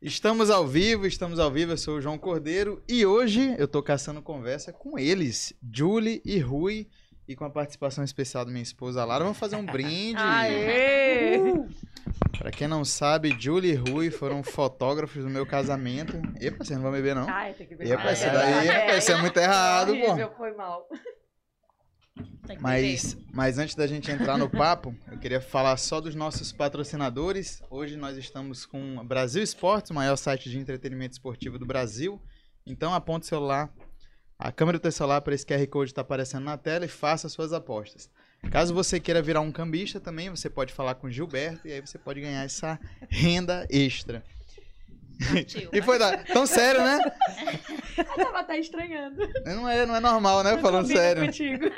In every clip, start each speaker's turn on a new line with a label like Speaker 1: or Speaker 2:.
Speaker 1: Estamos ao vivo, estamos ao vivo. Eu sou o João Cordeiro e hoje eu tô caçando conversa com eles, Julie e Rui, e com a participação especial da minha esposa Lara. Vamos fazer um brinde.
Speaker 2: Aê!
Speaker 1: Pra quem não sabe, Julie e Rui foram fotógrafos do meu casamento. Epa, você não vai beber, não?
Speaker 2: Ai, tem que ver.
Speaker 1: Epa,
Speaker 2: Ah,
Speaker 1: isso
Speaker 2: é,
Speaker 1: daí
Speaker 2: é,
Speaker 1: epa, isso é muito errado, pô.
Speaker 2: horrível, Foi mal.
Speaker 3: Tem que é
Speaker 1: Mas, mas antes da gente entrar no papo, eu queria falar só dos nossos patrocinadores. Hoje nós estamos com a Brasil Esportes, o maior site de entretenimento esportivo do Brasil. Então aponte o celular, a câmera do teu celular para esse QR Code está aparecendo na tela e faça as suas apostas. Caso você queira virar um cambista também, você pode falar com o Gilberto e aí você pode ganhar essa renda extra.
Speaker 3: beber. Partiu.
Speaker 1: E foi da... Tão sério, né?
Speaker 2: Eu tava até estranhando.
Speaker 1: Não é, não é normal, né? Falando
Speaker 2: Combina
Speaker 1: sério.
Speaker 2: Contigo.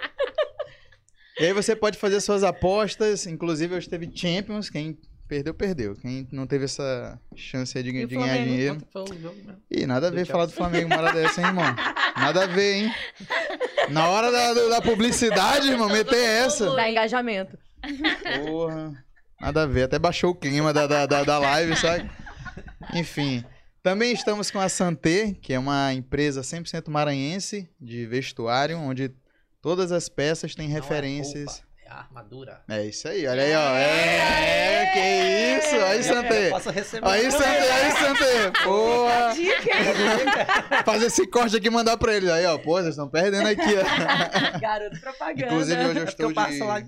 Speaker 1: E aí você pode fazer suas apostas, inclusive hoje teve Champions, quem perdeu, perdeu. Quem não teve essa chance aí de,
Speaker 3: E
Speaker 1: de
Speaker 3: o
Speaker 1: ganhar
Speaker 3: Flamengo,
Speaker 1: dinheiro.
Speaker 3: quanto foi o jogo, né?
Speaker 1: Ih, nada a ver falar do Flamengo uma hora dessa, hein, irmão? Nada a ver, hein? Na hora da, do- da publicidade, irmão, meter essa.
Speaker 2: Dá engajamento.
Speaker 1: Porra, nada a ver. Até baixou o clima da, da, da, da live, sabe? Enfim. Também estamos com a Santé, que é uma empresa 100% maranhense de vestuário, onde todas as peças têm
Speaker 4: Não é
Speaker 1: referências.
Speaker 4: roupa, É a armadura.
Speaker 1: É isso aí, olha aí, ó. É, que isso. Aí,
Speaker 4: Eu
Speaker 1: Santé.
Speaker 4: posso receber.
Speaker 1: É.
Speaker 4: É
Speaker 1: Aí, Santé, aí, Santé. Porra.
Speaker 2: Dica,
Speaker 1: Fazer esse corte aqui e mandar pra eles. Aí, ó. Pô, vocês estão perdendo aqui, ó.
Speaker 2: garoto propaganda.
Speaker 1: Inclusive, hoje eu
Speaker 4: É porque
Speaker 1: estou
Speaker 4: eu passo
Speaker 1: de...
Speaker 4: lá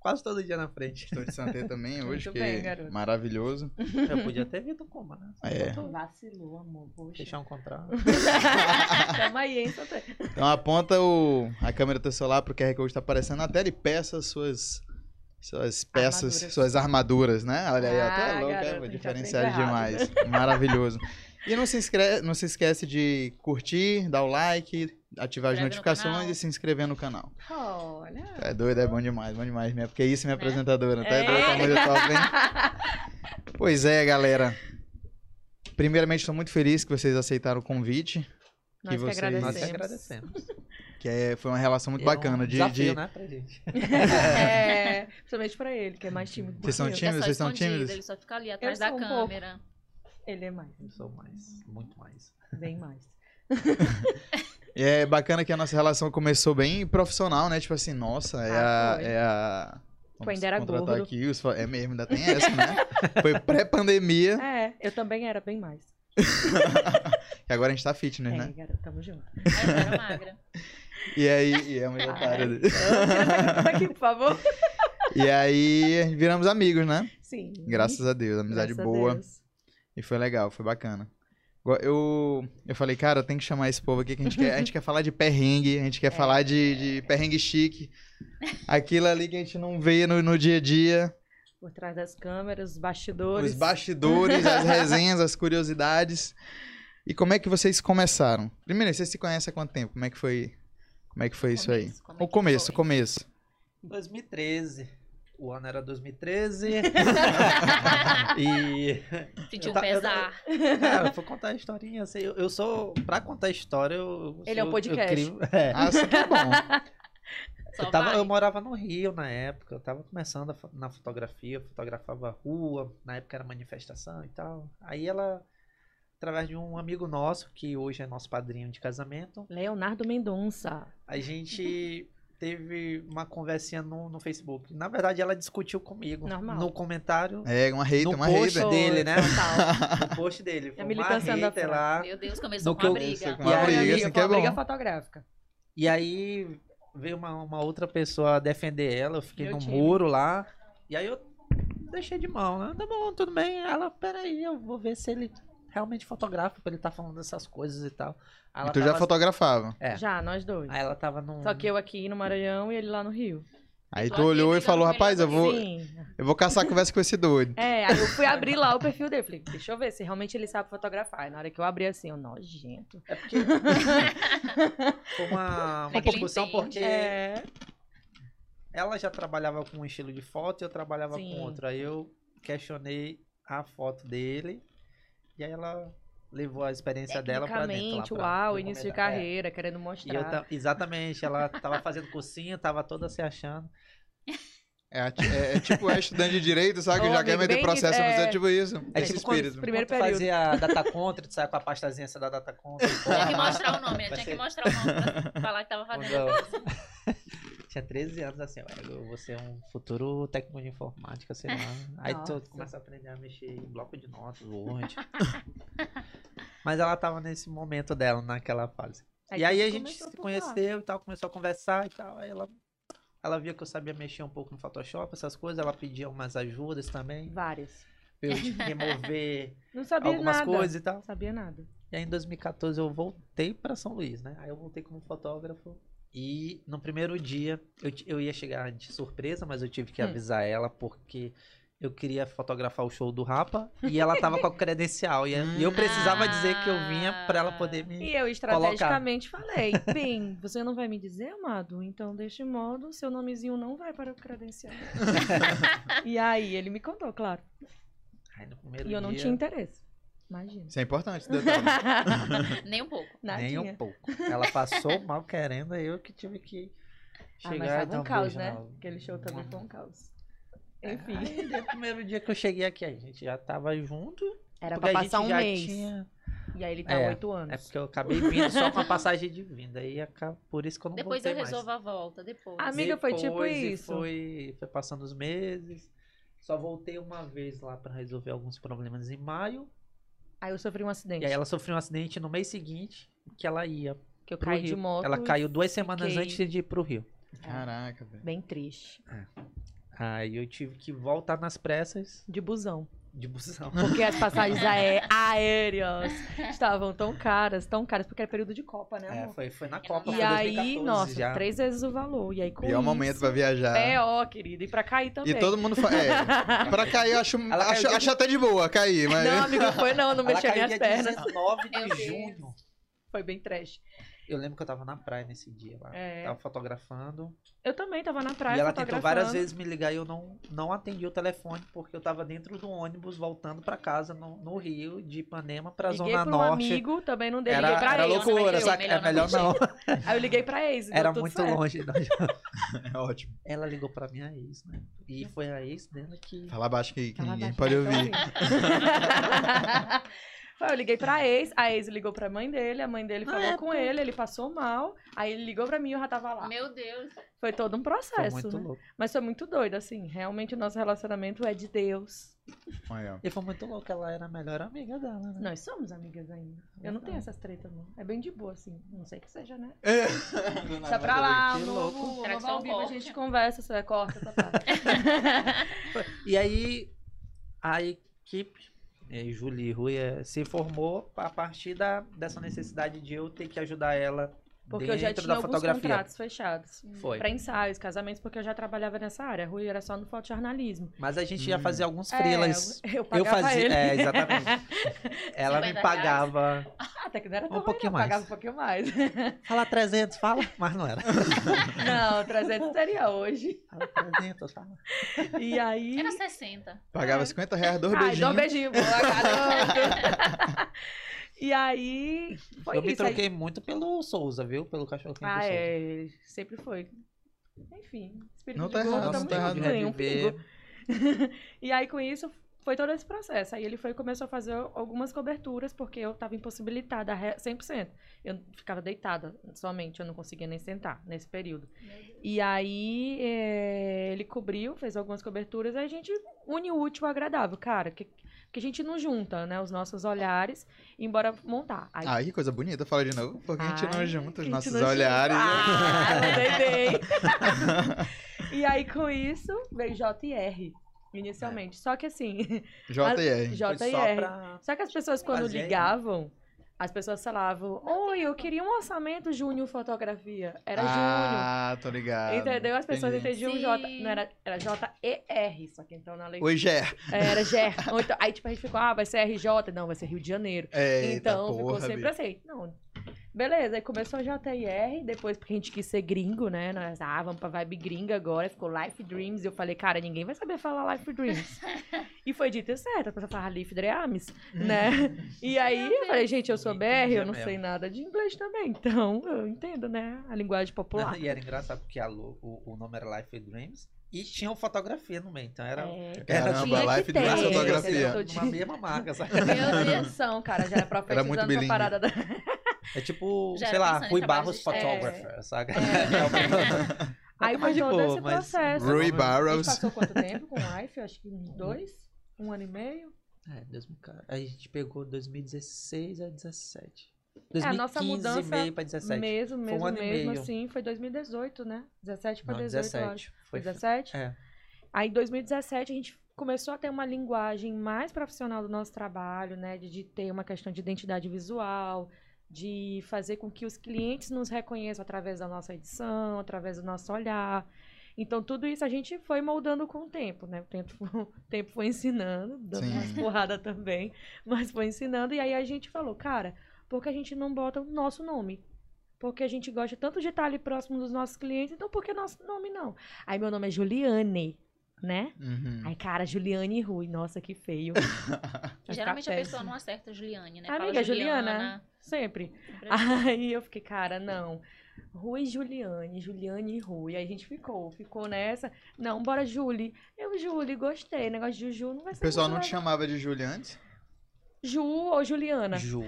Speaker 4: quase todo dia na frente.
Speaker 1: Estou de Santé também hoje,
Speaker 2: Muito
Speaker 1: que
Speaker 2: bem,
Speaker 1: é
Speaker 2: garoto.
Speaker 1: maravilhoso.
Speaker 4: Eu podia ter vindo com, né?
Speaker 1: É.
Speaker 2: Vacilou, amor. Poxa.
Speaker 4: Fechar um contrato.
Speaker 2: Tamo aí, hein, Santana?
Speaker 1: Então aponta o... a câmera do teu celular pro QR Code tá aparecendo na tela e peça as suas... Suas peças,
Speaker 2: Armaduras.
Speaker 1: suas armaduras, né? Olha aí, até
Speaker 2: Ah,
Speaker 1: louco, é,
Speaker 2: garoto, a
Speaker 1: pô,
Speaker 2: gente aprende
Speaker 1: diferenciado
Speaker 2: errado,
Speaker 1: demais. Maravilhoso. E não se, inscre... não se esquece de curtir, dar o like, ativar
Speaker 3: Inscreve
Speaker 1: as
Speaker 3: no
Speaker 1: notificações
Speaker 3: canal.
Speaker 1: e se inscrever no canal.
Speaker 2: Olha.
Speaker 1: É doido, é bom demais, bom demais mesmo. Porque é isso, minha apresentadora, tá? É,
Speaker 2: É.
Speaker 1: doido, tá muito top, hein? Pois é, galera. Primeiramente, estou muito feliz que vocês aceitaram o convite,
Speaker 2: Nós que
Speaker 1: vocês?
Speaker 4: Nós
Speaker 2: agradecemos.
Speaker 4: te agradecemos.
Speaker 1: que é- foi uma relação muito
Speaker 4: E é
Speaker 1: bacana.
Speaker 4: um
Speaker 1: de-
Speaker 4: desafio,
Speaker 1: de-
Speaker 4: né, pra gente.
Speaker 2: É, principalmente pra ele, que é mais tímido.
Speaker 1: Vocês são
Speaker 2: do que eu.
Speaker 1: tímidos?
Speaker 3: Ele é só
Speaker 1: Vocês são
Speaker 3: escondido,
Speaker 1: tímidos?
Speaker 3: Ele só fica ali atrás
Speaker 2: sou
Speaker 3: da
Speaker 2: um pouco.
Speaker 3: câmera.
Speaker 2: Ele é mais,
Speaker 4: Eu sou mais, muito mais.
Speaker 2: bem mais.
Speaker 1: E é bacana que a nossa relação começou bem profissional, né? Tipo assim, nossa, é
Speaker 2: Ah,
Speaker 1: a.
Speaker 2: foi.
Speaker 1: É a...
Speaker 2: Pô,
Speaker 1: Vamos
Speaker 2: ainda era
Speaker 1: contratar
Speaker 2: gordo.
Speaker 1: Aqui, os... fa- É mesmo, ainda tem essa, né? Foi pré-pandemia,
Speaker 2: É, eu também era bem mais.
Speaker 1: e agora a gente tá fitness,
Speaker 2: É,
Speaker 1: né?
Speaker 2: garoto, tamo junto.
Speaker 3: Aí eu era magra.
Speaker 1: E aí, e é uma
Speaker 2: Ah,
Speaker 1: otária.
Speaker 2: Tá Aqui, por favor.
Speaker 1: E aí, viramos amigos, né?
Speaker 2: Sim.
Speaker 1: Graças a Deus, amizade
Speaker 2: Graças a
Speaker 1: boa.
Speaker 2: Deus.
Speaker 1: E foi legal, foi bacana. Go- Eu, eu falei, cara, tem que chamar esse povo aqui que a gente quer, a gente quer falar de perrengue, a gente
Speaker 2: É.
Speaker 1: quer falar de, de perrengue chique. Aquilo ali que a gente não vê no, no dia a dia.
Speaker 2: Por trás das câmeras, os bastidores.
Speaker 1: Os bastidores, as resenhas, as curiosidades. E como é que vocês começaram? Primeiro, vocês se conhecem há quanto tempo? Como é que foi, como é que foi isso aí?
Speaker 3: Começo, como é
Speaker 1: O
Speaker 3: que
Speaker 1: começo, o
Speaker 3: foi?
Speaker 1: começo.
Speaker 4: 2013. O ano era 2013. e.
Speaker 3: Sentiu
Speaker 4: Eu
Speaker 3: um
Speaker 4: ta- eu-
Speaker 3: pesar.
Speaker 4: Cara, vou contar a historinha. assim, Eu, eu sou. Pra contar a história, eu. eu
Speaker 2: Ele é um
Speaker 4: sou- eu
Speaker 2: podcast.
Speaker 4: crio- é.
Speaker 1: Ah, isso tá bom.
Speaker 3: Só
Speaker 2: Então
Speaker 4: Eu, tava-
Speaker 3: vai.
Speaker 4: eu morava no Rio na época, eu tava começando a fo- na fotografia, eu fotografava rua, na época era manifestação e tal. Aí ela, através de um amigo nosso, que hoje é nosso padrinho de casamento,
Speaker 2: Leonardo Mendonça.
Speaker 4: a gente teve uma conversinha no, no Facebook. Na verdade, ela discutiu comigo
Speaker 2: Normal.
Speaker 4: no comentário,
Speaker 1: É, uma hater,
Speaker 4: No
Speaker 1: uma
Speaker 4: post
Speaker 1: hater.
Speaker 4: dele, né?
Speaker 2: Total.
Speaker 4: no post dele. Foi uma
Speaker 2: militância da
Speaker 4: hater lá.
Speaker 3: Meu Deus, começou
Speaker 4: No
Speaker 3: com
Speaker 4: que
Speaker 3: uma
Speaker 4: eu-
Speaker 3: briga.
Speaker 1: Uma
Speaker 4: E aí,
Speaker 1: briga,
Speaker 2: amiga,
Speaker 1: assim
Speaker 2: foi
Speaker 1: que é
Speaker 2: uma briga
Speaker 1: bom.
Speaker 2: fotográfica.
Speaker 4: E aí veio uma, uma outra pessoa defender ela, eu fiquei
Speaker 2: Eu
Speaker 4: no
Speaker 2: tive.
Speaker 4: muro lá. E aí eu deixei de mão, né? Tá bom, tudo bem. Ela, peraí, eu vou ver se ele realmente fotografa, pra ele tá falando essas coisas e tal. Aí
Speaker 1: E
Speaker 4: Ela
Speaker 1: tu Então já
Speaker 4: tava- assim,
Speaker 1: fotografava.
Speaker 4: É.
Speaker 2: Já, nós dois.
Speaker 4: Aí ela tava num.
Speaker 2: Só que eu aqui no Maranhão e ele lá no Rio.
Speaker 1: Aí tu
Speaker 3: tô aqui
Speaker 1: olhou e
Speaker 3: brigando
Speaker 1: falou,
Speaker 3: com ele
Speaker 1: rapaz, eu vou,
Speaker 2: Sim.
Speaker 1: eu vou caçar conversa com esse doido.
Speaker 2: É, aí eu fui abrir lá o perfil dele. Falei, deixa eu ver se realmente ele sabe fotografar. Aí na hora que eu abri assim, eu, nojento.
Speaker 4: É porque. Foi uma, uma
Speaker 3: que ele
Speaker 4: discussão
Speaker 3: entende.
Speaker 4: porque
Speaker 2: É.
Speaker 4: ela já trabalhava com um estilo de foto e eu trabalhava
Speaker 2: Sim.
Speaker 4: com outro. Aí eu questionei a foto dele e aí ela levou a experiência dela pra dentro. lá
Speaker 2: Tecnicamente,
Speaker 4: pra-
Speaker 2: uau,
Speaker 4: pra
Speaker 2: início de
Speaker 4: comentar. É.
Speaker 2: carreira, querendo
Speaker 4: E eu
Speaker 2: mostrar.
Speaker 4: ta- exatamente, ela tava fazendo cursinho, tava toda se achando.
Speaker 1: É, a ti- é- é tipo, é estudante de direito, sabe? Que
Speaker 2: Ô,
Speaker 1: já quer
Speaker 2: amigo,
Speaker 1: meter
Speaker 2: bem
Speaker 1: processo,
Speaker 2: isso,
Speaker 1: mas é
Speaker 2: é-
Speaker 1: tipo isso.
Speaker 4: É
Speaker 1: esse
Speaker 4: tipo quando-
Speaker 1: espírito.
Speaker 2: Primeiro
Speaker 4: Quando tu
Speaker 2: período.
Speaker 4: fazia a data contra, tu saia com a pastazinha essa da data contra.
Speaker 3: Tinha que mostrar o nome,
Speaker 4: Vai
Speaker 3: tinha que
Speaker 4: ser-
Speaker 3: mostrar o nome pra falar que tava fazendo.
Speaker 4: Quando- Tinha 13 anos assim, ó, eu vou ser um futuro técnico de informática, sei lá. Aí tu
Speaker 2: Nossa.
Speaker 4: começa a aprender a mexer em bloco de notas, Word. Mas ela tava nesse momento dela, naquela fase. e aí a gente
Speaker 2: começou
Speaker 4: se
Speaker 2: por lá.
Speaker 4: conheceu e tal, começou a conversar e tal. Aí ela, ela via que eu sabia mexer um pouco no Photoshop, essas coisas. Ela pedia umas ajudas também,
Speaker 2: Várias.
Speaker 4: pra eu remover
Speaker 2: Não sabia
Speaker 4: algumas
Speaker 2: nada.
Speaker 4: coisas e tal.
Speaker 2: Não sabia nada.
Speaker 4: E aí em 2014 eu voltei pra São Luís, né? Aí eu voltei como fotógrafo. E no primeiro dia eu, ti- eu ia chegar de surpresa, mas eu tive que
Speaker 2: Hum.
Speaker 4: avisar ela porque eu queria fotografar o show do Rapa e ela tava com a credencial. E eu- e eu precisava dizer que eu vinha pra ela poder me.
Speaker 2: E eu estrategicamente falei, bem, você não vai me dizer, amado? Então, deste modo, seu nomezinho não vai para o credencial. e aí, ele me contou, claro.
Speaker 4: Aí no primeiro
Speaker 2: E eu não
Speaker 4: dia,
Speaker 2: tinha interesse. Imagina.
Speaker 1: Isso é importante, esse detalhe.
Speaker 3: Nem um pouco.
Speaker 4: nem
Speaker 2: Nadinha.
Speaker 4: um pouco. Ela passou mal querendo, aí eu que tive que
Speaker 2: Ah, mas
Speaker 4: chegar e
Speaker 2: tava
Speaker 4: dar
Speaker 2: um
Speaker 4: um
Speaker 2: caos,
Speaker 4: beijo
Speaker 2: né?
Speaker 4: nela.
Speaker 2: Aquele show também foi um caos. Enfim,
Speaker 4: Aí, no primeiro dia que eu cheguei aqui, a gente já tava junto.
Speaker 2: era
Speaker 4: porque
Speaker 2: pra
Speaker 4: a gente
Speaker 2: passar um
Speaker 4: já
Speaker 2: mês.
Speaker 4: tinha-
Speaker 2: E aí ele tá
Speaker 4: É,
Speaker 2: oito
Speaker 4: É
Speaker 2: anos.
Speaker 4: porque eu acabei vindo só com a passagem de vinda. Aí acaba, por isso que eu não
Speaker 3: Depois
Speaker 4: voltei
Speaker 3: eu resolvo
Speaker 4: mais.
Speaker 3: a volta, depois.
Speaker 2: Ah, Amiga, foi tipo
Speaker 4: Depois, e
Speaker 2: isso.
Speaker 4: Foi, foi passando os meses. Só voltei uma vez lá pra resolver alguns problemas em maio.
Speaker 2: Aí eu sofri um acidente.
Speaker 4: E aí ela sofreu um acidente no mês seguinte que ela ia
Speaker 2: que eu
Speaker 4: pro
Speaker 2: caí de
Speaker 4: Rio.
Speaker 2: moto.
Speaker 4: ela caiu duas semanas
Speaker 2: fiquei-
Speaker 4: antes de ir pro Rio.
Speaker 1: Caraca, velho.
Speaker 2: Bem triste.
Speaker 4: Aí eu tive que voltar nas pressas
Speaker 2: De busão.
Speaker 4: de busão.
Speaker 2: Porque as passagens aé- aéreas estavam tão caras, tão caras, porque era período de Copa, né,
Speaker 4: É,
Speaker 2: amor?
Speaker 4: foi, foi na Copa,
Speaker 2: e
Speaker 4: foi
Speaker 2: aí,
Speaker 4: 2014
Speaker 2: nossa,
Speaker 4: já.
Speaker 2: três vezes o valor. E aí, com
Speaker 1: Pior
Speaker 2: isso,
Speaker 1: momento pra viajar.
Speaker 2: P.O., querida. E pra cair também.
Speaker 1: E todo mundo fala. É, pra cair, eu acho,
Speaker 4: Ela
Speaker 1: acho,
Speaker 4: caiu-
Speaker 1: acho até de boa cair, mas.
Speaker 2: Não, amigo, foi não. Não
Speaker 4: Ela
Speaker 2: mexeu
Speaker 4: caiu
Speaker 2: minhas
Speaker 4: dia
Speaker 2: pernas.
Speaker 4: 19
Speaker 3: Meu
Speaker 4: de
Speaker 3: Deus.
Speaker 4: junho.
Speaker 2: Foi bem trash.
Speaker 4: Eu lembro que eu tava na praia nesse dia lá.
Speaker 2: É.
Speaker 4: Tava fotografando.
Speaker 2: Eu também tava na praia
Speaker 4: Então. e ela tentou
Speaker 2: fotografando.
Speaker 4: várias vezes me ligar e eu não, não atendi o telefone porque eu tava dentro do ônibus voltando pra casa no, no Rio, de Ipanema pra
Speaker 2: Liguei
Speaker 4: Zona
Speaker 2: pra um
Speaker 4: Norte.
Speaker 2: amigo, também não dei.
Speaker 4: era
Speaker 2: liguei pra
Speaker 4: era
Speaker 2: ex.
Speaker 3: não
Speaker 4: loucura,
Speaker 3: mexeu,
Speaker 4: saca? É
Speaker 3: melhor não
Speaker 4: melhor não.
Speaker 2: Aí eu liguei pra ex. e deu
Speaker 4: Era
Speaker 2: tudo
Speaker 4: muito
Speaker 2: certo.
Speaker 4: longe. não.
Speaker 1: É ótimo.
Speaker 4: Ela ligou pra minha ex, né? E foi a ex dela que.
Speaker 1: Fala baixo que, que
Speaker 2: Ela
Speaker 1: ninguém
Speaker 2: abaixa,
Speaker 1: pode
Speaker 2: tá
Speaker 1: ouvir.
Speaker 2: ouvindo. Foi, eu liguei pra ex, a ex ligou pra mãe dele, a mãe dele
Speaker 4: Na
Speaker 2: falou com
Speaker 4: época.
Speaker 2: ele, ele passou mal, aí ele ligou pra mim e eu já tava lá.
Speaker 3: Meu Deus.
Speaker 2: Foi todo um
Speaker 4: Foi
Speaker 2: processo,
Speaker 4: muito
Speaker 2: né?
Speaker 4: louco.
Speaker 2: Mas foi muito doido, assim, realmente o nosso relacionamento é de Deus.
Speaker 1: Olha, ó.
Speaker 4: E foi muito louco, ela era a melhor amiga dela, né?
Speaker 2: Nós somos amigas ainda. Eu não
Speaker 4: Ah.
Speaker 2: tenho essas tretas, não. É bem de boa, assim, não sei que seja, né? Deixa pra lá,
Speaker 4: Que um
Speaker 2: o
Speaker 4: louco.
Speaker 2: novo,
Speaker 3: Será que
Speaker 2: novo
Speaker 3: só
Speaker 2: ao vivo a
Speaker 3: corta?
Speaker 2: gente conversa, você corta tá, essa parte.
Speaker 4: E aí a equipe, eh, Julie e Rui, eh, se formou a partir da, dessa necessidade de eu ter que ajudar ela
Speaker 2: Porque
Speaker 4: dentro
Speaker 2: eu já tinha
Speaker 4: da
Speaker 2: alguns
Speaker 4: fotografia.
Speaker 2: contratos fechados.
Speaker 4: Foi.
Speaker 2: Pra ensaios, casamentos, porque eu já trabalhava nessa área. Rui era só no fotojornalismo.
Speaker 4: Mas a gente já
Speaker 1: Hum.
Speaker 4: fazia alguns
Speaker 2: É,
Speaker 4: freelas.
Speaker 2: eu, eu
Speaker 4: eu
Speaker 2: pagava
Speaker 4: fazia,
Speaker 2: ele.
Speaker 4: é, exatamente. Ela
Speaker 3: 50
Speaker 4: me
Speaker 3: reais.
Speaker 4: pagava,
Speaker 2: Ah, Até que não era
Speaker 4: Um
Speaker 2: tão ruim,
Speaker 4: pouquinho
Speaker 2: não,
Speaker 4: mais.
Speaker 2: Pagava um pouquinho mais.
Speaker 4: fala 300, fala, mas não era.
Speaker 2: não, 300 seria hoje.
Speaker 4: Fala 300, fala.
Speaker 2: E aí...
Speaker 3: Era 60.
Speaker 1: Pagava 50 reais, dois
Speaker 2: Ai, dou um
Speaker 1: beijinhos.
Speaker 2: beijinho. Boa, garoto. e aí... Foi
Speaker 4: eu me
Speaker 2: isso. aí-
Speaker 4: troquei muito pelo Souza, viu? Pelo cachorrinho do
Speaker 2: Ah,
Speaker 4: Souza.
Speaker 2: é. ele Sempre foi. Enfim. Espírito
Speaker 1: Não
Speaker 2: de
Speaker 1: tá
Speaker 2: gordo,
Speaker 1: errado,
Speaker 2: tá
Speaker 1: não
Speaker 2: muito
Speaker 1: tá errado,
Speaker 2: bem,
Speaker 4: né?
Speaker 2: um pingo. e aí, com isso, foi todo esse processo. Aí ele foi e começou a fazer algumas coberturas, porque eu estava impossibilitada a re- 100%. Eu ficava deitada somente, eu não conseguia nem sentar nesse período. E aí eh, ele cobriu, fez algumas coberturas, aí a gente une o útil ao agradável, cara. Que, que a gente não junta, né, os nossos olhares, embora montar. Aí
Speaker 1: Ai, que coisa bonita, fala de novo, porque a gente não
Speaker 2: Ai,
Speaker 1: junta Ah, os
Speaker 2: gente,
Speaker 1: nossos
Speaker 2: não junta.
Speaker 1: olhares. né?
Speaker 2: Ah, mandei bem. e aí, com isso, veio JR,
Speaker 1: É.
Speaker 2: inicialmente. Só que assim,
Speaker 1: JR.
Speaker 4: Foi só
Speaker 2: JR.
Speaker 4: pra...
Speaker 2: Só que as pessoas, quando
Speaker 4: Fazer, né?
Speaker 2: ligavam, as pessoas falavam: Oi, eu queria um orçamento Júnior Fotografia. Era Então,
Speaker 1: Ah, tô
Speaker 2: Júnior.
Speaker 1: ligado.
Speaker 2: Entendeu? As pessoas
Speaker 1: Entendi.
Speaker 2: entendiam
Speaker 3: Sim.
Speaker 2: J. Não era, era J-E-R, só que então na lei.
Speaker 1: Oi, Ger.
Speaker 2: Era GER. Ou então- aí, tipo, a gente ficou: Ah, vai ser RJ. Não, vai ser Rio de Janeiro.
Speaker 1: É,
Speaker 2: Então
Speaker 1: porra,
Speaker 2: ficou sempre
Speaker 1: bicho.
Speaker 2: assim. Não. Beleza, aí começou a JR, depois porque a gente quis ser gringo, né? Nós, ah, vamos pra vibe gringa agora, ficou Life Dreams. E eu falei, cara, ninguém vai saber falar Life Dreams. e foi dito e certo, a pessoa fala Life Dreams, né? E aí eu falei, gente, eu sou BR, eu não
Speaker 4: Entendi
Speaker 2: sei nada de inglês também, então eu entendo, né? A linguagem popular.
Speaker 4: E era engraçado porque a Lu- o, o nome era Life and Dreams. E tinham fotografia no meio, então era.
Speaker 2: É,
Speaker 4: Era
Speaker 1: Caramba,
Speaker 2: tinha que
Speaker 1: live de
Speaker 2: ter.
Speaker 1: mais
Speaker 4: era
Speaker 1: fotografia.
Speaker 4: Uma mesma marca, sabe?
Speaker 2: Meu Deus, são, cara, já era profetizando
Speaker 1: muito
Speaker 2: era
Speaker 1: bilíngue.
Speaker 2: a parada da...
Speaker 4: É tipo,
Speaker 3: Já
Speaker 4: sei
Speaker 3: era
Speaker 4: lá,
Speaker 3: pensando em
Speaker 4: Rui
Speaker 3: trabalho
Speaker 4: Barros
Speaker 3: de estética.
Speaker 4: Photographer, saca?
Speaker 2: Aí foi
Speaker 4: Até mais de
Speaker 2: todo
Speaker 4: boa,
Speaker 2: esse
Speaker 4: mas-
Speaker 2: processo.
Speaker 1: Rui
Speaker 2: A gente
Speaker 1: Barrows.
Speaker 2: passou quanto tempo com o Life? Acho que uns dois, um ano e meio.
Speaker 4: É, 2000, cara. Aí a gente pegou 2016 a 17.
Speaker 2: É, a nossa
Speaker 4: 2015 e
Speaker 2: mudança
Speaker 4: meio pra 17.
Speaker 2: Mesmo,
Speaker 4: um
Speaker 2: mesmo,
Speaker 4: ano e
Speaker 2: mesmo
Speaker 4: meio.
Speaker 2: assim. Foi 2018, né? 17 para
Speaker 4: Não,
Speaker 2: 18, eu acho.
Speaker 4: 17.
Speaker 2: Foi
Speaker 4: Foi
Speaker 2: 17?
Speaker 4: É.
Speaker 2: Aí em 2017 a gente começou a ter uma linguagem mais profissional do nosso trabalho, né? De, de ter uma questão de identidade visual, de fazer com que os clientes nos reconheçam através da nossa edição, através do nosso olhar. Então tudo isso a gente foi moldando com o tempo, né? O tempo, foi- o tempo foi ensinando, dando
Speaker 1: Sim.
Speaker 2: umas porradas também, mas foi ensinando. E aí a gente falou, cara, por que a gente não bota o nosso nome? Porque a gente gosta tanto de estar ali próximo dos nossos clientes, então por que nosso nome não? Aí meu nome é Juliane, né?
Speaker 1: Uhum.
Speaker 2: Aí, cara, Juliane Rui, nossa, que feio. Vai
Speaker 3: Geralmente a
Speaker 2: ficar Tá
Speaker 3: pessoa
Speaker 2: péssimo.
Speaker 3: não acerta Juliane, né?
Speaker 2: Amiga, Juliana. Sempre.
Speaker 1: Ah,
Speaker 2: Aí eu fiquei, cara, não. Rui Juliane, Juliane e Rui. Aí a gente ficou, ficou nessa. Não, bora Julie. Eu, Julie, gostei. Negócio de Juju não vai
Speaker 1: O
Speaker 2: ser.
Speaker 1: pessoal
Speaker 2: muito
Speaker 1: não te
Speaker 2: legal.
Speaker 1: chamava de Júlia antes?
Speaker 2: Ju ou Juliana?
Speaker 4: Ju.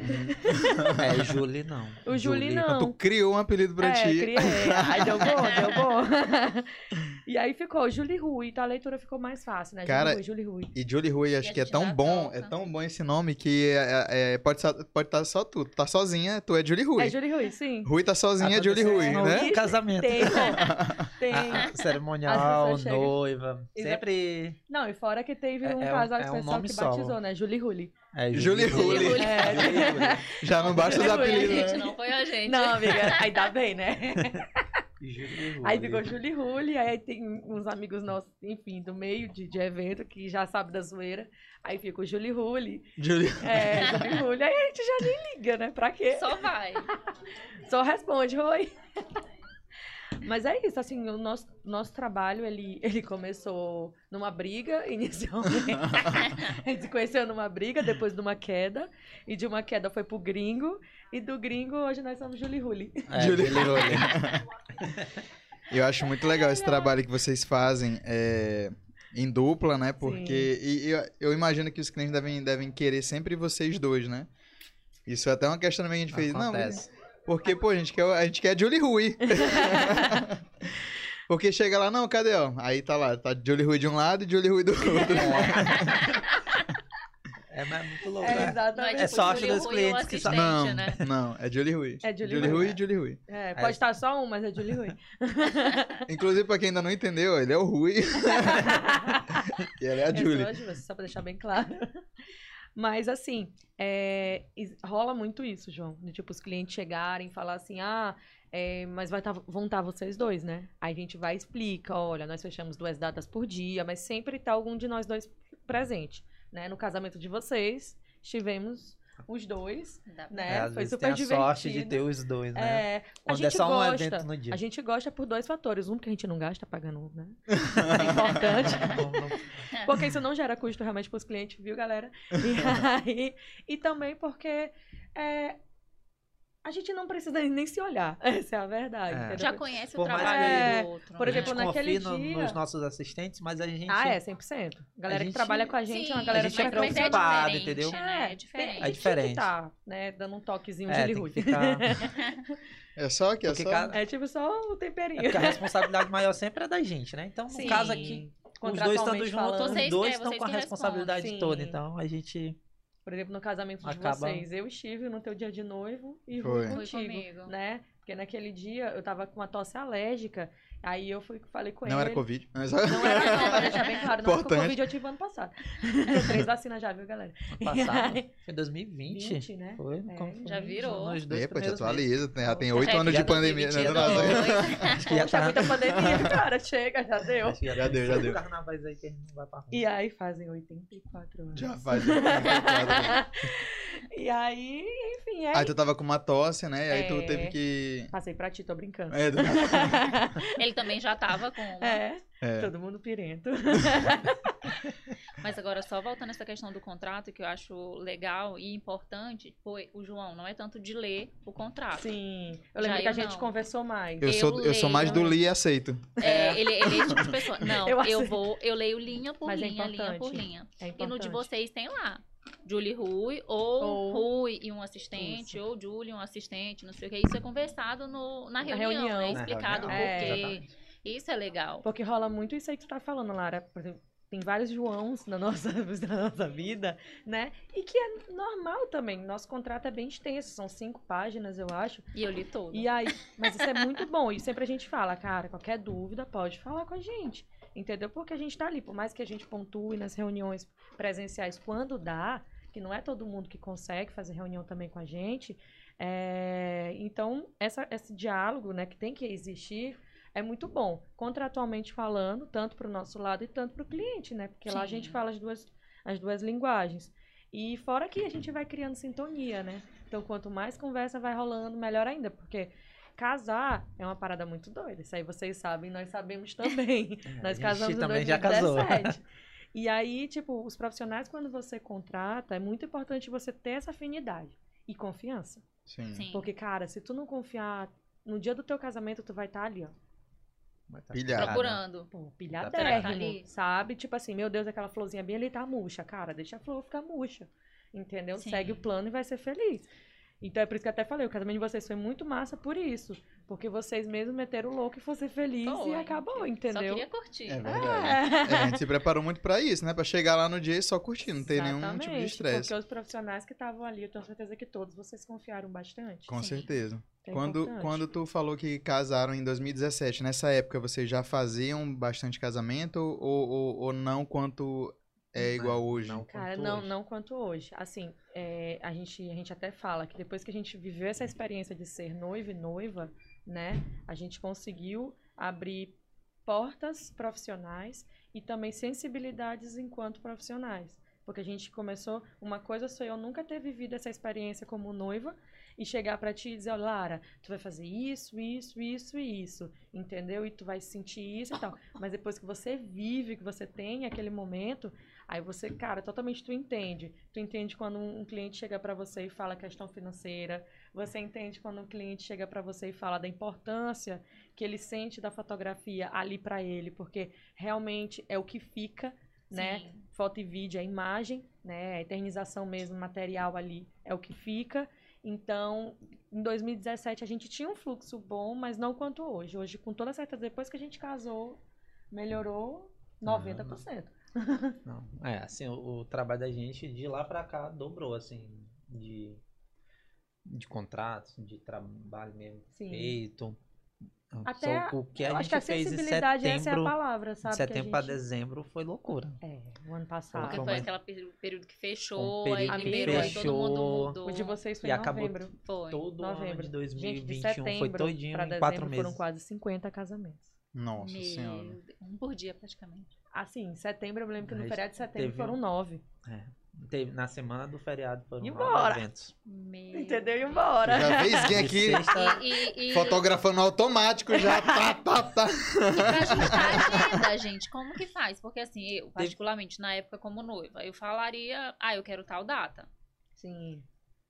Speaker 4: é, Julie não.
Speaker 2: né? O Julie não.
Speaker 1: Então, tu criou um apelido pra
Speaker 2: é,
Speaker 1: ti.
Speaker 2: criei. Aí deu bom,
Speaker 4: né?
Speaker 2: deu bom. e aí ficou Julie Rui. Então a leitura ficou mais fácil, né?
Speaker 1: Cara,
Speaker 2: Julie Rui, Julie Rui.
Speaker 1: E Julie Rui, acho
Speaker 3: a
Speaker 1: que é
Speaker 3: gente
Speaker 1: tão
Speaker 3: dá a
Speaker 1: bom,
Speaker 3: volta.
Speaker 1: é tão bom esse nome que é- é- é- pode estar pode tá só tu. Tu tá sozinha, tu é Julie Rui.
Speaker 2: É Julie Rui, sim.
Speaker 1: Rui tá sozinha, é Julie
Speaker 4: Aconteceu
Speaker 1: Rui,
Speaker 4: no
Speaker 1: né?
Speaker 4: Casamento.
Speaker 2: Tem, tem.
Speaker 4: A- a
Speaker 2: As
Speaker 4: cerimonial,
Speaker 2: pessoas chegam.
Speaker 4: noiva.
Speaker 2: Exa-
Speaker 4: Sempre.
Speaker 2: Não, e fora que teve
Speaker 4: É-
Speaker 2: um
Speaker 4: é um-
Speaker 2: casal
Speaker 4: é um
Speaker 2: especial
Speaker 4: nome
Speaker 2: que
Speaker 4: solo.
Speaker 2: batizou, né? Julie Rulli.
Speaker 4: É,
Speaker 1: Julie Rulli.
Speaker 3: Julie.
Speaker 2: É.
Speaker 4: Julie Rulli.
Speaker 1: Já não basta os
Speaker 2: Julie Rui,
Speaker 1: apelidos,
Speaker 3: gente,
Speaker 1: né?
Speaker 3: não foi a gente.
Speaker 2: Não, amiga, aí dá bem, né?
Speaker 4: Julie Rulli.
Speaker 2: Aí ficou Julie Rulli, aí tem uns amigos nossos, enfim, do meio de, de evento, que já sabe da zoeira. Aí fica o Julie Rulli,
Speaker 1: Julie...
Speaker 2: é, Julie Rulli. Aí a gente já nem liga, né? Pra quê?
Speaker 3: Só vai.
Speaker 2: Só responde, oi. Mas é isso, assim, o nosso, nosso trabalho, ele, ele começou numa briga, inicialmente. a gente se conheceu numa briga, depois numa queda. E de uma queda foi pro gringo. E do gringo, hoje nós somos Julie Rulli.
Speaker 4: É,
Speaker 1: Julie
Speaker 4: Julie
Speaker 1: Rulli. Eu acho muito legal esse trabalho que vocês fazem é, em dupla, né? Porque e- e eu, eu imagino que os clientes devem, devem querer sempre vocês dois, né? Isso é até uma questão também que a gente fez.
Speaker 4: Acontece.
Speaker 1: Não, porque, pô, a gente quer, a gente quer Julie Rui. porque chega lá, não, cadê? Ó? Aí tá lá, tá Julie Rui de um lado e Julie Rui do outro.
Speaker 4: É, mas é muito louco.
Speaker 2: É,
Speaker 4: né?
Speaker 3: Não
Speaker 2: exatamente.
Speaker 4: É
Speaker 3: tipo
Speaker 4: sorte
Speaker 3: Julie
Speaker 4: dos
Speaker 3: Rui e o
Speaker 4: clientes que
Speaker 3: assistente,
Speaker 1: não,
Speaker 3: né?
Speaker 1: não, é Julie Rui.
Speaker 2: É Julie
Speaker 1: Julie
Speaker 2: Rui,
Speaker 1: Rui
Speaker 2: é.
Speaker 1: e Julie Rui.
Speaker 2: É, pode estar só um, mas é Julie Rui.
Speaker 1: Inclusive, pra quem ainda não entendeu, ele é o Rui e ela é a
Speaker 2: Eu
Speaker 1: Julie.
Speaker 2: sou a Ju, só pra deixar bem claro. Mas assim, é, is- rola muito isso, João. de, tipo, os clientes chegarem e falar assim, ah, é, mas vai tá, vão estar vocês dois, né? Aí a gente vai e explica, olha, nós fechamos duas datas por dia, mas sempre tá algum de nós dois presente, né? No casamento de vocês, estivemos os dois,
Speaker 3: Dá pra-
Speaker 2: né?
Speaker 4: às
Speaker 2: Foi
Speaker 4: vezes
Speaker 2: super
Speaker 4: tem a
Speaker 2: divertido.
Speaker 4: sorte de ter os dois, né?
Speaker 2: É, a
Speaker 4: Quando é
Speaker 2: gente
Speaker 4: só um
Speaker 2: gosta.
Speaker 4: evento no dia.
Speaker 2: A gente gosta por dois fatores. Um, porque a gente não gasta pagando, né? É importante.
Speaker 4: Não- não-
Speaker 2: Porque isso não gera custo realmente para os clientes, viu, galera? E, aí- e também porque é, a gente não precisa nem se olhar. Essa é a verdade.
Speaker 4: É.
Speaker 2: entendeu?
Speaker 3: Já conhece o
Speaker 4: Por mais
Speaker 3: trabalho
Speaker 2: que-
Speaker 3: do outro.
Speaker 2: É, Por
Speaker 3: né?
Speaker 2: exemplo,
Speaker 4: a gente
Speaker 2: naquele
Speaker 4: confia no-
Speaker 2: dia-
Speaker 4: nos nossos assistentes, mas a gente.
Speaker 2: Ah, é, 100%. A galera
Speaker 4: A
Speaker 2: que
Speaker 4: gente-
Speaker 2: trabalha com a gente é uma
Speaker 3: Sim,
Speaker 2: galera
Speaker 4: a gente é
Speaker 2: super
Speaker 3: mas- mas é
Speaker 2: preocupada.
Speaker 4: preocupada,
Speaker 3: diferente,
Speaker 4: entendeu?
Speaker 3: né? É
Speaker 2: tem-
Speaker 3: diferente.
Speaker 2: tem que
Speaker 4: diferente.
Speaker 2: tá, né, dando um toquezinho de
Speaker 4: é, tem
Speaker 2: Rui.
Speaker 4: que ficar-
Speaker 1: É só que é
Speaker 4: Porque
Speaker 1: só.
Speaker 4: cada-
Speaker 2: É tipo só o
Speaker 4: É
Speaker 2: temperinho.
Speaker 4: porque a responsabilidade maior sempre é da gente, né? Então, no
Speaker 3: Sim.
Speaker 4: caso aqui, os dois
Speaker 2: Contratualmente
Speaker 4: estando juntos,
Speaker 2: falando.
Speaker 4: os
Speaker 3: Vocês
Speaker 4: dois
Speaker 3: que-
Speaker 4: estão
Speaker 3: vocês
Speaker 4: com a
Speaker 3: que
Speaker 4: responsabilidade
Speaker 2: respondem.
Speaker 4: toda.
Speaker 2: Sim.
Speaker 4: Então, a gente.
Speaker 2: Por exemplo, no casamento de
Speaker 4: Acaba-
Speaker 2: vocês, eu estive no teu dia de noivo e
Speaker 1: Foi.
Speaker 2: Rui
Speaker 3: Foi
Speaker 2: contigo,
Speaker 3: comigo.
Speaker 2: né? Porque naquele dia eu tava com uma tosse alérgica, aí eu fui falei com
Speaker 1: Não é
Speaker 2: ele.
Speaker 1: era Covid. mas-
Speaker 2: Não era, não, pra deixar bem claro. Não era que o
Speaker 1: Importante.
Speaker 2: Covid eu tive ano passado. Três vacinas já, viu, galera?
Speaker 4: Passado.
Speaker 2: E aí,
Speaker 4: Foi 2020.
Speaker 2: 20, né?
Speaker 4: Foi?
Speaker 2: É,
Speaker 4: Como foi?
Speaker 3: já virou.
Speaker 4: Nos dois
Speaker 1: Epa, te
Speaker 4: primeiros
Speaker 1: atualiza. tem- Já tem
Speaker 2: Já
Speaker 1: oito
Speaker 3: é
Speaker 1: anos
Speaker 4: que
Speaker 1: de
Speaker 4: já tem
Speaker 1: pandemia. né,
Speaker 3: 22.
Speaker 1: Dona Zé?
Speaker 4: meses. Acho que já
Speaker 2: Poxa,
Speaker 4: tá.
Speaker 2: muita pandemia, cara. Chega, já deu.
Speaker 4: acho que
Speaker 1: Já deu, já
Speaker 4: tem
Speaker 1: deu.
Speaker 4: Carnavais aí
Speaker 2: é
Speaker 4: que a gente não vai pra rua.
Speaker 2: E aí fazem 84 anos.
Speaker 1: um Já faz. oito anos, quatro anos.
Speaker 2: E aí, enfim,
Speaker 1: né?
Speaker 2: é.
Speaker 1: Aí tu tava com uma tosse, né? E aí tu
Speaker 2: É.
Speaker 1: teve que.
Speaker 2: Passei pra ti, tô brincando.
Speaker 1: É, tu-
Speaker 3: Ele também já tava com uma.
Speaker 2: É,
Speaker 1: É.
Speaker 2: todo mundo pirento.
Speaker 3: Mas agora, só voltando a essa questão do contrato, que eu acho legal e importante, foi o João não é tanto de ler o contrato.
Speaker 2: Sim. Eu
Speaker 3: Ah. Já
Speaker 2: lembro que a
Speaker 3: eu
Speaker 2: gente
Speaker 3: não.
Speaker 2: conversou mais.
Speaker 1: Eu, sou, eu sou mais do
Speaker 2: né?
Speaker 1: li e aceito.
Speaker 3: É, ele, ele é esse tipo de pessoa. Não,
Speaker 2: Eu
Speaker 3: eu,
Speaker 2: aceito.
Speaker 3: vou, eu leio linha por
Speaker 2: Mas é
Speaker 3: linha, linha por
Speaker 2: importante.
Speaker 3: linha.
Speaker 2: É
Speaker 3: E no
Speaker 2: importante.
Speaker 3: de vocês tem lá. Julie Rui, ou,
Speaker 2: Ou-
Speaker 3: Rui e um assistente, ou Julie e um assistente, não sei o que. Isso é conversado no,
Speaker 2: Na
Speaker 3: na reunião,
Speaker 2: reunião. né?
Speaker 3: é
Speaker 2: Na
Speaker 3: explicado
Speaker 2: reunião,
Speaker 3: por quê.
Speaker 4: Né, Exatamente.
Speaker 3: Isso é legal.
Speaker 2: Porque rola muito isso aí que tu tá falando, Lara. Por exemplo, tem vários Joãos na nossa, na nossa vida, né? E que é normal também. Nosso contrato é bem extenso, são cinco páginas, eu acho.
Speaker 3: E eu li tudo.
Speaker 2: E aí, mas isso é muito bom. E sempre a gente fala, cara, qualquer dúvida pode falar com a gente. Entendeu? Porque a gente tá ali, por mais que a gente pontue nas reuniões presenciais quando dá, que não é todo mundo que consegue fazer reunião também com a gente. é, Então, essa- esse diálogo, né, que tem que existir, é muito bom, contratualmente falando, tanto para o nosso lado e tanto para o cliente, né? Porque lá a
Speaker 3: Sim.
Speaker 2: gente fala as duas, as duas linguagens. E fora que a gente vai criando sintonia, né? Então, quanto mais conversa vai rolando, melhor ainda, porque casar é uma parada muito doida. Isso aí vocês sabem, nós sabemos também.
Speaker 4: É, a
Speaker 2: nós
Speaker 4: gente
Speaker 2: casamos em
Speaker 4: também já casou.
Speaker 2: 2017. E aí, tipo, os profissionais, quando você contrata, é muito importante você ter essa afinidade e confiança.
Speaker 1: Sim.
Speaker 3: Sim.
Speaker 2: Porque, cara, se tu não confiar, no dia do teu casamento, tu vai estar ali, ó.
Speaker 4: Mas tá
Speaker 1: Pilhado.
Speaker 4: complicado.
Speaker 3: Procurando.
Speaker 2: Pô,
Speaker 4: Tá
Speaker 2: pilhadérrimo,
Speaker 3: ali.
Speaker 2: sabe? Tipo assim, meu Deus, aquela florzinha bem ali tá murcha. Cara, deixa a flor ficar murcha. Entendeu?
Speaker 3: Sim.
Speaker 2: Segue o plano e vai ser feliz. Então é por isso que eu até falei, o casamento de vocês foi muito massa por isso. Porque vocês mesmos meteram o louco e foram felizes
Speaker 3: Foi.
Speaker 2: e acabou,
Speaker 3: Só
Speaker 2: entendeu?
Speaker 3: queria curtir. né?
Speaker 1: É verdade. É, a gente se preparou muito pra isso, né? Pra chegar lá no dia e só curtir, não ter nenhum tipo de
Speaker 2: Exatamente,
Speaker 1: estresse.
Speaker 2: Porque os profissionais que estavam ali, eu tenho certeza que todos vocês confiaram bastante.
Speaker 1: Com
Speaker 3: Sim.
Speaker 1: certeza.
Speaker 2: É
Speaker 1: quando,
Speaker 2: importante.
Speaker 1: quando tu falou que casaram em 2017, nessa época vocês já faziam bastante casamento ou, ou, ou não quanto é igual hoje?
Speaker 4: Não,
Speaker 2: Cara,
Speaker 4: quanto
Speaker 2: não,
Speaker 4: hoje.
Speaker 2: não quanto hoje. Assim, é, a, gente, a gente até fala que depois que a gente viveu essa experiência de ser noivo e noiva, né? A gente conseguiu abrir portas profissionais e também sensibilidades enquanto profissionais. Porque a gente começou, uma coisa sou eu nunca ter vivido essa experiência como noiva e chegar pra ti e dizer, ó, Lara, tu vai fazer isso, isso, isso e isso, entendeu? E tu vai sentir isso e tal. Mas depois que você vive, que você tem aquele momento, Aí você, cara, totalmente tu entende. Tu entende quando um um cliente chega pra você e fala questão financeira. Você entende quando um cliente chega pra você e fala da importância que ele sente da fotografia ali pra ele, porque realmente é o que fica, né?
Speaker 3: Sim.
Speaker 2: Foto e vídeo, a imagem, né? A eternização mesmo, material ali é o que fica. Então, em 2017 a gente tinha um fluxo bom, mas não quanto hoje. Hoje, com toda certeza, depois que a gente casou, melhorou 90%.
Speaker 4: Não. É, assim, o, o trabalho da gente de lá pra cá dobrou, assim, de, de contratos, de trabalho mesmo
Speaker 2: Sim.
Speaker 4: feito.
Speaker 2: Até
Speaker 4: Só o que a
Speaker 2: Eu
Speaker 4: gente
Speaker 2: acho que a
Speaker 4: fez em
Speaker 2: sensibilidade, essa é a
Speaker 4: setembro,
Speaker 2: palavra,
Speaker 4: de
Speaker 2: sabe? que a
Speaker 4: setembro pra
Speaker 2: gente-
Speaker 4: dezembro foi loucura.
Speaker 2: É, o ano passado.
Speaker 3: Porque
Speaker 4: Como
Speaker 3: foi
Speaker 4: é?
Speaker 3: aquele período que fechou,
Speaker 4: Um
Speaker 3: aí
Speaker 4: período
Speaker 2: que
Speaker 3: liberou, aí todo mundo
Speaker 4: fechou.
Speaker 3: mudou.
Speaker 2: O de vocês foi
Speaker 4: E
Speaker 2: em
Speaker 4: acabou
Speaker 2: novembro.
Speaker 3: Foi.
Speaker 4: Todo ano
Speaker 2: Novembro.
Speaker 4: de
Speaker 2: Gente, de
Speaker 4: 2021
Speaker 2: setembro
Speaker 4: foi todinho
Speaker 2: pra
Speaker 4: em
Speaker 2: dezembro
Speaker 4: quatro meses.
Speaker 2: foram quase 50 casamentos.
Speaker 1: Nossa
Speaker 3: Meu
Speaker 1: senhora.
Speaker 3: Deus, Um por dia, praticamente.
Speaker 2: Assim, em setembro, eu me lembro que no
Speaker 4: Mas
Speaker 2: feriado de setembro
Speaker 4: teve
Speaker 2: foram
Speaker 4: um-
Speaker 2: nove.
Speaker 4: Teve- na semana do feriado foram
Speaker 2: E
Speaker 4: nove
Speaker 2: bora?
Speaker 4: eventos.
Speaker 3: Meu
Speaker 2: Entendeu? E
Speaker 3: Deus.
Speaker 2: embora.
Speaker 1: Já fez
Speaker 4: De
Speaker 1: alguém aqui
Speaker 4: sexta-
Speaker 3: E, e, e,
Speaker 1: fotografando automático já. Tá, tá, tá.
Speaker 3: e pra ajustar a agenda, gente, como que faz? Porque assim, eu, particularmente, na época como noiva, eu falaria, ah, eu quero tal data.
Speaker 2: Sim.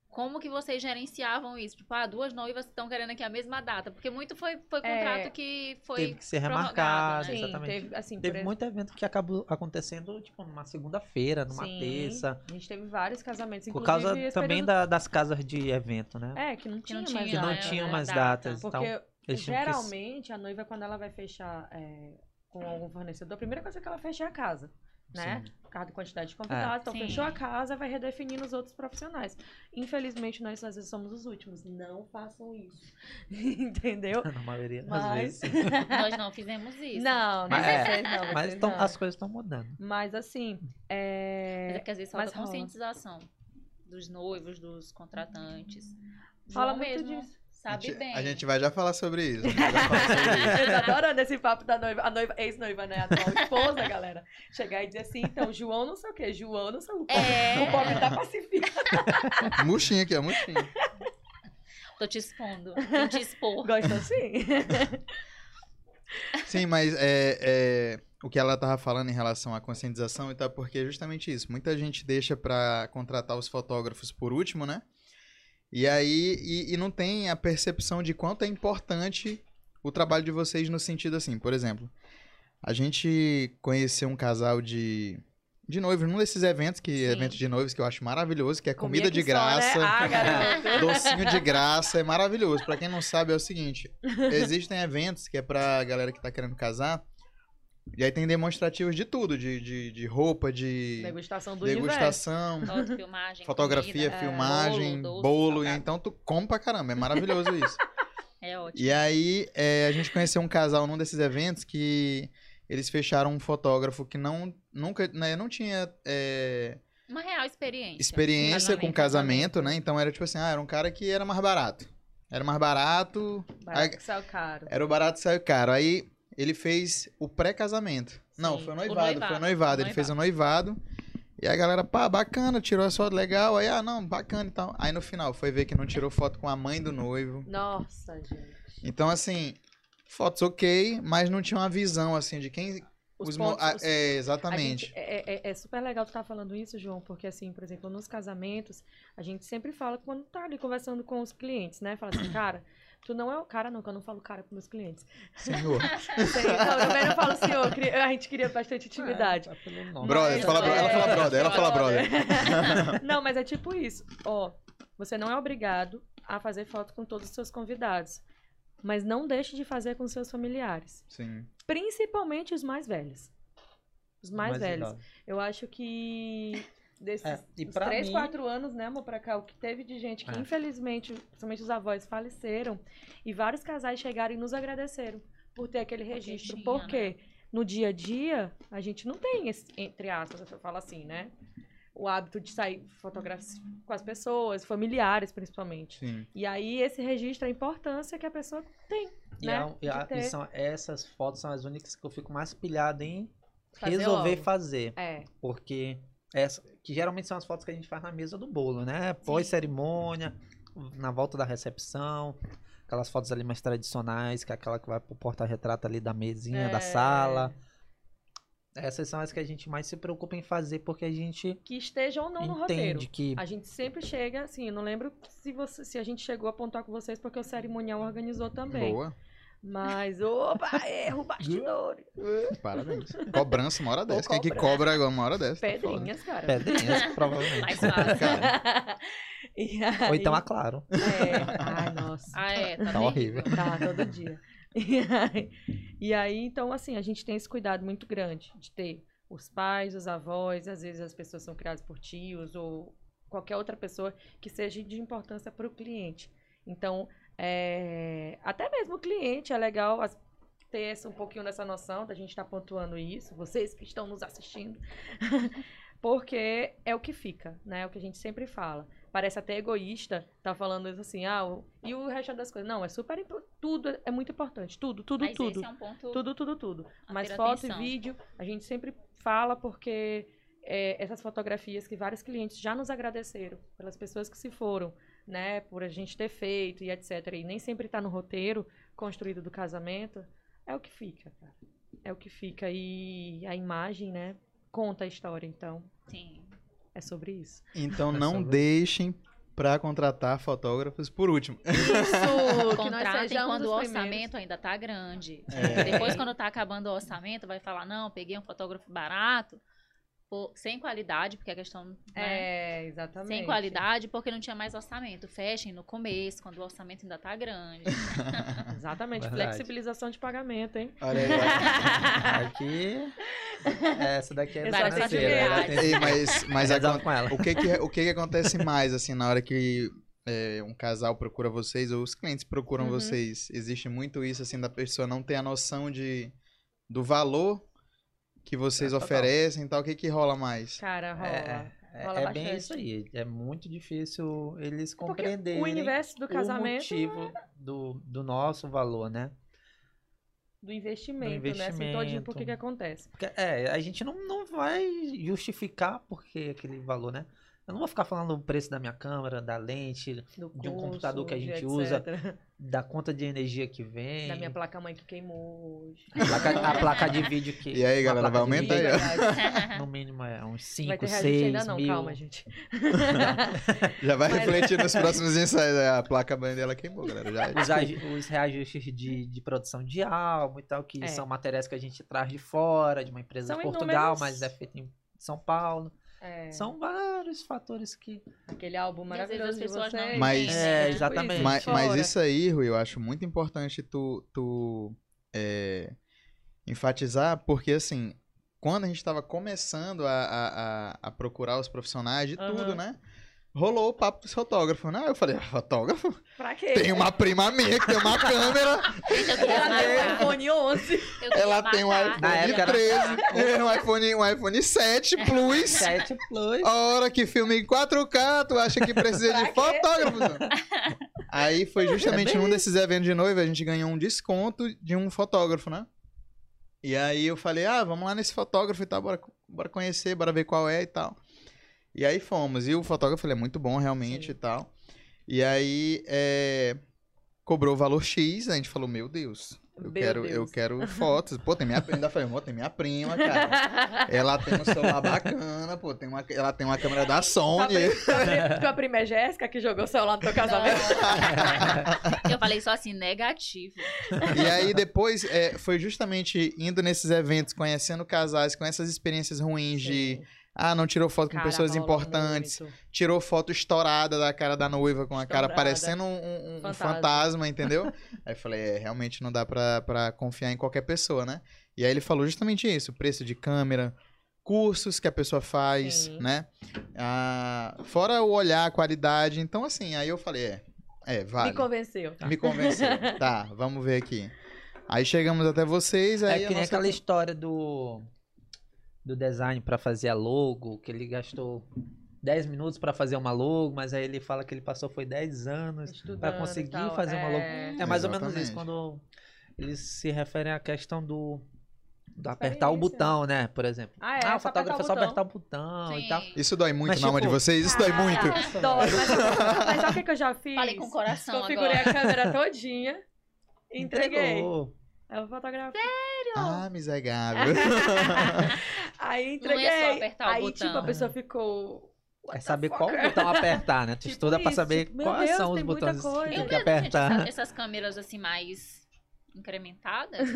Speaker 3: Como que vocês gerenciavam isso? Tipo, ah, duas noivas estão querendo aqui a mesma data. Porque muito foi, foi contrato
Speaker 2: É,
Speaker 3: que
Speaker 4: teve
Speaker 3: foi.
Speaker 4: que ser
Speaker 3: prorrogado,
Speaker 4: remarcado,
Speaker 3: né?
Speaker 2: Sim,
Speaker 4: exatamente.
Speaker 2: teve, assim,
Speaker 4: Teve
Speaker 2: por
Speaker 4: muito evento que acabou acontecendo, tipo, numa segunda-feira, numa
Speaker 2: Sim.
Speaker 4: terça.
Speaker 2: exemplo, A gente teve vários casamentos,
Speaker 4: Por
Speaker 2: inclusive...
Speaker 4: causa
Speaker 2: esse
Speaker 4: também
Speaker 2: período-
Speaker 4: da- das casas de evento, né?
Speaker 2: É, que não
Speaker 3: Que
Speaker 2: tinha mais
Speaker 3: não tinha,
Speaker 4: que não
Speaker 2: nada,
Speaker 3: né,
Speaker 4: tinham
Speaker 3: né,
Speaker 4: mais
Speaker 3: data.
Speaker 4: datas.
Speaker 2: Porque
Speaker 4: então, eles tinham que se-
Speaker 2: Geralmente, a noiva, quando ela vai fechar é, com algum fornecedor, a primeira coisa que ela fecha é a casa, né?
Speaker 4: Sim.
Speaker 2: Por causa da quantidade de
Speaker 4: É.
Speaker 2: convidados. Então,
Speaker 3: Sim.
Speaker 2: fechou a casa, vai redefinindo os outros profissionais. Infelizmente, nós às vezes somos os últimos. Não façam isso. Entendeu?
Speaker 4: Na maioria das
Speaker 2: Mas...
Speaker 4: vezes. sim.
Speaker 3: tipo, Nós não fizemos isso.
Speaker 2: não, não,
Speaker 4: Mas é,
Speaker 2: vocês não,
Speaker 4: Mas
Speaker 2: vocês
Speaker 4: tão-
Speaker 2: não.
Speaker 4: as coisas estão mudando.
Speaker 2: Mas assim,
Speaker 3: Mas é
Speaker 2: é...
Speaker 3: que às vezes
Speaker 2: Mas
Speaker 3: falta
Speaker 2: rola.
Speaker 3: conscientização dos noivos, dos contratantes.
Speaker 2: fala
Speaker 3: João
Speaker 2: muito
Speaker 3: mesmo
Speaker 2: disso.
Speaker 1: A
Speaker 3: Sabe
Speaker 1: gente,
Speaker 3: bem.
Speaker 1: a gente vai já falar sobre isso. a gente vai já falar sobre isso.
Speaker 2: Eu tô adorando esse papo da noiva, a noiva, ex-noiva, né? A atual esposa, galera. Chegar e dizer assim, então, João não sei o quê, João não sei o quê. O
Speaker 3: É,
Speaker 2: pobre tá pacificado.
Speaker 1: Murchinho aqui, é murchinho.
Speaker 3: tô te expondo. Vou te expor.
Speaker 2: Gosto assim.
Speaker 1: Sim, mas é, é, o que ela tava falando em relação à conscientização e tal, porque é justamente isso. Muita gente deixa pra contratar os fotógrafos por último, né? E aí, e, e não tem a percepção de quanto é importante o trabalho de vocês no sentido assim, por exemplo, a gente conheceu um casal de, de noivos num desses eventos, que
Speaker 3: Sim.
Speaker 1: evento de noivos que eu acho maravilhoso, que é comida,
Speaker 2: Comia
Speaker 1: de
Speaker 2: que só, né?
Speaker 1: graça.
Speaker 2: Ah, garoto.
Speaker 1: Docinho de graça é maravilhoso. Pra quem não sabe, é o seguinte: existem eventos que é pra galera que tá querendo casar. E aí tem demonstrativos de tudo: de, de, de roupa, de
Speaker 2: Degustação do universo.
Speaker 1: degustação,
Speaker 3: Foto, filmagem,
Speaker 1: fotografia,
Speaker 3: comida,
Speaker 1: filmagem,
Speaker 3: doce,
Speaker 1: bolo. e
Speaker 3: salgado.
Speaker 1: então tu come pra caramba. É maravilhoso isso.
Speaker 3: É ótimo.
Speaker 1: E aí, é, a gente conheceu um casal num desses eventos que eles fecharam um fotógrafo que não, nunca, né, não tinha é,
Speaker 3: Uma real experiência.
Speaker 1: experiência com casamento, né? Então era tipo assim: ah, era um cara que era mais barato. Era mais barato,
Speaker 2: Barato que saiu caro.
Speaker 1: Era o barato saiu caro. Aí ele fez o pré-casamento. Não,
Speaker 3: Sim,
Speaker 1: foi o
Speaker 3: o
Speaker 1: noivado,
Speaker 3: noivado,
Speaker 1: foi o noivado. Ele
Speaker 3: o
Speaker 1: fez o noivado. E a galera, pá, bacana, tirou a foto legal. Aí, ah, não, bacana e tal. Aí no final foi ver que não tirou foto com a mãe do noivo.
Speaker 2: Nossa, gente.
Speaker 1: Então, assim, fotos ok, mas não tinha uma visão, assim, de quem. mo-
Speaker 2: pontos-
Speaker 1: ah,
Speaker 2: os-
Speaker 1: é,
Speaker 2: a
Speaker 1: exatamente.
Speaker 2: gente- é, é- é super legal tu estar falando isso, João, porque assim, por exemplo, nos casamentos, a gente sempre fala quando tá ali conversando com os clientes, né? Fala assim, cara, tu não é o cara, não, que eu não falo cara pros meus clientes.
Speaker 1: Senhor.
Speaker 2: Sei, não, eu também não falo senhor, eu queria- a gente queria bastante intimidade.
Speaker 4: É, tá pelo nome.
Speaker 1: brother,
Speaker 2: Mas- é,
Speaker 1: fala, bro- ela fala brother, ela fala brother.
Speaker 2: não, mas é tipo isso. Ó, você não é obrigado a fazer foto com todos os seus convidados. Mas não deixe de fazer com seus familiares.
Speaker 1: Sim.
Speaker 2: Principalmente os mais velhos. Os mais, velhos.
Speaker 4: idoso.
Speaker 2: Eu acho que desses
Speaker 4: É, e
Speaker 2: uns
Speaker 4: pra
Speaker 2: três,
Speaker 4: mim-
Speaker 2: quatro anos, né, amor, pra cá, o que teve de gente que,
Speaker 4: É.
Speaker 2: infelizmente, principalmente os avós faleceram, e vários casais chegaram e nos agradeceram por ter aquele registro.
Speaker 3: tinha,
Speaker 2: Por quê? No dia a dia, a gente não tem, esse, entre aspas, eu falo assim, né? O hábito de sair fotografar com as pessoas, familiares principalmente.
Speaker 1: Sim.
Speaker 2: E aí, esse registro, a importância que a pessoa tem.
Speaker 4: E,
Speaker 2: né,
Speaker 4: é um- e
Speaker 2: de
Speaker 4: a- e
Speaker 2: ter.
Speaker 4: são- essas fotos são as únicas que eu fico mais pilhado em
Speaker 2: Fazer
Speaker 4: resolver
Speaker 2: logo.
Speaker 4: fazer.
Speaker 2: É.
Speaker 4: Porque essa, que geralmente são as fotos que a gente faz na mesa do bolo, né? Pós-cerimônia, na volta da recepção, aquelas fotos ali mais tradicionais, que é aquela que vai pro porta-retrato ali da mesinha,
Speaker 2: É.
Speaker 4: da sala. Essas são as que a gente mais se preocupa em fazer, porque a gente
Speaker 2: Que esteja ou não no roteiro.
Speaker 4: entende que
Speaker 2: A gente sempre chega, assim, eu não lembro se, você- se a gente chegou a pontuar com vocês, porque o cerimonial organizou também.
Speaker 1: Boa.
Speaker 2: Mas, opa, erro, bastidor,
Speaker 1: Parabéns. Cobrança uma hora
Speaker 2: Vou
Speaker 1: dessa. Quem é que
Speaker 2: cobrar.
Speaker 1: cobra agora uma hora dessa? tá foda.
Speaker 2: pedrinhas, cara.
Speaker 4: pedrinhas, provavelmente.
Speaker 3: Mais fácil.
Speaker 2: E aí-
Speaker 4: Ou então a Claro.
Speaker 2: É, ai, nossa.
Speaker 3: Ah, é, tá,
Speaker 4: Tá horrível.
Speaker 2: Tá, todo dia. E aí, e aí, então, assim, a gente tem esse cuidado muito grande de ter os pais, os avós, às vezes as pessoas são criadas por tios ou qualquer outra pessoa que seja de importância para o cliente. Então, é, até mesmo o cliente é legal as- ter essa- um pouquinho dessa noção da gente estar pontuando isso, vocês que estão nos assistindo, porque é o que fica, né? É o que a gente sempre fala parece até egoísta tá falando isso assim, ah, o- e o resto das coisas. Não, é super impo- tudo é muito importante, tudo, tudo,
Speaker 3: Mas
Speaker 2: tudo.
Speaker 3: esse é um ponto
Speaker 2: Tudo, tudo, tudo.
Speaker 3: a
Speaker 2: Mas
Speaker 3: ter
Speaker 2: foto
Speaker 3: atenção.
Speaker 2: e vídeo, a gente sempre fala porque é, essas fotografias que vários clientes já nos agradeceram pelas pessoas que se foram, né, por a gente ter feito e etc. E nem sempre tá no roteiro construído do casamento, é o que fica, cara. É o que fica e a imagem, né, conta a história, então
Speaker 3: Sim.
Speaker 2: é sobre isso.
Speaker 1: Então
Speaker 4: Essa
Speaker 1: não
Speaker 4: vai-
Speaker 1: deixem pra contratar fotógrafos por último.
Speaker 2: Isso, é
Speaker 3: Contratem
Speaker 2: um
Speaker 3: quando o orçamento ainda tá grande.
Speaker 1: É,
Speaker 3: Depois, quando tá acabando o orçamento, vai falar, não, peguei um fotógrafo barato, pô, sem qualidade, porque a questão... né,
Speaker 2: É, exatamente.
Speaker 3: Sem qualidade, porque não tinha mais orçamento. Fechem no começo, quando o orçamento ainda tá grande.
Speaker 2: Exatamente.
Speaker 4: Verdade.
Speaker 2: Flexibilização de pagamento, hein?
Speaker 1: Olha aí.
Speaker 4: Aqui. Essa daqui é
Speaker 2: Essa
Speaker 4: da
Speaker 2: daqui é
Speaker 4: terceira.
Speaker 2: de
Speaker 4: ela
Speaker 3: verdade.
Speaker 4: tem-
Speaker 1: Ei, mas mas
Speaker 4: Resolve
Speaker 1: agora,
Speaker 4: com ela.
Speaker 1: o, que que, é, o que que acontece mais, assim, na hora que é, um casal procura vocês, ou os clientes procuram
Speaker 2: Uhum.
Speaker 1: vocês? Existe muito isso, assim, da pessoa não ter a noção de, do valor que vocês
Speaker 4: É, total.
Speaker 1: oferecem e tal. O que que rola mais?
Speaker 2: Cara, rola.
Speaker 4: É, É,
Speaker 2: Rola
Speaker 4: é bem
Speaker 2: bastante. É
Speaker 4: isso aí. É muito difícil eles
Speaker 2: Porque
Speaker 4: compreenderem
Speaker 2: o universo do
Speaker 4: é. o
Speaker 2: casamento
Speaker 4: motivo do, do nosso valor, né?
Speaker 2: do investimento, né? Assim,
Speaker 4: investimento.
Speaker 2: todinho, por que que acontece?
Speaker 4: Porque, é, a gente não, não vai justificar porque aquele valor, né? Eu não vou ficar falando o preço da minha câmera, da lente,
Speaker 2: Do
Speaker 4: De um computador que a
Speaker 2: curso,
Speaker 4: gente
Speaker 2: de
Speaker 4: usa.
Speaker 2: etc.
Speaker 4: da conta de energia que vem,
Speaker 2: Da minha placa-mãe que queimou hoje.
Speaker 4: a, placa, a placa de vídeo que...
Speaker 1: E aí,
Speaker 4: uma
Speaker 1: galera, vai
Speaker 4: placa de
Speaker 1: aumentar
Speaker 4: vídeo,
Speaker 1: aí, ó.
Speaker 4: No mínimo é uns 5,
Speaker 2: Vai ter
Speaker 4: 6
Speaker 2: reajuste
Speaker 4: mil.
Speaker 2: ainda não, calma, gente.
Speaker 1: Já vai
Speaker 2: Mas-
Speaker 1: refletir nos próximos ensaios. né? A placa mãe dela queimou, galera. Já,
Speaker 4: os, aju- os reajustes de, de produção de álbum e tal, que
Speaker 2: É.
Speaker 4: são materiais que a gente traz de fora, de uma empresa
Speaker 2: São
Speaker 4: de Portugal,
Speaker 2: inúmeros.
Speaker 4: mas é feito em São Paulo.
Speaker 2: É,
Speaker 4: São vários fatores que.
Speaker 2: aquele álbum
Speaker 3: E às vezes
Speaker 2: maravilhoso
Speaker 3: as
Speaker 2: de
Speaker 3: pessoas não
Speaker 2: vocês.
Speaker 1: Mas-
Speaker 3: entendem, né?
Speaker 4: É, exatamente.
Speaker 2: Tipo
Speaker 1: mas,
Speaker 2: isso,
Speaker 1: mas
Speaker 2: fora.
Speaker 1: isso aí, Rui, eu acho muito importante tu, tu é, enfatizar, porque assim, quando a gente tava começando a, a, a- a procurar os profissionais de tudo,
Speaker 2: Aham.
Speaker 1: né? Rolou o papo dos fotógrafos, né? Eu falei, "Ah, fotógrafo?
Speaker 2: Pra quê?
Speaker 1: Tem um uma prima minha que tem uma câmera,
Speaker 3: Gente, eu queria
Speaker 2: Ela tem um
Speaker 3: matar.
Speaker 2: iPhone 11.
Speaker 3: Eu queria
Speaker 1: ela tem um
Speaker 3: matar.
Speaker 4: Na
Speaker 1: iPhone
Speaker 4: época era-
Speaker 1: 13, um iPhone, um iPhone 7 Plus.
Speaker 2: é
Speaker 4: 7
Speaker 2: tipo
Speaker 4: Plus.
Speaker 1: A hora que filma em 4K, tu acha que precisa de
Speaker 2: Pra quê? É
Speaker 1: fotógrafo? Zé? Aí foi justamente
Speaker 4: bem
Speaker 1: num desses eventos de noiva, a gente ganhou um desconto de um fotógrafo, né? E aí eu falei, ah, vamos lá nesse fotógrafo e tal, bora, bora conhecer, bora ver qual é e tal. E aí fomos. E o fotógrafo, ele é muito bom realmente
Speaker 2: Sim.
Speaker 1: e tal. E aí, é, cobrou o valor X, a gente falou, meu Deus, eu,
Speaker 2: Meu
Speaker 1: quero, eu
Speaker 2: Deus.
Speaker 1: quero fotos. Pô, tem minha prima, ainda falei, "Mô, tem minha prima, cara. Ela tem um celular bacana, pô. Tem uma, ela tem uma câmera
Speaker 2: Tá
Speaker 1: da
Speaker 2: Tua
Speaker 1: Sony.
Speaker 2: pri- tua pri- Tua prima é Jéssica que jogou o celular no teu casamento.
Speaker 3: Não. Eu falei só assim, negativo.
Speaker 1: E aí depois é, foi justamente indo nesses eventos, conhecendo casais, com essas experiências ruins de. Ah, não tirou foto com
Speaker 2: Cara,
Speaker 1: pessoas
Speaker 2: rola
Speaker 1: importantes.
Speaker 2: muito.
Speaker 1: Tirou foto estourada da cara da noiva, com a cara
Speaker 2: Estourada.
Speaker 1: parecendo um, um- um fantasma.
Speaker 2: Fantasma.
Speaker 1: entendeu? Aí eu falei, é, realmente não dá pra, pra confiar em qualquer pessoa, né? E aí ele falou justamente isso: preço de câmera, cursos que a pessoa faz,
Speaker 2: Sim.
Speaker 1: né? Ah, fora o olhar, a qualidade. Então, assim, aí eu falei, é, é, vale.
Speaker 2: Me convenceu.
Speaker 1: Me convenceu. tá, vamos ver aqui. Aí chegamos até vocês, aí
Speaker 4: É
Speaker 1: a
Speaker 4: que nem
Speaker 1: nossa-
Speaker 4: aquela história do. Do design pra fazer a logo, que ele gastou 10 minutos pra fazer uma logo, mas aí ele fala que ele passou foi 10 anos pra
Speaker 2: Estudando e
Speaker 4: conseguir
Speaker 2: tal.
Speaker 4: fazer uma logo.
Speaker 2: É.
Speaker 4: É mais ou menos
Speaker 1: Exatamente.
Speaker 4: isso, quando eles se referem à questão do, do apertar o
Speaker 2: Experiência.
Speaker 4: botão, né? Por exemplo.
Speaker 2: Ah, é,
Speaker 4: ah, o
Speaker 2: só apertar
Speaker 4: fotógrafo
Speaker 2: o
Speaker 4: é só
Speaker 2: botão.
Speaker 4: apertar o botão
Speaker 3: Sim.
Speaker 4: e tal.
Speaker 1: Isso dói muito
Speaker 4: Mas,
Speaker 1: na alma de
Speaker 4: tipo-
Speaker 1: vocês? Isso dói
Speaker 3: Ah,
Speaker 1: muito.
Speaker 2: Dói, mas, mas sabe o que, que eu já fiz?
Speaker 3: Falei com o coração
Speaker 2: Configurei
Speaker 3: agora.
Speaker 2: a câmera todinha. Entreguei.
Speaker 4: Entregou.
Speaker 2: Aí eu fotografei.
Speaker 3: É.
Speaker 1: Ah, miserável.
Speaker 2: Aí
Speaker 3: Não é só
Speaker 2: entreguei.
Speaker 3: apertar o
Speaker 2: Aí,
Speaker 3: botão.
Speaker 2: tipo, a pessoa ficou.
Speaker 4: É
Speaker 2: "What the
Speaker 4: saber
Speaker 2: fuck?" É,
Speaker 4: qual botão apertar, né? Tu
Speaker 2: Tipo
Speaker 4: estuda pra
Speaker 2: isso,
Speaker 4: saber
Speaker 2: tipo, meu
Speaker 4: quais
Speaker 2: Deus,
Speaker 4: são os
Speaker 2: tem muita
Speaker 4: botões
Speaker 2: coisa.
Speaker 4: que
Speaker 3: Eu
Speaker 4: tem
Speaker 2: Eu
Speaker 3: mesmo,
Speaker 4: que
Speaker 3: Então, gente, essa-
Speaker 4: apertar.
Speaker 3: essas câmeras assim mais incrementadas,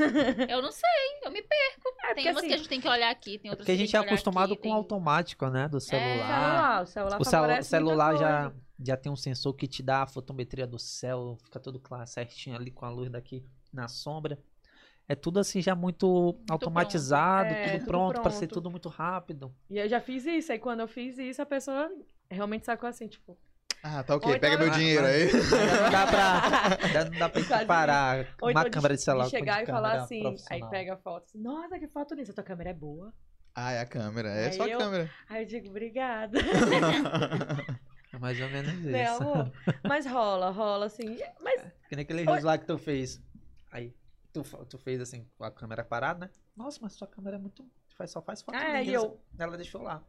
Speaker 3: eu não sei, eu me perco.
Speaker 2: É
Speaker 3: Tem
Speaker 2: porque
Speaker 3: umas
Speaker 2: assim,
Speaker 3: que a gente tem que olhar aqui, tem
Speaker 4: É
Speaker 3: outras
Speaker 4: porque a
Speaker 3: que
Speaker 4: gente é
Speaker 3: tem que olhar
Speaker 4: acostumado
Speaker 3: aqui,
Speaker 4: com o
Speaker 3: tem-
Speaker 4: automático, né?
Speaker 2: É, então,
Speaker 4: Do celular.
Speaker 2: celular, o celular,
Speaker 4: o celu-
Speaker 2: favorece
Speaker 4: celular
Speaker 2: é assim muita
Speaker 4: já,
Speaker 2: coisa.
Speaker 4: já tem um sensor que te dá a fotometria do céu, fica tudo claro, certinho ali com a luz daqui na sombra. É tudo assim já muito automatizado,
Speaker 2: pronto. É,
Speaker 4: tudo
Speaker 2: tudo
Speaker 4: pronto, pra ser
Speaker 2: pronto.
Speaker 4: tudo muito rápido.
Speaker 2: E eu já fiz isso. Aí quando eu fiz isso, a pessoa realmente sacou assim, tipo.
Speaker 1: Ah, tá
Speaker 2: Ou
Speaker 1: ok.
Speaker 2: então
Speaker 1: Pega meu
Speaker 4: eu-
Speaker 1: dinheiro aí.
Speaker 4: Ainda não dá pra, ainda não dá pra
Speaker 2: Quase
Speaker 4: comparar
Speaker 2: Ou
Speaker 4: uma
Speaker 2: então
Speaker 4: câmera de celular
Speaker 2: de
Speaker 4: com de
Speaker 2: chegar e falar
Speaker 4: câmera
Speaker 2: assim, aí
Speaker 4: profissional.
Speaker 2: pega a foto. assim, Nossa, que foto linda, tua câmera é boa.
Speaker 1: Ah, é a câmera. É
Speaker 2: Aí
Speaker 1: só a
Speaker 2: eu-
Speaker 1: câmera.
Speaker 2: Aí eu digo, obrigada.
Speaker 4: É mais ou menos isso.
Speaker 2: Né, amor? Mas rola, rola, assim. Mas
Speaker 4: Que nem aquele rios lá que tu fez. Aí, tu, fa- tu fez assim, com a câmera parada, né? Nossa, mas sua câmera é muito. Faz, só faz foto.
Speaker 2: Ah,
Speaker 4: linda.
Speaker 2: e eu?
Speaker 4: Ela deixou lá.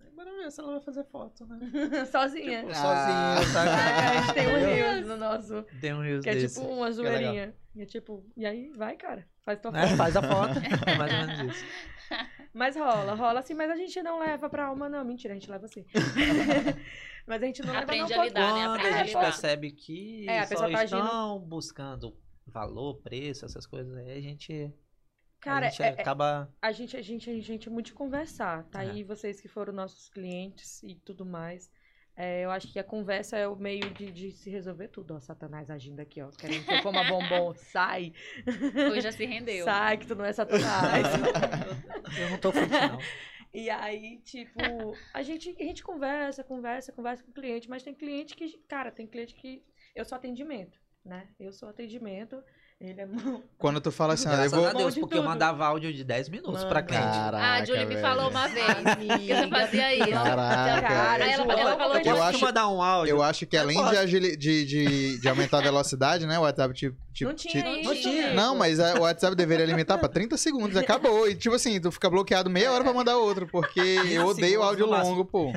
Speaker 4: Aí, Maravilha, se ela vai fazer foto, né?
Speaker 2: sozinha.
Speaker 4: Tipo,
Speaker 1: Ah.
Speaker 4: sozinha,
Speaker 2: Ah,
Speaker 4: sabe?
Speaker 2: a gente tem um
Speaker 4: Entendeu?
Speaker 2: rios no nosso.
Speaker 4: Tem um rios
Speaker 2: Que é
Speaker 4: desse.
Speaker 2: tipo uma
Speaker 4: Fica legal.
Speaker 2: zoeirinha. E é tipo, e aí vai, cara. Faz tua
Speaker 4: Né?
Speaker 2: foto.
Speaker 4: Faz a foto. É mais ou menos isso.
Speaker 2: Mas rola, rola assim, mas a gente não leva pra alma, não. Mentira, a gente leva assim. mas a gente não
Speaker 3: Aprende
Speaker 2: leva
Speaker 3: a
Speaker 2: não
Speaker 3: lidar, né?
Speaker 4: Quando
Speaker 3: Aprende
Speaker 4: a
Speaker 3: a
Speaker 4: gente
Speaker 3: lidar.
Speaker 4: percebe que
Speaker 2: É, a
Speaker 4: só
Speaker 2: pessoa tá agindo-
Speaker 4: estão buscando valor, preço, essas coisas aí, a gente,
Speaker 2: Cara,
Speaker 4: a gente
Speaker 2: é- é-
Speaker 4: acaba.
Speaker 2: a gente, a gente, a gente é muito de conversar, tá?
Speaker 4: É.
Speaker 2: Aí vocês que foram nossos clientes e tudo mais. É, eu acho que a conversa é o meio de, de se resolver tudo. Ó, Satanás agindo aqui, ó. Querendo que eu coma bombom, sai.
Speaker 3: Hoje já se rendeu.
Speaker 2: Sai, que tu não é Satanás.
Speaker 4: Eu não tô curtindo, não.
Speaker 1: Tá,
Speaker 2: E aí, tipo, a gente, a gente conversa, conversa, conversa com o cliente, mas tem cliente que, cara, tem cliente que eu sou atendimento, né? Eu sou atendimento Ele é muito.
Speaker 1: Quando tu fala assim, ah, eu
Speaker 4: Graças
Speaker 1: vou.
Speaker 4: a Deus,
Speaker 2: Bom de
Speaker 4: porque eu
Speaker 2: tudo.
Speaker 4: mandava áudio de 10 minutos pra cliente.
Speaker 3: ah, a Julie me
Speaker 1: velho.
Speaker 3: falou uma vez que você fazia isso.
Speaker 1: Caraca.
Speaker 3: Aí ela, ela
Speaker 2: Joana,
Speaker 3: falou
Speaker 2: eu
Speaker 3: que
Speaker 4: Eu
Speaker 1: acho-
Speaker 4: acho que mandar um áudio.
Speaker 1: Eu acho que além de, agili- de, de, de aumentar a velocidade, né? O WhatsApp te. te-
Speaker 2: Não tinha
Speaker 1: te-
Speaker 2: isso.
Speaker 3: Não tinha.
Speaker 2: amigo.
Speaker 1: tipo, Não, mas a- o WhatsApp deveria limitar pra 30 segundos, acabou. E tipo assim, tu fica bloqueado meia hora pra mandar outro, porque eu odeio
Speaker 4: segundos
Speaker 1: áudio
Speaker 4: no máximo.
Speaker 1: longo, pô.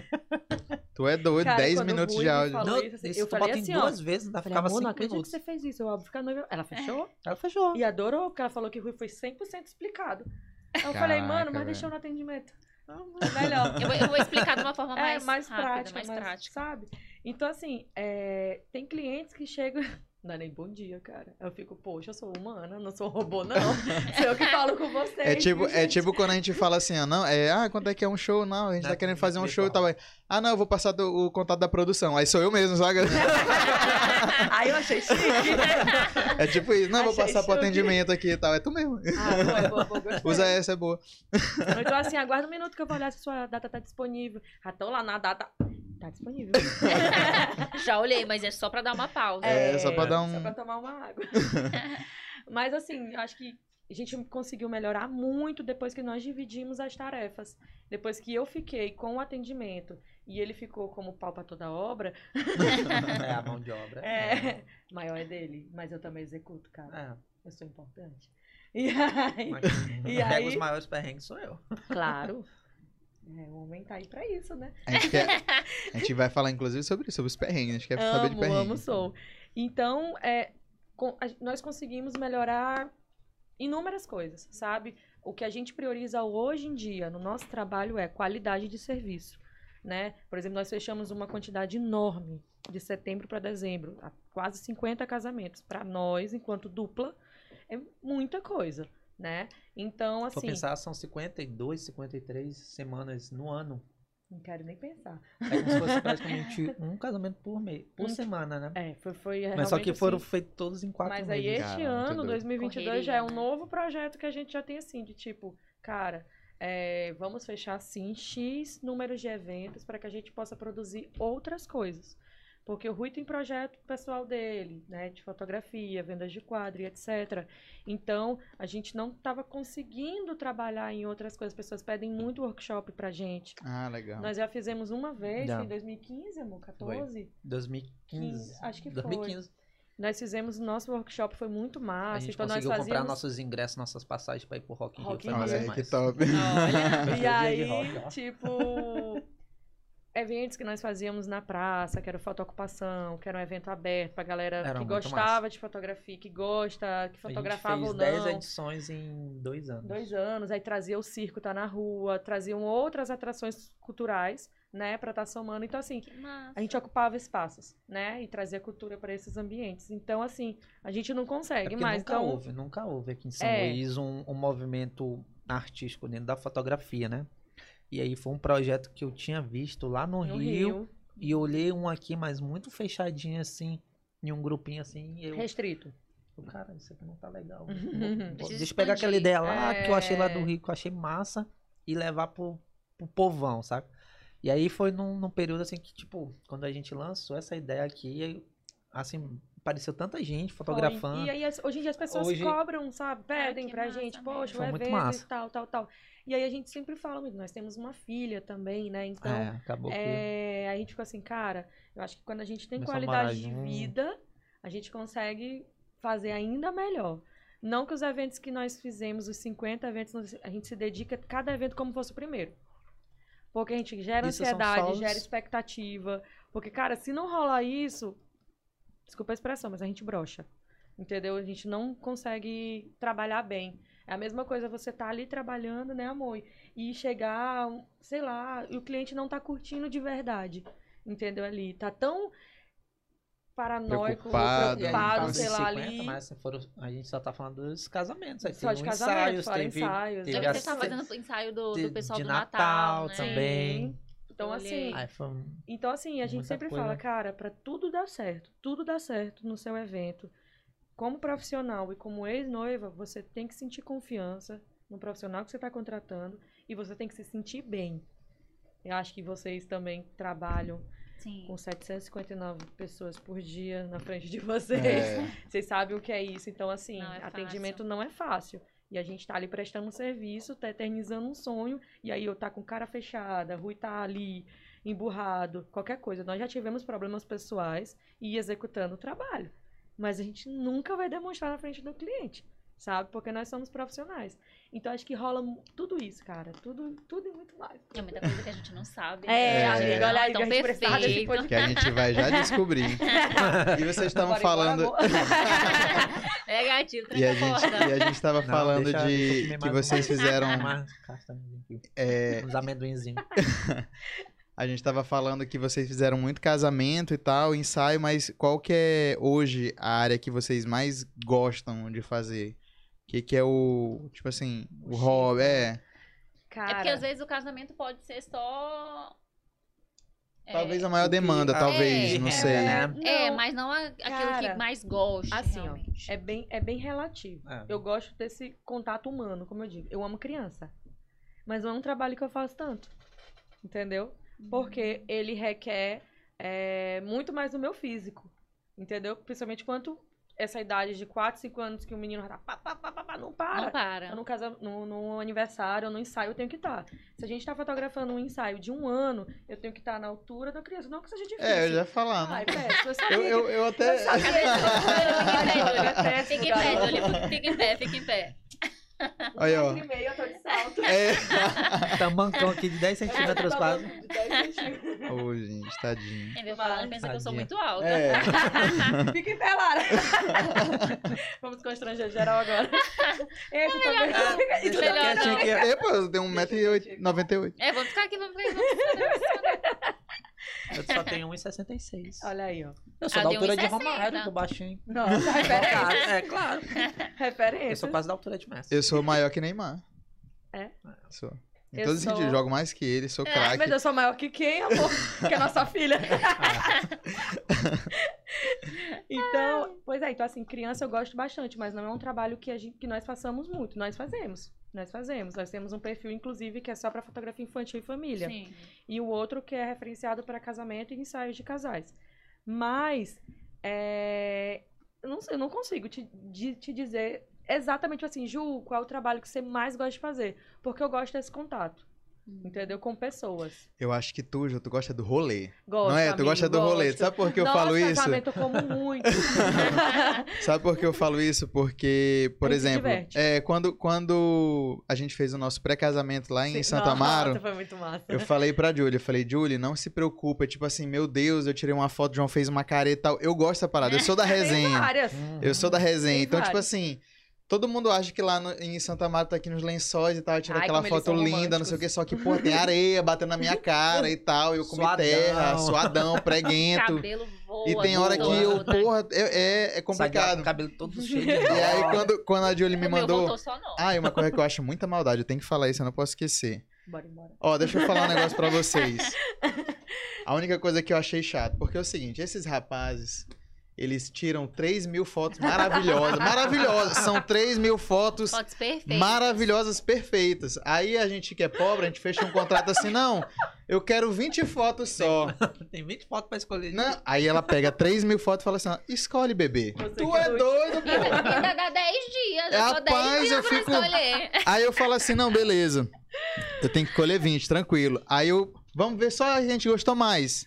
Speaker 1: Tu é doido,
Speaker 2: Cara,
Speaker 1: 10
Speaker 2: quando o
Speaker 1: minutos
Speaker 2: Rui
Speaker 1: de
Speaker 2: me
Speaker 1: áudio.
Speaker 2: falou-
Speaker 4: Não,
Speaker 2: isso assim,
Speaker 4: isso
Speaker 2: eu
Speaker 4: tu
Speaker 2: falei
Speaker 4: bota em
Speaker 2: assim, ó.
Speaker 4: duas vezes, ainda
Speaker 2: Falei,
Speaker 4: ficava
Speaker 2: amor, não
Speaker 4: 5
Speaker 2: acredito que
Speaker 4: minutos.
Speaker 2: você fez isso. Eu, óbvio, fica noiva. Ela fechou
Speaker 4: Ela fechou.
Speaker 2: e adorou, porque ela falou que o Rui foi 100% explicado. Aí eu falei,
Speaker 1: Caraca,
Speaker 2: mano, mas
Speaker 1: velho.
Speaker 2: deixou no atendimento.
Speaker 4: Não, não.
Speaker 2: Melhor.
Speaker 3: Eu vou, eu vou explicar de uma forma
Speaker 2: É,
Speaker 3: mais,
Speaker 2: mais,
Speaker 3: rápida,
Speaker 2: prática,
Speaker 3: mais prática.
Speaker 2: Sabe? Então, assim, é, tem clientes que chegam. Não é nem bom dia, cara. Eu fico, poxa, eu sou humana, não sou robô, não. Sou eu que falo com vocês.
Speaker 1: É tipo,
Speaker 2: viu,
Speaker 1: é
Speaker 2: gente?
Speaker 1: tipo quando a gente fala assim, ó, não, é, ah, quanto é que é um show? Não, a gente tá
Speaker 4: Não,
Speaker 1: querendo
Speaker 4: não
Speaker 1: fazer um
Speaker 4: explica,
Speaker 1: show e tal. Aí, Ah, não, eu vou passar teu- o contato da produção. Aí sou eu mesmo, sabe?
Speaker 2: Aí eu achei chique.
Speaker 1: É tipo isso, não, vou
Speaker 2: Achei
Speaker 1: passar pro
Speaker 2: show de-
Speaker 1: atendimento aqui e tal. É tu mesmo.
Speaker 2: Ah, boa, boa, boa, gostei.
Speaker 1: Usa essa, é boa.
Speaker 2: Então, assim, aguarda um minuto que eu vou olhar se sua data tá disponível. Ah, tô lá na data. Tá disponível.
Speaker 3: Já olhei, mas é só pra dar uma pausa.
Speaker 1: É, só pra dar um-
Speaker 2: Só pra tomar uma água. Mas, assim, eu acho que a gente conseguiu melhorar muito depois que nós dividimos as tarefas. Depois que eu fiquei com o atendimento e ele ficou como pau pra toda obra,
Speaker 4: É a mão de obra.
Speaker 2: é, maior é dele, mas eu também executo, cara.
Speaker 4: É,
Speaker 2: Eu sou importante. E aí,
Speaker 4: mas quem
Speaker 2: É. E
Speaker 4: pega
Speaker 2: aí?
Speaker 4: os maiores perrengues sou eu.
Speaker 2: claro. É, o homem tá aí pra isso, né?
Speaker 1: A gente, quer- a gente vai falar, inclusive, sobre isso, sobre os perrengues. A
Speaker 4: É
Speaker 1: gente quer saber de
Speaker 2: Amo,
Speaker 1: perrengue.
Speaker 2: amo, sou. Então, é, com- a- nós conseguimos melhorar inúmeras coisas, sabe? O que a gente prioriza hoje em dia no nosso trabalho é qualidade de serviço, né? Por exemplo, nós fechamos uma quantidade enorme de setembro para dezembro, a- quase 50 casamentos. Para nós, enquanto dupla, é muita coisa, né? Então,
Speaker 4: Se for
Speaker 2: assim,
Speaker 4: pensar, são 52, 53 semanas no ano.
Speaker 2: não quero nem pensar.
Speaker 4: É como se fosse praticamente um casamento por mês, por
Speaker 2: Um-
Speaker 4: semana, né?
Speaker 2: É, foi, foi
Speaker 4: Mas só
Speaker 2: realmente
Speaker 4: que foram
Speaker 2: assim.
Speaker 4: feitos todos em quatro
Speaker 2: Mas aí é
Speaker 4: meses.
Speaker 2: este
Speaker 1: Cara, muito
Speaker 2: ano,
Speaker 1: doido.
Speaker 2: 2022,
Speaker 3: Correria,
Speaker 2: já é um
Speaker 3: né?
Speaker 2: novo projeto que a gente já tem assim, de tipo, cara, é, vamos fechar assim X números de eventos para que a gente possa produzir outras coisas. Porque o Rui tem projeto pessoal dele, né, de fotografia, vendas de quadro e etc. Então, a gente não estava conseguindo trabalhar em outras coisas. As pessoas pedem muito workshop pra gente.
Speaker 1: Ah, legal.
Speaker 2: Nós já fizemos uma vez,
Speaker 4: Já.
Speaker 2: foi em 2015, amor, 14.
Speaker 4: 2015.
Speaker 2: Acho que foi.
Speaker 4: 2015.
Speaker 2: Nós fizemos o nosso workshop, foi muito massa.
Speaker 4: a gente
Speaker 2: então,
Speaker 4: conseguiu
Speaker 2: nós
Speaker 4: comprar
Speaker 2: fazíamos...
Speaker 4: nossos ingressos, nossas passagens pra ir pro Rock in Rio.
Speaker 2: Rock
Speaker 4: Foi
Speaker 2: in
Speaker 4: massa
Speaker 1: Olha
Speaker 2: Rio. é tá.
Speaker 1: aí, que
Speaker 4: demais.
Speaker 1: top.
Speaker 3: Olha,
Speaker 4: Foi
Speaker 2: E
Speaker 4: o é dia de
Speaker 2: aí,
Speaker 4: rock, ó.
Speaker 2: tipo, eventos que nós fazíamos na praça, que era fotoocupação, que era um evento aberto pra galera
Speaker 4: Era
Speaker 2: que
Speaker 4: muito
Speaker 2: gostava de fotografia, que gosta, que
Speaker 4: a
Speaker 2: fotografava
Speaker 4: gente
Speaker 2: ou
Speaker 4: fez
Speaker 2: não.
Speaker 4: 10 edições em dois anos.
Speaker 2: Dois anos, aí trazia o circo tá na rua, traziam outras atrações culturais, né, pra estar somando. Então, assim,
Speaker 3: Que massa.
Speaker 2: a gente ocupava espaços, né, e trazia cultura pra esses ambientes. Então, assim, a gente não
Speaker 4: É
Speaker 2: consegue
Speaker 4: porque
Speaker 2: mais.
Speaker 4: nunca
Speaker 2: então,
Speaker 4: houve, nunca houve aqui em São
Speaker 2: É.
Speaker 4: Luís um, um movimento artístico dentro da fotografia, né? E aí foi um projeto que eu tinha visto lá no,
Speaker 2: no
Speaker 4: Rio,
Speaker 2: Rio,
Speaker 4: e eu olhei um aqui, mas muito fechadinho assim, em um grupinho assim, e eu,
Speaker 2: restrito.
Speaker 4: eu, cara, isso aqui não tá legal.
Speaker 2: Precisa
Speaker 4: Vou- Deixa eu pegar aquela
Speaker 3: expandir.
Speaker 4: ideia lá que eu achei lá do
Speaker 2: É.
Speaker 4: Rio, que eu achei massa, e levar pro, pro povão, sabe? E aí foi num, num período assim que, tipo, quando a gente lançou essa ideia aqui, aí, assim, apareceu tanta gente fotografando.
Speaker 2: E aí, as- hoje em dia as pessoas
Speaker 4: Hoje-
Speaker 2: cobram, sabe? Pedem
Speaker 3: que
Speaker 2: pra
Speaker 3: massa,
Speaker 2: gente,
Speaker 3: né?
Speaker 2: poxa, o
Speaker 4: Foi muito
Speaker 2: evento
Speaker 4: massa.
Speaker 2: e tal, tal, tal. E aí a gente sempre fala, "Mas nós temos uma filha também, né? Então,
Speaker 4: é, acabou que.
Speaker 2: é, a gente ficou assim, cara, eu acho que quando a gente tem
Speaker 4: Começou a
Speaker 2: qualidade
Speaker 4: morar
Speaker 2: de
Speaker 4: junto.
Speaker 2: vida, a gente consegue fazer ainda melhor. Não que os eventos que nós fizemos, os 50 eventos, nós- a gente se dedica a cada evento como fosse o primeiro. Porque a gente gera
Speaker 4: Isso são
Speaker 2: ansiedade,
Speaker 4: só os-
Speaker 2: gera expectativa. Porque, cara, se não rolar isso, desculpa a expressão, mas a gente brocha. Entendeu? A gente não consegue trabalhar bem. É a mesma coisa você tá ali trabalhando, né, amor? e chegar, um- sei lá, e o cliente não tá curtindo de verdade. Entendeu? Ali tá tão paranoico,
Speaker 1: Preocupado,
Speaker 2: preocupado,
Speaker 4: E aí, então, fala
Speaker 2: sei
Speaker 4: de
Speaker 2: lá,
Speaker 4: 50,
Speaker 2: ali.
Speaker 4: Mas foram, a gente só tá falando dos casamentos. Aí
Speaker 2: Só
Speaker 4: teve
Speaker 2: de
Speaker 4: um
Speaker 2: casamento,
Speaker 4: ensaios,
Speaker 2: fora
Speaker 4: teve
Speaker 2: ensaios,
Speaker 4: teve
Speaker 3: Eu
Speaker 2: né?
Speaker 3: vi que
Speaker 4: a
Speaker 3: você tá
Speaker 4: se-
Speaker 3: fazendo o ensaio do,
Speaker 4: de,
Speaker 3: do pessoal
Speaker 4: de
Speaker 3: do
Speaker 4: Natal
Speaker 3: Natal, né?
Speaker 4: também.
Speaker 2: Então, assim,
Speaker 4: Aí foi um-
Speaker 2: então, assim, a gente
Speaker 4: Muita
Speaker 2: sempre
Speaker 4: coisa.
Speaker 2: fala, cara, pra tudo dar certo, tudo dar certo no seu evento, como profissional e como ex-noiva, você tem que sentir confiança no profissional que você tá está contratando e você tem que se sentir bem. Eu acho que vocês também trabalham
Speaker 3: Sim.
Speaker 2: com 759 pessoas por dia na frente de vocês.
Speaker 1: É,
Speaker 2: Vocês sabem o que é isso. Então, assim,
Speaker 3: Não é
Speaker 2: atendimento não é fácil. E a gente tá ali prestando um serviço, tá eternizando um sonho, e aí eu tá com cara fechada, Rui tá ali, emburrado, qualquer coisa. Nós já tivemos problemas pessoais e executando o trabalho. Mas a gente nunca vai demonstrar na frente do cliente, sabe? Porque nós somos profissionais. Então acho que rola mu- tudo isso, cara. Tudo, tudo e muito mais.
Speaker 3: Tem é muita coisa que a gente não sabe.
Speaker 2: É,
Speaker 3: né?
Speaker 1: amiga,
Speaker 2: olha aí,
Speaker 3: Então,
Speaker 2: já expressada esse
Speaker 3: perfeito.
Speaker 2: podcast.
Speaker 1: que a gente vai já descobrir. E vocês estavam
Speaker 2: Bora embora,
Speaker 1: falando.
Speaker 2: amor.
Speaker 3: É gatilho,
Speaker 1: E
Speaker 3: tranca
Speaker 1: a
Speaker 3: a
Speaker 1: gente,
Speaker 3: porta.
Speaker 1: e a gente tava falando
Speaker 4: deixa- deixa eu
Speaker 1: de
Speaker 4: comer
Speaker 1: que
Speaker 4: mais
Speaker 1: vocês
Speaker 4: uma.
Speaker 1: fizeram.
Speaker 4: Mais castanhozinho aqui.
Speaker 1: um. é,
Speaker 4: Uns amendoinzinhos.
Speaker 1: A gente tava falando que vocês fizeram muito casamento e tal, ensaio, mas qual que é hoje a área que vocês mais gostam de fazer? O que, que é o, tipo assim, o
Speaker 4: O
Speaker 1: hobby? É,
Speaker 2: Cara,
Speaker 3: É porque às vezes o casamento pode ser só. é,
Speaker 1: talvez a maior
Speaker 4: o que-
Speaker 1: demanda,
Speaker 4: ah,
Speaker 1: talvez,
Speaker 3: é,
Speaker 1: não
Speaker 4: é,
Speaker 1: sei.
Speaker 4: né?
Speaker 3: É,
Speaker 2: não.
Speaker 3: mas não a- aquilo
Speaker 2: Cara,
Speaker 3: que mais gosta.
Speaker 2: assim, ó,
Speaker 3: realmente.
Speaker 2: É bem, é bem relativo.
Speaker 4: É.
Speaker 2: Eu gosto desse contato humano, como eu digo. Eu amo criança. Mas não é um trabalho que eu faço tanto. Entendeu? Porque ele requer é, muito mais do meu físico. Entendeu? Principalmente quanto essa idade de 4, 5 anos que o menino já tá pá, pá, pá, pá, pá, não para.
Speaker 3: Não para.
Speaker 2: Eu no, casa, no, no aniversário, no ensaio, eu tenho que estar. Se a gente tá fotografando um ensaio de um ano, eu tenho que estar na altura da criança. Não que seja difícil.
Speaker 1: É, eu já ia falar, né?
Speaker 2: Ai, péssimo, eu sabia
Speaker 1: Eu, eu, eu até.
Speaker 2: que-
Speaker 3: Fica em pé, Júlia. Fica em pé, fica em pé.
Speaker 1: Olha, ó.
Speaker 2: Um metro e meio, eu tô de salto.
Speaker 1: É.
Speaker 4: Tamancão tá um aqui de 10
Speaker 2: É.
Speaker 4: centímetros quase.
Speaker 2: De 10 centímetros.
Speaker 1: Ô, gente, tadinho.
Speaker 3: Quem vê falando pensa que eu sou
Speaker 4: Tadinha.
Speaker 3: muito alta.
Speaker 1: É.
Speaker 2: Fica em pé, Lara. Vamos constranger geral agora. Eita, tá vendo? Fica- e tu
Speaker 3: É
Speaker 2: tá-
Speaker 3: Melhor não.
Speaker 4: Quietinha aqui.
Speaker 1: Epa, é, eu tenho 1,98m.
Speaker 3: É, vamos ficar aqui, vamos ficar aqui.
Speaker 4: Eu só tenho 1,66.
Speaker 2: Olha um aí, ó.
Speaker 4: Eu sou
Speaker 3: Ah,
Speaker 4: da
Speaker 3: tem
Speaker 4: altura de
Speaker 3: 1,60.
Speaker 4: Romário, do baixinho.
Speaker 2: Nossa,
Speaker 4: Claro,
Speaker 2: tá referência.
Speaker 4: É claro. Eu
Speaker 2: Referência.
Speaker 4: sou quase da altura de Messi.
Speaker 1: Eu sou maior que Neymar.
Speaker 2: É?
Speaker 1: Sou. Em
Speaker 2: Eu
Speaker 1: todos os
Speaker 2: sou-
Speaker 1: sentidos, jogo mais que ele, sou
Speaker 2: Ai, Mas
Speaker 1: craque.
Speaker 2: eu sou maior que quem, amor? Que é nossa filha. então, pois é, então assim, criança eu gosto bastante, mas não é um trabalho que, a gente, que nós façamos muito. Nós fazemos. Nós fazemos. Nós temos um perfil, inclusive, que é só pra fotografia infantil e família.
Speaker 3: Sim.
Speaker 2: e o outro que é referenciado para casamento e ensaios de casais. Mas é, eu, não, sei, eu não consigo te, de- te dizer exatamente assim, Ju, qual é o trabalho que você mais gosta de fazer? Porque eu gosto desse contato, entendeu? Com pessoas.
Speaker 1: Eu acho que tu, Ju, tu gosta do rolê.
Speaker 2: Gosto,
Speaker 1: não é? tu
Speaker 2: amigo,
Speaker 1: gosta do rolê.
Speaker 2: gosto.
Speaker 1: Sabe por que eu
Speaker 2: Nossa,
Speaker 1: falo isso?
Speaker 2: casamento eu como muito.
Speaker 1: Sabe por que eu falo isso? Porque, por
Speaker 2: Ele se
Speaker 1: exemplo,
Speaker 2: diverte.
Speaker 1: é, quando, quando a gente fez o nosso pré-casamento lá em
Speaker 2: Sim,
Speaker 1: Santo
Speaker 2: nossa,
Speaker 1: Amaro,
Speaker 2: foi muito massa.
Speaker 1: eu falei pra Julie, eu falei, Julie, não se preocupa. É tipo assim, meu Deus, eu tirei uma foto, João fez uma careta e tal. Eu gosto da parada, eu sou da
Speaker 2: Tem
Speaker 1: resenha.
Speaker 2: várias.
Speaker 1: Eu sou da resenha.
Speaker 2: Tem
Speaker 1: Então, tipo
Speaker 2: vários.
Speaker 1: assim, todo mundo acha que lá no- em Santa Marta, aqui nos lençóis e tal, tira
Speaker 2: Ai,
Speaker 1: aquela
Speaker 2: como eles
Speaker 1: foto
Speaker 2: são
Speaker 1: linda, não sei o que, só que, pô, tem areia batendo na minha cara e tal. Eu comi
Speaker 4: Suadão.
Speaker 1: terra, suadão, preguento.
Speaker 3: Cabelo voa.
Speaker 1: E tem hora que
Speaker 3: voa,
Speaker 1: eu,
Speaker 3: voa.
Speaker 1: porra, é, é- é
Speaker 4: Sai de lá com o
Speaker 1: complicado.
Speaker 4: cabelo todo cheio de
Speaker 1: E aí,
Speaker 4: nó.
Speaker 1: quando, quando a Julie
Speaker 3: O
Speaker 1: me
Speaker 3: É meu
Speaker 1: mandou.
Speaker 3: voltou só não.
Speaker 1: Ah, e uma coisa que eu acho muita maldade, eu tenho que falar isso, eu não posso esquecer.
Speaker 2: Bora embora.
Speaker 1: Ó, deixa eu falar um negócio pra vocês. A única coisa que eu achei chato, porque é o seguinte, esses rapazes, eles tiram 3 mil fotos maravilhosas, maravilhosas, são 3 mil fotos
Speaker 3: Fotos perfeitas.
Speaker 1: maravilhosas, perfeitas. Aí a gente que é pobre, a gente fecha um contrato assim, não, eu quero 20 fotos só.
Speaker 4: Tem 20 fotos pra escolher.
Speaker 1: Não, Né? aí ela pega 3 mil fotos e fala assim, ó, escolhe, bebê.
Speaker 2: Você
Speaker 1: Tu
Speaker 2: que
Speaker 1: é
Speaker 2: lute.
Speaker 1: doido,
Speaker 3: Ainda,
Speaker 1: pô.
Speaker 3: ainda dá 10 dias. eu só 10
Speaker 1: Rapaz,
Speaker 3: dias
Speaker 1: eu
Speaker 3: pra
Speaker 1: fico-
Speaker 3: escolher.
Speaker 1: Aí eu falo assim, não, beleza. Eu tenho que colher 20, tranquilo. Aí eu, vamos ver só a gente gostou mais.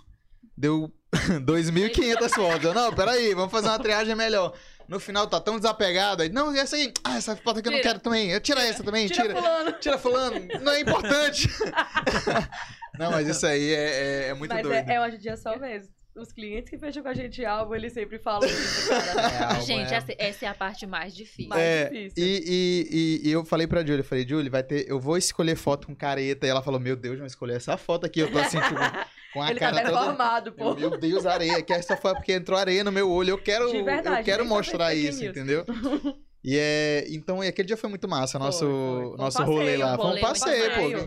Speaker 1: Deu 2.500 fotos. Eu, não, peraí, vamos fazer uma triagem melhor. No final tá tão desapegado. Aí, não, essa aí, ah, essa foto aqui eu não
Speaker 3: Tira.
Speaker 1: quero também. Eu tira essa também,
Speaker 2: Tira,
Speaker 1: tira.
Speaker 2: fulano.
Speaker 1: Tira fulano, não é importante. não, mas isso aí é, é- é muito
Speaker 2: Mas
Speaker 1: doido.
Speaker 2: é, é uma judiação mesmo. Os clientes que fecham com a gente álbum, eles sempre falam isso, cara.
Speaker 4: É, algo,
Speaker 3: Gente,
Speaker 4: é-
Speaker 3: essa, essa é a parte mais difícil.
Speaker 2: Mas- mais
Speaker 1: É,
Speaker 2: difícil.
Speaker 1: E, e- e- e eu falei pra Julie, eu falei, Julie, vai ter, eu vou escolher foto com careta. E ela falou, meu Deus, vou escolher essa foto aqui. Eu tô assim, tipo, com a
Speaker 2: Ele tá
Speaker 1: cara toda...
Speaker 2: deformado,
Speaker 1: Eu,
Speaker 2: pô.
Speaker 1: meu Deus, areia. Que essa foi porque entrou areia no meu olho. Eu quero,
Speaker 2: De verdade,
Speaker 1: eu quero
Speaker 2: nem tá
Speaker 1: mostrar
Speaker 2: fake
Speaker 1: isso,
Speaker 2: news.
Speaker 1: entendeu? E é, então, e aquele dia foi muito massa, nosso,
Speaker 2: Foi, foi. Foi um
Speaker 1: nosso
Speaker 2: passeio,
Speaker 1: rolê lá. Foi um
Speaker 3: rolê, um
Speaker 1: passeio,
Speaker 2: passeio.
Speaker 1: pô.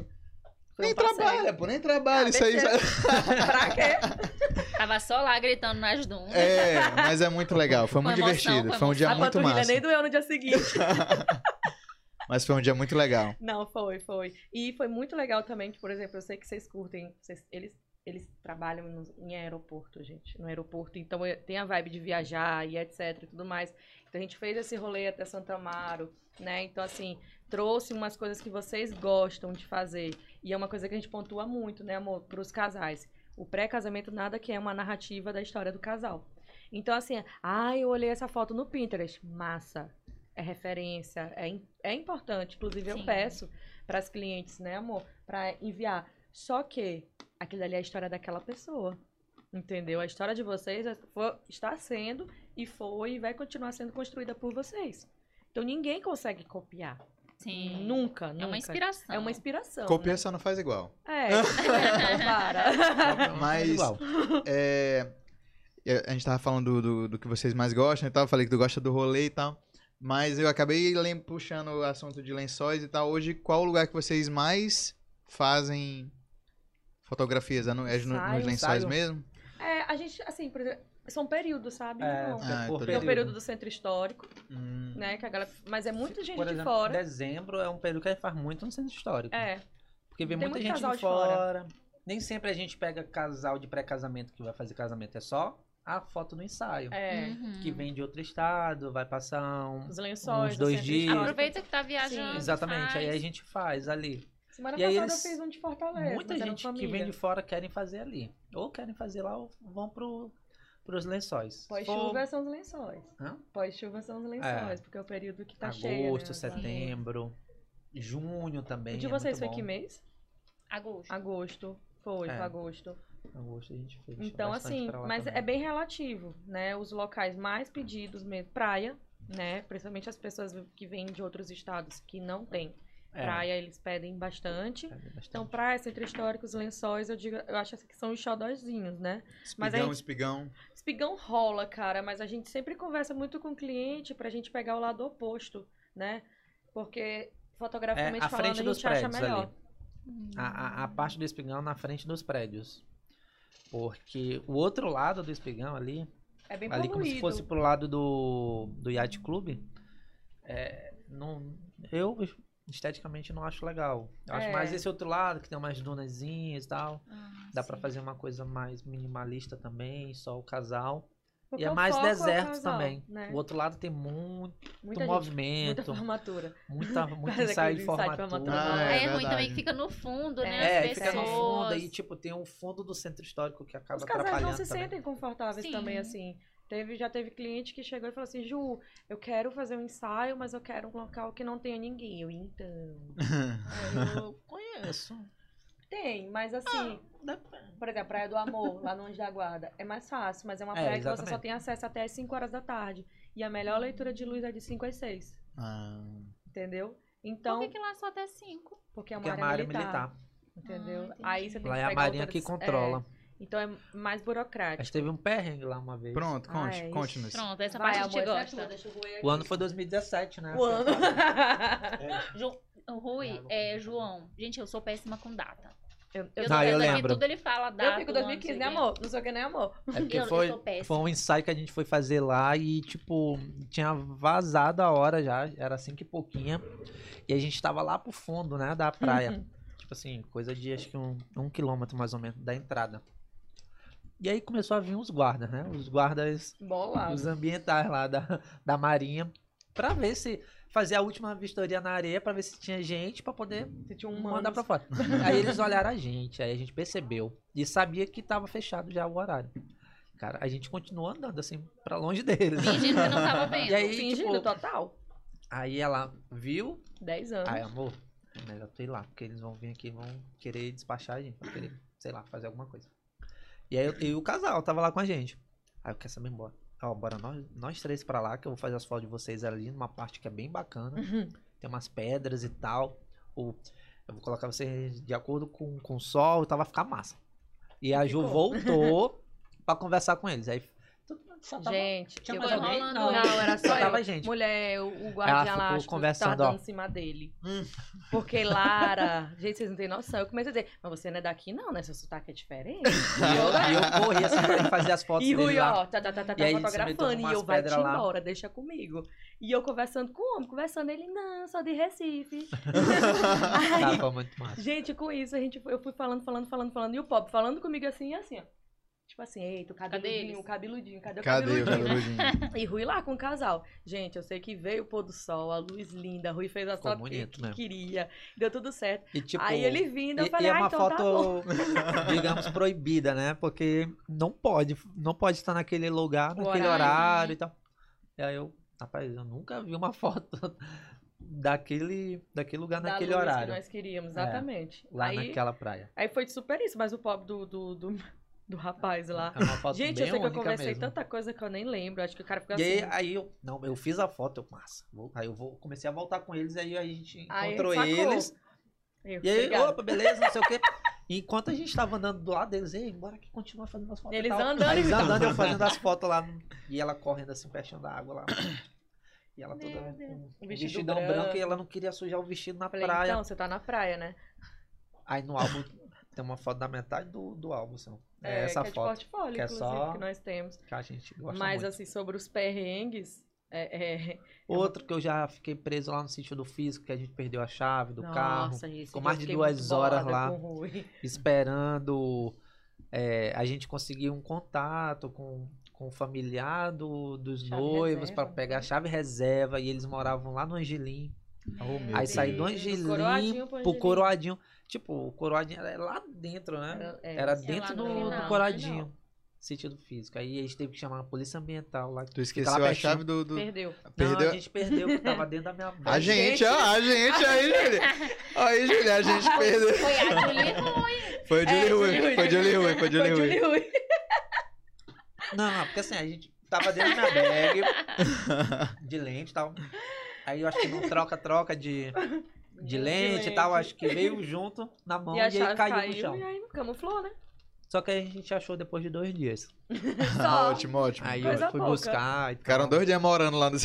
Speaker 2: Foi um
Speaker 1: Nem
Speaker 2: passeio.
Speaker 1: trabalha, pô, nem trabalha.
Speaker 2: Ah,
Speaker 1: isso aí.
Speaker 2: deixa- pra quê?
Speaker 3: Tava só lá gritando nas dunas.
Speaker 1: É, mas é muito legal. Foi
Speaker 3: Uma
Speaker 1: muito
Speaker 3: emoção,
Speaker 1: divertido.
Speaker 3: uma
Speaker 1: Foi um dia
Speaker 2: a
Speaker 1: muito
Speaker 2: panturrilha
Speaker 1: massa.
Speaker 2: nem doeu no dia seguinte.
Speaker 1: Mas foi um dia muito legal.
Speaker 2: Não, foi, foi. E foi muito legal também, que, por exemplo, eu sei que vocês curtem, vocês- eles, Eles trabalham no- em aeroporto, gente. No aeroporto. Então é- tem a vibe de viajar e etc e tudo mais. Então a gente fez esse rolê até Santa Amaro, né? Então, assim, trouxe umas coisas que vocês gostam de fazer. E é uma coisa que a gente pontua muito, né, amor, pros casais. O pré-casamento nada que é uma narrativa da história do casal. Então, assim, ah, eu olhei essa foto no Pinterest. Massa. É referência, é, im- é importante. Inclusive, eu
Speaker 3: Sim.
Speaker 2: peço para as clientes, né, amor, para enviar. Só que aquilo ali é a história daquela pessoa. Entendeu? A história de vocês é- fo- está sendo e foi e vai continuar sendo construída por vocês. Então ninguém consegue copiar.
Speaker 3: Sim.
Speaker 2: Nunca, nunca.
Speaker 3: É uma inspiração.
Speaker 2: É uma inspiração.
Speaker 1: Copia
Speaker 2: né?
Speaker 1: só não faz igual.
Speaker 2: É, para.
Speaker 1: Mas-
Speaker 4: Igual.
Speaker 1: É, é, a gente tava falando do, do, do que vocês mais gostam e tal. Eu falei que tu gosta do rolê e tal. Mas eu acabei lem- puxando o assunto de lençóis e tal. Hoje, qual o lugar que vocês mais fazem fotografias? É, no- é no-
Speaker 2: Ensaio,
Speaker 1: nos lençóis
Speaker 4: ensaio.
Speaker 1: mesmo?
Speaker 2: É, a gente, assim, por exemplo, são períodos, sabe?
Speaker 4: É,
Speaker 2: Não.
Speaker 1: Ah,
Speaker 4: por
Speaker 1: tô
Speaker 2: Tem o
Speaker 1: período.
Speaker 2: período do centro histórico,
Speaker 1: Hum,
Speaker 2: né? Que a galera... Mas é muita gente
Speaker 4: Por
Speaker 2: de
Speaker 4: exemplo,
Speaker 2: fora.
Speaker 4: Dezembro é um período que a gente faz muito no centro histórico.
Speaker 2: É,
Speaker 4: Porque vem
Speaker 2: Tem
Speaker 4: muita
Speaker 2: muito
Speaker 4: gente
Speaker 2: casal
Speaker 4: de
Speaker 2: de fora.
Speaker 4: fora. Nem sempre a gente pega casal de pré-casamento que vai fazer casamento, é só a foto do ensaio.
Speaker 2: é.
Speaker 3: Uhum.
Speaker 4: Que vem de outro estado, vai passar um.
Speaker 2: Os lençóis.
Speaker 4: Uns
Speaker 2: do
Speaker 4: dois
Speaker 2: centro
Speaker 4: dias.
Speaker 2: histórico.
Speaker 3: Aproveita que tá viajando.
Speaker 4: Exatamente, aí a
Speaker 3: faz.
Speaker 4: gente faz ali.
Speaker 2: Semana
Speaker 4: E aí
Speaker 2: passada
Speaker 4: eles-
Speaker 2: eu fiz um de Fortaleza.
Speaker 4: Muita
Speaker 2: mas era
Speaker 4: gente que
Speaker 2: família.
Speaker 4: vem de fora querem fazer ali. Ou querem fazer lá ou vão pro, pros lençóis. Se
Speaker 2: Pós-chuva são os lençóis.
Speaker 4: Hã?
Speaker 2: Pós-chuva são os lençóis, porque é o período que
Speaker 4: for
Speaker 2: tá cheio.
Speaker 4: agosto, setembro, junho também.
Speaker 2: O de
Speaker 4: é
Speaker 2: vocês foi
Speaker 4: muito
Speaker 2: que
Speaker 4: bom.
Speaker 2: mês?
Speaker 3: Agosto.
Speaker 2: Agosto. Foi,
Speaker 4: É.
Speaker 2: foi agosto.
Speaker 4: Agosto a gente fez.
Speaker 2: Então,
Speaker 4: bastante
Speaker 2: assim,
Speaker 4: pra lá
Speaker 2: mas
Speaker 4: também.
Speaker 2: é bem relativo, né? Os locais mais pedidos mesmo, praia, né? Principalmente as pessoas que vêm de outros estados que não tem
Speaker 4: É,
Speaker 2: praia, eles pedem bastante.
Speaker 4: é bastante.
Speaker 2: Então, praia, centro histórico, os lençóis, eu digo, eu acho que são os xodózinhos, né? Mas a
Speaker 1: espigão,
Speaker 2: gente-
Speaker 1: espigão.
Speaker 2: Espigão rola, cara, mas a gente sempre conversa muito com o cliente pra gente pegar o lado oposto, né? Porque
Speaker 4: É,
Speaker 2: fotograficamente
Speaker 4: à
Speaker 2: falando,
Speaker 4: frente
Speaker 2: a
Speaker 4: dos
Speaker 2: gente acha
Speaker 4: prédios
Speaker 2: melhor.
Speaker 4: ali.
Speaker 3: Uhum.
Speaker 4: A, a- a parte do espigão na frente dos prédios. Porque o outro lado do espigão ali,
Speaker 2: É bem
Speaker 4: ali como
Speaker 2: poluído.
Speaker 4: se fosse pro lado do, do Yacht Club, é, não, eu esteticamente não acho legal. Eu acho
Speaker 2: É.
Speaker 4: mais esse outro lado, que tem umas dunazinhas e tal.
Speaker 3: Ah,
Speaker 4: Dá
Speaker 3: sim.
Speaker 4: pra fazer uma coisa mais minimalista também, só o casal.
Speaker 2: Porque
Speaker 4: e é
Speaker 2: o
Speaker 4: mais
Speaker 2: foco o
Speaker 4: deserto
Speaker 2: casal,
Speaker 4: também.
Speaker 2: Né?
Speaker 4: O outro lado tem muito
Speaker 2: Muita gente, muita
Speaker 4: movimento,
Speaker 2: formatura.
Speaker 4: muita, muito
Speaker 2: Faz aqueles
Speaker 4: ensaio de
Speaker 2: ensaios pra
Speaker 4: formatura.
Speaker 2: matar.
Speaker 1: Ah,
Speaker 3: Aí
Speaker 1: é
Speaker 3: é, ruim
Speaker 1: verdade.
Speaker 3: também que fica no fundo, né?
Speaker 4: É,
Speaker 3: as
Speaker 4: e fica no fundo
Speaker 3: pessoas.
Speaker 4: aí, tipo, tem um fundo do centro histórico que acaba
Speaker 2: Os casais não
Speaker 4: atrapalhando
Speaker 2: se
Speaker 4: também.
Speaker 2: sentem confortáveis
Speaker 3: Sim.
Speaker 2: também, assim. Teve, já teve cliente que chegou e falou assim, Ju, eu quero fazer um ensaio, mas eu quero um local que não tenha ninguém. Eu, então...
Speaker 4: Eu conheço.
Speaker 2: Tem, mas assim, por exemplo, Praia do Amor, lá no Anjo da Guarda, é mais fácil, mas é uma
Speaker 4: É,
Speaker 2: praia que você
Speaker 4: exatamente.
Speaker 2: só tem acesso até às 5 horas da tarde. E a melhor leitura de luz é de 5 às 6,
Speaker 1: Ah,
Speaker 2: entendeu? Então,
Speaker 3: Então, Por que, que lá só até cinco?
Speaker 2: porque é uma
Speaker 4: Porque é
Speaker 2: área,
Speaker 4: uma área
Speaker 2: militar,
Speaker 4: militar.
Speaker 2: entendeu?
Speaker 3: Ah, entendi.
Speaker 2: Aí você tem
Speaker 4: Lá
Speaker 2: que
Speaker 4: é a
Speaker 2: pegar
Speaker 4: marinha
Speaker 2: outra
Speaker 4: que
Speaker 2: des-
Speaker 4: controla.
Speaker 2: é, então é mais burocrático.
Speaker 4: Mas teve um perrengue lá uma vez.
Speaker 1: pronto,
Speaker 2: Ah,
Speaker 1: conte,
Speaker 2: é isso.
Speaker 1: conte-nos.
Speaker 3: Pronto, essa
Speaker 2: Vai,
Speaker 3: parte a gente
Speaker 2: amor, essa é
Speaker 3: gosta.
Speaker 2: tua, deixa eu roer
Speaker 4: O
Speaker 2: aqui.
Speaker 4: ano foi 2017, né?
Speaker 2: O ano.
Speaker 3: Ju- o Rui, é João. Gente, eu sou péssima com data.
Speaker 2: Eu, Tá,
Speaker 3: Eu
Speaker 2: eu,
Speaker 3: sou
Speaker 4: Não, Tá, eu
Speaker 3: péssima que
Speaker 4: lembro.
Speaker 3: tudo ele fala data.
Speaker 2: eu fico
Speaker 3: o
Speaker 2: 2015,
Speaker 3: ano,
Speaker 2: né,
Speaker 3: sei o quê.
Speaker 2: amor? Não sou que nem amor.
Speaker 4: É porque
Speaker 3: Eu- eu
Speaker 4: foi,
Speaker 3: sou péssima.
Speaker 4: foi um ensaio que a gente foi fazer lá e, tipo, tinha vazado a hora já, era cinco e pouquinha. E a gente tava lá pro fundo, né, da praia.
Speaker 2: Uhum.
Speaker 4: tipo assim, coisa de acho que um, um quilômetro mais ou menos da entrada. E aí começou a vir os guardas, né? Os guardas
Speaker 2: Bola.
Speaker 4: os ambientais lá da, da Marinha pra ver se fazer a última vistoria na areia pra ver se tinha gente pra poder
Speaker 2: Você tinha um
Speaker 4: mandar pra fora. aí eles olharam a gente, aí a gente percebeu e sabia que tava fechado já o horário. Cara, a gente continuou andando assim pra longe deles.
Speaker 3: Fingindo que não tava vendo.
Speaker 4: E aí,
Speaker 2: Fingindo
Speaker 4: tipo,
Speaker 2: total.
Speaker 4: aí ela viu,
Speaker 2: 10 anos.
Speaker 4: aí amor, é melhor tu ir lá, porque eles vão vir aqui, e vão querer despachar a gente, vão querer, sei lá, fazer alguma coisa. E aí eu- e o casal tava lá com a gente. Aí eu quero saber embora. Ó, bora nós, nós três pra lá, que eu vou fazer as fotos de vocês ali numa parte que é bem bacana. Tem umas pedras e tal. O, eu vou colocar vocês de acordo com, com o sol e tal, vai ficar massa. E a Ju
Speaker 2: Ficou.
Speaker 4: voltou pra conversar com eles. Aí, tudo, tá
Speaker 5: Só tava...
Speaker 2: Gente,
Speaker 5: Tinha
Speaker 3: eu
Speaker 2: eu
Speaker 5: mais
Speaker 3: tô
Speaker 5: alguém?
Speaker 3: enrolando
Speaker 5: Não.
Speaker 2: Não, era só
Speaker 4: Só tava
Speaker 2: eu.
Speaker 4: gente.
Speaker 2: Mulher, o, o guardião
Speaker 4: ficou
Speaker 2: elástico tá
Speaker 4: conversando, ó.
Speaker 2: dando em cima dele.
Speaker 1: Hum.
Speaker 2: Porque Lara... Gente, vocês não têm noção. Eu comecei a dizer, mas você não é daqui não, né? Seu sotaque é diferente.
Speaker 4: E eu, e eu corri assim pra ele fazer as fotos
Speaker 2: E
Speaker 4: dele
Speaker 2: Rui,
Speaker 4: lá.
Speaker 2: ó, tá, tá, tá, tá,
Speaker 4: E aí ele se meteu
Speaker 2: fotografando.
Speaker 4: com
Speaker 2: E eu,
Speaker 4: umas
Speaker 2: vai te
Speaker 4: pedras lá.
Speaker 2: embora, deixa comigo. E eu conversando com o homem, conversando. Ele, não, sou de Recife. Aí,
Speaker 4: Tava muito massa.
Speaker 2: gente, com isso, a gente, eu fui falando, falando, falando, falando. E o Pop falando comigo assim, e assim, ó. Tipo assim, eita, o cabeludinho,
Speaker 3: eles?
Speaker 2: o cabeludinho, cadê o
Speaker 1: Cadê o
Speaker 2: cabeludinho?
Speaker 1: cabeludinho?
Speaker 2: E Rui lá com o casal. Gente, eu sei que veio o pôr do sol, a luz linda, Rui fez a
Speaker 4: Ficou
Speaker 2: foto que,
Speaker 4: bonito
Speaker 2: que
Speaker 4: mesmo.
Speaker 2: queria. Deu tudo certo.
Speaker 4: E tipo,
Speaker 2: Aí ele vindo, eu
Speaker 4: e,
Speaker 2: falei,
Speaker 4: e é
Speaker 2: ah,
Speaker 4: uma
Speaker 2: então tá bom.
Speaker 4: foto, digamos, proibida, né? Porque não pode, não pode estar naquele lugar,
Speaker 2: O
Speaker 4: naquele
Speaker 2: horário,
Speaker 4: horário
Speaker 3: né?
Speaker 4: e tal. E aí eu, rapaz, eu nunca vi uma foto daquele, daquele lugar
Speaker 2: Da
Speaker 4: naquele
Speaker 2: luz
Speaker 4: horário. É,
Speaker 2: Que nós queríamos, exatamente.
Speaker 4: Lá
Speaker 2: aí,
Speaker 4: naquela praia.
Speaker 2: aí foi super isso, mas o pobre do, do, do, do rapaz lá.
Speaker 4: É uma foto
Speaker 2: Gente, eu
Speaker 4: bem
Speaker 2: sei que eu
Speaker 4: única
Speaker 2: conversei
Speaker 4: mesmo.
Speaker 2: tanta coisa que eu nem lembro. Acho que o cara ficou
Speaker 4: E
Speaker 2: assim.
Speaker 4: aí, aí eu, não, eu fiz a foto, eu, massa, vou- aí eu vou, comecei a voltar com eles, aí a gente
Speaker 2: Aí
Speaker 4: encontrou
Speaker 2: sacou.
Speaker 4: eles,
Speaker 2: Eu,
Speaker 4: e aí,
Speaker 2: obrigada.
Speaker 4: opa, beleza, não sei o quê. E Enquanto a gente tava andando do lado deles, ei, bora que continua fazendo as fotos. e
Speaker 2: Eles
Speaker 4: tal.
Speaker 2: andando
Speaker 4: Aí Eles
Speaker 2: e-
Speaker 4: andando, eu fazendo as fotos lá. E ela correndo assim, pertinho da água lá. E ela toda
Speaker 3: Meu Deus.
Speaker 4: com um
Speaker 2: O vestido
Speaker 4: vestidão branco.
Speaker 2: branco.
Speaker 4: e ela não queria sujar o vestido na
Speaker 2: Falei,
Speaker 4: praia.
Speaker 2: então, você tá na praia, né?
Speaker 4: Aí no álbum tem uma foto da metade do, do álbum, assim. É, essa
Speaker 2: que É
Speaker 4: foto
Speaker 2: de portfólio,
Speaker 4: que é
Speaker 2: inclusive,
Speaker 4: só-
Speaker 2: que nós temos.
Speaker 4: que a gente gosta
Speaker 2: mas,
Speaker 4: muito.
Speaker 2: assim, sobre os perrengues. É, é...
Speaker 4: Outro que eu já fiquei preso lá no sentido físico, que a gente perdeu a chave do carro.
Speaker 2: Nossa, gente,
Speaker 4: Ficou
Speaker 2: eu
Speaker 4: mais de
Speaker 2: fiquei
Speaker 4: duas
Speaker 2: muito
Speaker 4: horas
Speaker 2: bolada
Speaker 4: lá.
Speaker 2: com o Rui.
Speaker 4: esperando é, a gente conseguir um contato com, com o familiar do, dos
Speaker 2: Chave
Speaker 4: noivos
Speaker 2: reserva,
Speaker 4: para
Speaker 2: né?
Speaker 4: pegar a chave reserva e eles moravam lá no Angelim.
Speaker 1: Oh, meu
Speaker 4: aí
Speaker 1: Deus.
Speaker 4: saí do
Speaker 2: Deus.
Speaker 4: Angelim
Speaker 2: Do Coroadinho pro
Speaker 4: pro
Speaker 2: Angelim.
Speaker 4: Coroadinho. Tipo, o Coroadinho era lá dentro, né?
Speaker 2: Era, é,
Speaker 4: Era
Speaker 2: sim.
Speaker 4: dentro
Speaker 3: lá
Speaker 4: do,
Speaker 3: no
Speaker 4: do
Speaker 3: final, no
Speaker 4: Coroadinho.
Speaker 3: final.
Speaker 4: Sentido físico. Aí a gente teve que chamar a polícia ambiental lá. que
Speaker 1: Tu
Speaker 4: fica lá
Speaker 1: esqueceu a
Speaker 4: pertinho.
Speaker 1: chave do. do-
Speaker 2: Perdeu.
Speaker 4: Não,
Speaker 1: Perdeu.
Speaker 4: a gente perdeu, que tava dentro da minha
Speaker 1: A
Speaker 4: bag.
Speaker 1: gente, ó, a gente aí, Júlia. Aí, Júlia, a gente perdeu.
Speaker 3: Foi a Julie
Speaker 1: Foi o Julie
Speaker 2: É, Julie
Speaker 1: Rui,
Speaker 2: Rui.
Speaker 1: foi o Julie Rui, foi o Julie Rui.
Speaker 2: Rui.
Speaker 4: Não, não, porque assim, a gente tava dentro da minha bag de lente e tal. Aí eu acho que não troca-troca de, de lente e tal, acho que veio junto na mão
Speaker 2: E
Speaker 4: e,
Speaker 2: a
Speaker 4: aí
Speaker 2: chave
Speaker 4: caiu,
Speaker 2: caiu,
Speaker 4: no chão.
Speaker 2: e aí camuflou, né?
Speaker 4: Só que aí a gente achou depois de dois dias.
Speaker 2: Só.
Speaker 1: Ah, Ótimo, ótimo.
Speaker 4: Aí
Speaker 2: Coisa
Speaker 4: eu fui
Speaker 2: pouca.
Speaker 4: buscar e tal.
Speaker 1: Ficaram dois dias morando lá no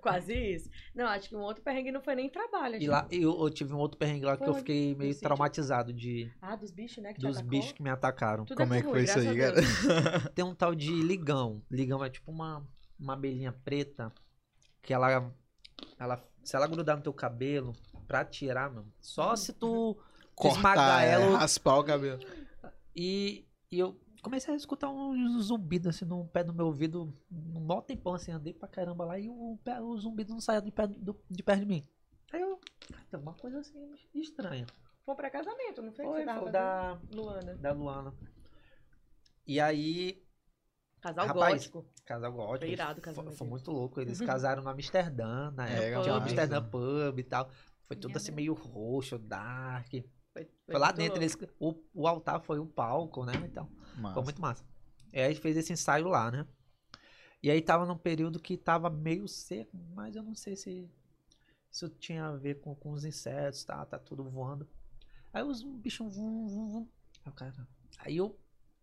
Speaker 2: Quase isso. Não, acho que um outro perrengue não foi nem trabalho.
Speaker 4: E lá eu, eu tive um outro perrengue lá que eu
Speaker 2: Foi.
Speaker 4: fiquei meio
Speaker 2: Nesse dia.
Speaker 4: traumatizado de,
Speaker 2: Ah, dos bichos, né? Que te
Speaker 4: dos
Speaker 2: atacou?
Speaker 4: bichos que me atacaram.
Speaker 2: Tudo
Speaker 1: Como é
Speaker 2: pro
Speaker 1: que
Speaker 2: Rui,
Speaker 1: foi isso
Speaker 2: graças
Speaker 1: aí,
Speaker 2: a
Speaker 1: cara?
Speaker 2: Deus.
Speaker 4: Tem um tal de ligão. Ligão é tipo uma, uma abelhinha preta que ela, ela. Se ela grudar no teu cabelo pra tirar, mano. Só se tu
Speaker 1: Cortar
Speaker 4: esmagar
Speaker 1: ela,
Speaker 4: ela
Speaker 1: raspar o cabelo.
Speaker 4: E, e eu comecei a escutar um zumbido assim no pé do meu ouvido, um mó tempão assim, andei pra caramba lá e o, pé- o zumbido não saía de, pé, do- de perto de mim. Aí eu, cara, tem uma coisa assim estranha.
Speaker 2: Foi pra casamento, não foi? que
Speaker 4: Foi,
Speaker 2: você tava
Speaker 4: foi da,
Speaker 2: fazendo? Luana.
Speaker 4: da Luana. E aí,
Speaker 2: Casal
Speaker 4: Rapaz,
Speaker 2: gótico.
Speaker 4: casal gótico.
Speaker 2: Foi irado o
Speaker 4: foi,
Speaker 2: casamento Uhum.
Speaker 4: foi
Speaker 2: deles.
Speaker 4: muito louco. Eles casaram no Amsterdã, na
Speaker 1: É,
Speaker 4: época.
Speaker 2: pub.
Speaker 4: Tinha um Amsterdã Pub e tal. Foi tudo
Speaker 3: Minha
Speaker 4: assim meio roxo, dark. Foi,
Speaker 2: Foi, foi
Speaker 4: lá
Speaker 2: muito
Speaker 4: dentro.
Speaker 2: louco.
Speaker 4: Eles, o, o altar foi um palco, né? Então. Foi
Speaker 1: Massa.
Speaker 4: muito massa. E aí a gente fez esse ensaio lá, né? E aí tava num período que tava meio seco, mas eu não sei se isso tinha a ver com, com os insetos, tá? Tá tudo voando. Aí os bichos vum, vum, vum. Aí, o cara- aí eu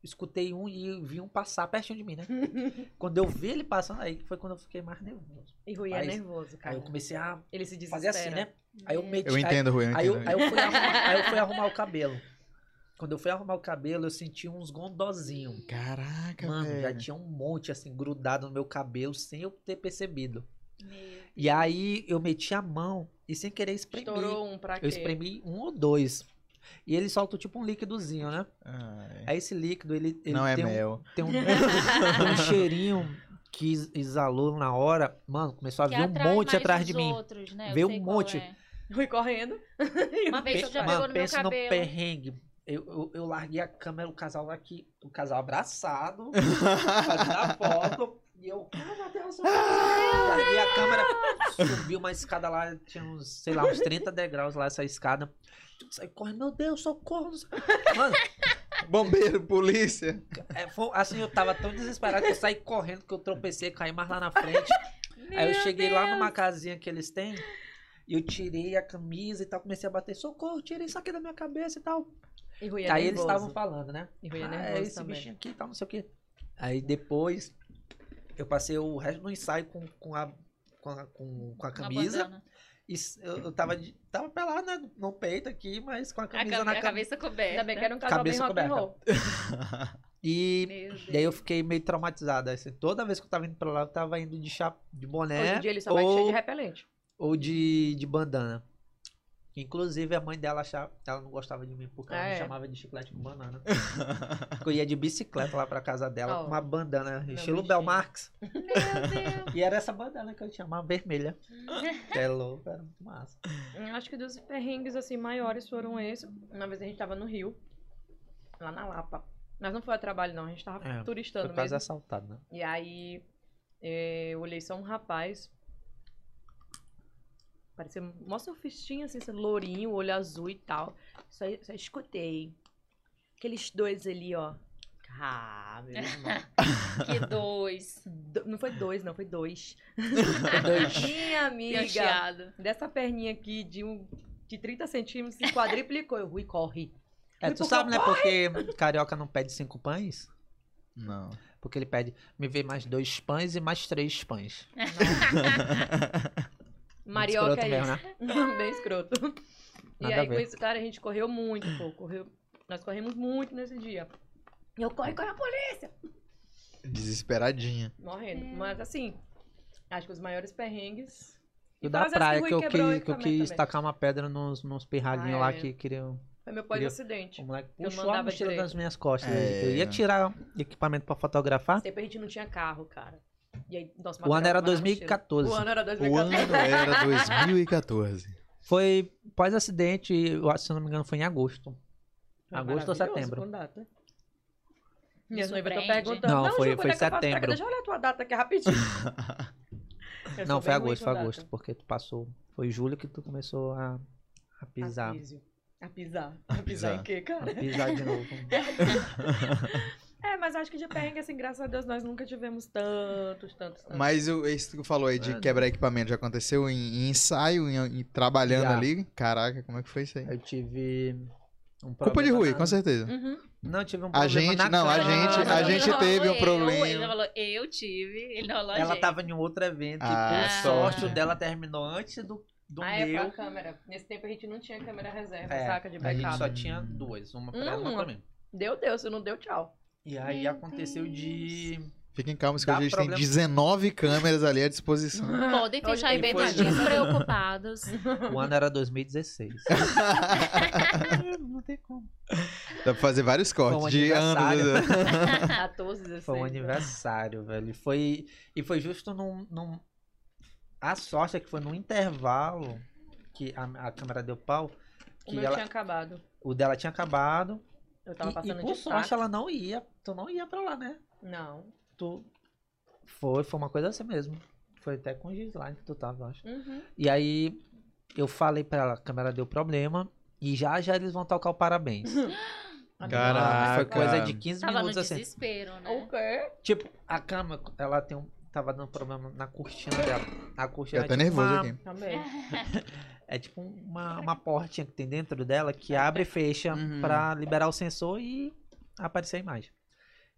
Speaker 4: escutei um e vi um passar pertinho de mim, né? quando eu vi ele passando, aí foi quando eu fiquei mais nervoso.
Speaker 2: E Rui é
Speaker 4: Mas-
Speaker 2: nervoso,
Speaker 4: Aí
Speaker 2: cara.
Speaker 4: eu comecei a
Speaker 2: Ele se desespera.
Speaker 4: fazer assim, né? Aí eu meti,
Speaker 1: Eu entendo, Rui, eu
Speaker 4: Aí eu,
Speaker 1: entendo.
Speaker 4: aí eu fui arrumar, aí eu fui arrumar o cabelo. Quando eu fui arrumar o cabelo, eu senti uns gondozinhos.
Speaker 1: Caraca,
Speaker 4: Mano, já
Speaker 1: velho.
Speaker 4: tinha um monte assim grudado no meu cabelo sem eu ter percebido.
Speaker 3: Meu
Speaker 4: E aí eu meti a mão e sem querer espremi.
Speaker 2: Estourou um pra quê?
Speaker 4: Eu espremi um ou dois. E ele solta tipo um líquidozinho, né?
Speaker 1: Ai.
Speaker 4: Aí esse líquido ele, ele
Speaker 1: Não é
Speaker 4: tem, um,
Speaker 1: mel.
Speaker 4: tem um, tem um cheirinho que is- exalou na hora. Mano, começou a
Speaker 3: Que
Speaker 4: vir um
Speaker 3: atrai
Speaker 4: monte
Speaker 3: mais
Speaker 4: atrás
Speaker 3: os
Speaker 4: de mim.
Speaker 3: outros, né? Eu
Speaker 4: Veio
Speaker 3: sei
Speaker 4: um
Speaker 3: qual
Speaker 4: monte.
Speaker 3: é.
Speaker 2: Rui correndo. E
Speaker 3: Uma
Speaker 2: o
Speaker 3: vez
Speaker 2: bicho
Speaker 3: eu já
Speaker 2: atrás.
Speaker 3: pegou
Speaker 4: Mano,
Speaker 3: no meu
Speaker 4: pensa no
Speaker 3: cabelo.
Speaker 4: perrengue. Eu, eu, eu larguei a câmera, o casal daqui, o casal abraçado, fazendo a foto, e eu, ah, meu Deus, meu Deus. larguei a câmera, subi uma escada lá, tinha uns, sei lá, uns 30 degraus lá, essa escada, saí correndo, meu Deus, socorro, não sei- mano,
Speaker 1: Bombeiro, polícia.
Speaker 4: é, foi- assim, eu tava tão desesperado que eu saí correndo, que eu tropecei, caí mais lá na frente, aí eu
Speaker 3: Meu
Speaker 4: cheguei lá
Speaker 3: Deus.
Speaker 4: numa casinha que eles têm, e eu tirei a camisa e tal, comecei a bater, socorro, tirei isso aqui da minha cabeça e tal,
Speaker 2: E Rui é
Speaker 4: aí
Speaker 2: nervoso.
Speaker 4: eles estavam falando, né?
Speaker 2: E Rui é
Speaker 4: Ah,
Speaker 2: nervoso
Speaker 4: esse
Speaker 2: também.
Speaker 4: bichinho aqui e tal, não sei o quê. Aí depois Eu passei o resto do ensaio com, com, a, com, a, com, com a camisa.
Speaker 3: bandana.
Speaker 4: E s- eu, eu tava, de- tava pelado, né? No peito aqui, mas
Speaker 2: Ah,
Speaker 4: com a
Speaker 3: A,
Speaker 4: camisa
Speaker 3: cabe-
Speaker 4: na
Speaker 3: a
Speaker 4: cam-
Speaker 3: cabeça coberta.
Speaker 2: Ainda bem que era um casal
Speaker 4: Cabeça
Speaker 2: bem rock and
Speaker 4: coberta.
Speaker 2: roll.
Speaker 4: E,
Speaker 3: Meu Deus.
Speaker 4: e aí eu fiquei meio traumatizado. assim, toda vez que eu tava indo pra lá, eu tava indo de, chap... de boné.
Speaker 2: Hoje em dia ele só
Speaker 4: É,
Speaker 2: vai
Speaker 4: ou...
Speaker 2: cheio de repelente.
Speaker 4: ou de, de bandana. Inclusive, a mãe dela achava, ela não gostava de mim porque
Speaker 2: Ah,
Speaker 4: ela me
Speaker 2: é?
Speaker 4: chamava de chiclete com banana. Porque eu ia de bicicleta lá pra casa dela
Speaker 2: Oh.
Speaker 4: com uma bandana, estilo
Speaker 2: bichinho.
Speaker 4: Belmarx.
Speaker 3: Meu
Speaker 4: E era essa bandana que eu tinha, uma vermelha.
Speaker 2: Hum.
Speaker 3: Deus.
Speaker 4: Que é louco, era muito massa.
Speaker 2: Eu Acho que dos perrengues assim maiores foram esses. Uma vez a gente tava no Rio, lá na Lapa. Mas não foi a trabalho, não. A gente tava
Speaker 4: É,
Speaker 2: turistando
Speaker 4: Foi quase
Speaker 2: mesmo.
Speaker 4: assaltado, né?
Speaker 2: E aí eh, eu olhei só um rapaz. Parecia mó surfistinha, assim, esse lourinho, olho azul e tal. Só, só escutei. Aqueles dois ali, ó. Ah, meu irmão.
Speaker 3: que dois.
Speaker 2: Do- não foi dois, não, foi dois.
Speaker 4: Dois.
Speaker 2: Minha
Speaker 3: Meu
Speaker 2: amiga.
Speaker 3: chiado.
Speaker 2: Dessa perninha aqui de um. De 30 centímetros se quadriplicou. Eu Rui, corre.
Speaker 4: É,
Speaker 2: Fui
Speaker 4: tu
Speaker 2: porque
Speaker 4: sabe,
Speaker 2: eu
Speaker 4: né? Porque carioca não pede cinco pães.
Speaker 1: Não.
Speaker 4: Porque ele pede, me vê mais dois pães e mais três pães. Muito
Speaker 2: Marioca
Speaker 4: escroto
Speaker 2: é isso.
Speaker 4: mesmo, né?
Speaker 2: Bem escroto. e
Speaker 4: Nada a
Speaker 2: aí, com
Speaker 4: ver.
Speaker 2: isso, cara, a gente correu muito, pô. Correu... Nós corremos muito nesse dia. E Eu corri, corri a polícia,
Speaker 1: Desesperadinha.
Speaker 2: morrendo. Mas, assim, acho que os maiores perrengues...
Speaker 4: E o
Speaker 2: fora
Speaker 4: da
Speaker 2: as vezes
Speaker 4: praia
Speaker 2: o
Speaker 4: que eu
Speaker 2: Rui quebrou
Speaker 4: quis, que eu
Speaker 2: equipamento
Speaker 4: quis
Speaker 2: também.
Speaker 4: tacar uma pedra nos, nos pirralhinhos
Speaker 2: Ah, é
Speaker 4: lá
Speaker 2: mesmo.
Speaker 4: que queriam.
Speaker 2: Foi meu
Speaker 4: Queria- um,
Speaker 2: pós-acidente.
Speaker 4: O moleque
Speaker 2: Eu
Speaker 4: puxou a
Speaker 2: mandava
Speaker 4: mochila
Speaker 2: direito.
Speaker 4: das minhas costas.
Speaker 1: É.
Speaker 4: Eu ia tirar equipamento pra fotografar.
Speaker 2: Sempre a gente não tinha carro, cara. E aí, nosso
Speaker 4: O ano
Speaker 2: material
Speaker 4: era
Speaker 2: tava na mochila.
Speaker 4: 2014.
Speaker 2: O ano era
Speaker 1: O
Speaker 2: 2014.
Speaker 1: ano era 2014.
Speaker 4: Foi pós-acidente, eu acho, se não me engano, foi em agosto.
Speaker 2: Foi
Speaker 4: Agosto
Speaker 2: maravilhoso
Speaker 4: ou setembro.
Speaker 2: com data. Minha
Speaker 3: Me
Speaker 2: noiva tá
Speaker 3: surpreende.
Speaker 2: perguntando.
Speaker 4: Não, foi-
Speaker 2: Ju, quando
Speaker 4: foi
Speaker 2: é que eu faço? Pera,
Speaker 4: setembro.
Speaker 2: Deixa eu olhar a tua data aqui rapidinho. Eu
Speaker 4: não,
Speaker 2: sou
Speaker 4: foi
Speaker 2: bem ruim
Speaker 4: agosto,
Speaker 2: com
Speaker 4: foi
Speaker 2: data.
Speaker 4: agosto, porque tu passou. Foi julho que tu começou a, a pisar.
Speaker 2: Apísio. A pisar. A pisar
Speaker 1: pisar.
Speaker 2: em quê,
Speaker 4: A
Speaker 2: cara?
Speaker 4: pisar de novo.
Speaker 2: É, mas acho que de perrengue, assim, graças a Deus, nós nunca tivemos tantos, tantos, tantos.
Speaker 1: Mas o, isso que tu falou aí
Speaker 4: Ah,
Speaker 1: de
Speaker 4: não.
Speaker 1: quebrar equipamento já aconteceu em, em ensaio, em, em- trabalhando
Speaker 4: Já.
Speaker 1: ali? Caraca, como é que foi isso aí?
Speaker 4: Eu tive um problema.
Speaker 1: Culpa de Rui,
Speaker 4: na-
Speaker 1: com certeza.
Speaker 2: Uhum.
Speaker 4: Não, eu tive um
Speaker 1: A
Speaker 4: problema.
Speaker 1: gente,
Speaker 4: na
Speaker 1: não, a
Speaker 4: câmera.
Speaker 1: gente, a
Speaker 3: Ele
Speaker 1: gente
Speaker 3: falou
Speaker 1: teve um tá
Speaker 3: eu, Ele
Speaker 1: problema.
Speaker 3: falou, eu tive. Ele não falou,
Speaker 4: Ela
Speaker 3: gente.
Speaker 4: tava em um outro evento
Speaker 1: Ah,
Speaker 4: e por
Speaker 1: sorte.
Speaker 4: sorte o dela terminou antes do, do
Speaker 2: Ah, é, foi a
Speaker 4: meu.
Speaker 2: câmera. Nesse tempo a gente não tinha câmera reserva,
Speaker 4: É,
Speaker 2: saca, de
Speaker 4: a gente
Speaker 2: backup.
Speaker 4: só tinha duas, uma pra
Speaker 2: Hum,
Speaker 4: ela e uma
Speaker 2: uma.
Speaker 4: pra mim.
Speaker 2: Deu Deus, se não deu, tchau.
Speaker 4: E aí
Speaker 3: Meu
Speaker 4: aconteceu de.
Speaker 1: Fiquem calmos que hoje
Speaker 4: Dá
Speaker 1: a gente
Speaker 4: problema.
Speaker 1: tem 19 câmeras ali à disposição.
Speaker 3: Podem fechar
Speaker 2: Hoje-
Speaker 3: bem
Speaker 4: Foi-
Speaker 3: tadinhos preocupados.
Speaker 4: O ano era 2016. Não tem como.
Speaker 1: Dá pra fazer vários cortes
Speaker 4: Foi um
Speaker 1: de né? anos.
Speaker 4: aniversário.
Speaker 2: 14, 16.
Speaker 4: Foi um aniversário, velho. E Foi, e foi justo num, num- A sorte é que foi num intervalo que a, a câmera deu pau.
Speaker 2: O
Speaker 4: Que
Speaker 2: meu
Speaker 4: ela-
Speaker 2: tinha acabado.
Speaker 4: o dela tinha acabado.
Speaker 2: Eu
Speaker 4: E,
Speaker 2: tava
Speaker 4: e
Speaker 2: passando
Speaker 4: por
Speaker 2: de
Speaker 4: sorte
Speaker 2: táxi.
Speaker 4: ela não ia. Tu não ia pra lá, né?
Speaker 2: Não.
Speaker 4: Tu. Foi, foi uma coisa assim mesmo. Foi até com o Gislaine que tu tava, eu acho.
Speaker 2: Uhum.
Speaker 4: E aí eu falei pra ela, a câmera deu problema. E já já eles vão tocar o parabéns.
Speaker 1: Caraca.
Speaker 4: Foi coisa de 15
Speaker 3: Tava no
Speaker 4: minutos assim.
Speaker 3: desespero, né?
Speaker 2: O quê?
Speaker 4: Tipo, a cama, ela tem um. Tava dando problema na cortina dela. A cortina
Speaker 1: Eu
Speaker 4: é
Speaker 1: tô
Speaker 4: tipo,
Speaker 1: nervoso
Speaker 4: uma,
Speaker 1: aqui.
Speaker 2: Também.
Speaker 4: é tipo uma, uma portinha que tem dentro dela que abre e fecha
Speaker 1: Uhum.
Speaker 4: pra liberar o sensor e aparecer a imagem.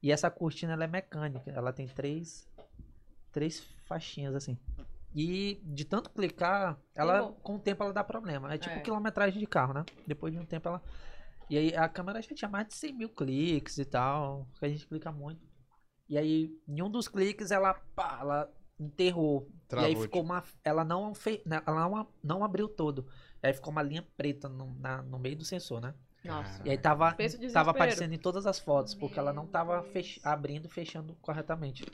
Speaker 4: E essa cortina ela é mecânica, ela tem três, três faixinhas assim. E de tanto clicar, ela
Speaker 2: Queimou.
Speaker 4: com o tempo ela dá problema. É tipo
Speaker 2: É.
Speaker 4: quilometragem de carro, né? Depois de um tempo ela. E aí a câmera já tinha mais de 100 mil cliques e tal, que a gente clica muito. E aí, em um dos cliques, ela, pá, ela enterrou.
Speaker 1: Travou, tipo.
Speaker 4: e aí ficou uma. Ela não fez. Ela não, não abriu todo. E aí ficou uma linha preta no, na- no meio do sensor, né?
Speaker 2: Nossa.
Speaker 4: E aí tava,
Speaker 2: Pensa o desespero.
Speaker 4: tava aparecendo em todas as fotos, porque ela não
Speaker 3: Meu
Speaker 4: tava
Speaker 3: Deus.
Speaker 4: fech- abrindo e fechando corretamente.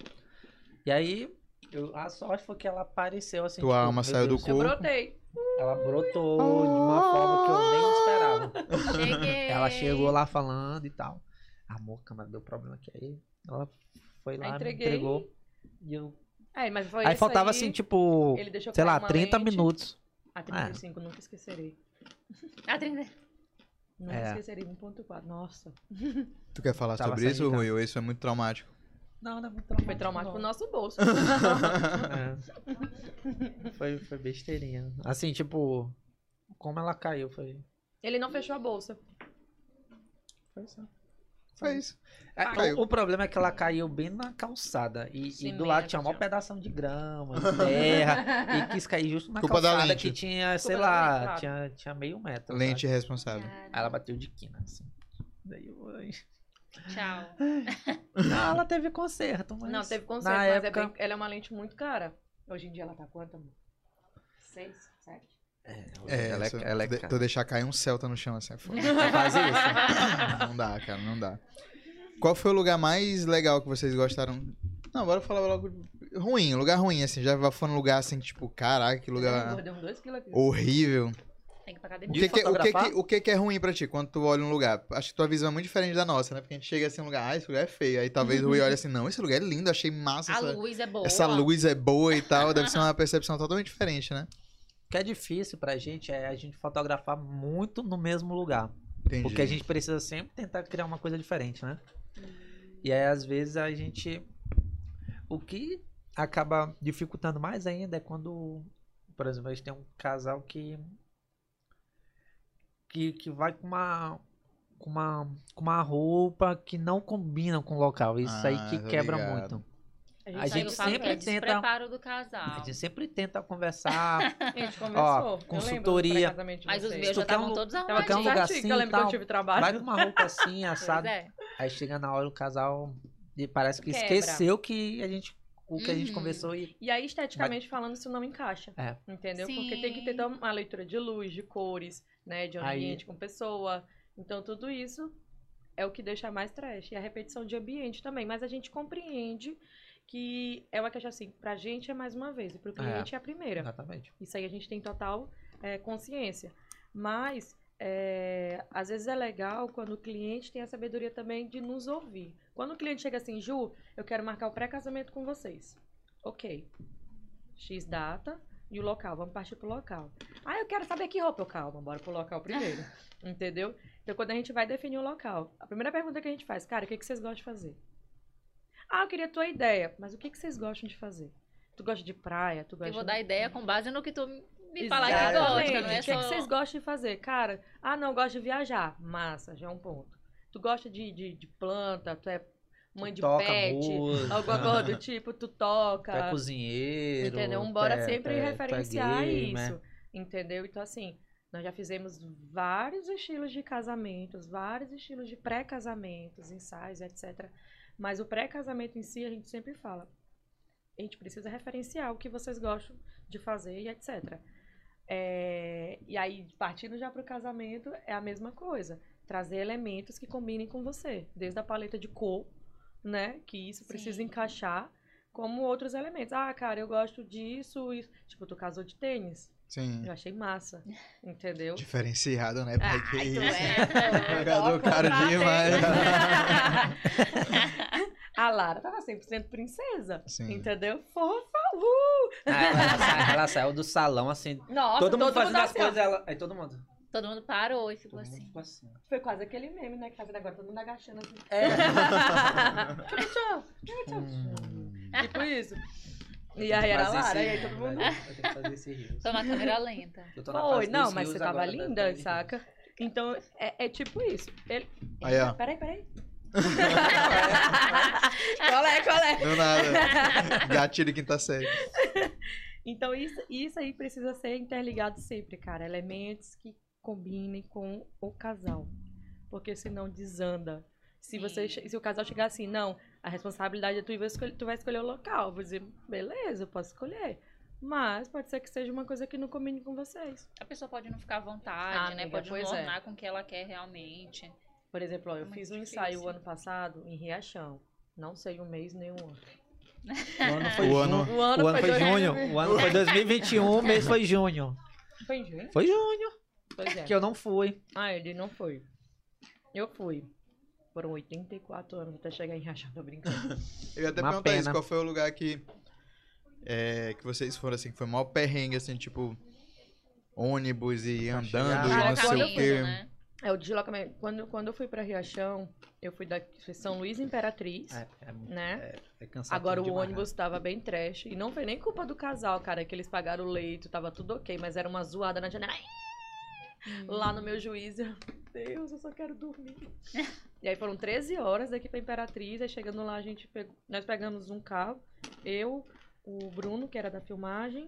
Speaker 4: E aí, eu- a sorte foi que ela apareceu assim.
Speaker 1: Tua alma
Speaker 4: meu
Speaker 1: saiu do Oh!
Speaker 4: Deus,
Speaker 1: cu.
Speaker 2: Eu brotei.
Speaker 4: Ela brotou de uma forma que eu nem esperava.
Speaker 3: Cheguei.
Speaker 4: Ela chegou lá falando e tal. Amor, câmera deu problema aqui. Aí ela foi lá, me
Speaker 2: Entreguei.
Speaker 4: entregou. E eu...
Speaker 2: É, mas foi
Speaker 4: Aí
Speaker 2: isso
Speaker 4: faltava
Speaker 2: aí.
Speaker 4: assim, tipo,
Speaker 2: Ele deixou
Speaker 4: sei
Speaker 2: cair
Speaker 4: lá, É.
Speaker 2: uma
Speaker 4: 30
Speaker 2: lente.
Speaker 4: minutos.
Speaker 2: A 35, nunca esquecerei.
Speaker 3: A trinta-
Speaker 2: Nunca
Speaker 4: É.
Speaker 2: esquecerei. 1.4. Nossa.
Speaker 1: Tu quer falar
Speaker 4: Tava
Speaker 1: sobre isso,
Speaker 4: saindo. né?
Speaker 1: Rui? Ou isso é muito traumático?
Speaker 4: Não, não é muito
Speaker 2: Foi traumático
Speaker 4: não.
Speaker 2: pro nosso bolso.
Speaker 4: É. Foi, foi besteirinha. Assim, tipo, como ela caiu, foi.
Speaker 2: Ele não fechou a bolsa.
Speaker 4: Foi só.
Speaker 1: Foi isso.
Speaker 4: É,
Speaker 1: Ah,
Speaker 4: o-
Speaker 1: caiu.
Speaker 4: o, problema é que ela caiu bem na calçada. E, e
Speaker 3: Cimento,
Speaker 4: do lado tinha um
Speaker 3: ó.
Speaker 4: pedação de grama, de terra. e quis cair justo na
Speaker 1: Culpa da
Speaker 4: calçada
Speaker 1: lente.
Speaker 4: que tinha, sei
Speaker 2: da
Speaker 4: lá,
Speaker 2: lente, claro.
Speaker 4: tinha, tinha meio metro. sabe?
Speaker 1: Lente é. responsável.
Speaker 4: Aí ela
Speaker 3: Cara,
Speaker 4: bateu de quina, assim. Daí eu... ai.
Speaker 3: Tchau.
Speaker 4: Não, ela teve conserto, mas...
Speaker 2: Não, teve conserto,
Speaker 4: na
Speaker 2: mas é
Speaker 4: época...
Speaker 2: bem- ela é uma lente muito cara. Hoje em dia ela tá quanto, amor? Seis, sete?
Speaker 1: É,
Speaker 4: ela, é,
Speaker 1: isso-
Speaker 4: ela é
Speaker 1: de-
Speaker 4: cara.
Speaker 1: Tu deixar cair um Celta no chão assim é foda.
Speaker 4: Quase isso.
Speaker 1: não dá, cara, não dá. Qual foi o lugar mais legal que vocês gostaram? Não, bora falar logo. Ruim, lugar ruim, assim. Já foi num lugar assim, tipo, caraca, que
Speaker 2: Ela
Speaker 1: lugar
Speaker 2: engordou uns dois quilos aqui.
Speaker 1: horrível.
Speaker 3: Tem que ir pra
Speaker 1: O que, que-
Speaker 3: academia.
Speaker 1: o, que, que,
Speaker 4: fotografar?
Speaker 1: o que, que é ruim pra ti quando tu olha um lugar? Acho que tua visão é muito diferente da nossa, né? Porque a gente chega assim, um lugar, ah, esse lugar é feio. Aí talvez o Rui olhe assim, não, esse lugar é lindo, achei massa.
Speaker 3: A
Speaker 1: essa-
Speaker 3: luz é boa.
Speaker 1: Tipo, essa luz é boa e tal, deve ser uma percepção totalmente diferente, né?
Speaker 4: O que é difícil pra gente é a gente fotografar muito no mesmo lugar.
Speaker 1: Entendi.
Speaker 4: Porque a gente precisa sempre tentar criar uma coisa diferente, né? E aí, às vezes, a gente. O que acaba dificultando mais ainda é quando. Por exemplo, a gente tem um casal que. que, que vai com uma. Com uma, com uma roupa que não combina com o local. Isso aí
Speaker 1: Ah,
Speaker 4: que
Speaker 1: tô
Speaker 4: quebra
Speaker 1: ligado.
Speaker 4: muito.
Speaker 2: gente,
Speaker 4: a
Speaker 3: Isso aí
Speaker 4: gente
Speaker 3: eu falo que
Speaker 4: sempre
Speaker 3: é
Speaker 4: tenta-
Speaker 3: despreparo do casal.
Speaker 4: A gente sempre tenta conversar.
Speaker 2: A gente começou.
Speaker 4: Ó,
Speaker 2: eu lembro do
Speaker 4: consultoria.
Speaker 2: pré-casamento de
Speaker 3: Mas os
Speaker 2: vocês.
Speaker 3: meus
Speaker 4: Tu
Speaker 3: já
Speaker 4: quer um
Speaker 3: estavam
Speaker 4: lu-
Speaker 3: todos
Speaker 2: Tava
Speaker 4: quer um
Speaker 2: tudo
Speaker 3: arrumadinhos.
Speaker 4: lugar
Speaker 2: certinho,
Speaker 4: assim
Speaker 2: que eu
Speaker 4: e
Speaker 2: lembro que eu
Speaker 4: tal.
Speaker 2: tive
Speaker 4: vai
Speaker 2: trabalho.
Speaker 4: com uma roupa assim,
Speaker 3: Pois
Speaker 4: assado.
Speaker 3: é.
Speaker 4: Aí chega na hora o casal e parece que
Speaker 2: Quebra.
Speaker 4: esqueceu que a gente, o que a gente
Speaker 3: Uhum.
Speaker 4: conversou e
Speaker 2: E aí, esteticamente falando, isso não encaixa.
Speaker 4: É.
Speaker 2: Entendeu? Porque tem que ter
Speaker 3: Sim.
Speaker 2: toda uma leitura de luz, de cores, né? De
Speaker 4: Aí-
Speaker 2: ambiente com pessoa. Então, tudo isso é o que deixa mais trash. E a repetição de ambiente também. Mas a gente compreende que é uma questão assim, pra gente é mais uma vez, e pro cliente é a primeira.
Speaker 4: Exatamente.
Speaker 2: Isso aí a gente tem total é, consciência. Mas, é, às vezes é legal quando o cliente tem a sabedoria também de nos ouvir. Quando o cliente chega assim, Ju, eu quero marcar o pré-casamento com vocês. Ok. X data e o local. Vamos partir pro local. Ah, eu quero saber que roupa eu calma. Bora pro local primeiro. Entendeu? Então, quando a gente vai definir o local, a primeira pergunta que a gente faz, cara, o que, que vocês gostam de fazer? Ah, eu queria a tua ideia. Mas o que, que vocês gostam de fazer? Tu gosta de praia? Tu gosta
Speaker 3: Eu vou
Speaker 2: de-
Speaker 3: dar ideia com base no que tu me falar que
Speaker 1: Exatamente.
Speaker 3: gosta, não é
Speaker 2: o que, é que
Speaker 3: só...
Speaker 2: vocês gostam de fazer? Cara, ah, não, eu gosto de viajar. Massa, já é um ponto. Tu gosta de, de, de planta, tu é mãe de
Speaker 4: Toca
Speaker 2: pet,
Speaker 4: música,
Speaker 2: alguma coisa do tipo, tu
Speaker 4: tu é
Speaker 2: toca.
Speaker 4: cozinheiro.
Speaker 2: entendeu? Um
Speaker 4: tu
Speaker 2: Bora
Speaker 4: é-
Speaker 2: sempre
Speaker 4: tu é- tu é
Speaker 2: referenciar
Speaker 4: gay, né?
Speaker 2: isso. Entendeu? Então, assim, nós já fizemos vários estilos de casamentos, vários estilos de pré-casamentos, ensaios, etc. Mas o pré-casamento em si, a gente sempre fala. A gente precisa referenciar o que vocês gostam de fazer e etc. É, e aí, partindo já para o casamento, é a mesma coisa. Trazer elementos que combinem com você. Desde a paleta de cor, né? Que isso precisa
Speaker 3: Sim.
Speaker 2: encaixar, como outros elementos. Ah, cara, eu gosto disso, isso. Tipo, tu casou de tênis.
Speaker 1: Sim.
Speaker 2: Eu achei massa, entendeu?
Speaker 1: Diferenciado, né? Pai, que
Speaker 3: Ai,
Speaker 1: isso.
Speaker 3: tu Ah, então é.
Speaker 1: Jogador caro
Speaker 3: Tá
Speaker 1: demais.
Speaker 2: A Lara tava 100% princesa,
Speaker 1: Sim.
Speaker 3: Então
Speaker 2: entendeu? Fofa, uh!
Speaker 4: Ah, ela, sa- ela saiu do salão assim.
Speaker 2: Nossa,
Speaker 4: todo mundo fazendo as
Speaker 2: assim, ó. Tipo
Speaker 4: coisas. Ela... Aí todo mundo.
Speaker 3: Todo mundo parou e ficou
Speaker 4: Todo mundo
Speaker 3: assim.
Speaker 4: ficou assim. ó.
Speaker 2: Foi quase aquele meme, né, que tá vendo agora, todo mundo agachando assim.
Speaker 4: É.
Speaker 2: Tchau, tchau, tchau.
Speaker 1: Hum.
Speaker 2: Tipo isso. E aí era a
Speaker 4: Fazer
Speaker 2: Lara,
Speaker 4: esse-
Speaker 2: e aí todo mundo...
Speaker 4: Eu tenho que fazer esse rios.
Speaker 3: Toma a câmera lenta.
Speaker 4: Eu É. tô na
Speaker 2: Foi,
Speaker 4: fase
Speaker 2: não,
Speaker 4: dos
Speaker 2: mas
Speaker 4: rios
Speaker 2: você tava
Speaker 4: agora, né?
Speaker 2: linda,
Speaker 4: Tô-
Speaker 2: saca? Então, é, é tipo isso. Ele...
Speaker 1: Aí, ó.
Speaker 2: Peraí, peraí. qual é, qual é?
Speaker 1: Do nada. Gatilho quinta série.
Speaker 2: Então, isso, isso aí precisa ser interligado sempre, cara. Elementos que combinem com o casal. Porque senão desanda. Se, você,
Speaker 3: Sim.
Speaker 2: che- se o casal chegar assim, não, a responsabilidade é tu e vai escolher, tu vai escolher o local. Eu vou dizer, beleza, eu posso escolher. Mas pode ser que seja uma coisa que não combine com vocês.
Speaker 3: A pessoa pode não ficar à vontade,
Speaker 2: Ah,
Speaker 3: né?
Speaker 2: amiga,
Speaker 3: Pode não
Speaker 2: pois é.
Speaker 3: ornar com o que ela quer realmente.
Speaker 2: Por exemplo, ó, eu
Speaker 3: É Muito
Speaker 2: fiz um
Speaker 3: difícil.
Speaker 2: ensaio o ano passado em Riachão. Não sei um mês nem um ano.
Speaker 4: O ano foi,
Speaker 1: O
Speaker 4: o
Speaker 1: ano-
Speaker 4: ano...
Speaker 2: O ano,
Speaker 4: O ano foi
Speaker 2: dois-
Speaker 4: junho. O ano foi 2021, o mês foi junho.
Speaker 2: Foi em junho?
Speaker 4: Foi junho
Speaker 2: Pois é.
Speaker 4: que eu não fui.
Speaker 2: Ah, ele não foi. Eu fui. Foram 84 anos até chegar em Riachão, tô brincando.
Speaker 1: Eu ia até
Speaker 4: Uma
Speaker 1: perguntar isso,
Speaker 4: pena.
Speaker 1: qual foi o lugar que, é, que vocês foram, assim, que foi o maior perrengue, assim, tipo, ônibus e
Speaker 4: Pra
Speaker 1: andando
Speaker 4: chegar.
Speaker 1: e não
Speaker 3: Acaba
Speaker 1: sei o
Speaker 3: tudo,
Speaker 1: quê.
Speaker 3: Ah, né?
Speaker 2: É, o deslocamento. Quando, quando eu fui pra Riachão, eu fui da fui São Luís Imperatriz,
Speaker 4: É,
Speaker 2: né?
Speaker 4: é, é cansativo
Speaker 2: Agora o
Speaker 4: demais, né?
Speaker 2: ônibus tava bem trash. E não foi nem culpa do casal, cara, que eles pagaram o leito, tava tudo ok, mas era uma zoada
Speaker 3: Uhum.
Speaker 2: na janela. Ai, Lá no meu juízo, eu, meu Deus, eu só quero dormir. E aí foram 13 horas daqui pra Imperatriz. Aí chegando lá, a gente pegou, nós pegamos um carro. Eu, o Bruno, que era da filmagem,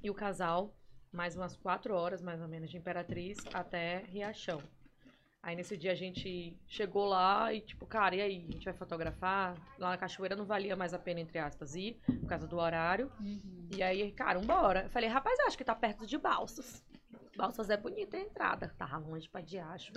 Speaker 2: e o casal. Mais umas quatro horas, mais ou menos, de Imperatriz até Riachão. Aí nesse dia a gente chegou lá e, tipo, cara, e aí? A gente vai fotografar? Lá na cachoeira não valia mais a pena, entre aspas, ir, por causa do horário.
Speaker 3: Uhum.
Speaker 2: E aí, cara, vambora. Eu falei, rapaz, eu acho que tá perto de Balsas. Balsas é bonita a entrada. Tava longe pra diacho.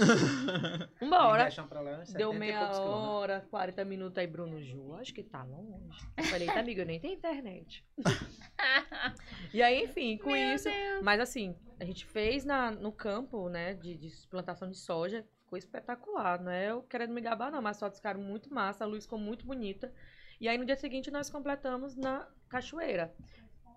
Speaker 2: Vambora.
Speaker 4: Deixam pra lá uns 70
Speaker 2: Deu
Speaker 4: e
Speaker 2: meia
Speaker 4: poucos quilômetros.
Speaker 2: hora, 40 minutos aí, Bruno Ju. Acho que tá longe. Eu falei, tá, amigo, eu nem tenho internet. e aí, enfim, com isso. Mas assim, a gente fez na, no campo, né, de, de plantação de soja. Ficou espetacular, não é eu querendo me gabar, não, mas só ficaram muito massa, a luz ficou muito bonita. E aí no dia seguinte nós completamos na cachoeira.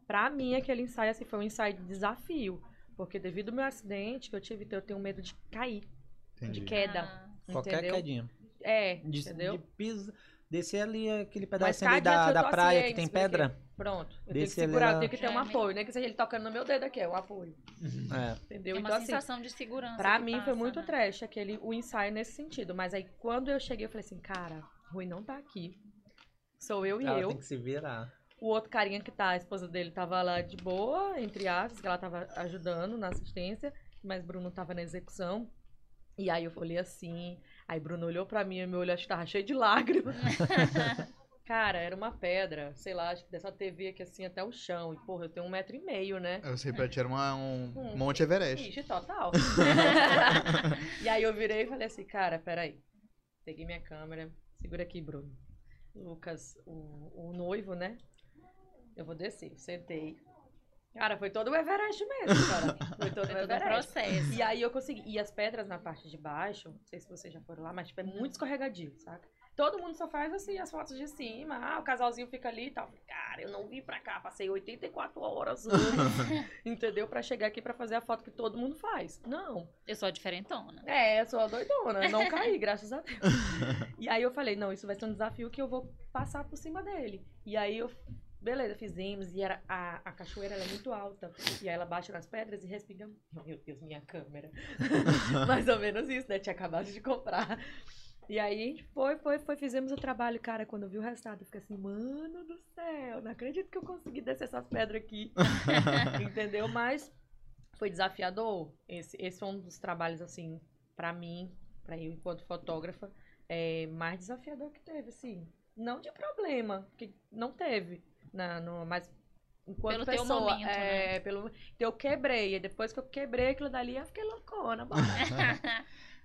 Speaker 2: Pra mim, aquele ensaio assim, foi um ensaio de desafio. Porque devido ao meu acidente que eu tive, então eu tenho medo de cair, de
Speaker 1: Entendi.
Speaker 2: queda.
Speaker 4: Qualquer
Speaker 2: entendeu?
Speaker 4: quedinha.
Speaker 2: É,
Speaker 4: De,
Speaker 2: entendeu?
Speaker 4: de piso, descer ali aquele
Speaker 2: Mas
Speaker 4: pedacinho ali
Speaker 2: cada
Speaker 4: da,
Speaker 2: dia eu
Speaker 4: da
Speaker 2: tô
Speaker 4: praia
Speaker 2: assim,
Speaker 4: que tem
Speaker 2: isso daqui.
Speaker 4: pedra.
Speaker 2: Pronto. Eu tenho que
Speaker 4: Desse
Speaker 2: segurar, eu
Speaker 4: ele
Speaker 2: tenho que ter um
Speaker 3: lá.
Speaker 2: apoio, né? Que seja ele tocando no meu dedo aqui, é um apoio.
Speaker 4: É.
Speaker 2: Entendeu?
Speaker 3: Tem uma
Speaker 2: então, assim,
Speaker 3: sensação de segurança.
Speaker 2: pra
Speaker 3: que
Speaker 2: mim foi
Speaker 3: passa,
Speaker 2: muito
Speaker 3: né?
Speaker 2: trash aquele, o ensaio nesse sentido. Mas aí quando eu cheguei, eu falei assim, cara, Rui não tá aqui. Sou eu e
Speaker 4: Ela
Speaker 2: eu.
Speaker 4: tem que se virar.
Speaker 2: O outro carinha que tá, a esposa dele, tava lá de boa, entre aspas, que ela tava ajudando na assistência, mas Bruno tava na execução. E aí eu olhei assim, aí Bruno olhou pra mim e meu olho acho que tava cheio de lágrimas. Cara, era uma pedra, sei lá, acho que dessa TV aqui assim até o chão. E porra, eu tenho um metro e meio, né?
Speaker 1: Eu sei, repetiram uma, um
Speaker 2: Hum.
Speaker 1: Monte Everest.
Speaker 2: Ixi, total. e aí eu virei e falei assim, cara, peraí. Peguei minha câmera, segura aqui, Bruno. Lucas, o, o noivo, né? Eu vou descer, sentei. Cara, foi todo o Everest mesmo, cara. Foi todo o
Speaker 3: Foi todo um
Speaker 2: Everest.
Speaker 3: processo.
Speaker 2: E aí eu consegui. E as pedras na parte de baixo, não sei se vocês já foram lá, mas tipo, é muito escorregadio, saca? Todo mundo só faz assim as fotos de cima. Ah, o casalzinho fica ali e tal. Cara, eu não vim pra cá, passei 84 horas, antes, entendeu? Pra chegar aqui pra fazer a foto que todo mundo faz. Não,
Speaker 3: Eu sou a diferentona.
Speaker 2: é, eu sou a doidona. eu Não caí, graças a Deus. E aí eu falei, não, isso vai ser um desafio que eu vou passar por cima dele. E aí eu, beleza, fizemos. E era, a, a cachoeira ela é muito alta. E aí ela baixa nas pedras e respinga. Meu Deus, minha câmera. Mais ou menos isso, né? Tinha acabado de comprar. E aí a gente foi, foi, foi, fizemos o trabalho, cara, quando eu vi o resultado, eu fiquei assim, mano do céu, não acredito que eu consegui descer essas pedras aqui. Entendeu? Mas foi desafiador. Esse, esse foi um dos trabalhos, assim, pra mim, pra eu enquanto fotógrafa, é mais desafiador que teve, assim. Não de problema, que não teve. Na, no, mas enquanto
Speaker 3: Pelo teu
Speaker 2: pessoa.
Speaker 3: momento, né?
Speaker 2: é, pelo, então eu quebrei. E depois que eu quebrei aquilo dali, eu fiquei loucona. bora.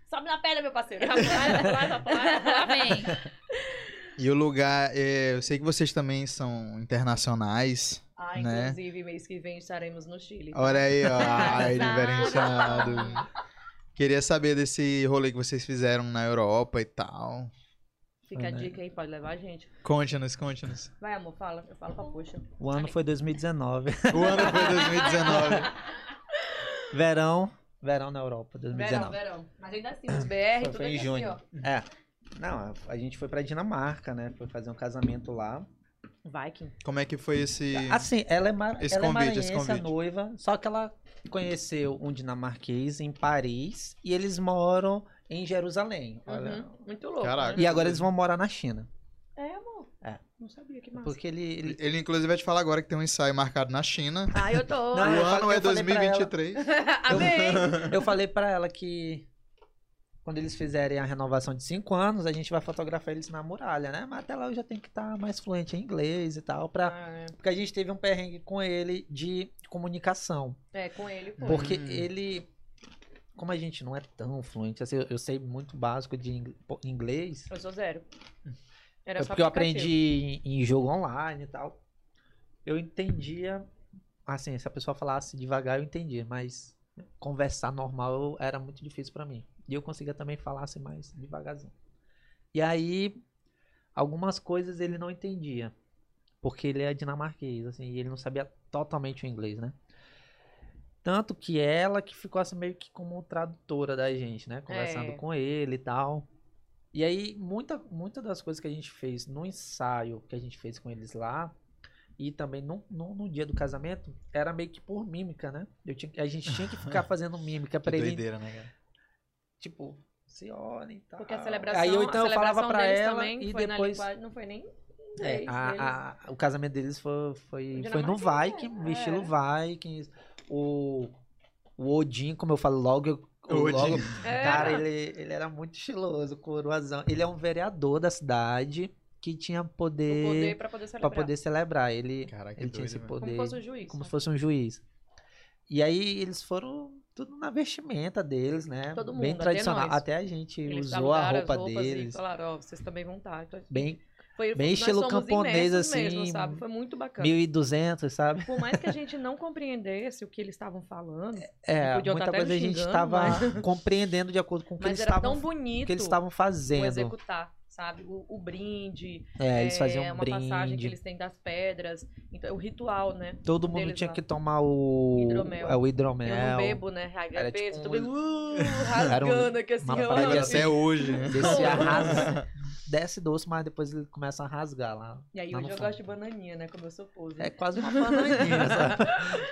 Speaker 2: Sobe na pedra, meu parceiro.
Speaker 3: Vai, vai, vai, vai, Lá vem.
Speaker 1: E o lugar, é, eu sei que vocês também são internacionais.
Speaker 2: Ah,
Speaker 1: Né?
Speaker 2: inclusive, mês que vem estaremos no Chile.
Speaker 1: Olha aí, ó. Ai,
Speaker 3: Arrasaram.
Speaker 1: diferenciado. Queria saber desse rolê que vocês fizeram na Europa e tal.
Speaker 2: Fica a
Speaker 4: Olha aí.
Speaker 2: dica aí, pode levar a gente.
Speaker 1: Conte-nos, conte-nos.
Speaker 2: Vai, amor, fala. Eu falo pra poxa.
Speaker 4: O ano foi 2019.
Speaker 1: O ano foi 2019.
Speaker 4: verão. Verão na Europa,
Speaker 2: Verão,
Speaker 4: 2019.
Speaker 2: verão. Mas ainda assim, os BR,
Speaker 4: Foi-
Speaker 2: tudo
Speaker 4: foi em
Speaker 2: aqui,
Speaker 4: junho.
Speaker 2: ó.
Speaker 4: É. Não, a- a gente foi pra Dinamarca, né? Foi fazer um casamento lá.
Speaker 2: Viking.
Speaker 1: Como é que foi esse.
Speaker 4: Assim, ela é, mar...
Speaker 1: Esse
Speaker 4: ela é
Speaker 1: convite, esse
Speaker 4: maranhense, a
Speaker 1: convite.
Speaker 4: noiva. Só que ela conheceu um dinamarquês em Paris e eles moram em Jerusalém. Olha.
Speaker 2: Uhum. Muito louco.
Speaker 1: Caraca.
Speaker 2: né?
Speaker 4: E agora eles vão morar na China.
Speaker 2: É, amor.
Speaker 4: É.
Speaker 2: Não sabia que massa.
Speaker 4: Porque ele. ele-
Speaker 1: Ele, inclusive, vai te falar agora que tem um ensaio marcado na China.
Speaker 2: Ah, eu tô.
Speaker 1: O
Speaker 4: Não, eu
Speaker 1: ano
Speaker 4: falei-
Speaker 1: é
Speaker 4: eu falei pra ela.
Speaker 1: 2023.
Speaker 2: Amém.
Speaker 4: Eu falei pra ela que quando eles fizerem a renovação de cinco anos, a gente vai fotografar eles na muralha, né? Mas até lá eu já tenho que estar mais fluente em inglês e tal. Pra...
Speaker 2: Ah,
Speaker 4: Porque a gente teve um perrengue com ele de comunicação.
Speaker 2: é, com ele, pô.
Speaker 4: Porque
Speaker 1: Hum.
Speaker 4: ele. Como a gente não é tão fluente, assim, eu, eu sei muito básico de ing- po- inglês.
Speaker 2: Eu sou zero. Era
Speaker 4: é
Speaker 2: só
Speaker 4: porque eu
Speaker 2: aplicativo.
Speaker 4: aprendi em, em jogo online e tal. Eu entendia. Assim, se a pessoa falasse devagar, eu entendia, mas conversar normal eu- era muito difícil pra mim. E eu conseguia também falar assim mais devagarzinho. E aí, algumas coisas ele não entendia. Porque ele é dinamarquês, assim, e ele não sabia totalmente o inglês, né? Tanto que ela que ficou assim meio que como tradutora da gente, né? Conversando
Speaker 2: É.
Speaker 4: com ele e tal. E aí, muita, muita das coisas que a gente fez no ensaio que a gente fez com eles lá, e também no, no, no dia do casamento, era meio que por mímica, né? Eu tinha, a gente tinha que ficar fazendo mímica pra
Speaker 1: Que
Speaker 4: ele.
Speaker 1: doideira, né, cara?
Speaker 4: Tipo, se olhem e tal.
Speaker 2: Porque a celebração,
Speaker 4: Aí eu então
Speaker 2: a
Speaker 4: eu falava
Speaker 2: celebração
Speaker 4: pra
Speaker 2: deles
Speaker 4: ela
Speaker 2: também
Speaker 4: e
Speaker 2: foi na
Speaker 4: depois
Speaker 2: linguagem- não foi nem em
Speaker 4: é,
Speaker 2: inglês,
Speaker 4: a-
Speaker 2: eles-
Speaker 4: a- o casamento deles foi foi,
Speaker 2: Foi
Speaker 4: foi no
Speaker 2: dinamarquês,
Speaker 4: Viking,
Speaker 2: é.
Speaker 4: no estilo Viking. O o Odin, como eu falo logo, eu-
Speaker 1: O
Speaker 4: eu
Speaker 1: Odin.
Speaker 4: logo
Speaker 2: É,
Speaker 4: Cara, ele, ele era muito estiloso, coroazão. Ele é um vereador da cidade que tinha
Speaker 2: o poder
Speaker 4: poder
Speaker 2: pra poder celebrar.
Speaker 4: para poder celebrar. Ele,
Speaker 1: Caraca,
Speaker 4: ele tinha esse
Speaker 1: velho.
Speaker 4: poder
Speaker 2: Como fosse um juiz.
Speaker 4: como
Speaker 2: né?
Speaker 4: se fosse um juiz. E aí eles foram tudo na vestimenta deles, né?
Speaker 2: Todo
Speaker 4: Bem
Speaker 2: mundo, até
Speaker 4: tradicional.
Speaker 2: nós.
Speaker 4: Até a gente
Speaker 2: Eles
Speaker 4: usou
Speaker 2: alugaram
Speaker 4: a
Speaker 2: as
Speaker 4: roupa
Speaker 2: roupas e
Speaker 4: deles.
Speaker 2: falaram, ó, vocês também vão estar. Então,
Speaker 4: Bem
Speaker 2: Foi,
Speaker 4: bem
Speaker 2: nós
Speaker 4: estilo
Speaker 2: somos
Speaker 4: camponês,
Speaker 2: imersos
Speaker 4: assim,
Speaker 2: Mesmo, sabe? Foi muito bacana.
Speaker 4: 1.200, sabe?
Speaker 2: Por mais que a gente não compreendesse o que eles estavam falando,
Speaker 4: É,
Speaker 2: Podiam tá
Speaker 4: muita
Speaker 2: até
Speaker 4: coisa
Speaker 2: me
Speaker 4: a gente
Speaker 2: xingando,
Speaker 4: estava compreendendo de acordo com o que
Speaker 2: mas
Speaker 4: eles
Speaker 2: era tão
Speaker 4: estavam o
Speaker 2: bonito
Speaker 4: que eles estavam
Speaker 2: o
Speaker 4: fazendo.
Speaker 2: executar, sabe? O, o brinde,
Speaker 4: É, eles faziam
Speaker 2: é,
Speaker 4: um
Speaker 2: uma passagem que
Speaker 4: brinde.
Speaker 2: eles têm das pedras, então, o ritual, né?
Speaker 4: Todo mundo
Speaker 2: deles
Speaker 4: tinha
Speaker 2: lá.
Speaker 4: que tomar o
Speaker 2: Hidromel.
Speaker 4: é, o
Speaker 2: Eu não
Speaker 4: hidromel.
Speaker 2: bebo, né? Ai,
Speaker 4: Era
Speaker 2: bebê,
Speaker 4: tipo
Speaker 2: tu
Speaker 4: um-
Speaker 2: bebe, uh, rasgando aqui assim.
Speaker 4: uma
Speaker 2: ó.
Speaker 4: parada assim,
Speaker 1: Até hoje, né?
Speaker 4: Desse arras... Desce doce, mas depois ele começa a rasgar lá.
Speaker 2: E aí
Speaker 4: lá
Speaker 2: hoje
Speaker 4: no
Speaker 2: eu
Speaker 4: fundo.
Speaker 2: gosto de bananinha, né? Como eu sou pose.
Speaker 4: É quase uma bananinha, sabe?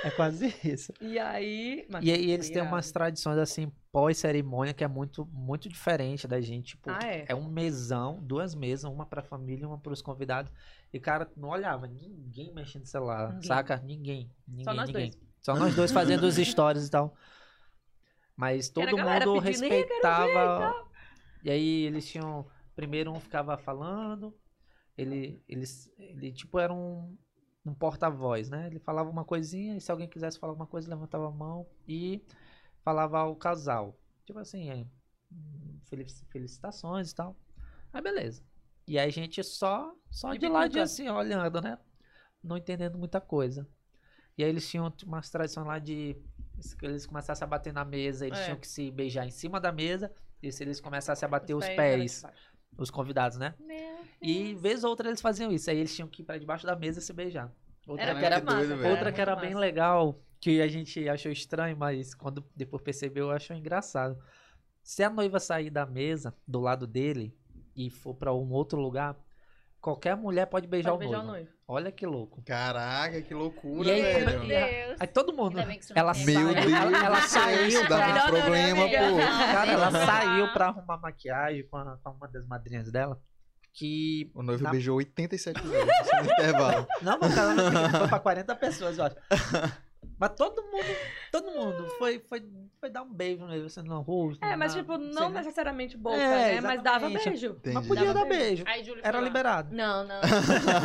Speaker 4: É quase isso.
Speaker 2: E aí... mas
Speaker 4: E aí eles
Speaker 2: foi
Speaker 4: têm
Speaker 2: irado.
Speaker 4: umas tradições assim, pós-cerimônia, que é muito, muito diferente da gente. Tipo,
Speaker 2: Ah, é?
Speaker 4: é um mesão, duas mesas, uma pra família e uma pros convidados. E, cara, não olhava ninguém mexendo no celular,
Speaker 2: Ninguém.
Speaker 4: saca? Ninguém. ninguém
Speaker 2: Só nós
Speaker 4: ninguém.
Speaker 2: dois.
Speaker 4: Só nós dois fazendo os stories e tal. Mas
Speaker 2: era
Speaker 4: todo
Speaker 2: a galera
Speaker 4: mundo
Speaker 2: pedindo, "Ih, quero ver",
Speaker 4: respeitava. E aí eles tinham. Primeiro um ficava falando, ele, eles, ele tipo era um, um porta-voz, né? Ele falava uma coisinha e se alguém quisesse falar alguma coisa, levantava a mão e falava ao casal. Tipo assim, é, hum, felici- felicitações e tal. Aí beleza. E aí a gente só, só
Speaker 2: De
Speaker 4: de lá de
Speaker 2: bituca.
Speaker 4: assim, olhando, né? Não entendendo muita coisa. E aí eles tinham umas tradições lá de. se Eles começassem a bater na mesa, eles
Speaker 2: É.
Speaker 4: tinham que se beijar em cima da mesa. E se eles começassem a bater os
Speaker 2: era
Speaker 4: pés,
Speaker 2: de baixo.
Speaker 4: os convidados, né?
Speaker 3: Meu
Speaker 4: E vez ou outra eles faziam isso. Aí eles tinham que ir pra debaixo da mesa e se beijar. Outra
Speaker 2: Era
Speaker 4: que era,
Speaker 2: muito massa,
Speaker 1: doido,
Speaker 2: cara,
Speaker 1: velho.
Speaker 4: outra
Speaker 2: muito
Speaker 4: que era bem
Speaker 2: massa.
Speaker 4: legal, que a gente achou estranho, mas quando depois percebeu, achou engraçado. Se a noiva sair da mesa, do lado dele, e for pra um outro lugar, qualquer mulher pode beijar,
Speaker 2: Pode
Speaker 4: o,
Speaker 2: beijar o
Speaker 4: noivo.
Speaker 2: noivo.
Speaker 4: Olha que louco.
Speaker 1: Caraca, que loucura,
Speaker 4: E aí,
Speaker 1: velho.
Speaker 4: e-
Speaker 3: Deus.
Speaker 4: Aí todo mundo.
Speaker 3: Ainda bem que isso não
Speaker 4: Ela
Speaker 3: tem.
Speaker 4: saiu,
Speaker 1: Meu Deus
Speaker 4: ela, ela
Speaker 1: do céu,
Speaker 4: saiu
Speaker 1: isso dá
Speaker 4: pra,
Speaker 1: muito problema, pô.
Speaker 4: cara, ela
Speaker 3: não.
Speaker 4: saiu pra arrumar maquiagem com, a- com uma das madrinhas dela. Que.
Speaker 1: O noivo
Speaker 4: Na-
Speaker 1: beijou 87 vezes no intervalo.
Speaker 4: Não, mas ela não foi pra 40 pessoas, eu acho. Mas todo mundo, todo mundo foi, foi, foi dar um beijo nele, você não rosto.
Speaker 2: É, mas
Speaker 4: na-
Speaker 2: tipo,
Speaker 4: sei
Speaker 2: não
Speaker 4: lá.
Speaker 2: necessariamente boca,
Speaker 4: É,
Speaker 2: né? Mas dava
Speaker 4: exatamente. É.
Speaker 2: beijo.
Speaker 4: Mas
Speaker 1: Entendi.
Speaker 4: podia
Speaker 2: Dava
Speaker 4: dar beijo.
Speaker 3: Aí, Júlio,
Speaker 4: Era
Speaker 3: foi lá.
Speaker 4: liberado.
Speaker 2: Não, não.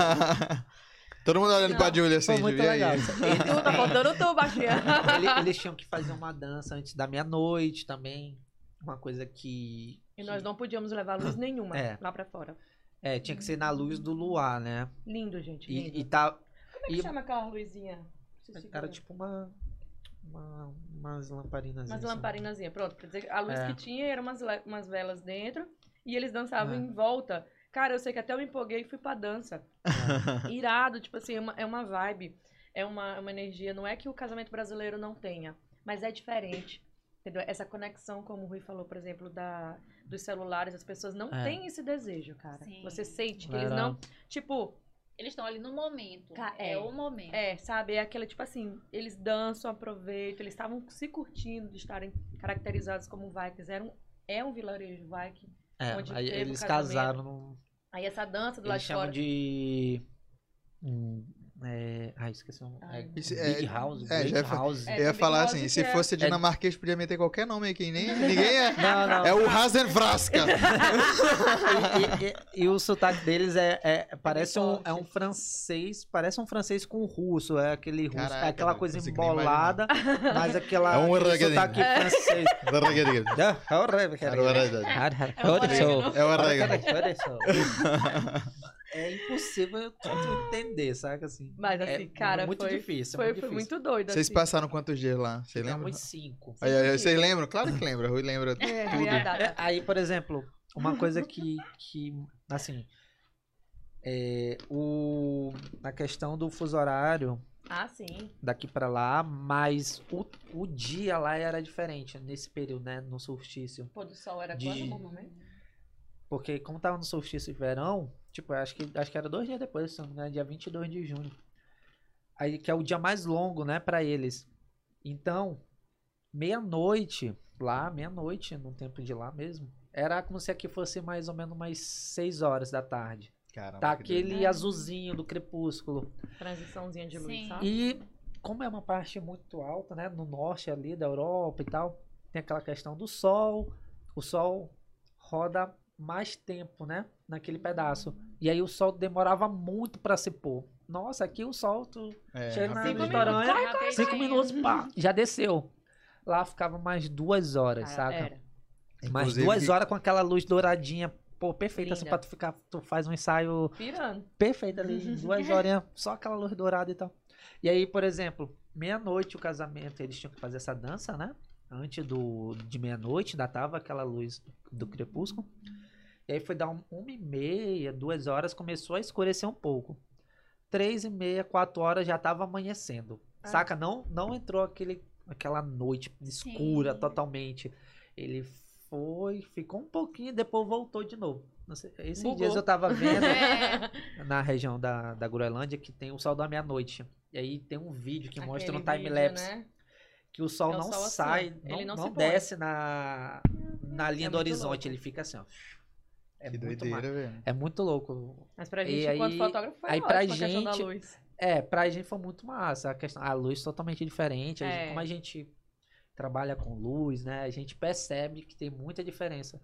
Speaker 1: Todo mundo olhando
Speaker 2: Não.
Speaker 1: pra Julia assim,
Speaker 4: Foi muito
Speaker 1: Julia aí.
Speaker 4: legal.
Speaker 2: Tu tá faltando tu, baixinha.
Speaker 4: Ele- eles tinham que fazer uma dança antes da meia-noite também. Uma coisa que.
Speaker 2: E nós não podíamos levar luz nenhuma
Speaker 4: É.
Speaker 2: lá pra fora.
Speaker 4: É, tinha que ser na luz do luar, né?
Speaker 2: Lindo, gente. Lindo.
Speaker 4: E, e tá.
Speaker 2: Como é que
Speaker 4: e-
Speaker 2: chama aquela luzinha?
Speaker 4: Era tipo uma. uma umas lamparinas.
Speaker 2: Umas lamparinazinhas, pronto. Pra dizer, que a luz
Speaker 4: né? É.
Speaker 2: que tinha eram umas, le- umas velas dentro e eles dançavam
Speaker 4: É.
Speaker 2: em volta. Cara, eu sei que até eu me empolguei e fui pra dança. Irado, tipo assim, é uma, é uma vibe, é uma, é uma energia. Não é que o casamento brasileiro não tenha, mas é diferente. Entendeu? Essa conexão, como o Rui falou, por exemplo, da, dos celulares, as pessoas não
Speaker 4: É.
Speaker 2: têm esse desejo, cara.
Speaker 3: Sim.
Speaker 2: Você sente que eles não. Tipo,
Speaker 3: Eles estão ali no momento.
Speaker 2: Ca-
Speaker 3: É,
Speaker 2: é.
Speaker 3: o momento.
Speaker 2: É, sabe? É aquela, tipo assim, eles dançam, aproveitam, eles estavam se curtindo de estarem caracterizados como Vikings. Era um, é um vilarejo Viking.
Speaker 4: É,
Speaker 2: onde
Speaker 4: aí
Speaker 2: teve o
Speaker 4: eles
Speaker 2: casamento.
Speaker 4: casaram num.
Speaker 2: Aí essa dança do lado
Speaker 4: Eles
Speaker 2: de
Speaker 4: chamam
Speaker 2: fora.
Speaker 4: de. Hum, é, ai, esqueci o nome.
Speaker 2: Ai,
Speaker 4: É,
Speaker 1: Isso é-
Speaker 4: Big House.
Speaker 1: é,
Speaker 4: Big
Speaker 1: já foi-
Speaker 4: House.
Speaker 2: É,
Speaker 1: Eu ia
Speaker 2: Big
Speaker 1: falar
Speaker 2: Brother
Speaker 1: assim,
Speaker 2: que
Speaker 1: se
Speaker 2: é-
Speaker 1: fosse dinamarquês, podia meter qualquer nome aqui, nem ninguém é.
Speaker 4: Não, não.
Speaker 1: É o Rasenfrasca.
Speaker 4: E, e- e o sotaque deles é, é- parece um,
Speaker 2: forte.
Speaker 4: é um francês, parece um francês com russo, é aquele russo,
Speaker 1: Caraca,
Speaker 4: é aquela
Speaker 1: não
Speaker 4: coisa
Speaker 1: consigo nem imaginar.
Speaker 4: embolada, mas aquela
Speaker 1: É um É
Speaker 4: aquele
Speaker 1: reggaeton.
Speaker 4: sotaque francês.
Speaker 2: É um orégano.
Speaker 1: É o Arrega.
Speaker 4: É impossível eu tu entender, saca assim.
Speaker 2: Mas
Speaker 4: É
Speaker 2: assim, cara,
Speaker 4: muito
Speaker 2: foi,
Speaker 4: difícil, é
Speaker 2: foi,
Speaker 4: muito
Speaker 2: foi
Speaker 4: difícil.
Speaker 2: muito doido.
Speaker 1: Vocês
Speaker 2: assim.
Speaker 1: passaram quantos dias lá? Vocês lembram?
Speaker 4: Ficamos cinco.
Speaker 1: Aí, aí, Vocês lembram? Claro que lembra. Rui lembra
Speaker 2: É,
Speaker 1: tudo.
Speaker 2: é a data.
Speaker 4: É, aí, por exemplo, uma coisa que, que assim, é, o, a questão do fuso horário
Speaker 2: Ah, sim.
Speaker 4: daqui pra lá, mas o, o dia lá era diferente nesse período, né, no solstício.
Speaker 2: O pôr do sol era
Speaker 4: De-
Speaker 2: quando no momento?
Speaker 4: Porque como tava no solstício de verão, tipo, eu acho que, acho que era dois dias depois, se não me engano, dia 22 de junho. Aí, que é o dia mais longo, né, pra eles. Então, meia-noite, lá, meia-noite, no tempo de lá mesmo, Era como se aqui fosse mais ou menos umas 6 horas da tarde.
Speaker 1: Caramba,
Speaker 4: Tá
Speaker 1: que doido.
Speaker 4: aquele azulzinho do crepúsculo.
Speaker 2: Transiçãozinha de
Speaker 3: Sim.
Speaker 2: luz, sabe?
Speaker 4: E como é uma parte muito alta, né? No norte ali da Europa e tal, tem aquela questão do sol. O sol roda mais tempo, né? Naquele pedaço. E aí o sol demorava muito pra se pôr. Nossa, aqui o sol, tu
Speaker 1: É,
Speaker 4: chega na
Speaker 1: rapidinho.
Speaker 4: restaurante,
Speaker 3: Rapidinho.
Speaker 2: é.
Speaker 4: cinco minutos, pá, já desceu. Lá ficava mais duas horas,
Speaker 2: Ah,
Speaker 4: saca?
Speaker 2: era.
Speaker 4: Mais
Speaker 1: Inclusive-
Speaker 4: duas horas com aquela luz douradinha, pô, perfeita, assim,
Speaker 2: Linda.
Speaker 4: pra tu ficar, tu faz um ensaio
Speaker 2: Pirando.
Speaker 4: perfeito
Speaker 2: Uhum.
Speaker 4: ali, em duas horinhas, só aquela luz dourada e tal. E aí, por exemplo, meia-noite o casamento, eles tinham que fazer essa dança, né? Antes do, de meia-noite, ainda tava aquela luz do crepúsculo. E aí foi dar um, uma e meia, duas horas, começou a escurecer um pouco. Três e meia, quatro horas já tava amanhecendo.
Speaker 2: Ah.
Speaker 4: Saca? Não, não entrou aquele, aquela noite escura
Speaker 3: Sim.
Speaker 4: totalmente. Ele foi, ficou um pouquinho, depois voltou de novo. Não sei, esses
Speaker 2: Bugou.
Speaker 4: dias eu tava vendo
Speaker 3: É,
Speaker 4: na região da, da Groenlândia que tem o sol da meia-noite. E aí tem um vídeo que mostra um
Speaker 2: Aquele vídeo,
Speaker 4: time-lapse
Speaker 2: né?
Speaker 4: que o sol
Speaker 2: É o
Speaker 4: não
Speaker 2: sol assim,
Speaker 4: sai,
Speaker 2: ele
Speaker 4: não,
Speaker 2: não
Speaker 4: não
Speaker 2: se põe.
Speaker 4: desce na, na linha
Speaker 2: é
Speaker 4: do
Speaker 2: muito
Speaker 4: horizonte,
Speaker 2: louco.
Speaker 4: ele fica assim, ó. É
Speaker 1: Que
Speaker 4: muito massa.
Speaker 1: doideira, velho.
Speaker 4: É muito louco.
Speaker 2: Mas pra
Speaker 4: E
Speaker 2: gente,
Speaker 4: aí-
Speaker 2: enquanto fotógrafo, foi
Speaker 4: aí
Speaker 2: ótimo
Speaker 4: pra
Speaker 2: a questão da
Speaker 4: gente-
Speaker 2: luz.
Speaker 4: É, pra gente foi muito massa. A, questão, a luz totalmente diferente. a gente-
Speaker 2: É.
Speaker 4: como a gente trabalha com luz, né? A gente percebe que tem muita diferença.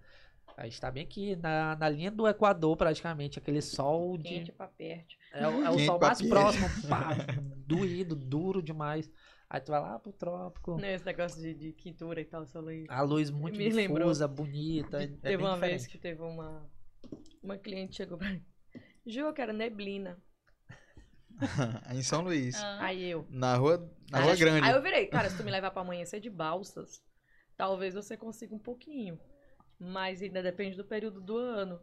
Speaker 4: A gente tá bem aqui na, na linha do Equador, praticamente. Aquele sol de
Speaker 2: Quente pra perto.
Speaker 4: É, o- é o
Speaker 1: Quente
Speaker 4: sol mais
Speaker 1: papel.
Speaker 4: próximo, pá, doído, duro demais. Aí tu vai lá pro trópico,
Speaker 2: Né, esse negócio de, de quintura e tal, só luz.
Speaker 4: a luz muito
Speaker 2: Me lembrou.
Speaker 4: difusa, bonita. É bem
Speaker 2: teve uma vez
Speaker 4: diferente.
Speaker 2: que teve uma uma cliente chegou pra mim. Ju, eu quero neblina.
Speaker 4: É
Speaker 1: em São Luís.
Speaker 3: ah,
Speaker 2: Aí eu.
Speaker 1: Na rua, na
Speaker 2: aí,
Speaker 1: rua
Speaker 2: eu-
Speaker 1: é grande.
Speaker 2: Aí eu virei, cara, se tu me levar pra amanhecer de balsas, talvez você consiga um pouquinho. Mas ainda depende do período do ano.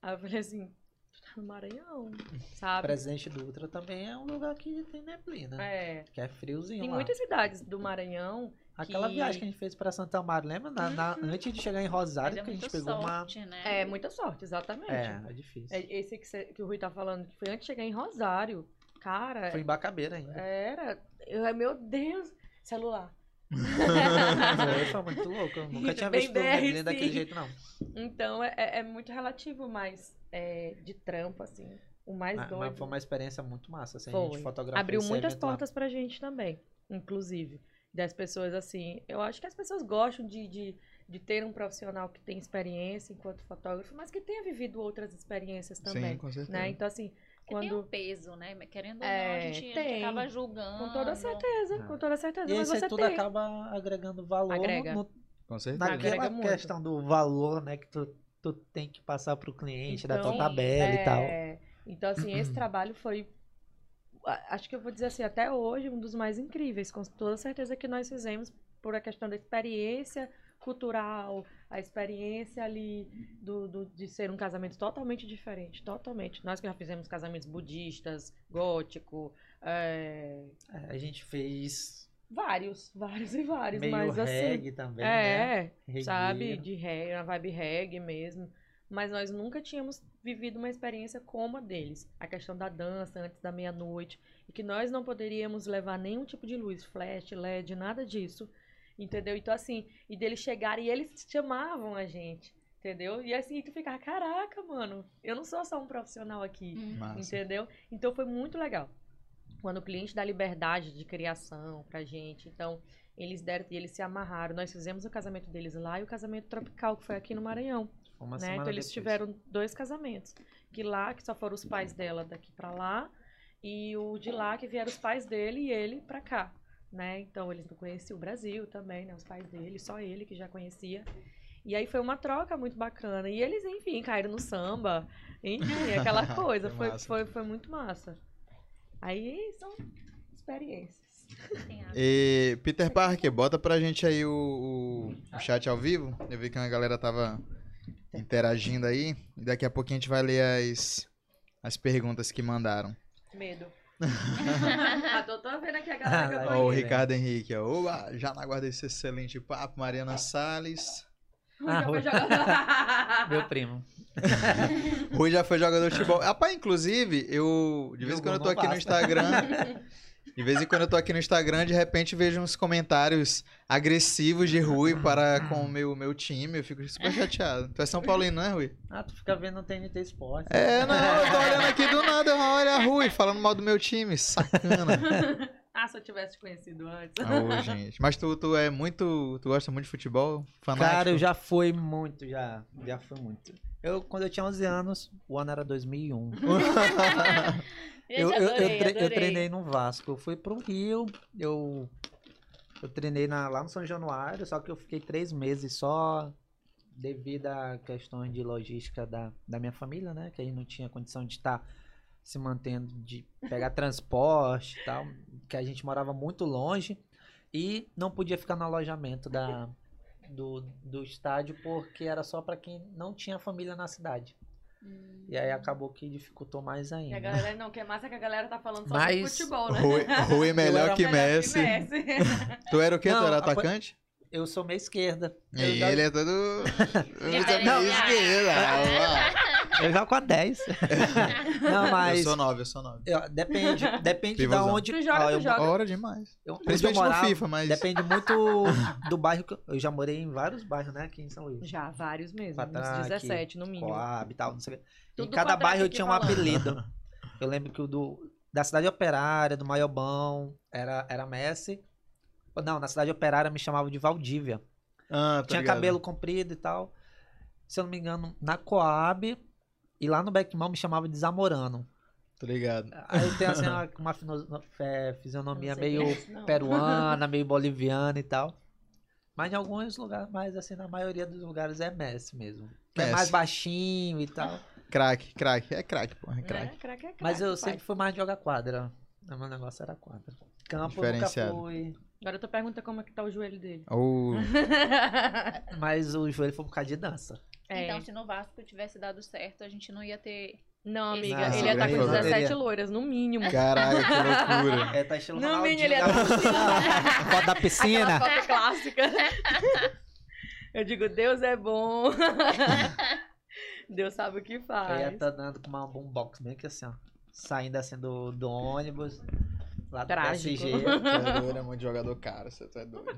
Speaker 2: Aí eu falei assim, tu tá no Maranhão, sabe?
Speaker 4: Presidente Dutra também é um lugar que tem neblina,
Speaker 2: É.
Speaker 4: que é friozinho
Speaker 2: Tem
Speaker 4: lá.
Speaker 2: muitas cidades do Maranhão.
Speaker 4: Aquela
Speaker 2: que-
Speaker 4: viagem que a gente fez pra Santa Amaro, lembra? Na- na-
Speaker 2: Uhum.
Speaker 4: antes de chegar em Rosário,
Speaker 3: mas é
Speaker 4: que a gente
Speaker 3: muito
Speaker 4: pegou uma...
Speaker 3: sorte, né?
Speaker 2: É muita sorte, exatamente.
Speaker 4: É, é difícil.
Speaker 2: É Esse que, cê- que o Rui tá falando, que foi antes de chegar em Rosário. Cara,
Speaker 4: Foi em Bacabeira
Speaker 2: É.
Speaker 4: ainda.
Speaker 2: era. Eu, meu Deus, celular.
Speaker 4: Foi, foi muito louco. Eu nunca tinha
Speaker 2: Bem
Speaker 4: visto
Speaker 2: BR,
Speaker 4: neblina daquele
Speaker 2: sim.
Speaker 4: jeito, não.
Speaker 2: Então é, é- é muito relativo, mas é, de trampo, assim. O mais
Speaker 4: Ah, Mas, mas
Speaker 2: doido.
Speaker 4: foi uma experiência muito massa. Assim, A gente
Speaker 2: Foi.
Speaker 4: fotografou
Speaker 2: Abriu
Speaker 4: esse
Speaker 2: muitas
Speaker 4: evento lá.
Speaker 2: portas pra gente também, inclusive. Das pessoas, assim. Eu acho que as pessoas gostam de, de, de ter um profissional que tem experiência enquanto fotógrafo, mas que tenha vivido outras experiências
Speaker 1: Sim,
Speaker 2: também.
Speaker 1: com certeza.
Speaker 2: né? Então, assim,
Speaker 3: Porque tem um
Speaker 2: quando.
Speaker 3: peso, né? Querendo ou não, a
Speaker 2: É,
Speaker 3: gente, a gente
Speaker 2: tem.
Speaker 3: acaba julgando.
Speaker 2: Com toda certeza,
Speaker 4: Ah.
Speaker 2: com toda certeza.
Speaker 4: E
Speaker 2: mas
Speaker 4: isso aí
Speaker 2: você
Speaker 4: tudo
Speaker 2: tem.
Speaker 4: acaba agregando valor
Speaker 2: Agrega.
Speaker 4: no,
Speaker 1: Com certeza.
Speaker 4: naquela
Speaker 2: Agrega muito.
Speaker 4: questão do valor, né, que tu, tu tem que passar pro cliente, da tua
Speaker 2: Então,
Speaker 4: tabela e tal. Uhum.
Speaker 2: É, Então, assim, esse trabalho foi. a- Acho que eu vou dizer assim, até hoje, um dos mais incríveis, com toda certeza que nós fizemos por a questão da experiência cultural, a experiência ali do, do- de ser um casamento totalmente diferente, totalmente. Nós que já fizemos casamentos budistas, gótico, é,
Speaker 4: É, A gente fez
Speaker 2: vários, vários e vários,
Speaker 4: meio
Speaker 2: mas assim.
Speaker 4: reggae também, né?
Speaker 2: é,
Speaker 4: Reggae.
Speaker 2: sabe? De reggae, na vibe reggae mesmo. Mas nós nunca tínhamos vivido uma experiência como a deles. A questão da dança antes da meia-noite. E que nós não poderíamos levar nenhum tipo de luz, flash, LED, nada disso. Entendeu? Então, assim, e deles chegarem e eles chamavam a gente. Entendeu? E assim, tu ficava, caraca, mano, eu não sou só um profissional aqui.
Speaker 3: Hum.
Speaker 1: Massa.
Speaker 2: Entendeu? Então foi muito legal. Quando o cliente dá liberdade de criação pra gente, então eles deram e eles se amarraram. Nós fizemos o casamento deles lá e o casamento tropical, que foi aqui no Maranhão.
Speaker 4: Uma
Speaker 2: né?
Speaker 4: semana
Speaker 2: Então eles
Speaker 4: depois.
Speaker 2: tiveram dois casamentos. Que lá, que só foram os pais dela daqui pra lá, e o de lá que vieram os pais dele e ele pra cá. Né? Então eles não conheciam o Brasil também, né? Os pais dele, só ele que já conhecia. E aí foi uma troca muito bacana. E eles, enfim, caíram no samba. Enfim, aquela coisa.
Speaker 1: Que
Speaker 2: foi,
Speaker 1: massa.
Speaker 2: foi, foi muito massa. Aí são experiências.
Speaker 3: Tem a-
Speaker 1: E Peter Parker, bota pra gente aí o, o- o chat ao vivo. Eu vi que a galera tava interagindo aí. E daqui a pouquinho a gente vai ler as, as perguntas que mandaram.
Speaker 2: Medo. ah, tô, tô vendo aqui a galera que eu
Speaker 4: Ah,
Speaker 1: Ó, o
Speaker 2: conheço.
Speaker 1: Ricardo Henrique, ó. Oba, já na guarda esse excelente papo. Mariana Salles.
Speaker 2: Ui, já
Speaker 4: Ah,
Speaker 2: foi
Speaker 4: Rui.
Speaker 2: jogando.
Speaker 4: Meu primo.
Speaker 1: Rui já foi jogador de futebol. Rapaz, inclusive, eu. De vez em
Speaker 4: Jogou,
Speaker 1: quando eu tô
Speaker 4: não
Speaker 1: aqui no
Speaker 4: basta.
Speaker 1: Instagram. De vez em quando eu tô aqui no Instagram, de repente vejo uns comentários agressivos de Rui para com o meu, meu time, eu fico super chateado. Tu é São Paulino, né, Rui?
Speaker 4: Ah, tu fica vendo o TNT Esporte.
Speaker 1: É, não, eu tô olhando aqui do nada, eu olha Rui falando mal do meu time, sacana.
Speaker 2: Ah, se eu tivesse te conhecido antes.
Speaker 1: Ah, ô, gente. Mas tu, tu é muito, tu gosta muito de futebol? Fanático?
Speaker 4: Cara, eu já fui muito, já. Já fui muito. Eu, quando eu tinha 11 anos, o ano era 2001. eu, eu, eu tre- eu treinei no Vasco. Eu fui pro Rio, eu, eu treinei na- lá no São Januário, só que eu fiquei três meses só devido a questões de logística da, da minha família, né? Que aí não tinha condição de estar se mantendo, de pegar transporte e tal, que a gente morava muito longe e não podia ficar no alojamento da, do, do estádio porque era só para quem não tinha família na cidade.
Speaker 3: Hum.
Speaker 4: E aí acabou que dificultou mais
Speaker 2: E a
Speaker 4: ainda.
Speaker 2: galera, não, o que é massa é que a galera tá falando só de
Speaker 4: Mas-
Speaker 2: futebol, né?
Speaker 1: Rui, Rui melhor
Speaker 4: era
Speaker 1: que
Speaker 2: Melhor
Speaker 1: Messi. Tu era o quê? tu
Speaker 4: Não,
Speaker 1: era
Speaker 4: a co-
Speaker 1: atacante?
Speaker 4: Eu sou meio esquerda. Eu,
Speaker 1: E
Speaker 4: jogo,
Speaker 1: ele é todo... Eu sou
Speaker 3: Não.
Speaker 1: meio
Speaker 2: né?
Speaker 1: esquerda. ah,
Speaker 4: eu jogo com a 10. não,
Speaker 1: lá. Eu
Speaker 4: mas.
Speaker 1: sou nove, eu sou nove.
Speaker 4: eu- depende, depende de
Speaker 1: Pivôzão.
Speaker 4: onde.
Speaker 2: Tu joga,
Speaker 4: ó,
Speaker 2: tu
Speaker 4: eu,
Speaker 2: joga.
Speaker 1: Hora demais.
Speaker 4: eu- onde eu
Speaker 1: Principalmente no
Speaker 4: morava,
Speaker 1: FIFA, mas...
Speaker 4: Depende muito do bairro. Que eu, eu já morei em vários bairros, né? Aqui em São Luís.
Speaker 2: Já, vários mesmo.
Speaker 4: Patraque,
Speaker 2: uns 17, no mínimo.
Speaker 4: Coab e tal, não sei o quê. Em
Speaker 3: Tudo
Speaker 4: cada
Speaker 3: quadrado
Speaker 4: bairro eu
Speaker 3: aqui
Speaker 4: tinha um
Speaker 3: falando.
Speaker 4: apelido. Eu lembro que o do, da Cidade Operária, do Maiobão, era, era Messi. Não, na Cidade Operária me chamava de Valdívia.
Speaker 1: Ah, tô
Speaker 4: tinha
Speaker 1: ligado.
Speaker 4: cabelo comprido e tal. Se eu não me engano, na Coab e lá no Beckmão me chamava de Zamorano.
Speaker 1: Tô tá ligado.
Speaker 4: Aí eu tenho assim, uma, uma fino- é, fisionomia
Speaker 3: Não sei
Speaker 4: meio
Speaker 3: quem é esse, não.
Speaker 4: peruana, meio boliviana e tal. Mas em alguns lugares, mas assim, na maioria dos lugares é Messi mesmo. Que É
Speaker 1: Messi.
Speaker 4: mais baixinho e tal.
Speaker 1: Crack, crack. É crack, porra, é crack.
Speaker 2: Né? Craque é
Speaker 4: Mas
Speaker 2: craque,
Speaker 4: eu
Speaker 2: pai.
Speaker 4: sempre fui mais jogar quadra. O meu negócio era quadra. Campo eu nunca
Speaker 1: Diferenciado.
Speaker 4: fui.
Speaker 2: Agora tu pergunta como é que tá o joelho dele.
Speaker 1: Ô,
Speaker 4: Mas o joelho foi por causa de dança.
Speaker 2: É.
Speaker 3: Então, se no Vasco tivesse dado certo, a gente não ia ter.
Speaker 2: não, amiga,
Speaker 4: Não,
Speaker 2: ele ia estar com
Speaker 1: grande
Speaker 2: 17
Speaker 4: loteria.
Speaker 2: loiras, no mínimo.
Speaker 1: caralho, que loucura.
Speaker 4: É, tá estilo
Speaker 2: No
Speaker 4: Ronaldinho
Speaker 2: mínimo, ele
Speaker 4: da
Speaker 2: é da
Speaker 4: piscina.
Speaker 3: né?
Speaker 4: Foto da piscina.
Speaker 2: Aquela foto clássica. Eu digo, Deus é bom. Deus sabe o
Speaker 1: é
Speaker 2: que
Speaker 4: Eu ia
Speaker 2: faz.
Speaker 4: tá andando com uma boombox bem que assim, ó. Saindo assim do, do ônibus. Lá do
Speaker 2: Trágico.
Speaker 4: PSG.
Speaker 1: Tu é doido, é muito jogador caro, você tu é doido.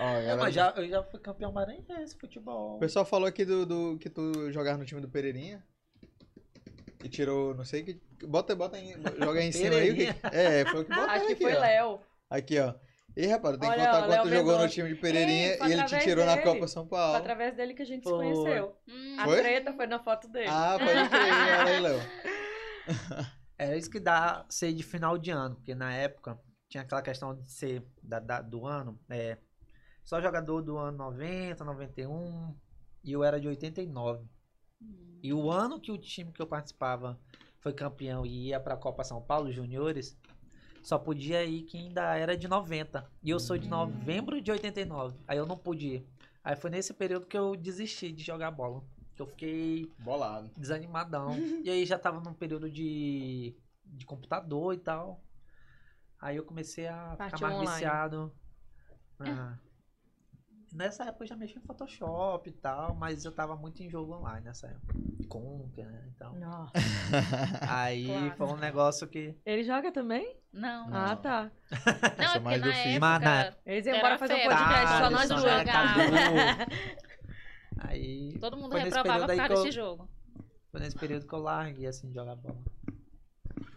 Speaker 1: Ó,
Speaker 4: É,
Speaker 1: galera,
Speaker 4: mas já, eu já fui campeão maranhense, futebol.
Speaker 1: O pessoal falou aqui do, do- que tu jogava no time do Pereirinha. E tirou, não sei que. Bota, bota aí, joga aí em cima aí. o que- é, foi o que botaram
Speaker 2: Acho que
Speaker 1: aqui,
Speaker 2: foi
Speaker 1: ó.
Speaker 2: Léo.
Speaker 1: Aqui, ó. E rapaz, tem que
Speaker 2: Olha,
Speaker 1: contar
Speaker 2: ó,
Speaker 1: quanto tu
Speaker 2: Léo
Speaker 1: jogou no
Speaker 2: Mendonça.
Speaker 1: time de Pereirinha
Speaker 2: Ih, foi
Speaker 1: e ele te
Speaker 2: através
Speaker 1: tirou na
Speaker 2: dele.
Speaker 1: Copa São
Speaker 2: Foi
Speaker 1: Paulo.
Speaker 2: através dele que a gente
Speaker 4: Foi.
Speaker 2: se conheceu.
Speaker 3: Hum,
Speaker 2: A
Speaker 1: Foi?
Speaker 2: treta foi na foto dele.
Speaker 1: Ah, pode crer, olha aí, Léo.
Speaker 4: Era isso que dá ser de final de ano, porque na época tinha aquela questão de ser da, da- do ano, é, só jogador do ano 90, 91, e eu era de 89.
Speaker 3: Hum.
Speaker 4: E o ano que o time que eu participava foi campeão e ia pra Copa São Paulo, juniores, só podia ir quem ainda era de 90. E eu sou de
Speaker 3: Hum.
Speaker 4: novembro de 89, aí eu não pude ir. Aí foi nesse período que eu desisti de jogar bola, que eu fiquei
Speaker 1: Bolado.
Speaker 4: desanimadão. e aí já tava num período de, de computador e tal. Aí eu comecei a
Speaker 2: Parte
Speaker 4: ficar mais
Speaker 2: online. É.
Speaker 4: viciado. Ah. Nessa época eu já mexia em Photoshop e tal, mas eu tava muito em jogo online nessa época. Conca, né? Então.
Speaker 2: Nossa.
Speaker 4: Aí
Speaker 3: Claro.
Speaker 4: foi um negócio que.
Speaker 2: Ele joga também?
Speaker 3: Não.
Speaker 1: Não.
Speaker 3: Não,
Speaker 2: Ah, tá.
Speaker 3: é
Speaker 1: sou
Speaker 3: porque na
Speaker 1: mais do FIFA.
Speaker 3: época.
Speaker 4: Mas na-
Speaker 2: Eles iam
Speaker 3: Era
Speaker 2: embora fazer um
Speaker 3: febre.
Speaker 2: podcast,
Speaker 3: Tá,
Speaker 2: só nós
Speaker 3: isso
Speaker 2: duas.
Speaker 3: não é
Speaker 2: Tá.
Speaker 4: acabou. Aí.
Speaker 3: Todo mundo
Speaker 4: Foi nesse
Speaker 3: reprovava
Speaker 4: período
Speaker 3: por causa
Speaker 4: aí que eu-
Speaker 3: desse jogo.
Speaker 4: Foi nesse período que eu larguei assim de jogar bola.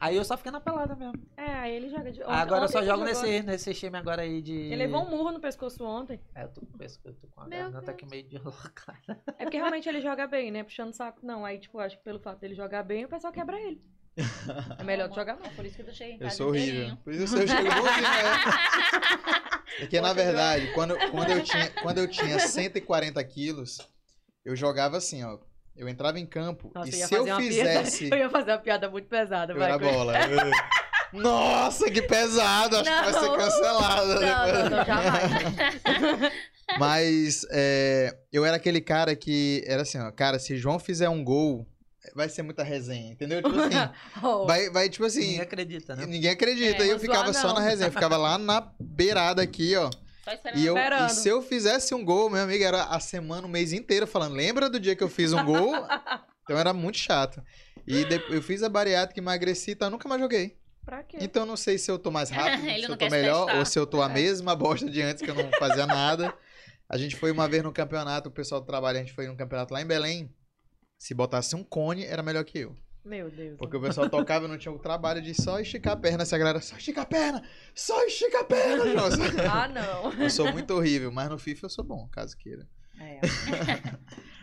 Speaker 4: Aí eu só fiquei na pelada mesmo.
Speaker 2: É, aí ele joga de. ontem-
Speaker 1: Ah,
Speaker 4: agora eu só
Speaker 2: ontem
Speaker 4: jogo
Speaker 2: ele jogou.
Speaker 4: nesse, nesse time agora aí de.
Speaker 2: Ele levou um murro no pescoço ontem.
Speaker 4: É, eu tô, com esse- eu tô com a
Speaker 3: Meu
Speaker 4: garganta aqui meio deslocada.
Speaker 2: É porque realmente ele joga bem, né? Puxando saco. Não, aí, tipo, acho que pelo fato dele jogar bem, o pessoal quebra ele. É melhor tu jogar não.
Speaker 3: Por isso que tu chega em
Speaker 1: Eu
Speaker 2: tá
Speaker 3: casa
Speaker 1: sou horrível.
Speaker 3: inteirinho.
Speaker 1: Por isso eu chego bonzinho, né? Porque, na verdade, quando, quando, eu tinha, quando eu tinha 140 quilos, eu jogava assim, ó. Eu entrava em campo
Speaker 2: Nossa,
Speaker 1: e
Speaker 2: eu ia
Speaker 1: se
Speaker 2: fazer
Speaker 1: eu
Speaker 2: uma
Speaker 1: fizesse...
Speaker 2: piada. Eu ia fazer uma piada muito pesada,
Speaker 1: Eu
Speaker 2: vai.
Speaker 1: era
Speaker 2: Cunha.
Speaker 1: bola. Nossa, que pesado! Acho que vai ser
Speaker 2: Não.
Speaker 1: cancelado. né?
Speaker 2: Não, não, não, jamais.
Speaker 1: Mas é, eu era aquele cara que era assim, ó. Cara, se João fizer um gol, vai ser muita resenha, entendeu? Tipo assim,
Speaker 2: Oh,
Speaker 1: vai, vai tipo assim,
Speaker 4: Ninguém acredita, né?
Speaker 1: Ninguém acredita.
Speaker 3: É,
Speaker 1: e eu
Speaker 2: vou
Speaker 1: ficava
Speaker 2: zoar,
Speaker 1: só
Speaker 2: não. Tá
Speaker 1: na resenha. Eu ficava lá na beirada aqui, ó.
Speaker 3: Só esperando.
Speaker 1: E, eu,
Speaker 2: Esperando.
Speaker 1: e se eu fizesse um gol, meu amigo, era a semana, o mês inteiro falando. Lembra do dia que eu fiz um gol? então era muito chato. E de- eu fiz a bariátrica, emagreci e tal. Nunca mais joguei.
Speaker 2: Pra quê?
Speaker 1: Então não sei se eu tô mais rápido, se
Speaker 3: Ele
Speaker 1: eu
Speaker 3: não
Speaker 1: tô
Speaker 3: quer se
Speaker 1: melhor,
Speaker 3: testar.
Speaker 1: ou se eu tô a
Speaker 3: É.
Speaker 1: mesma bosta de antes, que eu não fazia nada. A gente foi uma vez no campeonato, o pessoal do trabalho, a gente foi num campeonato lá em Belém. Se botasse um cone, era melhor que eu.
Speaker 2: Meu Deus.
Speaker 1: Porque o pessoal tocava, eu não tinha o trabalho de só esticar a perna. Essa galera, só estica a perna! Só estica a perna, Johnson!
Speaker 2: Ah, não.
Speaker 1: Eu sou muito horrível, mas no FIFA eu sou bom, caso queira.
Speaker 4: É.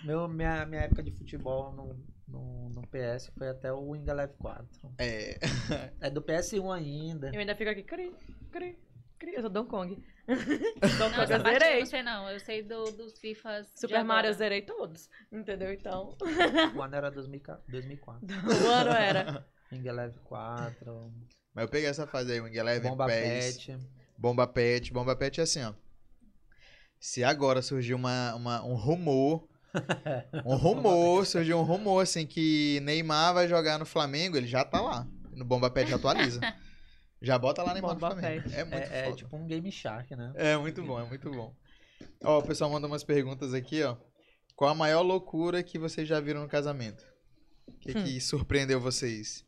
Speaker 4: Meu, minha, minha época de futebol no, no, no PS foi até o Ingaleve 4.
Speaker 1: É.
Speaker 4: É do PS1 ainda.
Speaker 2: Eu ainda fico aqui, cri, cri, cri. Eu sou Don Kong.
Speaker 3: Não, essa
Speaker 2: eu
Speaker 3: parte eu
Speaker 2: zerei.
Speaker 3: não sei não. Eu sei do, dos Fifas. de
Speaker 2: Super Mario eu
Speaker 3: agora.
Speaker 2: zerei todos. Entendeu? Então,
Speaker 4: O ano era 2004. 2004.
Speaker 2: o ano era.
Speaker 4: Ingaleve 4.
Speaker 1: Mas eu peguei essa fase aí, Wing Eleven,
Speaker 4: Bomba
Speaker 1: PES,
Speaker 4: Pet.
Speaker 1: Bomba Pet. Bomba Pet é assim, ó. Se agora surgir uma, uma- um rumor. Um rumor, surgiu um rumor assim que Neymar vai jogar no Flamengo, ele já tá lá. No Bomba Pet atualiza. Já bota lá Neymar
Speaker 2: Bomba
Speaker 1: no Flamengo. É muito
Speaker 4: É, é
Speaker 1: foda.
Speaker 4: tipo um Game Shark, né?
Speaker 1: É muito bom, é muito bom. Ó, o pessoal manda umas perguntas aqui, ó. Qual a maior loucura que vocês já viram no casamento? O que, que surpreendeu vocês?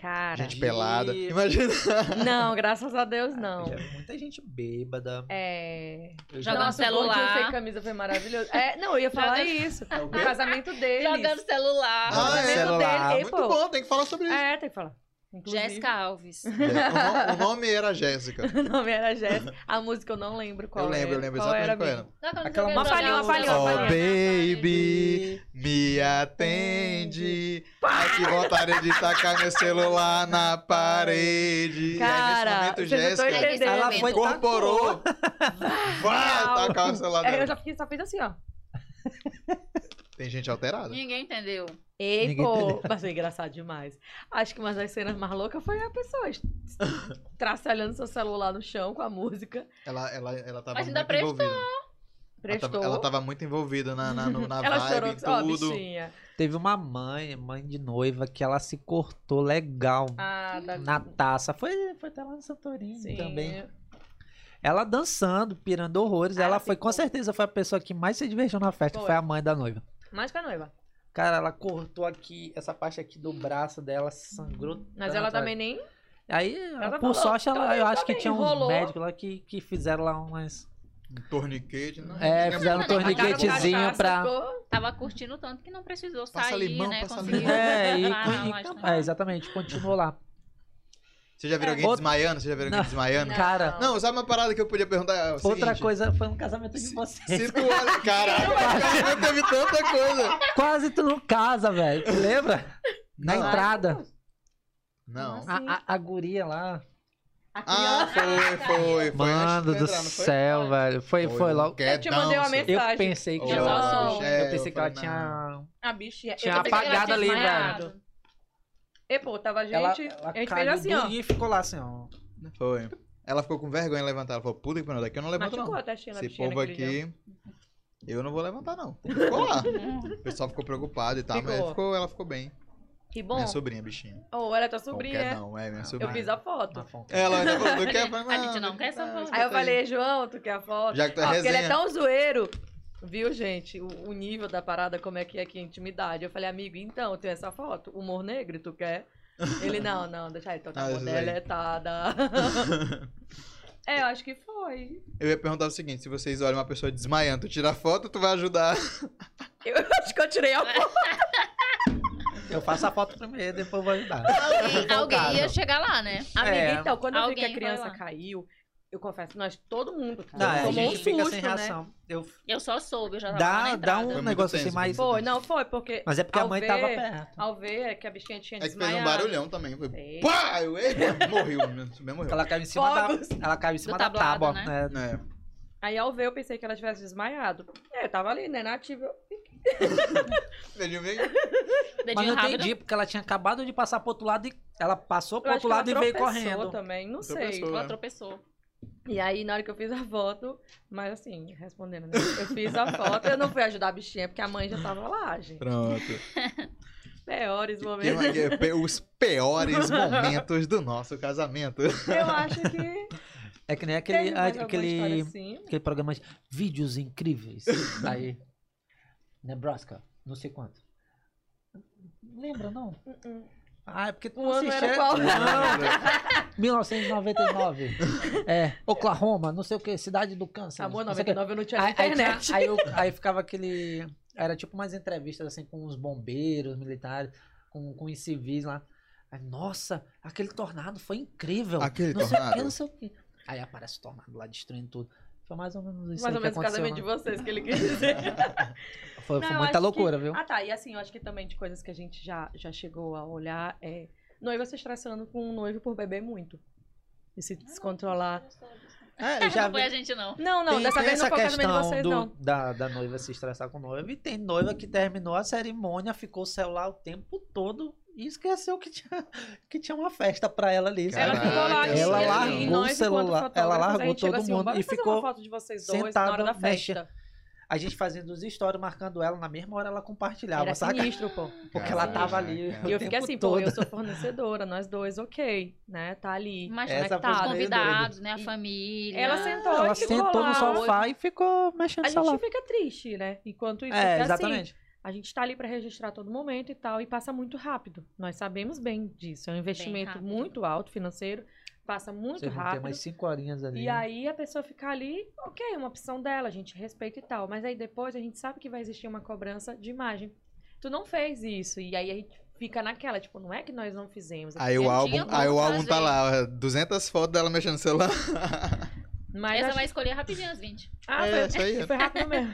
Speaker 2: Cara.
Speaker 1: Gente pelada.
Speaker 4: Ih.
Speaker 1: Imagina. tá
Speaker 2: Não, graças a Deus, não.
Speaker 4: Já vi muita gente bêbada.
Speaker 2: É.
Speaker 4: Eu
Speaker 3: Jogando
Speaker 4: já-
Speaker 2: Nossa, o gol de eu
Speaker 3: celular.
Speaker 2: sem camisa foi maravilhoso. É, não, eu ia falar
Speaker 3: Jogando-
Speaker 2: isso. O casamento deles.
Speaker 3: Jogando celular.
Speaker 2: Ah,
Speaker 1: Ah,
Speaker 2: é.
Speaker 1: é.
Speaker 2: dele, hein,
Speaker 1: Muito
Speaker 2: pô?
Speaker 1: bom, tem que falar sobre isso.
Speaker 2: É, tem que falar. Inclusive,
Speaker 3: Jéssica Alves.
Speaker 1: É, O, no- o nome era Jéssica.
Speaker 2: O nome era Jéssica. A música eu não lembro qual
Speaker 1: Eu lembro,
Speaker 2: era.
Speaker 1: eu lembro
Speaker 2: qual
Speaker 1: exatamente
Speaker 2: era
Speaker 1: qual
Speaker 2: a
Speaker 1: era.
Speaker 2: minha.
Speaker 3: Não, quando
Speaker 4: Aquela
Speaker 3: você
Speaker 4: uma
Speaker 3: quer
Speaker 2: palhinha,
Speaker 3: jogar
Speaker 2: uma palhinha,
Speaker 3: o
Speaker 2: uma
Speaker 3: celular.
Speaker 1: palhinha. Oh, baby. Me atende. Aqui voltarei de tacar meu celular na parede.
Speaker 2: Cara,
Speaker 1: e aí, nesse
Speaker 2: vocês não
Speaker 1: momento,
Speaker 2: tão
Speaker 1: Jéssica
Speaker 2: entendendo.
Speaker 4: Ela foi
Speaker 1: incorporou. Vai
Speaker 2: Real.
Speaker 1: tacar Ah, tá, o celular
Speaker 2: É, eu
Speaker 1: dela.
Speaker 2: já fiquei, só fiz assim, ó.
Speaker 1: Tem gente alterada.
Speaker 3: Ninguém entendeu.
Speaker 2: Ei,
Speaker 4: Ninguém
Speaker 2: pô.
Speaker 4: entendeu.
Speaker 2: Mas foi engraçado demais. Acho que uma das cenas mais loucas foi a pessoa est- traçalhando seu celular no chão com a música.
Speaker 1: Ela, ela, ela tava
Speaker 3: Mas ainda
Speaker 1: muito
Speaker 3: prestou.
Speaker 1: envolvida. Ela tava,
Speaker 2: Prestou.
Speaker 1: ela tava muito envolvida na, na, no- na
Speaker 2: Ela
Speaker 1: vibe,
Speaker 2: chorou.
Speaker 1: em
Speaker 2: Ó,
Speaker 1: tudo.
Speaker 2: bichinha.
Speaker 4: Teve uma mãe, mãe de noiva, que ela se cortou legal
Speaker 2: Ah, da...
Speaker 4: na taça. Foi, foi até lá no Santorini
Speaker 2: Sim.
Speaker 4: também. Ela dançando, pirando horrores.
Speaker 2: Ah,
Speaker 4: ela
Speaker 2: sim,
Speaker 4: foi, com
Speaker 2: pô.
Speaker 4: certeza, foi a pessoa que mais se divertiu na festa.
Speaker 2: Foi.
Speaker 4: Foi a mãe da noiva.
Speaker 2: Mais que a noiva.
Speaker 4: Cara, ela cortou aqui, essa parte aqui do braço dela, sangrou.
Speaker 2: Uhum. Mas
Speaker 4: tanto,
Speaker 2: ela também nem.
Speaker 4: Aí,
Speaker 2: tá
Speaker 4: por
Speaker 2: falando,
Speaker 4: sorte,
Speaker 2: então
Speaker 4: ela, eu
Speaker 2: ela
Speaker 4: acho que
Speaker 2: também
Speaker 4: tinha uns
Speaker 2: enrolou.
Speaker 4: médicos lá que, que fizeram lá umas.
Speaker 1: Um torniquete. Não,
Speaker 4: É,
Speaker 1: não
Speaker 4: fizeram um
Speaker 1: lembro.
Speaker 3: Arrancaram
Speaker 4: torniquetezinho
Speaker 2: cachaça,
Speaker 4: pra.
Speaker 2: ficou-
Speaker 3: Tava curtindo tanto que não precisou
Speaker 1: Passa
Speaker 3: sair,
Speaker 1: limão,
Speaker 3: né?
Speaker 1: passa
Speaker 3: Conseguiu
Speaker 1: limão.
Speaker 4: É, e,
Speaker 2: Ah,
Speaker 3: parar
Speaker 4: e-
Speaker 3: lá, acho né? que-
Speaker 4: é, exatamente, continuou lá.
Speaker 1: Você já viram alguém
Speaker 4: Outra-
Speaker 1: desmaiando? Você já viram alguém
Speaker 4: Não.
Speaker 1: desmaiando?
Speaker 4: Cara,
Speaker 1: Não, sabe uma parada que eu podia perguntar? É o
Speaker 4: outra
Speaker 1: seguinte,
Speaker 4: coisa foi no casamento de
Speaker 1: Se-
Speaker 4: vocês.
Speaker 1: Se tu olha. Caralho, mas cara, não teve tanta coisa.
Speaker 4: Quase tu não casa, velho. Tu lembra? Na
Speaker 1: Não.
Speaker 4: entrada.
Speaker 1: Não.
Speaker 2: Nossa.
Speaker 4: A, a, a guria lá.
Speaker 2: A
Speaker 1: Ah,
Speaker 2: criança-
Speaker 1: foi, foi. foi
Speaker 4: Mano
Speaker 1: antes de
Speaker 4: do
Speaker 1: tu entrar, não foi?
Speaker 4: céu, velho. Foi,
Speaker 1: Foi,
Speaker 4: foi
Speaker 1: não
Speaker 4: logo.
Speaker 1: quer
Speaker 2: Eu te
Speaker 1: dar um
Speaker 2: mandei uma
Speaker 1: seu-
Speaker 2: mensagem.
Speaker 4: Eu pensei que
Speaker 1: Ô,
Speaker 3: Eu só sou.
Speaker 4: ela. Eu
Speaker 1: É,
Speaker 4: pensei
Speaker 1: eu
Speaker 4: que ela
Speaker 1: falei,
Speaker 4: tinha.
Speaker 2: A bichinha.
Speaker 4: Tinha
Speaker 2: eu pensei que ela
Speaker 4: apagado
Speaker 2: tinha
Speaker 4: ali, velho.
Speaker 2: desmaiado. E, pô, tava a gente.
Speaker 4: ela,
Speaker 2: a gente fez
Speaker 4: caiu
Speaker 2: assim, ó.
Speaker 4: durinha e ficou lá assim, ó.
Speaker 1: Foi. Ela ficou com vergonha de levantar. Ela falou, puta que pariu, daqui eu não levanto
Speaker 2: Machucou
Speaker 1: não.
Speaker 2: a testinha da
Speaker 1: Esse
Speaker 2: bichinha né,
Speaker 1: povo
Speaker 2: naquele dia.
Speaker 1: aqui, eu não vou levantar não. Ficou lá. O pessoal ficou preocupado e tal, mas
Speaker 2: Ficou.
Speaker 1: ficou, ela ficou bem.
Speaker 2: Que bom.
Speaker 1: Minha sobrinha, bichinha.
Speaker 2: Ou era tua
Speaker 1: Qualquer
Speaker 2: sobrinha. né?
Speaker 1: não, é minha
Speaker 4: Eu
Speaker 1: sobrinha.
Speaker 2: Eu fiz a foto.
Speaker 4: Na fonte.
Speaker 1: Ela ainda falou, tu quer?
Speaker 3: A gente não quer essa
Speaker 1: não,
Speaker 3: foto.
Speaker 2: Aí eu
Speaker 1: bota aí.
Speaker 2: falei, João, tu quer a foto?
Speaker 1: Já que tu é
Speaker 2: Ó, porque ele é
Speaker 1: resenha.
Speaker 2: tão zoeiro. Viu, gente, o, o nível da parada, como é que é aqui a intimidade. Eu falei, amigo, então, eu tenho essa foto, humor negro, tu quer? Ele, não, não, deixa aí, então tá
Speaker 1: Ah,
Speaker 2: bom,
Speaker 1: isso aí.
Speaker 2: deletada. é, eu acho que foi.
Speaker 1: Eu ia perguntar o seguinte, se vocês olham uma pessoa desmaiando, tu tira a foto, tu vai ajudar.
Speaker 2: Eu acho que eu tirei a foto.
Speaker 4: Eu faço a foto primeiro, depois vou ajudar.
Speaker 3: Alguém, alguém ia
Speaker 4: Voltado.
Speaker 3: chegar lá, né?
Speaker 2: Amiga, então, quando eu vi que
Speaker 3: Alguém
Speaker 2: a
Speaker 3: foi
Speaker 2: criança
Speaker 3: lá.
Speaker 2: caiu, eu confesso, nós, todo mundo, cara,
Speaker 4: Não, é, a
Speaker 2: tomou
Speaker 4: gente
Speaker 2: um
Speaker 4: fica
Speaker 2: susto,
Speaker 4: sem
Speaker 2: né?
Speaker 4: reação. Eu,
Speaker 3: Eu só soube, eu já tava lá na
Speaker 4: dá dá
Speaker 3: entrada.
Speaker 1: Foi
Speaker 4: um
Speaker 1: muito
Speaker 4: negócio
Speaker 1: tenso,
Speaker 4: assim mais.
Speaker 1: muito
Speaker 2: Foi, não, foi, porque
Speaker 4: Mas é porque a
Speaker 2: Ao
Speaker 4: mãe tava
Speaker 2: ver-
Speaker 4: perto.
Speaker 2: ao ver que a bichinha tinha
Speaker 1: É que fez
Speaker 2: desmaiado.
Speaker 1: um barulhão também. Foi
Speaker 2: Fez.
Speaker 1: pá! Eu, eita, morreu, meu, morreu.
Speaker 4: Ela caiu em cima
Speaker 2: Fogos.
Speaker 4: da. Ela caiu em cima
Speaker 3: Do
Speaker 4: da
Speaker 3: tablado,
Speaker 4: tábua,
Speaker 3: né?
Speaker 4: né?
Speaker 1: É.
Speaker 2: Aí ao ver eu pensei que ela tivesse desmaiado. É, eu tava ali, né, na ativa. eu-
Speaker 1: Dedinho meio-
Speaker 4: Mas
Speaker 3: Dedinho
Speaker 4: eu
Speaker 3: rápido.
Speaker 4: entendi, porque ela tinha acabado de passar pro outro lado e ela passou pro
Speaker 2: Eu acho
Speaker 4: outro
Speaker 2: que ela
Speaker 4: lado e veio
Speaker 2: tropeçou tá?
Speaker 4: correndo.
Speaker 2: também, não sei.
Speaker 1: Tropeçou.
Speaker 3: Ela tropeçou.
Speaker 2: E aí na hora que eu fiz a foto, mas assim, respondendo, né? eu fiz a foto, eu não fui ajudar a bichinha porque a mãe já tava lá, gente.
Speaker 1: Pronto.
Speaker 2: Piores
Speaker 1: Quem
Speaker 2: momentos.
Speaker 1: vai- que- pe- Os piores momentos do nosso casamento.
Speaker 2: Eu acho que
Speaker 4: É que nem
Speaker 2: teve
Speaker 4: aquele,
Speaker 2: mais alguma história
Speaker 4: aquele,
Speaker 2: assim.
Speaker 4: aquele programa de vídeos incríveis. Aí. Nebraska, não sei quanto. Lembra, não?
Speaker 2: Uh-uh.
Speaker 6: Ah, é porque tu
Speaker 2: O
Speaker 6: não
Speaker 2: ano era
Speaker 6: assistia-
Speaker 2: qual?
Speaker 6: O ano,
Speaker 4: 1999. é, Oklahoma, não sei o que, cidade do câncer.
Speaker 2: Acabou
Speaker 4: não sei o quê.
Speaker 2: 99, eu não tinha
Speaker 4: Aí- aí
Speaker 2: internet.
Speaker 4: tinha- Aí, eu- aí ficava aquele. Era tipo umas entrevistas assim com os bombeiros, militares, com, com os civis lá. Aí, nossa, aquele tornado foi incrível.
Speaker 1: Aquele
Speaker 4: não sei o que,
Speaker 1: tornado?
Speaker 4: não sei o que. Aí aparece o tornado lá destruindo tudo. Foi mais ou menos isso
Speaker 2: Mais
Speaker 4: aí
Speaker 2: ou
Speaker 4: que
Speaker 2: menos o
Speaker 4: aconteceu.
Speaker 2: casamento de vocês que ele quis dizer.
Speaker 4: né? Foi,
Speaker 2: Não,
Speaker 4: foi
Speaker 2: eu acho
Speaker 4: muita
Speaker 2: que-
Speaker 4: loucura, viu?
Speaker 2: Ah, tá. E assim, eu acho que também de coisas que a gente já, já chegou a olhar é noiva se estressando com um noivo por beber muito. E se descontrolar.
Speaker 6: É, eu já
Speaker 3: não foi
Speaker 6: vi-
Speaker 3: a gente, não.
Speaker 2: Não, não,
Speaker 6: tem,
Speaker 2: dessa
Speaker 6: tem
Speaker 2: vez não
Speaker 6: essa
Speaker 2: foi o casamento de
Speaker 6: questão
Speaker 2: vocês,
Speaker 6: do-
Speaker 2: não.
Speaker 6: Da, da noiva se estressar com o noivo. E tem noiva que terminou a cerimônia, ficou o celular o tempo todo e esqueceu que tinha, que tinha uma festa pra ela ali.
Speaker 1: Ela
Speaker 6: sabe?
Speaker 1: ficou lá,
Speaker 6: ela
Speaker 1: e
Speaker 6: largou
Speaker 1: assim,
Speaker 6: o celular, ela largou todo
Speaker 2: assim,
Speaker 6: mundo e ficou.
Speaker 2: uma foto de vocês dois na hora
Speaker 6: sentada,
Speaker 2: da festa.
Speaker 6: A gente fazendo os stories, marcando ela, na mesma hora ela compartilhava,
Speaker 2: Era
Speaker 6: saca?
Speaker 2: é sinistro, pô.
Speaker 6: Porque ela tava
Speaker 1: Caraca.
Speaker 6: ali.
Speaker 1: E
Speaker 6: o
Speaker 2: E eu fiquei
Speaker 6: tempo
Speaker 2: assim, pô,
Speaker 6: todo.
Speaker 2: eu sou fornecedora, nós dois, ok, né? Tá ali.
Speaker 3: Mas
Speaker 6: Essa
Speaker 3: conectado,
Speaker 6: foi
Speaker 3: os
Speaker 6: meio
Speaker 3: convidados, né? A
Speaker 2: E-
Speaker 3: família.
Speaker 2: Ela sentou
Speaker 6: Ela
Speaker 2: e ficou
Speaker 6: sentou
Speaker 2: lá.
Speaker 6: no sofá e ficou mexendo no
Speaker 2: A gente
Speaker 6: celular.
Speaker 2: fica triste, né? Enquanto isso,
Speaker 6: É,
Speaker 2: porque assim,
Speaker 6: exatamente.
Speaker 2: A gente tá ali para registrar todo momento e tal, e passa muito rápido. Nós sabemos bem disso. É um investimento
Speaker 3: rápido.
Speaker 2: muito alto financeiro, passa muito
Speaker 6: Vocês vão ter
Speaker 2: rápido.
Speaker 6: umas 5 horinhas ali.
Speaker 2: E aí a pessoa fica ali, ok, é uma opção dela, a gente respeita e tal. Mas aí depois a gente sabe que vai existir uma cobrança de imagem. Tu não fez isso. E aí a gente fica naquela, tipo, não é que nós não fizemos. é que
Speaker 1: Aí o
Speaker 3: Não
Speaker 1: álbum,
Speaker 3: tinha como
Speaker 1: aí o álbum tá
Speaker 3: fazer.
Speaker 1: lá, ó, 200 fotos dela mexendo no celular.
Speaker 2: fizemos. Mas
Speaker 3: Essa
Speaker 2: acho-
Speaker 3: vai escolher rapidinho as 20.
Speaker 2: Ah,
Speaker 1: É,
Speaker 2: foi,
Speaker 1: isso aí.
Speaker 2: foi rápido mesmo.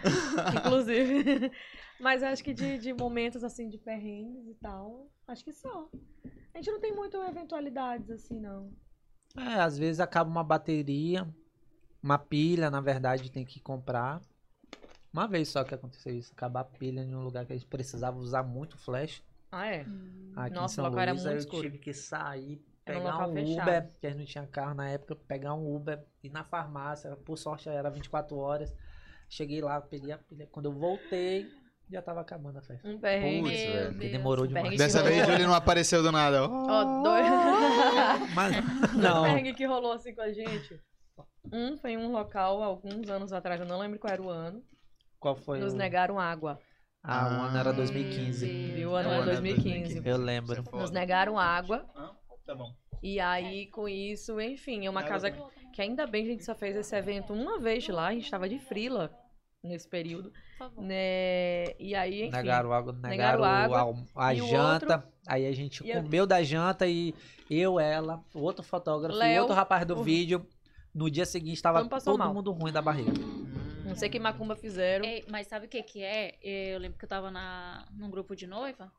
Speaker 2: Inclusive. Mas acho que de, de momentos assim de perrengues e tal, acho que só. A gente não tem muito eventualidades assim, não.
Speaker 4: É, às vezes acaba uma bateria, uma pilha, na verdade, tem que comprar. Uma vez só que aconteceu isso, acabar a pilha em um lugar que a gente precisava usar muito flash.
Speaker 2: Ah, é?
Speaker 4: Aqui
Speaker 2: Nossa,
Speaker 4: em São
Speaker 2: o local era
Speaker 4: Luís, aí
Speaker 2: muito
Speaker 4: eu
Speaker 2: escuro.
Speaker 4: tive que sair,
Speaker 2: Era um
Speaker 4: pegar
Speaker 2: local
Speaker 4: um
Speaker 2: fechado.
Speaker 4: Uber, porque a gente não tinha carro na época, pegar um Uber, ir na farmácia, por sorte era 24 horas. Cheguei lá, peguei a pilha. Quando eu voltei, já tava acabando a festa.
Speaker 2: Um perrengue.
Speaker 1: Putz, velho.
Speaker 4: Porque demorou
Speaker 2: Berg-
Speaker 4: demais.
Speaker 1: Dessa vez Júlio não apareceu do nada. ó.
Speaker 2: Ó, dois.
Speaker 6: Mas,
Speaker 2: dois
Speaker 4: Não,
Speaker 2: perrengues que rolou assim com a gente. Um foi em um local, alguns anos atrás, eu não lembro qual era o ano.
Speaker 6: qual foi?
Speaker 4: um-
Speaker 2: Nos Ah,
Speaker 6: o-
Speaker 2: negaram água.
Speaker 6: Ah, o ano era 2015.
Speaker 2: E o ano
Speaker 1: É,
Speaker 2: era
Speaker 1: o ano era
Speaker 2: 2015.
Speaker 1: 2015.
Speaker 6: Eu lembro.
Speaker 1: Você é
Speaker 2: Nos
Speaker 1: foda.
Speaker 2: negaram água.
Speaker 1: Ah, Tá bom.
Speaker 2: E aí, com isso, enfim, é uma
Speaker 1: Nada
Speaker 2: casa que ainda bem que a gente só fez esse evento uma vez lá, a gente tava de frila nesse período,
Speaker 3: é,
Speaker 2: né? E aí, enfim.
Speaker 4: Negaram água,
Speaker 2: Negaram
Speaker 4: negaram,
Speaker 2: água.
Speaker 4: água, a,
Speaker 2: E o
Speaker 4: janta. Aí a gente
Speaker 2: E eu-
Speaker 4: comeu da janta e eu, ela, o outro fotógrafo,
Speaker 2: Léo,
Speaker 4: o outro rapaz do
Speaker 2: o-
Speaker 4: vídeo. No dia seguinte tava
Speaker 2: Todo mundo passou
Speaker 4: todo
Speaker 2: mal.
Speaker 4: mundo ruim da barriga.
Speaker 2: Não sei que macumba fizeram.
Speaker 3: Ei, mas sabe o que que é? Eu lembro que eu tava na, num grupo de noiva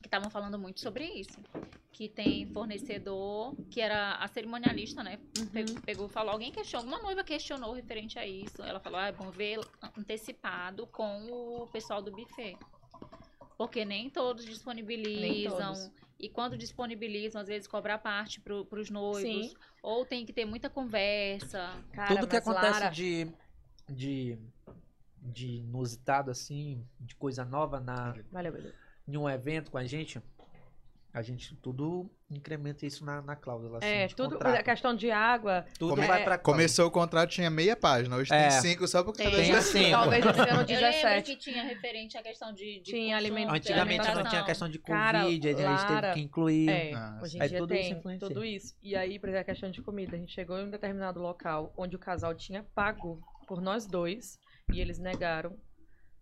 Speaker 3: que estavam falando muito sobre isso. Que tem fornecedor, que era a cerimonialista, né? Pegou, pegou, falou, alguém questionou, alguma noiva questionou referente a isso. Ela falou, ah, é bom ver antecipado com o pessoal do buffet. Porque nem todos disponibilizam.
Speaker 2: Nem todos.
Speaker 3: E quando disponibilizam, às vezes cobra a parte pro, pros noivos.
Speaker 2: Sim.
Speaker 3: Ou tem que ter muita conversa.
Speaker 2: Cara,
Speaker 4: Tudo que
Speaker 2: mas
Speaker 4: acontece
Speaker 2: Lara,
Speaker 4: de, de, de inusitado, assim, de coisa nova na,
Speaker 2: Valeu, meu Deus.
Speaker 4: em um evento com a gente, a gente tudo incrementa isso na, na cláusula. Assim,
Speaker 2: É,
Speaker 4: de
Speaker 2: tudo,
Speaker 4: contrato.
Speaker 2: a questão de água,
Speaker 4: tudo
Speaker 1: Come- é,
Speaker 4: vai pra cláusula.
Speaker 1: Começou o contrato, tinha meia página. Hoje tem
Speaker 4: É.
Speaker 1: cinco só por causa
Speaker 4: Tem
Speaker 1: da-
Speaker 4: a cinco.
Speaker 2: talvez esse ano
Speaker 3: Eu lembro
Speaker 2: 17.
Speaker 3: que tinha referente à questão de, de
Speaker 2: Tinha
Speaker 3: consumo,
Speaker 2: alimento-
Speaker 3: de
Speaker 4: Antigamente não
Speaker 3: alimentação.
Speaker 4: tinha questão de Covid,
Speaker 2: Cara,
Speaker 4: aí a gente
Speaker 2: Lara,
Speaker 4: teve que incluir.
Speaker 2: É,
Speaker 1: Ah,
Speaker 2: hoje em
Speaker 4: aí
Speaker 2: dia
Speaker 4: tudo isso
Speaker 2: tem
Speaker 4: influencia.
Speaker 2: tudo isso. E aí, por exemplo, a questão de comida. A gente chegou em um determinado local onde o casal tinha pago por nós dois e eles negaram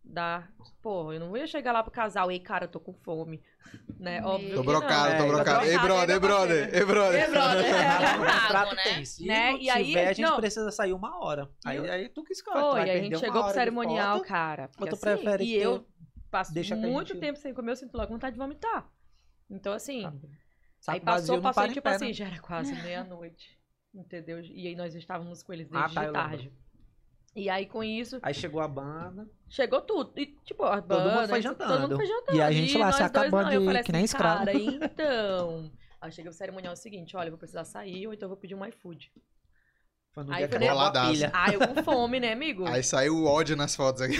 Speaker 2: dar. Porra, eu não ia chegar lá pro casal, ei, cara, eu tô com fome. Né?
Speaker 3: Meu
Speaker 2: Óbvio.
Speaker 1: Tô
Speaker 2: que não,
Speaker 1: brocado,
Speaker 2: né?
Speaker 1: tô
Speaker 4: é,
Speaker 1: brocado. Ei, brother, ei, brother, ei, brother.
Speaker 2: Ei, brother.
Speaker 4: Tá lá no
Speaker 3: Pago,
Speaker 4: contrato
Speaker 3: né?
Speaker 4: tem. Se
Speaker 2: Né?
Speaker 4: não
Speaker 2: E aí,
Speaker 4: tiver, a gente
Speaker 2: não.
Speaker 4: precisa sair uma hora. Aí, aí tu que escolhe. tu
Speaker 2: Foi,
Speaker 4: vai
Speaker 2: aí a
Speaker 4: perder
Speaker 2: gente
Speaker 4: uma
Speaker 2: chegou pro
Speaker 4: hora de
Speaker 2: cerimonial,
Speaker 4: foto,
Speaker 2: cara. Porque,
Speaker 4: tu
Speaker 2: assim,
Speaker 4: prefere
Speaker 2: e
Speaker 4: ter-
Speaker 2: eu passo
Speaker 4: deixa que a
Speaker 2: muito
Speaker 4: gente-
Speaker 2: tempo sem comer, eu sinto logo vontade de vomitar. Então, assim,
Speaker 4: sabe?
Speaker 2: aí
Speaker 4: Saco vazio
Speaker 2: passou,
Speaker 4: não
Speaker 2: passou,
Speaker 4: para
Speaker 2: e,
Speaker 4: em
Speaker 2: tipo
Speaker 4: pé, né?
Speaker 2: assim, já era quase meia-noite. Entendeu? E aí nós estávamos com eles
Speaker 4: Ah,
Speaker 2: desde
Speaker 4: tá,
Speaker 2: de
Speaker 4: eu
Speaker 2: tarde. E aí, com isso,
Speaker 4: Aí chegou a banda.
Speaker 2: Chegou tudo. E, tipo, a
Speaker 4: Todo mundo
Speaker 2: banda,
Speaker 4: foi
Speaker 2: isso-
Speaker 4: jantando.
Speaker 2: Todo mundo foi jantando.
Speaker 4: E a gente lá
Speaker 2: nós
Speaker 4: se
Speaker 2: dois não.
Speaker 4: acabando
Speaker 2: Eu
Speaker 4: de-
Speaker 2: falei
Speaker 4: que nem
Speaker 2: assim,
Speaker 4: escravo.
Speaker 2: Cara, então. Aí chega o cerimonial seguinte: olha, eu vou precisar sair, ou então eu vou pedir um iFood.
Speaker 4: Foi no
Speaker 2: Aí
Speaker 4: dia que
Speaker 2: foi
Speaker 4: acabou a
Speaker 1: boladaço.
Speaker 4: pilha.
Speaker 2: Ah, eu com fome, né, amigo?
Speaker 1: Aí saiu o ódio nas fotos aqui.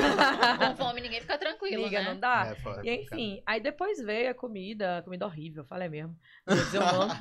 Speaker 3: Com fome ninguém fica tranquilo,
Speaker 2: Amiga,
Speaker 3: né?
Speaker 2: não dá.
Speaker 1: É, foda,
Speaker 2: Ah, E enfim, aí depois veio a comida, comida horrível, falei mesmo. Não vou dizer o nome.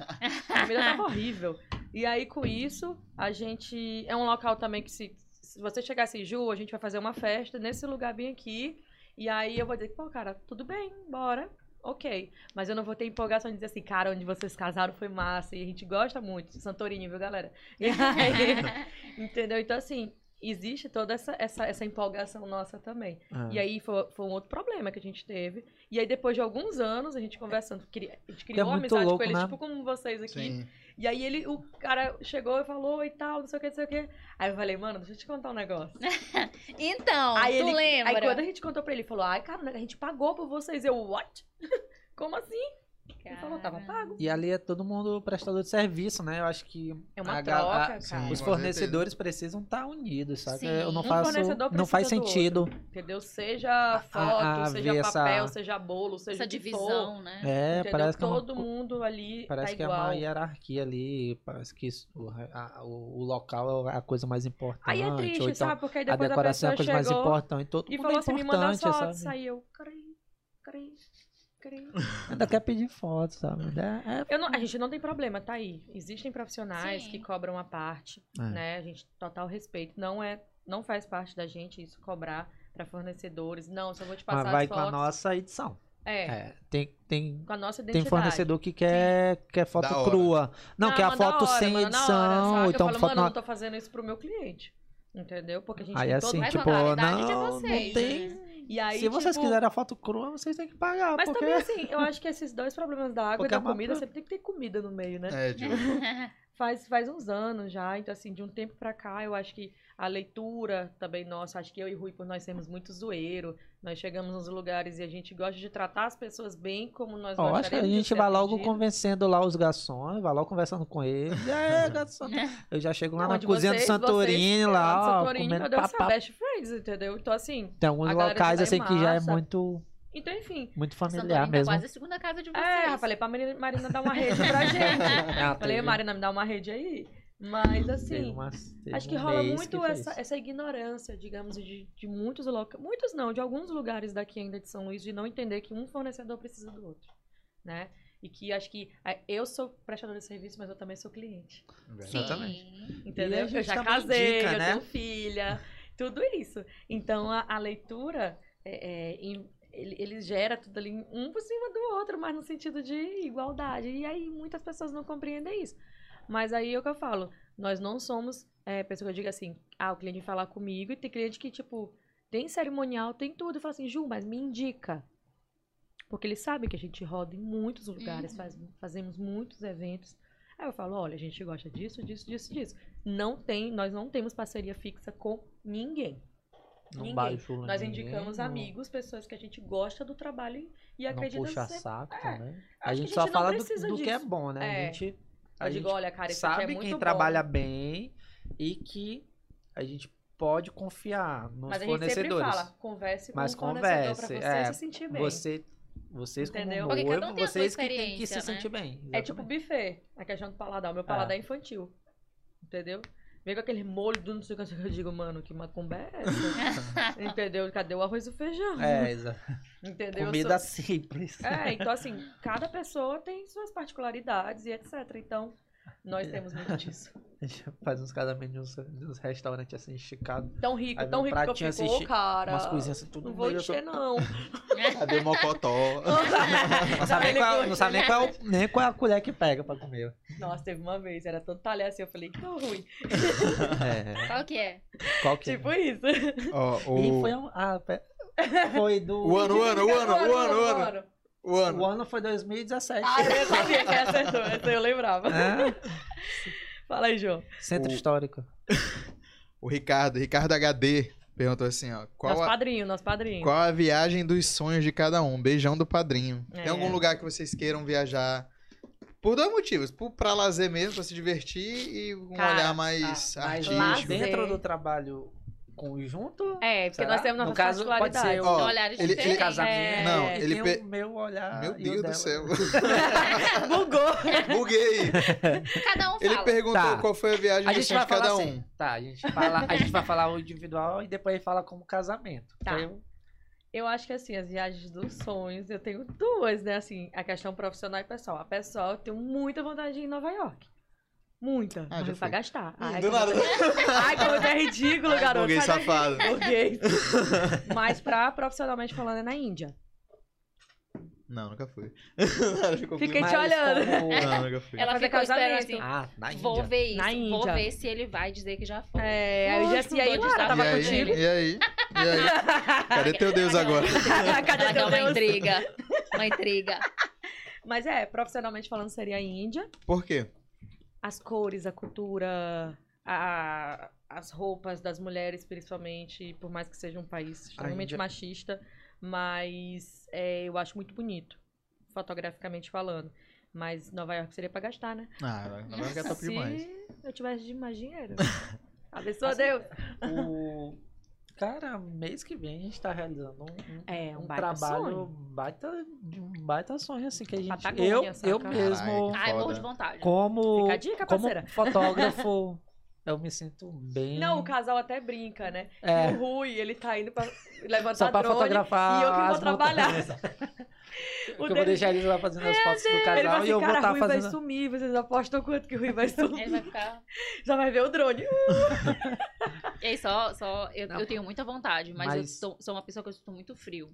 Speaker 2: A comida tava horrível. E aí, com isso, a gente. É um local também que se. Se você chegasse em Ju, a gente vai fazer uma festa nesse lugar bem aqui. E aí eu vou dizer, pô, cara, tudo bem, bora. ok. Mas eu não vou ter empolgação de dizer assim, cara, onde vocês casaram foi massa e a gente gosta muito. de Santorini, viu, galera? E aí, entendeu? Então, assim, existe toda essa, essa, essa empolgação nossa também.
Speaker 4: Ah.
Speaker 2: E aí foi, foi um outro problema que a gente teve. E aí, depois de alguns anos, a gente conversando, cri- a gente criou uma
Speaker 4: muito
Speaker 2: amizade
Speaker 4: louco,
Speaker 2: com eles,
Speaker 4: né?
Speaker 2: tipo como vocês aqui.
Speaker 1: Sim.
Speaker 2: E aí ele, o cara chegou e falou e tal, não sei o que, não sei o que. Aí eu falei, mano, deixa eu te contar um negócio.
Speaker 3: Então,
Speaker 2: Aí
Speaker 3: tu
Speaker 2: ele-
Speaker 3: lembra?
Speaker 2: Aí quando a gente contou pra ele, ele falou, ai, cara, a gente pagou por vocês. Eu, what? Como assim? Ele falou, tava
Speaker 3: Cara,
Speaker 2: pago.
Speaker 4: E ali é todo mundo prestador de serviço, né? Eu acho que
Speaker 2: É uma
Speaker 4: A ga-
Speaker 2: troca,
Speaker 4: a-
Speaker 1: sim.
Speaker 2: cara.
Speaker 4: os
Speaker 1: Com
Speaker 4: fornecedores precisam estar unidos, sabe?
Speaker 3: Sim.
Speaker 4: Eu não
Speaker 3: Um
Speaker 4: faço,
Speaker 2: fornecedor né?
Speaker 4: não faz
Speaker 2: precisa do
Speaker 4: sentido.
Speaker 2: Entendeu? Seja foto,
Speaker 4: a ver
Speaker 2: seja
Speaker 4: essa-
Speaker 2: papel, seja bolo, seja
Speaker 3: Essa
Speaker 2: o que for,
Speaker 3: divisão, né?
Speaker 4: É,
Speaker 2: entendeu?
Speaker 4: parece que é uma
Speaker 2: Todo mundo ali
Speaker 4: Parece
Speaker 2: tá
Speaker 4: que é
Speaker 2: igual.
Speaker 4: uma hierarquia ali, parece que isso- o, a- o- o local é a coisa mais importante.
Speaker 2: Aí é triste,
Speaker 4: ou então
Speaker 2: sabe? Porque aí
Speaker 4: a
Speaker 2: depois a, pessoa
Speaker 4: decoração é a coisa mais
Speaker 2: chegou
Speaker 4: importante. Todo
Speaker 2: e
Speaker 4: mundo
Speaker 2: falou
Speaker 4: é
Speaker 2: assim, me manda
Speaker 4: importante,
Speaker 2: fotos.
Speaker 4: sabe?
Speaker 2: Aí eu, peraí, peraí, peraí.
Speaker 4: Ainda quer pedir fotos, sabe? É, é-
Speaker 2: Eu não- a gente não tem problema, tá aí. Existem profissionais
Speaker 3: Sim.
Speaker 2: que cobram a parte,
Speaker 4: É.
Speaker 2: né? A gente total respeito. Não é, não faz parte da gente isso cobrar pra fornecedores. Não, só vou te
Speaker 4: mas
Speaker 2: passar
Speaker 4: Ah, vai
Speaker 2: as
Speaker 4: com a
Speaker 2: fotos.
Speaker 4: nossa edição.
Speaker 2: É,
Speaker 4: É, tem, tem,
Speaker 2: com a nossa identidade. Ah,
Speaker 4: tem fornecedor que quer, quer foto
Speaker 1: Da hora.
Speaker 4: crua. Não, quer a
Speaker 2: manda na
Speaker 4: foto
Speaker 2: hora,
Speaker 4: sem
Speaker 2: manda na hora,
Speaker 4: edição.
Speaker 2: saca?
Speaker 4: ou
Speaker 2: Eu
Speaker 4: então
Speaker 2: falo,
Speaker 4: foto
Speaker 2: mano, eu
Speaker 4: na-
Speaker 2: não tô fazendo isso pro meu cliente. Entendeu? Porque a gente
Speaker 4: Aí
Speaker 2: tem
Speaker 4: assim,
Speaker 2: todo... é
Speaker 3: Mas
Speaker 4: tipo,
Speaker 3: a qualidade de
Speaker 4: não,
Speaker 3: vocês,
Speaker 4: não tem.
Speaker 3: né?
Speaker 2: E aí,
Speaker 4: Se vocês
Speaker 2: tipo,
Speaker 4: quiserem a foto crua, vocês têm que pagar.
Speaker 2: Mas
Speaker 4: porque...
Speaker 2: também assim, eu acho que esses dois problemas da água
Speaker 4: Porque
Speaker 2: e da
Speaker 4: é uma
Speaker 2: comida,
Speaker 4: pro-
Speaker 2: sempre tem que ter comida no meio, né?
Speaker 1: É, Diogo.
Speaker 2: Faz, faz uns anos já, então assim, de um tempo pra cá, eu acho que a leitura também nossa, acho que eu e Rui, por nós sermos muito zoeiro, nós chegamos nos lugares e a gente gosta de tratar as pessoas bem como nós
Speaker 4: Ó, acho que
Speaker 2: gostaríamos
Speaker 4: a
Speaker 2: de
Speaker 4: gente
Speaker 2: ser
Speaker 4: vai logo
Speaker 2: atendido.
Speaker 4: convencendo lá os garçons, vai logo conversando com eles. E aí, garçom? Eu já chego lá na
Speaker 2: Onde
Speaker 4: cozinha
Speaker 2: vocês-
Speaker 4: do Santorini
Speaker 2: vocês,
Speaker 4: lá,
Speaker 2: do
Speaker 4: ó,
Speaker 2: Santorini, meu
Speaker 4: comendo
Speaker 2: Deus, são
Speaker 4: papá.
Speaker 2: best friends, entendeu? Então assim,
Speaker 4: Tem alguns
Speaker 2: A galera de
Speaker 4: locais
Speaker 2: lá é
Speaker 4: assim que já é
Speaker 2: massa.
Speaker 4: muito,
Speaker 2: então enfim.
Speaker 4: muito
Speaker 3: Santorini
Speaker 4: familiar
Speaker 3: tá
Speaker 4: mesmo.
Speaker 3: quase a segunda casa de vocês.
Speaker 2: É, eu falei pra Marina, Marina dar uma rede pra gente.
Speaker 4: Ah,
Speaker 2: falei,
Speaker 4: teve-
Speaker 2: Marina, me dá uma rede aí. Mas
Speaker 4: teve
Speaker 2: assim,
Speaker 4: umas- teve
Speaker 2: Acho que
Speaker 4: um
Speaker 2: rola
Speaker 4: mês
Speaker 2: muito
Speaker 4: foi
Speaker 2: essa,
Speaker 4: isso.
Speaker 2: essa ignorância, digamos, de, de muitos locais. Muitos não, de alguns lugares daqui ainda de São Luís, de não entender que um fornecedor precisa do outro. Né? E que acho que ah, eu sou prestador de serviço, mas eu também sou cliente.
Speaker 3: Sim.
Speaker 4: Exatamente. E a
Speaker 2: Entendeu?
Speaker 4: gente
Speaker 2: Eu já
Speaker 4: também
Speaker 2: casei,
Speaker 4: indica,
Speaker 2: eu
Speaker 4: né?
Speaker 2: tenho filha, tudo isso. Então a, a leitura é, é, em- ele, ele gera tudo ali um por cima do outro, mas no sentido de igualdade. E aí muitas pessoas não compreendem isso. Mas aí é o que eu falo, nós não somos é, pessoa que eu digo assim, ah, o cliente falar comigo e tem cliente que, tipo, tem cerimonial, tem tudo. E fala assim, Ju, mas me indica. Porque eles sabem que a gente roda em muitos lugares,
Speaker 3: Uhum.
Speaker 2: faz- fazemos muitos eventos. Aí eu falo, olha, a gente gosta disso, disso, disso, disso. Não tem, nós não temos parceria fixa com ninguém.
Speaker 4: Não
Speaker 2: é, ninguém.
Speaker 4: bajula
Speaker 2: Nós
Speaker 4: ninguém,
Speaker 2: indicamos
Speaker 4: não-
Speaker 2: amigos, pessoas que a gente gosta do trabalho e- e
Speaker 4: Não
Speaker 2: acredita
Speaker 4: puxa
Speaker 2: ser-
Speaker 4: saco
Speaker 2: É,
Speaker 4: também.
Speaker 2: que
Speaker 4: A
Speaker 2: a
Speaker 4: gente
Speaker 2: gente
Speaker 4: só
Speaker 2: não
Speaker 4: fala do,
Speaker 2: precisa
Speaker 4: do que é
Speaker 2: disso.
Speaker 4: bom, né?
Speaker 2: É.
Speaker 4: A gente, a
Speaker 2: Eu
Speaker 4: gente
Speaker 2: digo, olha, cara, isso aqui
Speaker 4: sabe
Speaker 2: é muito
Speaker 4: quem
Speaker 2: bom.
Speaker 4: trabalha bem e que a gente pode confiar nos
Speaker 2: Mas a gente sempre
Speaker 4: fornecedores.
Speaker 2: fala, converse com
Speaker 4: Mas
Speaker 2: o fornecedor pra
Speaker 4: converse,
Speaker 2: você
Speaker 4: é,
Speaker 2: se sentir bem.
Speaker 4: Você, vocês
Speaker 2: Entendeu?
Speaker 4: como
Speaker 3: Porque cada
Speaker 4: noivo,
Speaker 3: um tem a sua
Speaker 4: vocês que têm que se
Speaker 3: experiência, né?
Speaker 4: sentir bem.
Speaker 2: É tipo
Speaker 4: exatamente.
Speaker 2: buffet, a questão do paladar. O meu paladar é infantil. Entendeu? Vem com aquele molho do não sei o que não sei o que. eu digo, mano, que macumba é essa? entendeu? Cadê o arroz e o feijão?
Speaker 4: É, exato.
Speaker 2: entendeu? Eu
Speaker 4: Comida simples.
Speaker 2: sou- É, então assim, cada pessoa tem suas particularidades e etc. Então, nós temos muito disso.
Speaker 4: A gente faz uns casamentos de uns, de uns restaurantes assim, esticados.
Speaker 2: Tão rico,
Speaker 4: Aí vem
Speaker 2: tão
Speaker 4: um
Speaker 2: rico que eu
Speaker 4: pratinho
Speaker 2: fico,
Speaker 4: assim,
Speaker 2: ô,
Speaker 4: che-
Speaker 2: cara.
Speaker 4: Umas coisinhas assim, tudo
Speaker 2: Não vou
Speaker 4: meio-
Speaker 2: encher, não.
Speaker 1: Cadê Mocotó?
Speaker 4: Não sabe, nem qual, não sabe nem, qual é o- nem qual é a colher que pega pra comer.
Speaker 2: Nossa, teve uma vez, era todo talher assim, eu falei, que ruim.
Speaker 4: É,
Speaker 3: Qual que é?
Speaker 4: qual que é?
Speaker 2: Tipo isso.
Speaker 1: Ó,
Speaker 4: E
Speaker 1: o...
Speaker 4: foi, um, ah, pe- foi do...
Speaker 1: O ano, o ano, o ano, o ano, o ano. O ano.
Speaker 4: O ano foi 2017.
Speaker 2: Ah, eu sabia que ela acertou, essa eu lembrava.
Speaker 4: É,
Speaker 2: Fala aí, João.
Speaker 4: Centro
Speaker 1: O-
Speaker 4: Histórico.
Speaker 1: O Ricardo, Ricardo HD, perguntou assim, ó. Qual
Speaker 2: nosso
Speaker 1: a,
Speaker 2: padrinho, nosso padrinho.
Speaker 1: qual a viagem dos sonhos de cada um? Beijão do padrinho.
Speaker 2: É.
Speaker 1: Tem algum lugar que vocês queiram viajar? Por dois motivos. Por, pra lazer mesmo, pra se divertir e um
Speaker 2: Cara, tá,
Speaker 1: olhar mais
Speaker 2: Ah,
Speaker 4: Mas
Speaker 1: artístico.
Speaker 2: lazer.
Speaker 4: dentro do trabalho conjunto...
Speaker 2: É, porque
Speaker 4: Será?
Speaker 2: nós temos
Speaker 4: No
Speaker 2: nossas
Speaker 4: caso, pode
Speaker 2: particularidades. Então,
Speaker 4: ser,
Speaker 1: Ó,
Speaker 3: Tem um olhares
Speaker 1: ele- ele-
Speaker 3: diferentes.
Speaker 4: casamento.
Speaker 1: Não,
Speaker 4: E
Speaker 1: ele
Speaker 4: tem
Speaker 1: pe-
Speaker 4: o meu olhar
Speaker 1: Meu
Speaker 4: e o
Speaker 1: Deus do
Speaker 4: dela.
Speaker 1: céu.
Speaker 2: Bugou.
Speaker 1: Buguei.
Speaker 3: Cada um
Speaker 1: Ele
Speaker 3: fala.
Speaker 1: perguntou
Speaker 4: Tá.
Speaker 1: qual foi a viagem
Speaker 4: A
Speaker 1: dos
Speaker 4: gente
Speaker 1: sonhos
Speaker 4: vai
Speaker 1: de
Speaker 4: falar
Speaker 1: cada
Speaker 4: assim,
Speaker 1: um.
Speaker 4: tá, a gente, fala, a gente vai falar o individual e depois fala como casamento. Então,
Speaker 2: Tá.
Speaker 4: Eu-
Speaker 2: Eu acho que assim, as viagens dos sonhos, eu tenho duas, né? Assim, a questão profissional e pessoal. A pessoal, eu tenho muita vontade de ir em Nova York. Muita.
Speaker 1: Ah, já
Speaker 2: mas
Speaker 1: fui.
Speaker 2: pra gastar. Ai,
Speaker 1: Do
Speaker 2: como
Speaker 1: nada.
Speaker 2: Ai, como tu é ridículo, garoto.
Speaker 1: Buguei
Speaker 2: Sai daqui.
Speaker 1: safado.
Speaker 2: Burguês. Mas pra profissionalmente falando, é na Índia.
Speaker 1: Não, nunca fui. Ela ficou
Speaker 2: Fiquei
Speaker 1: com-
Speaker 2: te olhando.
Speaker 4: como-
Speaker 1: Não, nunca fui.
Speaker 3: Ela
Speaker 2: Fazer
Speaker 3: ficou esperando
Speaker 2: casamento.
Speaker 3: assim.
Speaker 4: Ah, na Índia.
Speaker 3: Vou ver isso.
Speaker 2: Na
Speaker 3: Vou
Speaker 2: Índia.
Speaker 3: ver se ele vai dizer que já foi.
Speaker 2: É, aí eu
Speaker 3: Nossa,
Speaker 2: já assim, aí
Speaker 3: não
Speaker 2: claro,
Speaker 3: dá
Speaker 2: tava
Speaker 1: e aí,
Speaker 2: contigo.
Speaker 1: E aí? E aí? Cadê teu Deus agora?
Speaker 2: Cadê
Speaker 3: Ela
Speaker 2: teu
Speaker 3: dá uma
Speaker 2: Deus?
Speaker 3: intriga. Uma intriga.
Speaker 2: Mas é, profissionalmente falando, seria a Índia.
Speaker 1: Por quê?
Speaker 2: As cores, a cultura, a- as roupas das mulheres, principalmente, por mais que seja um país extremamente
Speaker 7: Índia-
Speaker 2: machista, mas é, eu acho muito bonito, fotograficamente falando. Mas Nova York seria pra gastar, né?
Speaker 1: Ah, ela
Speaker 4: é
Speaker 1: vai ficar top
Speaker 2: Se
Speaker 1: demais.
Speaker 2: eu tivesse de mais dinheiro. Abençoa
Speaker 4: Assim,
Speaker 2: Deus.
Speaker 4: O... Cara, mês que vem a gente tá realizando um, um-
Speaker 2: É, um
Speaker 4: um
Speaker 2: baita
Speaker 4: trabalho
Speaker 2: sonho.
Speaker 4: Baita, um baita sonho, assim, que a gente.
Speaker 2: Patagônia,
Speaker 4: eu,
Speaker 2: saca?
Speaker 4: eu
Speaker 1: Caralho.
Speaker 4: mesmo,
Speaker 3: Ai, morro
Speaker 1: Foda.
Speaker 3: de vontade.
Speaker 4: como,
Speaker 2: Fica a dica,
Speaker 4: como
Speaker 2: parceira.
Speaker 4: fotógrafo, eu me sinto bem.
Speaker 2: Não, o casal até brinca, né?
Speaker 4: É.
Speaker 2: O Rui, ele tá indo pra levantar
Speaker 4: Só pra
Speaker 2: drone
Speaker 4: fotografar.
Speaker 2: e eu que
Speaker 4: as
Speaker 2: vou trabalhar.
Speaker 4: montanhas.
Speaker 2: O
Speaker 4: Porque eu vou
Speaker 2: dele-
Speaker 4: deixar eles lá fazendo as fotos do
Speaker 2: Ele vai
Speaker 4: casal e
Speaker 2: ficar,
Speaker 4: eu vou
Speaker 2: cara,
Speaker 4: estar
Speaker 2: Rui vai
Speaker 4: fazendo.
Speaker 2: sumir, vocês apostam quanto que o Rui vai
Speaker 3: Ele
Speaker 2: sumir.
Speaker 3: vai ficar.
Speaker 2: Já vai ver o drone.
Speaker 3: E aí, só. só eu,
Speaker 4: Não.
Speaker 3: eu tenho muita vontade, mas, eu
Speaker 4: Mas-
Speaker 3: sou, sou uma pessoa que eu sinto muito frio.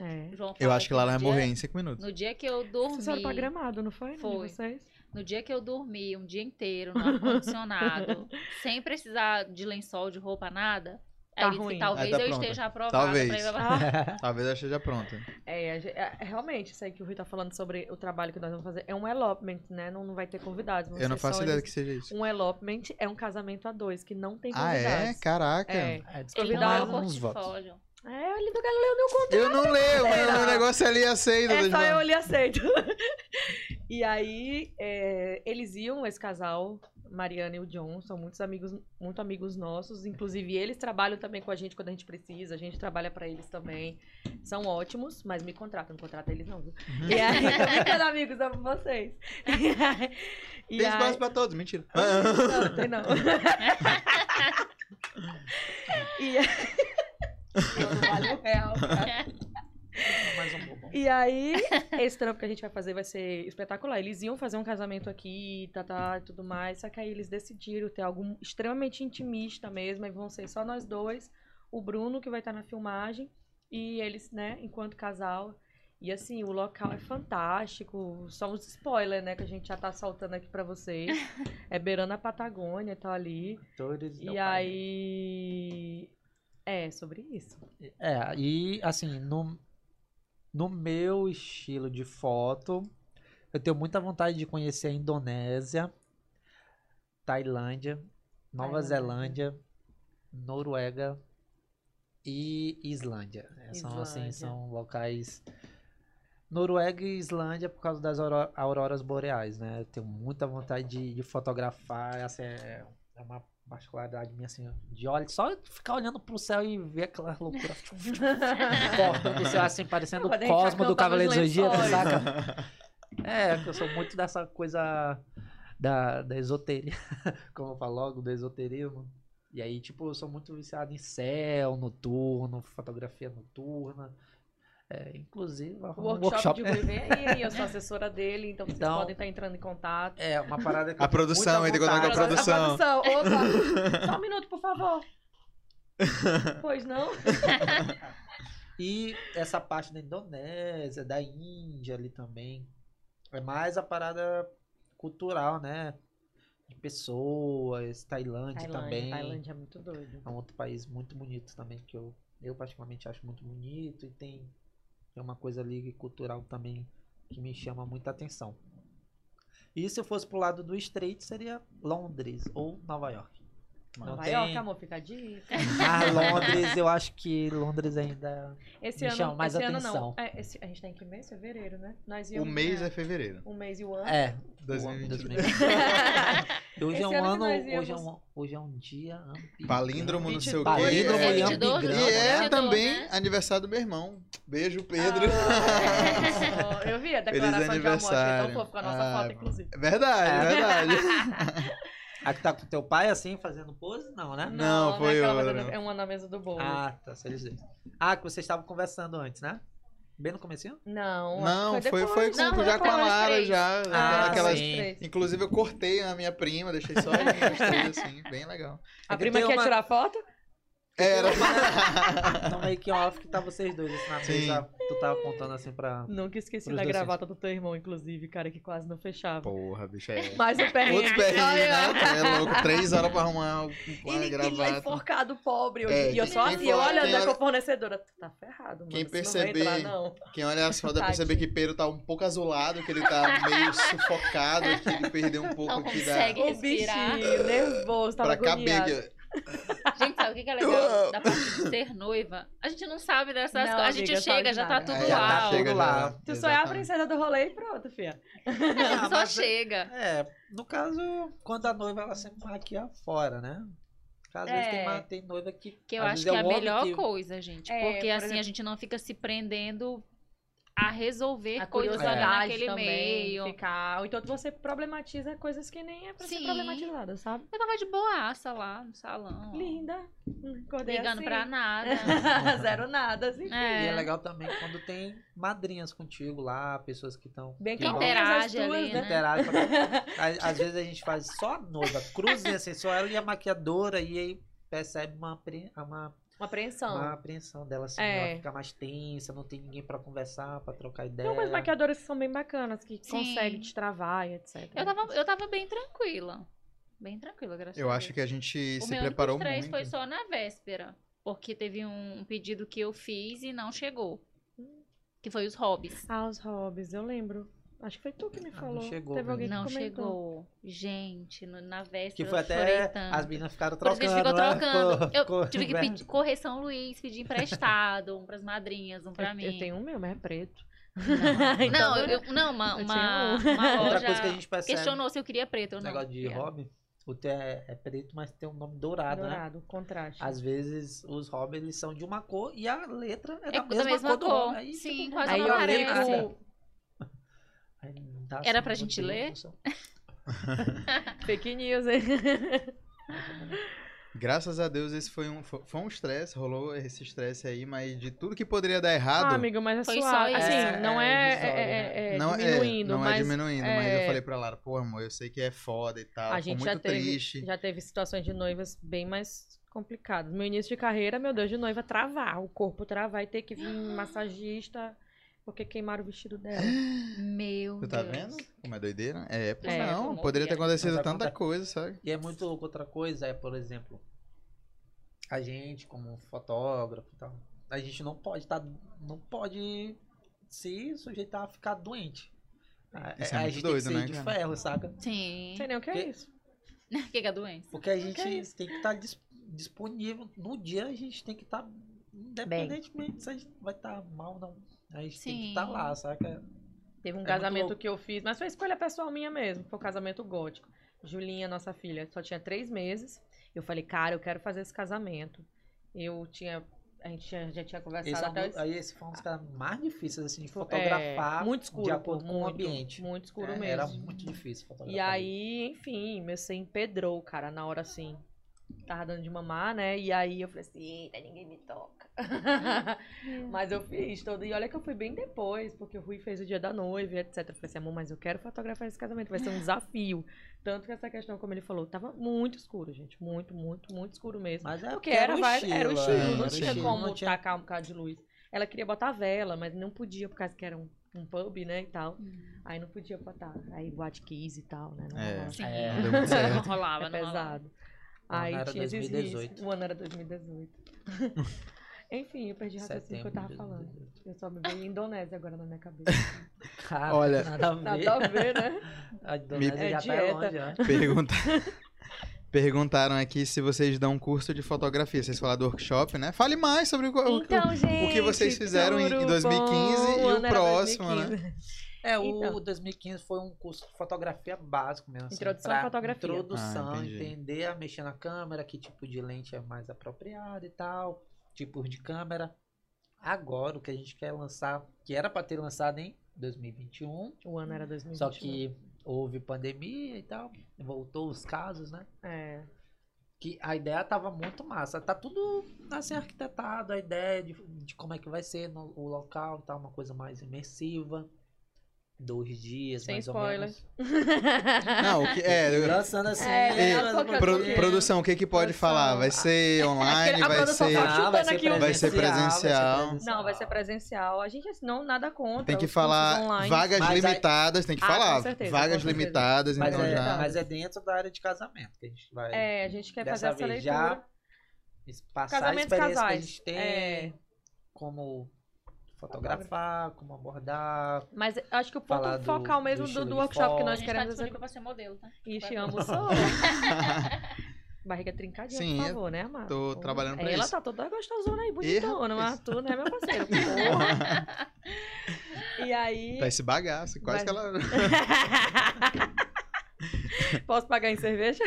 Speaker 2: É.
Speaker 3: O João
Speaker 1: Eu
Speaker 3: falou
Speaker 1: acho que lá ela vai
Speaker 3: no dia-
Speaker 1: morrer em 5 minutos.
Speaker 3: No dia que eu
Speaker 2: Vocês foram pra
Speaker 3: dormi.
Speaker 2: Gramado, não foi?
Speaker 3: Foi.
Speaker 2: De vocês?
Speaker 3: No dia que eu dormi um dia inteiro no ar-condicionado, sem precisar de lençol, de roupa, nada.
Speaker 2: Tá
Speaker 3: aí disse
Speaker 2: ruim.
Speaker 3: que talvez
Speaker 1: Aí tá
Speaker 3: eu
Speaker 1: pronta.
Speaker 3: esteja aprovada
Speaker 1: Talvez.
Speaker 3: pra ir pra-
Speaker 2: Ah,
Speaker 1: Talvez ela esteja pronta.
Speaker 2: é, a gen- é, realmente, isso aí que o Rui tá falando sobre o trabalho que nós vamos fazer é um elopement, né? Não, não vai ter convidados. vão
Speaker 1: Eu não
Speaker 2: ser
Speaker 1: faço
Speaker 2: só
Speaker 1: ideia
Speaker 2: eles.
Speaker 1: que seja isso.
Speaker 2: Um elopement é um casamento a dois, que não tem
Speaker 1: Ah,
Speaker 2: convidados.
Speaker 1: é? Caraca.
Speaker 2: assim. É.
Speaker 4: É, desculpa,
Speaker 3: Ele
Speaker 2: Convidar
Speaker 3: não é o
Speaker 2: ela
Speaker 4: uns votos.
Speaker 3: portfólio.
Speaker 2: É, ali do Galileu não conta.
Speaker 1: Eu não leio, mas
Speaker 2: Será?
Speaker 1: meu negócio ali aceita.
Speaker 2: É
Speaker 1: deixa
Speaker 2: só eu
Speaker 1: eu...
Speaker 2: ali aceito. E aí, é, eles iam, esse casal, Mariana e o John, são muitos amigos, muito amigos nossos. Inclusive, eles trabalham também com a gente quando a gente precisa, a gente trabalha pra eles também. São ótimos, mas me contratam, não contrata eles não, viu?
Speaker 1: Uhum.
Speaker 2: E aí, tô brincando, amigos, amo vocês. E aí- e
Speaker 1: Tem
Speaker 2: aí-
Speaker 1: espaço pra todos, mentira.
Speaker 2: não, tem não. e aí... Não vale um real, cara.
Speaker 4: Mais um bobo.
Speaker 2: E aí, esse trampo que a gente vai fazer vai ser espetacular. Eles iam fazer um casamento aqui, tá, tá, e tudo mais. Só que aí eles decidiram ter algo extremamente intimista mesmo. E vão ser só nós dois. O Bruno, que vai estar na filmagem. E eles, né, enquanto casal. E assim, o local é fantástico. Só uns spoilers, né, que a gente já tá soltando aqui pra vocês. É beirando a Patagônia, tá ali.
Speaker 4: Atores, meu
Speaker 2: e
Speaker 4: pai. né?
Speaker 2: aí. É, sobre isso.
Speaker 4: É, e assim, no, no meu estilo de foto, eu tenho muita vontade de conhecer a Indonésia, Tailândia, Nova
Speaker 2: Tailândia.
Speaker 4: Zelândia, Noruega e Islândia. É, São assim,
Speaker 2: Islândia.
Speaker 4: são locais. Noruega e Islândia por causa das auro- auroras boreais, né? Eu tenho muita vontade de, de fotografar, assim, é é uma particularidade minha assim, de olho, só ficar olhando pro céu e ver aquela loucura cortando o céu assim,
Speaker 2: Não,
Speaker 4: parecendo
Speaker 2: mas a
Speaker 4: o
Speaker 2: gente
Speaker 4: Cosmo
Speaker 2: acampa
Speaker 4: do
Speaker 2: nos
Speaker 4: Cavaleiro do Zodíaco,
Speaker 2: lençóis.
Speaker 4: saca? É, que eu sou muito dessa coisa da, da esoteria, como eu falo logo, do esoterismo. E aí, tipo, eu sou muito viciado em céu, noturno, fotografia noturna. É, inclusive,
Speaker 2: O
Speaker 4: um
Speaker 2: workshop, de Rui vem aí, eu sou assessora dele, então vocês
Speaker 4: Então-
Speaker 2: podem estar entrando em contato.
Speaker 4: É, uma parada que
Speaker 1: A
Speaker 4: eu tenho
Speaker 1: produção,
Speaker 4: muita
Speaker 1: entra em contato com é a
Speaker 4: vontade.
Speaker 1: Então, produção.
Speaker 2: A produção, opa! Só um minuto, por favor. pois não?
Speaker 4: E essa parte da Indonésia, da Índia ali também. É mais a parada cultural, né? De pessoas,
Speaker 1: tá
Speaker 4: Tailândia, também.
Speaker 2: Tailândia é muito doido.
Speaker 4: É um outro país muito bonito também, que eu, eu particularmente acho muito bonito. E tem, tem uma coisa ali cultural também que me chama muita atenção. E se eu fosse pro lado do Estreito, seria Londres ou Nova York. Não
Speaker 2: Nova
Speaker 4: tem-
Speaker 2: York, é amor, fica a dica.
Speaker 4: Ah, Londres, eu acho que Londres ainda.
Speaker 2: Esse
Speaker 4: Me
Speaker 2: ano,
Speaker 4: chama mais
Speaker 2: esse ano
Speaker 4: atenção.
Speaker 2: não. É, esse- a gente tá em que mês? Fevereiro, né? Nós
Speaker 1: O
Speaker 2: íamos,
Speaker 1: mês
Speaker 2: né?
Speaker 1: é fevereiro.
Speaker 2: Um mês e o ano.
Speaker 4: É,
Speaker 1: 2022.
Speaker 4: 2022. Hoje é
Speaker 2: Esse
Speaker 4: um
Speaker 2: ano que
Speaker 4: ano,
Speaker 2: nós
Speaker 4: hoje é
Speaker 2: íamos.
Speaker 4: um, hoje é um dia ambíguo.
Speaker 1: Palíndromo, não sei o quê.
Speaker 4: Palíndromo
Speaker 1: É.
Speaker 4: e
Speaker 3: É 22,
Speaker 4: ambíguo.
Speaker 1: E é
Speaker 3: Entendeu,
Speaker 1: também
Speaker 3: né?
Speaker 1: aniversário do meu irmão. Beijo, Pedro.
Speaker 2: Ah, eu vi a declaração de amor, achei tão
Speaker 1: aniversário.
Speaker 2: fofo com a nossa
Speaker 1: Ah,
Speaker 2: foto, inclusive.
Speaker 1: Verdade, verdade.
Speaker 4: A que tá com teu pai, assim, fazendo pose? Não, né?
Speaker 1: Ah, Não,
Speaker 2: é
Speaker 1: foi
Speaker 2: aquela
Speaker 1: outra.
Speaker 2: fazendo- É uma na mesa do bolo.
Speaker 4: Ah, tá, só eles dois. Ah, que vocês estavam conversando antes, né? Bem no comecinho?
Speaker 2: Não, acho
Speaker 1: Não,
Speaker 2: que
Speaker 1: foi,
Speaker 2: depois.
Speaker 1: foi com,
Speaker 3: Não, foi
Speaker 1: já com a
Speaker 3: depois,
Speaker 1: Lara,
Speaker 3: três.
Speaker 1: já.
Speaker 4: Ah,
Speaker 1: aquelas-
Speaker 4: sim.
Speaker 1: Inclusive, eu cortei a minha prima, deixei só as minhas três assim, bem legal. É,
Speaker 2: A
Speaker 4: É que
Speaker 2: prima
Speaker 4: tem
Speaker 2: quer
Speaker 4: uma-
Speaker 2: tirar foto?
Speaker 1: Era.
Speaker 4: Então meio que off que tá vocês dois assim, na
Speaker 1: Sim.
Speaker 4: mesa. Tu tava apontando assim pra.
Speaker 2: Nunca esqueci
Speaker 4: Pros
Speaker 2: da
Speaker 4: dois
Speaker 2: gravata do teu irmão, inclusive, cara, que quase não fechava.
Speaker 1: Porra, bicho, é.
Speaker 2: Mas o perrengue.
Speaker 1: Outros perrengues, né? cara? É louco. Três horas pra arrumar um- uma
Speaker 2: Ele, ele lá
Speaker 1: gravata.
Speaker 2: enforcado, pobre. eu-
Speaker 1: É,
Speaker 2: e eu
Speaker 1: quem-
Speaker 2: só
Speaker 1: quem
Speaker 2: assim, eu
Speaker 1: for-
Speaker 2: olhando
Speaker 1: quem
Speaker 2: a
Speaker 1: olha-
Speaker 2: fornecedora. Tá ferrado, mano.
Speaker 1: Quem
Speaker 2: isso não vai
Speaker 1: perceber-
Speaker 2: entrar, não.
Speaker 1: Quem olha as fotos vai perceber que
Speaker 2: Tadinho.
Speaker 1: Pedro tá um pouco azulado, que ele tá meio sufocado, que ele perdeu um pouco
Speaker 3: Não
Speaker 1: aqui
Speaker 3: consegue.
Speaker 1: da.
Speaker 2: O
Speaker 3: respirar.
Speaker 2: bichinho, nervoso, tava
Speaker 1: Pra caber.
Speaker 2: agoniado.
Speaker 1: aqui, ó.
Speaker 3: Gente, sabe o que que é legal da parte de ser noiva? A gente não sabe dessas
Speaker 2: Não,
Speaker 3: coisas. A gente
Speaker 2: amiga, é sabe
Speaker 3: chega,
Speaker 2: de
Speaker 3: já tá
Speaker 2: nada.
Speaker 3: tudo
Speaker 1: Aí,
Speaker 4: já
Speaker 3: lá.
Speaker 4: tá
Speaker 1: ó, chega
Speaker 4: tudo
Speaker 1: É, já.
Speaker 4: lá.
Speaker 2: Tu só é a
Speaker 1: Exatamente.
Speaker 2: princesa do rolê e pronto, filha.
Speaker 3: A gente
Speaker 4: Ah,
Speaker 3: só
Speaker 4: mas-
Speaker 3: chega.
Speaker 4: É, no caso, quando a noiva ela sempre maquia fora, né? Porque às vezes tem,
Speaker 2: É.
Speaker 4: ma- tem noiva que.
Speaker 3: Que eu
Speaker 4: às
Speaker 3: acho
Speaker 4: vezes
Speaker 3: que é a
Speaker 4: o homem
Speaker 3: melhor
Speaker 4: que-
Speaker 3: coisa, gente.
Speaker 2: É,
Speaker 3: porque
Speaker 2: por
Speaker 3: assim
Speaker 2: exemplo-
Speaker 3: a gente não fica se prendendo a resolver
Speaker 2: A
Speaker 3: coisas ali
Speaker 2: curiosidade
Speaker 3: naquele
Speaker 2: também,
Speaker 3: meio.
Speaker 2: ficar... Ou então você problematiza coisas que nem é pra ser
Speaker 3: Sim.
Speaker 2: problematizada, sabe?
Speaker 3: Eu tava de boaça lá no salão. ó,
Speaker 2: Linda. Acordei
Speaker 3: Ligando
Speaker 2: assim.
Speaker 3: pra nada.
Speaker 2: Zero nada, assim.
Speaker 4: E é
Speaker 3: É.
Speaker 4: legal também quando tem madrinhas contigo lá, pessoas que estão.
Speaker 2: Bem
Speaker 4: que
Speaker 2: que
Speaker 4: vão-
Speaker 3: inteira, interage
Speaker 2: interage
Speaker 3: ali,
Speaker 2: ali,
Speaker 3: né?
Speaker 2: né?
Speaker 4: interagem pra- Às- Às vezes a gente faz só a noiva, cruzinha assim, só ela e a maquiadora, e aí percebe uma, apre- uma
Speaker 2: Uma
Speaker 3: Então.
Speaker 2: apreensão.
Speaker 4: uma apreensão dela, assim,
Speaker 2: É.
Speaker 4: ela fica mais tensa, não tem ninguém pra conversar, pra trocar
Speaker 2: Tem
Speaker 4: ideia.
Speaker 2: umas maquiadoras que são bem bacanas, que
Speaker 3: Sim.
Speaker 2: conseguem te travar e etc.
Speaker 3: Eu tava, eu tava bem tranquila. Bem tranquila, graças
Speaker 1: Eu
Speaker 3: a
Speaker 1: acho
Speaker 3: Deus.
Speaker 1: que a gente
Speaker 3: O
Speaker 1: se
Speaker 3: meu
Speaker 1: preparou
Speaker 3: único estresse
Speaker 1: muito.
Speaker 3: foi só na véspera. Porque teve um pedido que eu fiz e não chegou. Que foi os hobbies.
Speaker 2: Ah, os hobbies, eu lembro. Acho que foi tu que me
Speaker 4: não
Speaker 2: falou.
Speaker 4: chegou,
Speaker 2: Teve
Speaker 4: né?
Speaker 2: alguém
Speaker 3: Não
Speaker 2: que comentou.
Speaker 3: chegou. Gente, no- na véspera.
Speaker 4: Que foi
Speaker 3: eu chorei
Speaker 4: até.
Speaker 3: tanto.
Speaker 4: As meninas ficaram
Speaker 3: Por isso
Speaker 4: trocando.
Speaker 3: que a gente ficou
Speaker 4: né?
Speaker 3: trocando.
Speaker 4: Ficou-
Speaker 3: Eu
Speaker 4: ficou
Speaker 3: tive que
Speaker 4: conversa.
Speaker 3: pedir correção Luiz, pedir emprestado, um pras madrinhas, um pra
Speaker 2: eu,
Speaker 3: mim.
Speaker 2: eu tenho um meu, mas é preto.
Speaker 3: Não,
Speaker 2: Então,
Speaker 3: eu, eu- não, uma,
Speaker 2: eu
Speaker 3: uma,
Speaker 2: tinha um.
Speaker 3: uma loja
Speaker 4: Outra coisa que a gente percebe.
Speaker 3: questionou se eu queria preto ou
Speaker 4: esse
Speaker 3: não.
Speaker 4: negócio de
Speaker 3: Queria.
Speaker 4: hobby, o teu é, é preto, mas tem um nome dourado, né?
Speaker 2: Dourado, contraste.
Speaker 4: Às vezes os hobbies eles são de uma cor e a letra é da
Speaker 3: É
Speaker 4: mesma, cor, do hobby. Aí,
Speaker 3: Sim,
Speaker 4: tipo,
Speaker 3: quase
Speaker 2: Aí
Speaker 3: não
Speaker 2: eu
Speaker 4: pra ler,
Speaker 3: aparece.
Speaker 2: lembro,
Speaker 4: aí não dá,
Speaker 3: Era
Speaker 4: assim,
Speaker 3: pra
Speaker 4: não
Speaker 3: gente
Speaker 4: tem
Speaker 3: ler?
Speaker 4: emoção.
Speaker 2: fake news, hein?
Speaker 1: Graças a Deus, esse foi um, fo- foi um estresse, rolou esse estresse aí, mas de tudo que poderia dar errado.
Speaker 2: Ah, amigo, mas é
Speaker 3: Foi
Speaker 2: suave.
Speaker 3: só isso.
Speaker 2: Assim, não é,
Speaker 4: É, é
Speaker 2: é, é, é
Speaker 1: não é-
Speaker 2: diminuindo,
Speaker 1: não
Speaker 2: mas
Speaker 1: é diminuindo, mas eu
Speaker 2: é-
Speaker 1: falei pra Lara, pô, amor, eu sei que é foda e tal.
Speaker 2: a
Speaker 1: ficou
Speaker 2: gente
Speaker 1: muito
Speaker 2: já teve,
Speaker 1: triste.
Speaker 2: já teve situações de noivas bem mais complicadas. Meu início de carreira, meu Deus, de noiva travar, o corpo travar e ter que vir massagista porque queimaram o vestido dela.
Speaker 3: Meu
Speaker 1: Tu tá
Speaker 3: Deus.
Speaker 1: vendo? Como é doideira? É, pô,
Speaker 2: É,
Speaker 1: não,
Speaker 3: como
Speaker 1: poderia ter
Speaker 3: é.
Speaker 1: acontecido
Speaker 4: Mas
Speaker 1: tanta
Speaker 4: acontece.
Speaker 1: coisa, sabe?
Speaker 4: E é muito louco. Outra coisa é, por exemplo, a gente como fotógrafo e tal, a gente não pode estar, não pode se sujeitar a ficar doente. A,
Speaker 1: Isso é
Speaker 4: a
Speaker 1: muito
Speaker 4: gente
Speaker 1: doido,
Speaker 4: tem que
Speaker 1: né,
Speaker 4: ser de
Speaker 1: cara?
Speaker 4: ferro, saca?
Speaker 3: Sim.
Speaker 2: Não sei nem o que é
Speaker 4: Que-
Speaker 2: isso.
Speaker 3: O que que é a doença?
Speaker 4: Porque a
Speaker 2: que
Speaker 4: gente
Speaker 2: é isso?
Speaker 4: tem que estar dis- disponível. No dia a gente tem que estar, independentemente se a gente vai estar mal ou não. A gente tem que
Speaker 3: Sim.
Speaker 4: estar lá, saca?
Speaker 2: Teve um
Speaker 4: é muito
Speaker 2: casamento
Speaker 4: louco.
Speaker 2: que eu fiz, mas foi escolha pessoal minha mesmo. Foi um casamento gótico. Julinha, nossa filha, só tinha três meses. Eu falei, cara, eu quero fazer esse casamento. Eu tinha. A gente tinha- já tinha conversado
Speaker 4: Esse, é um
Speaker 2: até
Speaker 4: do-
Speaker 2: os-
Speaker 4: aí esse foi um dos caras mais difíceis assim, de
Speaker 2: Pô, é,
Speaker 4: fotografar
Speaker 2: muito
Speaker 4: de
Speaker 2: escuro,
Speaker 4: acordo
Speaker 2: pô,
Speaker 4: com o
Speaker 2: muito,
Speaker 4: ambiente.
Speaker 2: Muito escuro
Speaker 4: É,
Speaker 2: mesmo.
Speaker 4: Era muito difícil fotografar.
Speaker 2: E aí, enfim, meu se empedrou, cara, na hora assim. Tava dando de mamar, né? E aí eu falei assim, eita, ninguém me toca. mas eu fiz todo. E olha que eu fui bem depois, porque o Rui fez o dia da noiva, e etc. Eu falei assim, amor, mas eu quero fotografar esse casamento, vai ser um desafio. Tanto que essa questão, como ele falou, tava muito escuro, gente. Muito, muito, muito escuro mesmo.
Speaker 4: Mas é
Speaker 2: Porque era, vai- era o estilo,
Speaker 1: é,
Speaker 2: não
Speaker 1: era o
Speaker 2: tinha
Speaker 1: estilo,
Speaker 2: como
Speaker 4: não tinha-
Speaker 2: tacar um bocado de luz. Ela queria botar vela, mas não podia, por causa que era um, um pub, né, e tal.
Speaker 3: Hum.
Speaker 2: Aí não podia botar. Aí boate keys e tal, né? Não
Speaker 1: É.
Speaker 2: rolava.
Speaker 3: Sim.
Speaker 4: É.
Speaker 1: Não deu muito
Speaker 3: Não
Speaker 1: certo.
Speaker 3: rolava,
Speaker 2: É
Speaker 3: não rolava.
Speaker 2: pesado.
Speaker 4: O ano
Speaker 2: Aí
Speaker 4: era
Speaker 2: tinha esses
Speaker 4: 2018.
Speaker 2: riscos. O ano era 2018. Enfim, eu perdi o raciocínio que eu tava falando. Eu só me veio Indonésia agora na minha cabeça.
Speaker 4: Cara,
Speaker 1: Olha-
Speaker 4: nada a ver.
Speaker 2: Nada a ver, né?
Speaker 4: A Indonésia
Speaker 2: Me- É
Speaker 4: já tá
Speaker 2: dieta.
Speaker 4: longe, né?
Speaker 1: Pergunta... Perguntaram aqui se vocês dão um curso de fotografia. Vocês falaram do workshop, né? Fale mais sobre o, o-
Speaker 2: Então, gente.
Speaker 1: que vocês fizeram em- em
Speaker 2: tudo
Speaker 1: 2015 e
Speaker 2: bom?
Speaker 1: o
Speaker 2: ano era
Speaker 1: próximo, né?
Speaker 2: 2015.
Speaker 4: É, o
Speaker 2: Então.
Speaker 4: 2015 foi um curso de fotografia básico mesmo. assim,
Speaker 2: Introdução à
Speaker 4: pra
Speaker 2: fotografia.
Speaker 4: Introdução,
Speaker 1: Ah, entendi.
Speaker 4: entender a mexer na câmera, que tipo de lente é mais apropriada e tal, tipos de câmera. Agora, o que a gente quer lançar, que era pra ter lançado em 2021,
Speaker 2: O ano era 2015.
Speaker 4: só que houve pandemia e tal, voltou os casos, né?
Speaker 2: É.
Speaker 4: que a ideia tava muito massa. Tá tudo assim arquitetado, a ideia de, de como é que vai ser no- o local, tá uma coisa mais imersiva. dois dias,
Speaker 2: Sem
Speaker 4: mais ou
Speaker 2: spoiler.
Speaker 4: menos.
Speaker 1: Não, o que, é,
Speaker 4: Engraçando assim.
Speaker 2: É,
Speaker 4: né,
Speaker 1: é,
Speaker 4: mas-
Speaker 3: pouca
Speaker 1: pro-
Speaker 3: coisa.
Speaker 1: produção, o que que pode
Speaker 2: Produção. Ah. É
Speaker 1: falar? Vai ser online,
Speaker 2: a
Speaker 1: vai
Speaker 2: produção tá
Speaker 1: ser...
Speaker 2: fala-
Speaker 4: Ah, vai ser
Speaker 2: aqui o-
Speaker 1: Vai ser presencial.
Speaker 2: Não, vai ser presencial. A gente assim, não nada contra.
Speaker 1: Tem que
Speaker 2: os cursos
Speaker 1: falar
Speaker 2: online.
Speaker 1: vagas
Speaker 4: Mas aí-
Speaker 1: limitadas, tem que
Speaker 2: Ah, com
Speaker 1: falar.
Speaker 2: certeza,
Speaker 1: vagas
Speaker 2: com certeza.
Speaker 1: limitadas,
Speaker 4: Mas,
Speaker 1: então
Speaker 4: é,
Speaker 1: já...
Speaker 4: mas é dentro da área de casamento que a gente vai
Speaker 2: É, a gente quer
Speaker 4: Dessa
Speaker 2: fazer essa
Speaker 4: vez
Speaker 2: leitura.
Speaker 4: já- passar a
Speaker 2: Casamentos
Speaker 4: experiência
Speaker 2: casais,
Speaker 4: que a gente tem,
Speaker 2: é.
Speaker 4: como fotografar, como abordar.
Speaker 2: Mas acho que o ponto
Speaker 4: Falar do-
Speaker 2: focal mesmo
Speaker 4: do
Speaker 2: do,
Speaker 4: estilo
Speaker 2: do
Speaker 4: de
Speaker 2: workshop que
Speaker 4: foto.
Speaker 3: A
Speaker 2: nós
Speaker 3: gente tá
Speaker 2: queremos é
Speaker 3: disponível pra ser modelo, tá?
Speaker 2: Ixi,
Speaker 3: Vai-
Speaker 2: amo sou. Barriga trincadinha,
Speaker 1: Sim,
Speaker 2: por favor, né, Amado?
Speaker 1: tô trabalhando pra
Speaker 2: Ela
Speaker 1: isso.
Speaker 2: tá toda gostosona aí, bonitona, mas
Speaker 1: rapaz.
Speaker 2: Arthur não é meu parceiro. Porra. e aí...
Speaker 1: Tá esse bagaço, quase
Speaker 2: Vai-
Speaker 1: que ela...
Speaker 2: Posso pagar em cerveja?